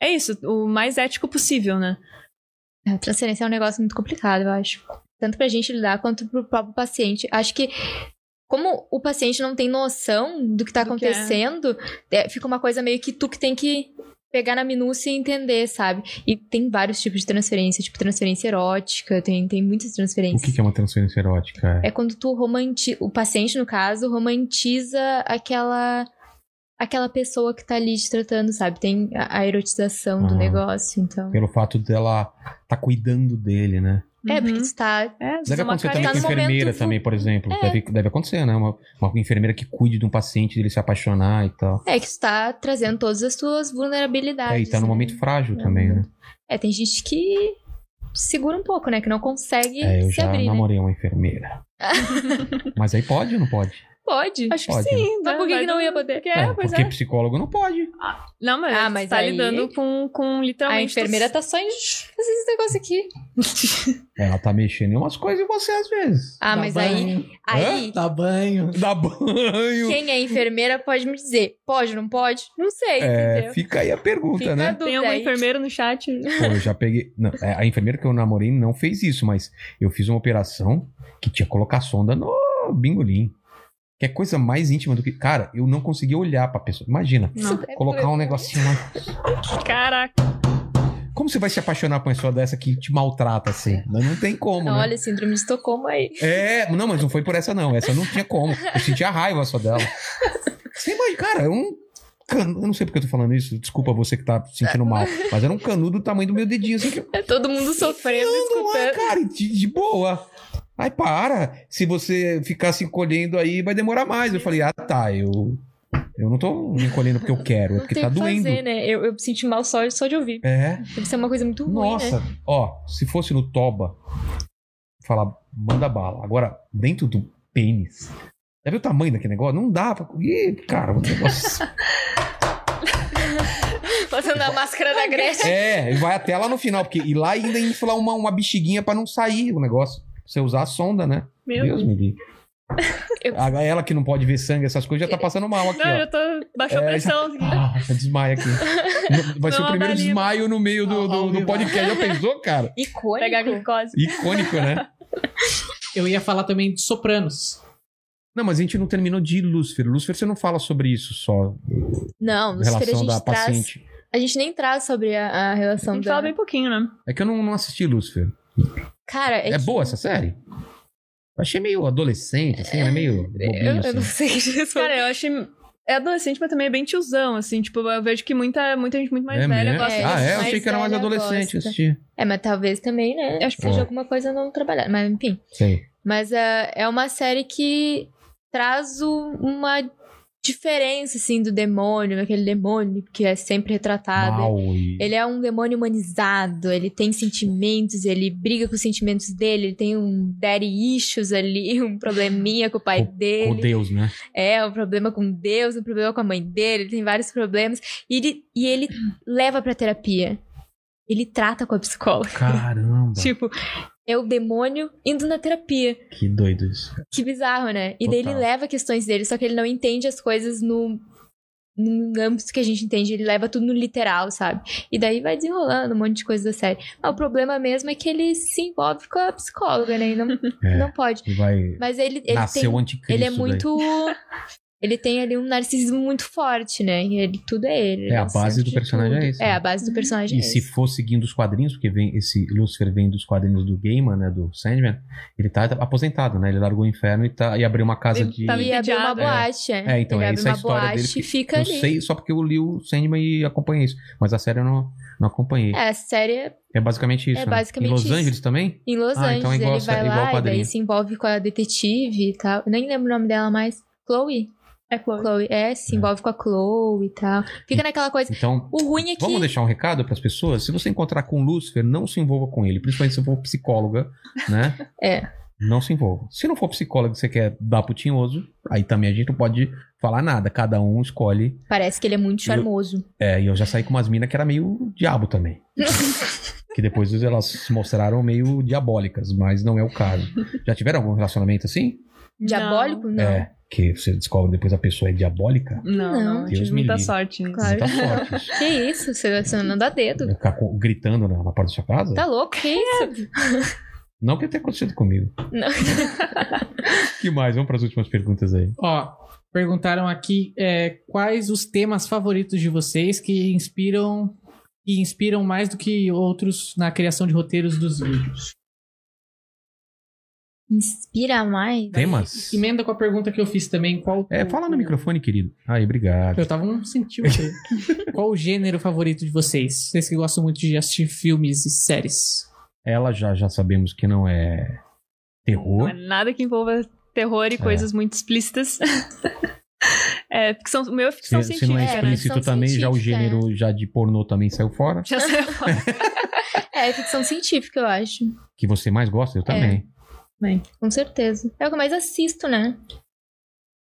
[SPEAKER 5] é isso, o mais ético possível, né?
[SPEAKER 4] A transferência é um negócio muito complicado, eu acho. Tanto pra gente lidar quanto pro próprio paciente. Acho que. Como o paciente não tem noção do que tá
[SPEAKER 5] Do que é.
[SPEAKER 4] acontecendo, é, fica uma coisa meio que tu que tem que pegar na minúcia e entender, sabe? E tem vários tipos de transferência, tipo transferência erótica, tem, tem muitas
[SPEAKER 2] O
[SPEAKER 4] transferências.
[SPEAKER 2] que, que é uma transferência erótica?
[SPEAKER 4] É quando tu romantiza. O paciente, no caso, romantiza aquela. Aquela pessoa que tá ali te tratando, sabe? Tem a, a erotização do
[SPEAKER 2] Aham.
[SPEAKER 4] negócio, então.
[SPEAKER 2] Pelo fato dela tá cuidando dele, né?
[SPEAKER 4] É, porque
[SPEAKER 5] Uhum.
[SPEAKER 4] tu tá.
[SPEAKER 5] É, às vezes
[SPEAKER 2] Deve
[SPEAKER 5] é uma
[SPEAKER 2] acontecer também com
[SPEAKER 5] carência.
[SPEAKER 4] Tá no
[SPEAKER 2] enfermeira
[SPEAKER 4] momento
[SPEAKER 2] também,
[SPEAKER 4] fu-
[SPEAKER 2] por exemplo. Deve, deve acontecer, né? Uma, uma enfermeira que cuide de um paciente, dele se apaixonar e tal.
[SPEAKER 4] É que tu tá trazendo todas as tuas vulnerabilidades.
[SPEAKER 2] É, e tá num
[SPEAKER 4] né?
[SPEAKER 2] momento frágil
[SPEAKER 4] É.
[SPEAKER 2] também, né?
[SPEAKER 4] É, tem gente que segura um pouco, né? Que não consegue
[SPEAKER 2] É, eu
[SPEAKER 4] se
[SPEAKER 2] já
[SPEAKER 4] abrir, né?
[SPEAKER 2] namorei uma enfermeira. Mas aí pode ou não pode?
[SPEAKER 4] Pode.
[SPEAKER 5] Acho que
[SPEAKER 2] Pode,
[SPEAKER 5] sim.
[SPEAKER 4] Mas
[SPEAKER 5] né?
[SPEAKER 4] por que
[SPEAKER 5] Vai
[SPEAKER 4] que não
[SPEAKER 5] do-
[SPEAKER 4] ia poder?
[SPEAKER 5] Porque, é,
[SPEAKER 2] É,
[SPEAKER 5] pois
[SPEAKER 2] porque
[SPEAKER 5] é.
[SPEAKER 2] psílogo não pode.
[SPEAKER 5] Não, mas,
[SPEAKER 4] Ah,
[SPEAKER 5] tu
[SPEAKER 4] mas
[SPEAKER 5] tá
[SPEAKER 4] aí-
[SPEAKER 5] lidando com, com
[SPEAKER 4] A
[SPEAKER 5] literalmente...
[SPEAKER 4] enfermeira tá só em fazer esse negócio aqui.
[SPEAKER 2] Ela tá mexendo em umas coisas em você às vezes.
[SPEAKER 4] Ah,
[SPEAKER 3] Dá
[SPEAKER 4] mas aí.
[SPEAKER 3] banho,
[SPEAKER 4] Aí.
[SPEAKER 3] Dá banho.
[SPEAKER 2] Dá banho.
[SPEAKER 4] Quem é enfermeira pode me dizer. Pode, não pode? Não sei,
[SPEAKER 2] É,
[SPEAKER 4] entendeu?
[SPEAKER 2] fica aí a pergunta,
[SPEAKER 4] Fica a
[SPEAKER 2] né?
[SPEAKER 4] dúvida
[SPEAKER 5] Tem algum
[SPEAKER 4] aí.
[SPEAKER 5] enfermeiro no chat?
[SPEAKER 2] Pô, eu já peguei. não, é, a enfermeira que eu namorei não fez isso, mas eu fiz uma operação que tinha que colocar sonda no bingolim. Que é coisa mais íntima do que. Cara, eu não conseguia olhar pra pessoa. Imagina,
[SPEAKER 5] Não.
[SPEAKER 4] É
[SPEAKER 2] colocar um negocinho lá.
[SPEAKER 5] Caraca.
[SPEAKER 2] Como você vai se apaixonar por uma pessoa dessa que te maltrata assim? Não, não tem como, né?
[SPEAKER 4] Olha, síndrome de Estocolmo aí.
[SPEAKER 2] É, não, mas não foi por essa, não. Essa não tinha como. Eu sentia raiva só dela. Você imagina, cara, é um. Can... Eu não sei porque eu tô falando isso. Desculpa você que tá se sentindo mal. Mas era um canudo do tamanho do meu dedinho, assim, que eu
[SPEAKER 4] É todo mundo sofrendo,
[SPEAKER 2] ando lá,
[SPEAKER 4] escutando.
[SPEAKER 2] cara, e de, de boa. Ai, para. Se você ficar se encolhendo aí, vai demorar mais. Eu falei, ah, tá, eu. Eu não tô me encolhendo porque eu quero, é
[SPEAKER 4] Não
[SPEAKER 2] porque
[SPEAKER 4] tem
[SPEAKER 2] tá
[SPEAKER 4] o que
[SPEAKER 2] doendo.
[SPEAKER 4] fazer, né? Eu, eu me senti mal só, só de ouvir.
[SPEAKER 2] É.
[SPEAKER 4] Deve ser uma coisa muito ruim, né?
[SPEAKER 2] Nossa, ó, se fosse no toba, falar, manda bala. Agora, dentro do pênis, já viu o tamanho daquele negócio? Não dá pra. Ih, cara, o negócio.
[SPEAKER 4] Fazendo a máscara da Gretchen.
[SPEAKER 2] é, e vai até lá no final, porque e lá ainda inflar uma, uma bexiguinha pra não sair o negócio. Você usar a sonda, né?
[SPEAKER 5] Meu
[SPEAKER 2] Deus me livre.
[SPEAKER 4] Eu-
[SPEAKER 2] A- Ela que não pode ver sangue, essas coisas, já tá passando mal aqui,
[SPEAKER 5] Não, eu
[SPEAKER 2] ó.
[SPEAKER 5] já tô. Baixou a
[SPEAKER 2] É,
[SPEAKER 5] pressão.
[SPEAKER 2] Ah, desmaia aqui. Vai ser
[SPEAKER 5] Não,
[SPEAKER 2] o primeiro
[SPEAKER 5] avalia.
[SPEAKER 2] desmaio no meio do, do, do podcast. Já pensou, cara?
[SPEAKER 4] Icônico.
[SPEAKER 5] Pegar a glicose.
[SPEAKER 2] Icônico, né?
[SPEAKER 3] Eu ia falar também de Sopranos.
[SPEAKER 2] Não, mas a gente não terminou de Lúcifer. Lúcifer, você não fala sobre isso só,
[SPEAKER 4] Não,
[SPEAKER 2] em
[SPEAKER 4] no Lucifer a
[SPEAKER 2] relação da
[SPEAKER 4] gente traz...
[SPEAKER 2] paciente.
[SPEAKER 4] A gente nem traz sobre a, a
[SPEAKER 5] A
[SPEAKER 4] relação
[SPEAKER 5] gente
[SPEAKER 4] da...
[SPEAKER 5] fala bem pouquinho, né?
[SPEAKER 2] É que eu não, não assisti Lúcifer.
[SPEAKER 4] Cara, é,
[SPEAKER 2] É,
[SPEAKER 4] que-
[SPEAKER 2] boa essa série? Eu Achei meio adolescente, assim, né? Meio bobinho,
[SPEAKER 4] É, Eu, eu
[SPEAKER 2] assim.
[SPEAKER 4] não sei o que responder.
[SPEAKER 5] Cara, eu achei. É adolescente, mas também é bem tiozão, assim. Tipo, eu vejo que muita, muita gente muito mais
[SPEAKER 2] é,
[SPEAKER 5] velha
[SPEAKER 2] mesmo?
[SPEAKER 5] gosta
[SPEAKER 4] É,
[SPEAKER 2] Ah, é? Eu
[SPEAKER 4] mais
[SPEAKER 2] achei que era mais
[SPEAKER 4] velha
[SPEAKER 2] adolescente
[SPEAKER 4] gosta.
[SPEAKER 2] assistir.
[SPEAKER 4] É, mas talvez também, né?
[SPEAKER 5] Eu acho que
[SPEAKER 4] seja
[SPEAKER 2] é.
[SPEAKER 4] alguma coisa não trabalhada. Mas, enfim.
[SPEAKER 2] Sei.
[SPEAKER 4] Mas é, é uma série que traz o- uma diferença, assim, do demônio, aquele demônio que é sempre retratado.
[SPEAKER 2] Mal e...
[SPEAKER 4] Ele é um demônio humanizado, ele tem sentimentos, ele briga com os sentimentos dele, ele tem um daddy issues ali, um probleminha com o pai dele.
[SPEAKER 2] Com Deus, né?
[SPEAKER 4] É, um problema com Deus, um problema com a mãe dele, ele tem vários problemas. E ele, e ele leva pra terapia. Ele trata com a psicóloga.
[SPEAKER 2] Caramba,
[SPEAKER 4] Tipo, é o demônio indo na terapia.
[SPEAKER 2] que doido isso.
[SPEAKER 4] Que bizarro, né? E daí ele
[SPEAKER 2] Total.
[SPEAKER 4] leva questões dele, só que ele não entende as coisas no, no âmbito que a gente entende. Ele leva tudo no literal, sabe? E daí vai desenrolando um monte de coisa da série. Mas o problema mesmo é que ele se envolve com a psicóloga, né? E não,
[SPEAKER 2] É,
[SPEAKER 4] não pode.
[SPEAKER 2] e vai...
[SPEAKER 4] Mas ele, ele
[SPEAKER 2] Nasceu
[SPEAKER 4] tem
[SPEAKER 2] o anticristo
[SPEAKER 4] ele é
[SPEAKER 2] daí.
[SPEAKER 4] muito. ele tem ali um narcisismo muito forte, né? E ele, tudo é ele. ele
[SPEAKER 2] É, a
[SPEAKER 4] o
[SPEAKER 2] base do
[SPEAKER 4] centro de
[SPEAKER 2] personagem
[SPEAKER 4] tudo.
[SPEAKER 2] é esse.
[SPEAKER 4] É,
[SPEAKER 2] né?
[SPEAKER 4] a base do personagem
[SPEAKER 2] E
[SPEAKER 4] é
[SPEAKER 2] se
[SPEAKER 4] esse.
[SPEAKER 2] for seguindo os quadrinhos, porque vem esse Lucifer vem dos quadrinhos do Gaiman, né, do Sandman, ele tá aposentado, né? Ele largou o inferno e, tá, e abriu uma casa
[SPEAKER 5] Ele
[SPEAKER 2] de...
[SPEAKER 5] tá
[SPEAKER 4] E abriu uma
[SPEAKER 5] entediado, é.
[SPEAKER 4] boate, é.
[SPEAKER 2] É, então,
[SPEAKER 4] ele
[SPEAKER 2] é
[SPEAKER 4] abre
[SPEAKER 2] essa
[SPEAKER 4] uma
[SPEAKER 2] a história
[SPEAKER 4] boate
[SPEAKER 2] dele,
[SPEAKER 4] e
[SPEAKER 2] porque
[SPEAKER 4] fica
[SPEAKER 2] eu
[SPEAKER 4] ali.
[SPEAKER 2] sei só porque eu li o Sandman e acompanhei isso, mas a série eu não, não acompanhei. É.
[SPEAKER 4] É, a série é
[SPEAKER 2] basicamente isso.
[SPEAKER 4] É
[SPEAKER 2] né?
[SPEAKER 4] basicamente
[SPEAKER 2] em Los
[SPEAKER 4] isso.
[SPEAKER 2] Angeles também?
[SPEAKER 4] em Los
[SPEAKER 2] Ah,
[SPEAKER 4] Angeles.
[SPEAKER 2] então é igual
[SPEAKER 4] ele
[SPEAKER 2] a-
[SPEAKER 4] vai
[SPEAKER 2] igual ao
[SPEAKER 4] lá e daí
[SPEAKER 2] quadrinho.
[SPEAKER 4] se envolve com a detetive e tal. Eu nem lembro o nome dela mais. Chloe?
[SPEAKER 5] É, Chloe.
[SPEAKER 4] Chloe, é, se
[SPEAKER 2] É.
[SPEAKER 4] envolve com a Chloe e tal. Fica naquela coisa.
[SPEAKER 2] Então,
[SPEAKER 4] O ruim é que.
[SPEAKER 2] vamos deixar um recado para as pessoas? Se você encontrar com o Lucifer, não se envolva com ele, principalmente se for psicóloga, né?
[SPEAKER 4] É.
[SPEAKER 2] Não se envolva. Se não for psicóloga e você quer dar pro tinhoso, aí também a gente não pode falar nada, cada um escolhe
[SPEAKER 4] Parece que ele é muito charmoso.
[SPEAKER 2] É, e eu já saí com umas minas que era meio diabo também. que depois elas se mostraram meio diabólicas, mas não é o caso. Já tiveram algum relacionamento assim?
[SPEAKER 4] Diabólico? Não.
[SPEAKER 2] É, que você descobre depois a pessoa é diabólica?
[SPEAKER 5] Não, não.
[SPEAKER 4] Não.
[SPEAKER 5] eu
[SPEAKER 2] Deus
[SPEAKER 5] tive
[SPEAKER 2] me
[SPEAKER 5] muita
[SPEAKER 2] livre.
[SPEAKER 5] sorte nisso.
[SPEAKER 4] Claro.
[SPEAKER 2] Muita sorte. isso.
[SPEAKER 4] Que isso? Selecionando a dedo.
[SPEAKER 2] Ficar com- gritando na, na porta da sua casa?
[SPEAKER 4] Tá louco? Que isso?
[SPEAKER 2] Não que tenha acontecido comigo.
[SPEAKER 4] Não.
[SPEAKER 2] que mais? Vamos para as últimas perguntas aí.
[SPEAKER 3] Ó, perguntaram aqui é, quais os temas favoritos de vocês que inspiram e inspiram mais do que outros na criação de roteiros dos vídeos.
[SPEAKER 4] Inspira mais?
[SPEAKER 2] Temas?
[SPEAKER 3] Emenda com a pergunta que eu fiz também, qual
[SPEAKER 2] É, fala no microfone, querido. Aí, obrigado.
[SPEAKER 3] Eu tava um centímetro. aí. qual o gênero favorito de vocês? Vocês que gostam muito de assistir filmes e séries.
[SPEAKER 2] Ela já, já sabemos que não é
[SPEAKER 5] Não
[SPEAKER 2] terror.
[SPEAKER 5] é nada que envolva terror
[SPEAKER 2] É.
[SPEAKER 5] e coisas muito explícitas. é, ficção, o meu é ficção
[SPEAKER 2] Se, se não é
[SPEAKER 5] científica,
[SPEAKER 4] científica, né?
[SPEAKER 2] explícito
[SPEAKER 4] Ficção
[SPEAKER 2] também, já o
[SPEAKER 4] científica,
[SPEAKER 2] gênero
[SPEAKER 5] é.
[SPEAKER 2] já de pornô também saiu fora.
[SPEAKER 5] né? Já saiu fora.
[SPEAKER 4] É, ficção científica, eu acho.
[SPEAKER 2] Que você mais gosta, eu
[SPEAKER 5] É.
[SPEAKER 2] também.
[SPEAKER 4] Com certeza. É o que eu mais assisto, né?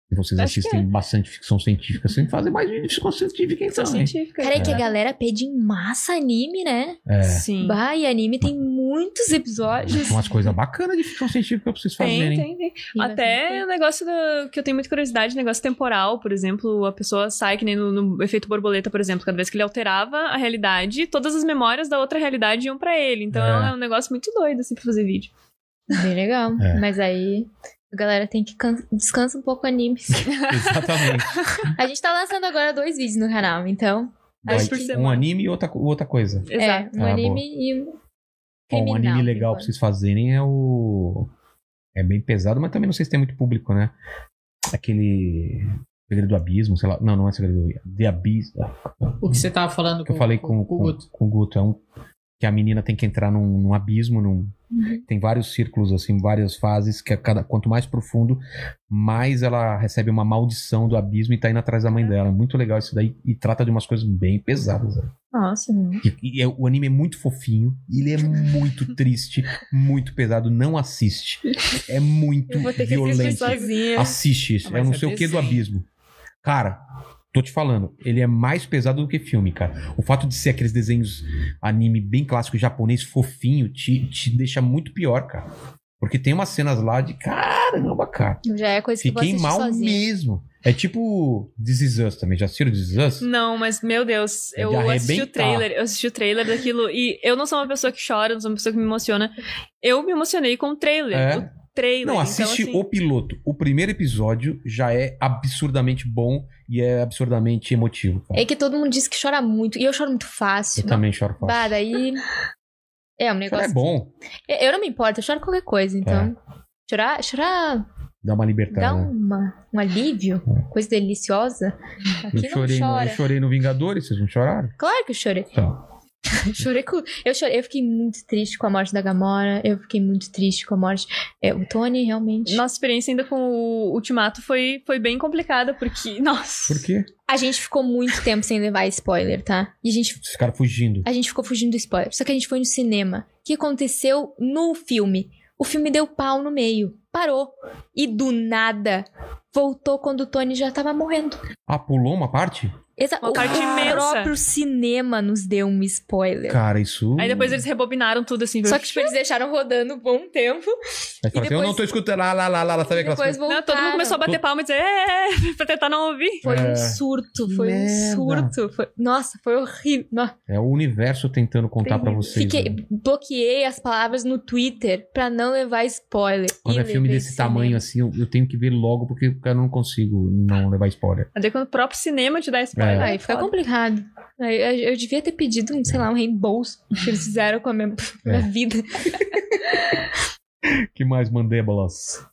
[SPEAKER 2] Se vocês
[SPEAKER 5] Acho que é.
[SPEAKER 2] assistem bastante ficção científica, vocês fazem mais vídeo de ficção científica então.
[SPEAKER 5] Ficção
[SPEAKER 2] hein?
[SPEAKER 5] científica.
[SPEAKER 4] Cara, é que a galera pede em massa anime, né?
[SPEAKER 2] É.
[SPEAKER 5] Sim.
[SPEAKER 4] Bah, e anime tem muitos episódios.
[SPEAKER 2] Umas coisas bacanas de ficção científica pra vocês
[SPEAKER 5] Tem,
[SPEAKER 2] fazerem.
[SPEAKER 5] tem, tem.
[SPEAKER 4] E
[SPEAKER 5] Até o negócio do- que eu tenho muita curiosidade, negócio temporal, por exemplo, a pessoa sai que nem no, no efeito borboleta, por exemplo, cada vez que ele alterava a realidade, todas as memórias da outra realidade iam pra ele. Então
[SPEAKER 2] É.
[SPEAKER 5] é, um negócio muito doido assim pra fazer vídeo.
[SPEAKER 4] bastante. Bem legal.
[SPEAKER 2] É.
[SPEAKER 4] Mas aí a galera tem que can... descansa um pouco o anime.
[SPEAKER 2] Exatamente.
[SPEAKER 4] a gente tá lançando agora dois vídeos no canal, então
[SPEAKER 5] Dois
[SPEAKER 2] Aí,
[SPEAKER 5] por
[SPEAKER 2] um
[SPEAKER 5] semana.
[SPEAKER 2] anime e outra, co- outra coisa.
[SPEAKER 5] Exato.
[SPEAKER 4] É, um
[SPEAKER 2] Ah,
[SPEAKER 4] anime e um
[SPEAKER 2] Ó,
[SPEAKER 4] criminal. tipo,
[SPEAKER 2] um anime legal
[SPEAKER 4] por
[SPEAKER 2] pra vocês fazerem é o. É bem pesado, mas também não sei se tem muito público, né? Aquele. Segredo do Abismo, sei lá. Não, não é Segredo do Abismo. The Abismo.
[SPEAKER 3] O que você tava falando
[SPEAKER 2] que eu falei com,
[SPEAKER 3] com o
[SPEAKER 2] com-
[SPEAKER 3] Guto.
[SPEAKER 2] com o Guto. É um, que a menina tem que entrar num, num abismo, num- tem vários círculos, assim, várias fases, que a cada, quanto mais profundo, mais ela recebe uma maldição do abismo e tá indo atrás da mãe dela. É Muito legal isso daí. E trata de umas coisas bem pesadas. né?
[SPEAKER 5] Nossa.
[SPEAKER 2] E, e é- o anime é muito fofinho, e ele é muito triste, muito pesado. Não assiste. É muito
[SPEAKER 4] Eu vou ter que assistir
[SPEAKER 2] violento.
[SPEAKER 4] sozinha.
[SPEAKER 2] Assiste isso.
[SPEAKER 3] Ah,
[SPEAKER 2] é
[SPEAKER 3] mas
[SPEAKER 2] não
[SPEAKER 3] é
[SPEAKER 2] sei o que do
[SPEAKER 3] desenho.
[SPEAKER 2] abismo. Cara, tô te falando, ele é mais pesado do que filme, cara. O fato de ser aqueles desenhos anime bem clássico japonês, fofinho, te, te deixa muito pior, cara. Porque tem umas cenas lá de caramba, cara.
[SPEAKER 7] Já é coisa que eu vou
[SPEAKER 2] Fiquei
[SPEAKER 7] assistir
[SPEAKER 2] mal
[SPEAKER 7] sozinha.
[SPEAKER 2] mesmo. É tipo This Is Us também. Já assistiram This Is Us?
[SPEAKER 5] Não, mas meu Deus,
[SPEAKER 2] É
[SPEAKER 5] eu
[SPEAKER 2] de
[SPEAKER 5] assisti o
[SPEAKER 2] arrebentar.
[SPEAKER 5] trailer, eu assisti o trailer daquilo e eu não sou uma pessoa que chora, não sou uma pessoa que me emociona. Eu me emocionei com o trailer.
[SPEAKER 2] É.
[SPEAKER 5] O trailer.
[SPEAKER 2] Não,
[SPEAKER 5] então,
[SPEAKER 2] assiste
[SPEAKER 5] assim,
[SPEAKER 2] o piloto. O primeiro episódio já é absurdamente bom e é absurdamente emotivo, cara.
[SPEAKER 4] É que todo mundo diz que chora muito. E eu choro muito fácil.
[SPEAKER 2] Eu também choro
[SPEAKER 4] Bah,
[SPEAKER 2] fácil.
[SPEAKER 4] daí. É um
[SPEAKER 2] Chorar
[SPEAKER 4] negócio.
[SPEAKER 2] é bom. É.
[SPEAKER 4] Eu eu não me importo, eu choro qualquer coisa, então. Chorar, chorar
[SPEAKER 2] Dá uma libertada.
[SPEAKER 4] dá
[SPEAKER 2] né?
[SPEAKER 4] uma, um alívio, coisa deliciosa.
[SPEAKER 2] É.
[SPEAKER 4] Aqui
[SPEAKER 2] Eu
[SPEAKER 4] não
[SPEAKER 2] chorei, no, eu
[SPEAKER 4] chora.
[SPEAKER 2] chorei no Vingadores, vocês não choraram?
[SPEAKER 4] Claro que eu chorei.
[SPEAKER 2] Então,
[SPEAKER 4] chorei com... eu, chorei. eu fiquei muito triste com a morte da Gamora. Eu fiquei muito triste com a morte. É, o Tony, realmente.
[SPEAKER 5] Nossa experiência ainda com o Ultimato foi, foi bem complicada, porque. Nossa.
[SPEAKER 2] por quê?
[SPEAKER 4] A gente ficou muito tempo sem levar spoiler, tá? E a gente
[SPEAKER 2] Esses caras fugindo.
[SPEAKER 4] A gente ficou fugindo do spoiler. Só que a gente foi no cinema. O que aconteceu no filme? O filme deu pau no meio. Parou. E do nada voltou quando o Tony já tava morrendo.
[SPEAKER 2] Ah, pulou uma parte?
[SPEAKER 4] Exa
[SPEAKER 5] Uma
[SPEAKER 4] o
[SPEAKER 5] parte imensa.
[SPEAKER 4] próprio cinema nos deu um spoiler.
[SPEAKER 2] Cara, isso.
[SPEAKER 5] Aí depois eles rebobinaram tudo assim.
[SPEAKER 4] Só que tipo, eles deixaram rodando um bom tempo.
[SPEAKER 2] Aí fala assim,
[SPEAKER 4] e
[SPEAKER 2] eu
[SPEAKER 4] depois-
[SPEAKER 2] não tô escutando. Lá, lá, lá, lá, lá, sabe
[SPEAKER 4] E
[SPEAKER 2] aquelas coisas?
[SPEAKER 4] depois voltaram.
[SPEAKER 5] Não, né, todo mundo começou a bater palma e dizer, é, é, é", pra tentar não ouvir.
[SPEAKER 4] Foi
[SPEAKER 2] É.
[SPEAKER 4] um surto, foi
[SPEAKER 2] Merda.
[SPEAKER 4] um surto. foi- Nossa, foi horrível. Nossa,
[SPEAKER 2] É o universo tentando contar pra vocês.
[SPEAKER 4] Fiquei,
[SPEAKER 2] né?
[SPEAKER 4] bloqueei as palavras no Twitter pra não levar spoiler.
[SPEAKER 2] Quando
[SPEAKER 4] E
[SPEAKER 2] é filme
[SPEAKER 4] levei
[SPEAKER 2] desse
[SPEAKER 4] cinema.
[SPEAKER 2] tamanho assim, eu, eu tenho que ver logo porque eu não consigo não levar spoiler.
[SPEAKER 5] Até é quando o próprio cinema te dá spoiler.
[SPEAKER 2] É.
[SPEAKER 4] Aí fica
[SPEAKER 5] foda.
[SPEAKER 4] complicado. Aí eu, eu devia ter pedido, um, sei lá, um reembolso que eles fizeram com a minha, minha
[SPEAKER 2] É.
[SPEAKER 4] vida.
[SPEAKER 2] que mais, Mandébolas?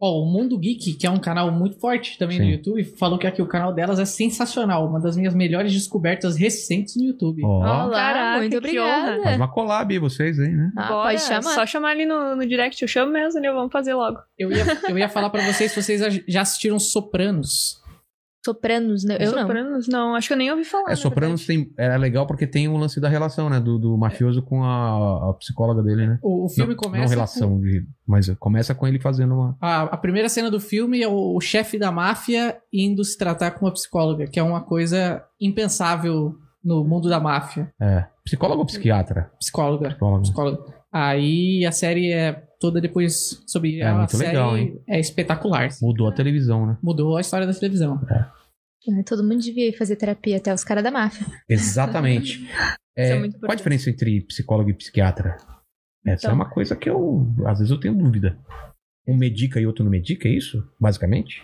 [SPEAKER 3] Ó, o Mundo Geek, que é um canal muito forte também
[SPEAKER 2] Sim.
[SPEAKER 3] no YouTube, falou que aqui o canal delas é sensacional. Uma das minhas melhores descobertas recentes no YouTube.
[SPEAKER 2] Ó,
[SPEAKER 4] Olá,
[SPEAKER 5] caraca, que
[SPEAKER 4] muito
[SPEAKER 2] faz
[SPEAKER 4] obrigada.
[SPEAKER 2] uma collab aí, vocês aí, né?
[SPEAKER 4] Ah,
[SPEAKER 5] Bora,
[SPEAKER 4] pode chamar.
[SPEAKER 5] só chamar ali no, no direct, eu chamo mesmo, né? Vamos fazer logo.
[SPEAKER 3] Eu, ia, eu ia falar pra vocês se vocês já assistiram Sopranos.
[SPEAKER 4] Sopranos, né? Eu não.
[SPEAKER 5] Sopranos? Não. acho que eu nem ouvi falar.
[SPEAKER 2] É,
[SPEAKER 5] na
[SPEAKER 2] Sopranos
[SPEAKER 5] verdade.
[SPEAKER 2] tem, é legal porque tem o lance da relação, né? Do, do mafioso com a, a psicóloga dele, né?
[SPEAKER 3] O, o filme
[SPEAKER 2] não,
[SPEAKER 3] começa.
[SPEAKER 2] Não
[SPEAKER 3] com-
[SPEAKER 2] relação, de, mas começa com ele fazendo uma.
[SPEAKER 3] a, a primeira cena do filme é o, o chefe da máfia indo se tratar com uma psicóloga, que é uma coisa impensável no mundo da máfia.
[SPEAKER 2] É. Psicólogo ou psiquiatra?
[SPEAKER 3] Psicóloga.
[SPEAKER 2] Psicólogo.
[SPEAKER 3] Psicóloga. Aí a série é toda depois sobre
[SPEAKER 2] É
[SPEAKER 3] a
[SPEAKER 2] muito
[SPEAKER 3] série
[SPEAKER 2] legal, hein?
[SPEAKER 3] é espetacular.
[SPEAKER 2] Mudou a televisão, né?
[SPEAKER 3] Mudou a história da televisão.
[SPEAKER 4] Ah, Todo mundo devia ir fazer terapia, até os caras da máfia.
[SPEAKER 2] Exatamente. É,
[SPEAKER 5] Isso é muito
[SPEAKER 2] qual a
[SPEAKER 5] importante.
[SPEAKER 2] diferença entre psicólogo e psiquiatra? Essa
[SPEAKER 5] Então.
[SPEAKER 2] é uma coisa que eu. Às vezes eu tenho dúvida. Um medica e outro não medica, é isso? Basicamente?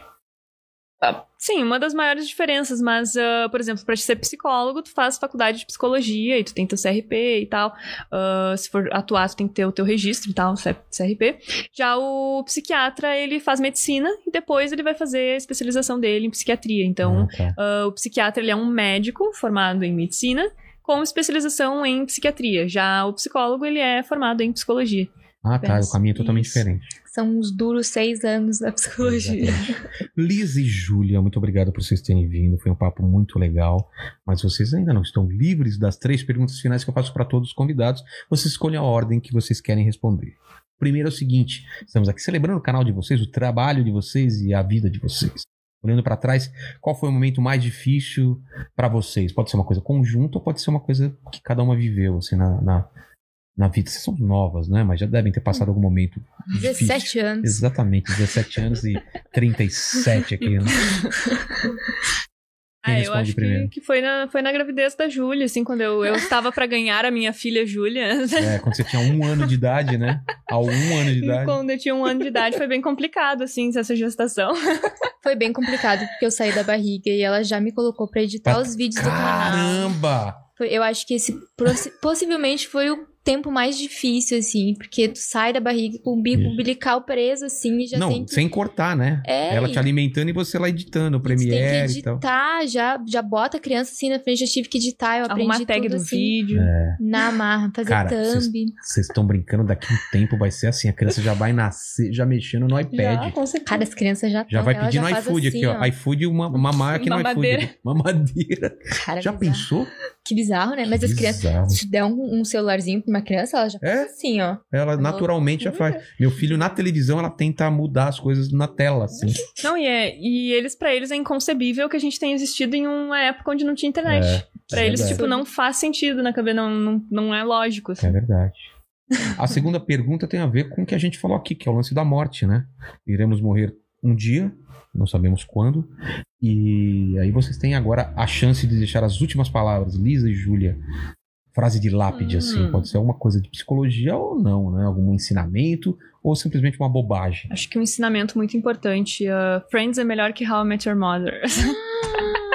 [SPEAKER 5] Sim, uma das maiores diferenças, mas, ah, por exemplo, pra ser psicólogo, tu faz faculdade de psicologia e tu tem teu CRP e tal. Ah, se for atuar, tu tem que ter o teu registro e tal, C- CRP. Já o psiquiatra, ele faz medicina e depois ele vai fazer a especialização dele em psiquiatria. Então,
[SPEAKER 2] Ah, tá.
[SPEAKER 5] ah, o psiquiatra, ele é um médico formado em medicina com especialização em psiquiatria. Já o psicólogo, ele é formado em psicologia.
[SPEAKER 2] Ah, tá. O caminho é totalmente
[SPEAKER 5] Isso.
[SPEAKER 2] diferente.
[SPEAKER 4] São uns duros seis anos da psicologia.
[SPEAKER 2] Exatamente. Liz e Júlia, muito obrigado por vocês terem vindo. Foi um papo muito legal. Mas vocês ainda não estão livres das três perguntas finais que eu faço para todos os convidados. Vocês escolham a ordem que vocês querem responder. Primeiro é o seguinte: estamos aqui celebrando o canal de vocês, o trabalho de vocês e a vida de vocês. Olhando para trás, qual foi o momento mais difícil para vocês? Pode ser uma coisa conjunta ou pode ser uma coisa que cada uma viveu assim na, na, na vida. Vocês são novas, né? Mas já devem ter passado algum momento difícil.
[SPEAKER 4] 17 anos.
[SPEAKER 2] Exatamente, 17 anos e 37 aqui. Né? Quem
[SPEAKER 5] ah, eu
[SPEAKER 2] responde
[SPEAKER 5] acho
[SPEAKER 2] primeiro?
[SPEAKER 5] que, que foi, na, foi na gravidez da Júlia, assim, quando eu, eu estava pra ganhar a minha filha Júlia.
[SPEAKER 2] É, quando você tinha um ano de idade, né? Ao um ano de idade.
[SPEAKER 5] Quando eu tinha um ano de idade, foi bem complicado, assim, essa gestação.
[SPEAKER 4] Foi bem complicado, porque eu saí da barriga e ela já me colocou pra editar
[SPEAKER 2] Pra-
[SPEAKER 4] os vídeos do canal.
[SPEAKER 2] Caramba!
[SPEAKER 4] Foi- Eu acho que esse possi- possivelmente foi o tempo mais difícil, assim, porque tu sai da barriga com o bico
[SPEAKER 2] Isso.
[SPEAKER 4] umbilical preso, assim, e já
[SPEAKER 2] Não,
[SPEAKER 4] tem que.
[SPEAKER 2] sem cortar, né?
[SPEAKER 4] É,
[SPEAKER 2] Ela
[SPEAKER 4] e-
[SPEAKER 2] te alimentando e você lá editando, o
[SPEAKER 4] tu tem que
[SPEAKER 2] Premiere e tal.
[SPEAKER 4] editar, já, já bota a criança assim na frente, já tive que editar, eu aprendi
[SPEAKER 5] Arrumar a tag
[SPEAKER 4] tudo
[SPEAKER 5] do
[SPEAKER 4] assim,
[SPEAKER 5] vídeo.
[SPEAKER 4] na marra, fazer
[SPEAKER 2] Cara, vocês-
[SPEAKER 4] thumb.
[SPEAKER 2] Vocês estão brincando, daqui um tempo vai ser assim. A criança já vai nascer, já mexendo no iPad.
[SPEAKER 5] Já, com certeza.
[SPEAKER 4] Cara, as crianças já
[SPEAKER 2] Já
[SPEAKER 4] tão-
[SPEAKER 2] vai
[SPEAKER 4] ela
[SPEAKER 2] pedindo
[SPEAKER 4] já faz
[SPEAKER 2] iFood
[SPEAKER 4] assim,
[SPEAKER 2] aqui, ó. iFood, uma, uma máquina no
[SPEAKER 5] Mamadeira.
[SPEAKER 2] iFood. Mamadeira.
[SPEAKER 4] Cara,
[SPEAKER 2] Já
[SPEAKER 4] bizarro.
[SPEAKER 2] pensou?
[SPEAKER 4] Que bizarro, né? Mas as crianças.
[SPEAKER 2] Bizarro.
[SPEAKER 4] Se der um, um celularzinho pra uma criança, ela já
[SPEAKER 2] É?
[SPEAKER 4] faz assim, ó.
[SPEAKER 2] Ela naturalmente já faz. Meu filho, na televisão, ela tenta mudar as coisas na tela, assim.
[SPEAKER 5] Não, e, é, e eles, pra eles, é inconcebível que a gente tenha existido em uma época onde não tinha internet.
[SPEAKER 2] É,
[SPEAKER 5] pra
[SPEAKER 2] é
[SPEAKER 5] eles,
[SPEAKER 2] verdade.
[SPEAKER 5] tipo, não faz sentido na cabeça, não, não, não é lógico. Assim.
[SPEAKER 2] É verdade. A segunda pergunta tem a ver com o que a gente falou aqui, que é o lance da morte, né? Iremos morrer um dia, não sabemos quando. E aí vocês têm agora a chance de deixar as últimas palavras, Lisa e Júlia. Frase de lápide,
[SPEAKER 5] Hum.
[SPEAKER 2] assim. Pode ser alguma coisa de psicologia ou não, né? Algum ensinamento ou simplesmente uma bobagem.
[SPEAKER 5] Acho que um ensinamento muito importante. ah, Friends é melhor que How I Met Your Mother. Ah!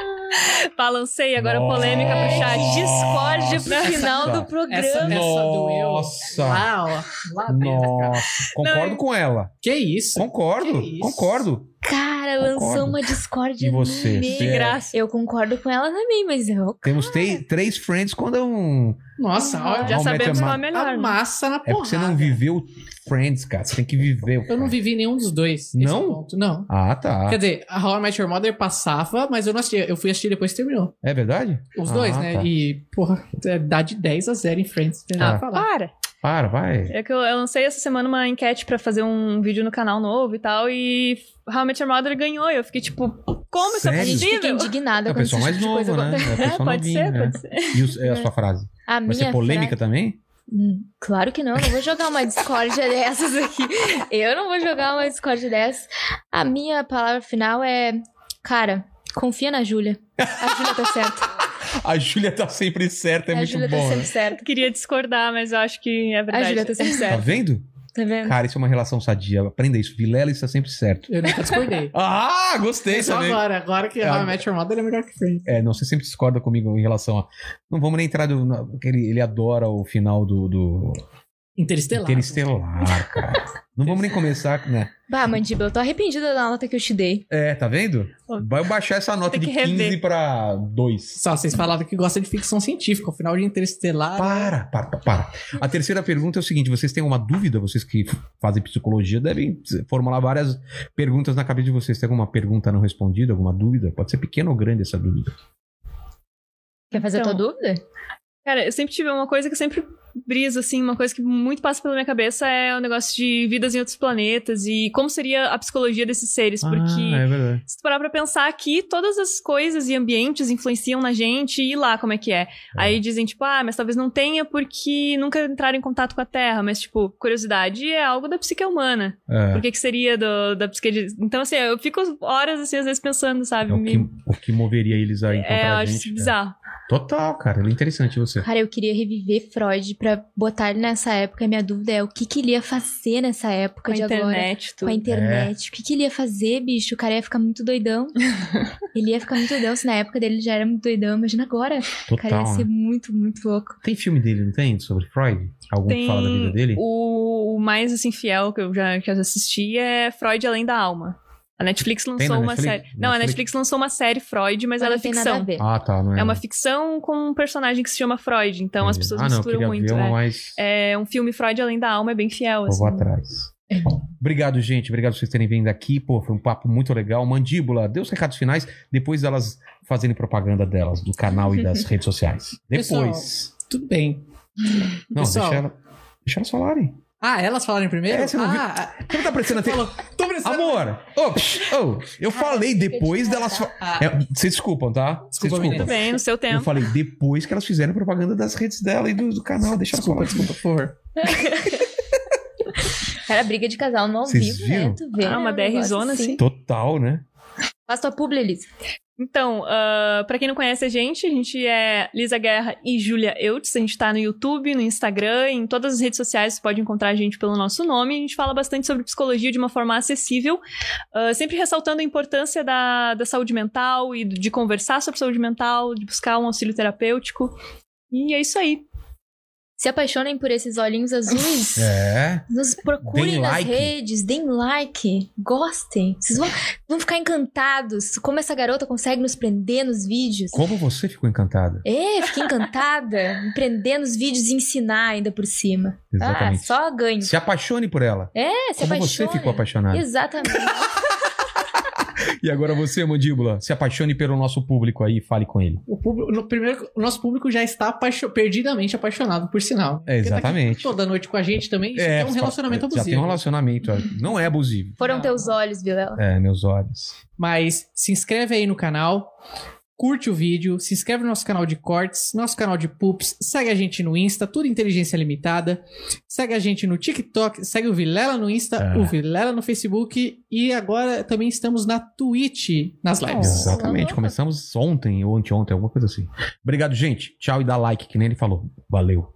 [SPEAKER 5] Balancei agora a polêmica pro chat. Discorde
[SPEAKER 2] Nossa.
[SPEAKER 5] pro final do
[SPEAKER 3] Essa, essa doeu.
[SPEAKER 2] Tá. Nossa!
[SPEAKER 3] Lá, ó. Lá dentro, cara.
[SPEAKER 2] Nossa! Concordo
[SPEAKER 5] Não,
[SPEAKER 2] com ela.
[SPEAKER 3] Que isso?
[SPEAKER 2] É. Concordo,
[SPEAKER 3] Que isso?
[SPEAKER 2] concordo.
[SPEAKER 4] Cara, lançou
[SPEAKER 2] Concordo.
[SPEAKER 4] uma discórdia.
[SPEAKER 2] E você?
[SPEAKER 4] no meio.
[SPEAKER 2] Você é-
[SPEAKER 5] graça.
[SPEAKER 4] Eu concordo com ela também, mas eu.
[SPEAKER 2] Temos te- três friends quando é um
[SPEAKER 3] Nossa, olha.
[SPEAKER 5] Já
[SPEAKER 2] How I Met
[SPEAKER 5] sabemos
[SPEAKER 2] Your
[SPEAKER 5] qual é a
[SPEAKER 2] Mother.
[SPEAKER 5] melhor.
[SPEAKER 3] a
[SPEAKER 5] né?
[SPEAKER 3] massa na
[SPEAKER 2] É
[SPEAKER 3] porrada.
[SPEAKER 2] porque você não viveu Friends, cara. Você tem que viver.
[SPEAKER 3] Eu não
[SPEAKER 2] cara.
[SPEAKER 3] vivi nenhum dos dois. esse
[SPEAKER 2] Não?
[SPEAKER 3] é o ponto. Não.
[SPEAKER 2] Ah, tá.
[SPEAKER 3] Quer dizer, a How I Met Your Mother passava, mas eu não assisti. Eu fui assistir depois que terminou.
[SPEAKER 2] É verdade?
[SPEAKER 3] Os
[SPEAKER 2] Ah,
[SPEAKER 3] dois, né?
[SPEAKER 2] tá.
[SPEAKER 3] E, porra, é, dá de 10 a 0 em Friends. Tem nada
[SPEAKER 2] Ah.
[SPEAKER 3] a falar.
[SPEAKER 5] Para!
[SPEAKER 2] Para, vai.
[SPEAKER 5] É que eu, eu lancei essa semana uma enquete pra fazer um vídeo no canal novo e tal, e How I Met Your Mother ganhou. E eu fiquei tipo, como isso
[SPEAKER 2] Sério?
[SPEAKER 5] é
[SPEAKER 4] A gente fica
[SPEAKER 5] possível?
[SPEAKER 2] É
[SPEAKER 4] indignada
[SPEAKER 2] o
[SPEAKER 4] quando esse
[SPEAKER 2] pessoal
[SPEAKER 4] tipo
[SPEAKER 2] mais
[SPEAKER 4] de coisa
[SPEAKER 2] novo, né?
[SPEAKER 4] acontece.
[SPEAKER 2] É o pessoal
[SPEAKER 5] pode
[SPEAKER 2] novinho,
[SPEAKER 5] ser,
[SPEAKER 2] né?
[SPEAKER 5] pode ser.
[SPEAKER 2] E os- é a sua frase?
[SPEAKER 4] A
[SPEAKER 2] Vai ser polêmica também?
[SPEAKER 4] Hum, Claro que não, não vou jogar uma discórdia dessas aqui. Eu não vou jogar uma discórdia dessas. A minha palavra final é, cara, confia na Júlia. A Júlia tá certa.
[SPEAKER 2] A Júlia tá sempre certa, é
[SPEAKER 4] a
[SPEAKER 2] muito
[SPEAKER 4] Júlia tá
[SPEAKER 2] bom, né?
[SPEAKER 4] sempre certa.
[SPEAKER 5] Eu queria discordar, mas eu acho que é
[SPEAKER 4] A
[SPEAKER 5] verdade.
[SPEAKER 4] Júlia tá sempre
[SPEAKER 2] Tá
[SPEAKER 4] certa.
[SPEAKER 2] vendo?
[SPEAKER 4] Tá vendo?
[SPEAKER 2] Cara, isso é uma relação sadia. Aprenda isso. Vilela está sempre certo.
[SPEAKER 3] Eu nunca discordei.
[SPEAKER 2] Ah, gostei
[SPEAKER 3] Só
[SPEAKER 2] também.
[SPEAKER 3] agora, agora que
[SPEAKER 2] Ah.
[SPEAKER 3] a How I Met Your Mother é melhor que Friends.
[SPEAKER 2] É, não, você sempre discorda comigo em relação a. Não vamos nem entrar do. na- porque ele, ele adora o final do. do...
[SPEAKER 3] Interestelar.
[SPEAKER 2] Interestelar, cara. Não vamos nem começar, né?
[SPEAKER 4] Bah, mandíbula, eu tô arrependida da nota que eu te dei.
[SPEAKER 2] É, tá vendo? Vai baixar essa nota
[SPEAKER 5] Tem
[SPEAKER 2] de
[SPEAKER 5] que rever.
[SPEAKER 2] 15 pra 2.
[SPEAKER 3] Só vocês falaram que gosta de ficção científica. O final de Interestelar.
[SPEAKER 2] Para, para, para, para. A terceira pergunta é o seguinte: vocês têm uma dúvida? Vocês que f- fazem psicologia devem formular várias perguntas na cabeça de vocês. Tem alguma pergunta não respondida, alguma dúvida? Pode ser pequena ou grande essa dúvida.
[SPEAKER 4] Quer fazer a tua
[SPEAKER 5] Então,
[SPEAKER 4] dúvida?
[SPEAKER 5] Cara, eu sempre tive uma coisa que eu sempre briso, assim, uma coisa que muito passa pela minha cabeça é o negócio de vidas em outros planetas e como seria a psicologia desses seres, porque.
[SPEAKER 2] é verdade.
[SPEAKER 5] Se tu parar pra pensar aqui, todas as coisas e ambientes influenciam na gente e lá como é que é. Aí dizem, tipo, ah, mas talvez não tenha porque nunca entraram em contato com a Terra. Mas, tipo, curiosidade é algo da psique humana.
[SPEAKER 2] É,
[SPEAKER 5] Por que que seria do- da psique... de- Então, assim, eu fico horas, assim, às vezes pensando, sabe?
[SPEAKER 2] é o,
[SPEAKER 5] Me-
[SPEAKER 2] que, o que moveria eles a encontrar
[SPEAKER 5] é, eu
[SPEAKER 2] a
[SPEAKER 5] acho isso
[SPEAKER 2] gente. né? cara.
[SPEAKER 5] bizarro.
[SPEAKER 2] Total, cara. É interessante você.
[SPEAKER 4] Cara, eu queria reviver Freud pra botar ele nessa época. A minha dúvida é o que, que ele ia fazer nessa época
[SPEAKER 5] Com a
[SPEAKER 4] de agora.
[SPEAKER 5] internet, né?
[SPEAKER 4] Com a
[SPEAKER 5] tudo.
[SPEAKER 4] internet. O que, que ele ia fazer, bicho? O cara ia ficar muito doidão. ele ia ficar muito doidão. Se na época dele já era muito doidão, imagina agora. O cara
[SPEAKER 2] Total.
[SPEAKER 4] ia
[SPEAKER 2] né?
[SPEAKER 4] ser muito, muito louco.
[SPEAKER 2] Tem filme dele, não tem? Sobre Freud? Algum que
[SPEAKER 5] Tem
[SPEAKER 2] fala da vida dele?
[SPEAKER 5] o, o mais, assim, fiel que eu já que eu já assisti é Freud Além da Alma. A Netflix lançou uma
[SPEAKER 2] Netflix?
[SPEAKER 5] série... Não, a
[SPEAKER 2] Netflix?
[SPEAKER 5] Netflix lançou uma série Freud, mas
[SPEAKER 4] Não
[SPEAKER 5] ela é
[SPEAKER 4] tem nada a
[SPEAKER 5] ficção.
[SPEAKER 4] ver.
[SPEAKER 2] Ah, tá. Não é,
[SPEAKER 5] É uma ficção com um personagem que se chama Freud, então as
[SPEAKER 2] Entendi.
[SPEAKER 5] pessoas
[SPEAKER 2] ah, não, eu
[SPEAKER 5] misturam
[SPEAKER 2] queria
[SPEAKER 5] muito.
[SPEAKER 2] Ver uma
[SPEAKER 5] é.
[SPEAKER 2] mais...
[SPEAKER 5] É um filme Freud Além da Alma, é bem fiel,
[SPEAKER 2] Eu
[SPEAKER 5] assim.
[SPEAKER 2] vou atrás.
[SPEAKER 3] É.
[SPEAKER 2] Obrigado, gente. Obrigado por vocês terem vindo aqui. Pô, foi um papo muito legal. Mandíbula, dê os recados finais, depois elas fazerem propaganda delas, do canal e das redes sociais. Depois.
[SPEAKER 3] Tudo bem.
[SPEAKER 2] não,
[SPEAKER 3] pessoal.
[SPEAKER 2] deixa ela. Deixa elas falarem.
[SPEAKER 3] Ah, elas falaram primeiro?
[SPEAKER 2] É, você não viu?
[SPEAKER 3] ah,
[SPEAKER 2] Você não tá prestando atenção.
[SPEAKER 3] falou. Tô precisando.
[SPEAKER 2] Amor! Ô, psh, ô, eu falei depois delas. fa-
[SPEAKER 3] Ah,
[SPEAKER 2] É, Vocês desculpam, tá? Vocês
[SPEAKER 3] Desculpa,
[SPEAKER 5] Tudo
[SPEAKER 2] desculpam.
[SPEAKER 5] bem, no seu
[SPEAKER 2] Eu
[SPEAKER 5] tempo.
[SPEAKER 2] falei depois que elas fizeram propaganda das redes dela e do, do canal. Deixa elas
[SPEAKER 3] desculpa,
[SPEAKER 2] falar.
[SPEAKER 3] desculpa, por favor.
[SPEAKER 4] Cara, briga de casal no ao
[SPEAKER 2] Vocês
[SPEAKER 4] vivo,
[SPEAKER 2] viram?
[SPEAKER 4] né? Tu vê.
[SPEAKER 5] Ah, uma
[SPEAKER 4] né, um negócio
[SPEAKER 5] DRzona, assim.
[SPEAKER 2] Total, né?
[SPEAKER 4] Faz tua publi, Elisa.
[SPEAKER 5] Então, ah, pra quem não conhece a gente, a gente é Lisa Guerra e Júlia Eutz. A gente tá no YouTube, no Instagram, em todas as redes sociais você pode encontrar a gente pelo nosso nome. A gente fala bastante sobre psicologia de uma forma acessível, ah, sempre ressaltando a importância da, da saúde mental e de conversar sobre saúde mental, de buscar um auxílio terapêutico. E é isso aí.
[SPEAKER 4] Se apaixonem por esses olhinhos azuis.
[SPEAKER 2] É.
[SPEAKER 4] Nos procurem
[SPEAKER 2] Deem
[SPEAKER 4] nas
[SPEAKER 2] like.
[SPEAKER 4] redes, deem like, gostem. Vocês vão, vão ficar encantados como essa garota consegue nos prender nos vídeos.
[SPEAKER 2] Como você ficou encantada?
[SPEAKER 4] É, fiquei encantada. me prender nos vídeos e ensinar ainda por cima. Ah,
[SPEAKER 2] Exatamente.
[SPEAKER 4] só ganho.
[SPEAKER 2] Se apaixone por ela.
[SPEAKER 4] É, se
[SPEAKER 2] Como você
[SPEAKER 4] apaixone.
[SPEAKER 2] ficou apaixonada.
[SPEAKER 4] Exatamente.
[SPEAKER 2] E agora você, mandíbula, se apaixone pelo nosso público aí e fale com ele.
[SPEAKER 3] O, público, no primeiro, o nosso público já está apaixo- perdidamente apaixonado, por sinal.
[SPEAKER 2] É,
[SPEAKER 3] Porque tá aqui
[SPEAKER 2] exatamente.
[SPEAKER 3] toda noite com a gente também, isso é, um relacionamento
[SPEAKER 2] Já tem um
[SPEAKER 3] abusivo.
[SPEAKER 2] relacionamento. ó. Não é abusivo.
[SPEAKER 4] Foram teus olhos, Vilela.
[SPEAKER 2] É, meus olhos.
[SPEAKER 3] Mas se inscreve aí no canal, curte o vídeo, se inscreve no nosso canal de cortes, nosso canal de pups, segue a gente no Insta, tudo Inteligência Limitada, segue a gente no TikTok, segue o Vilela no Insta,
[SPEAKER 2] É.
[SPEAKER 3] o Vilela no Facebook e agora também estamos na Twitch, nas lives.
[SPEAKER 2] Exatamente. Começamos ontem ou anteontem, alguma coisa assim. Obrigado, gente. Tchau e dá like, que nem ele falou. Valeu.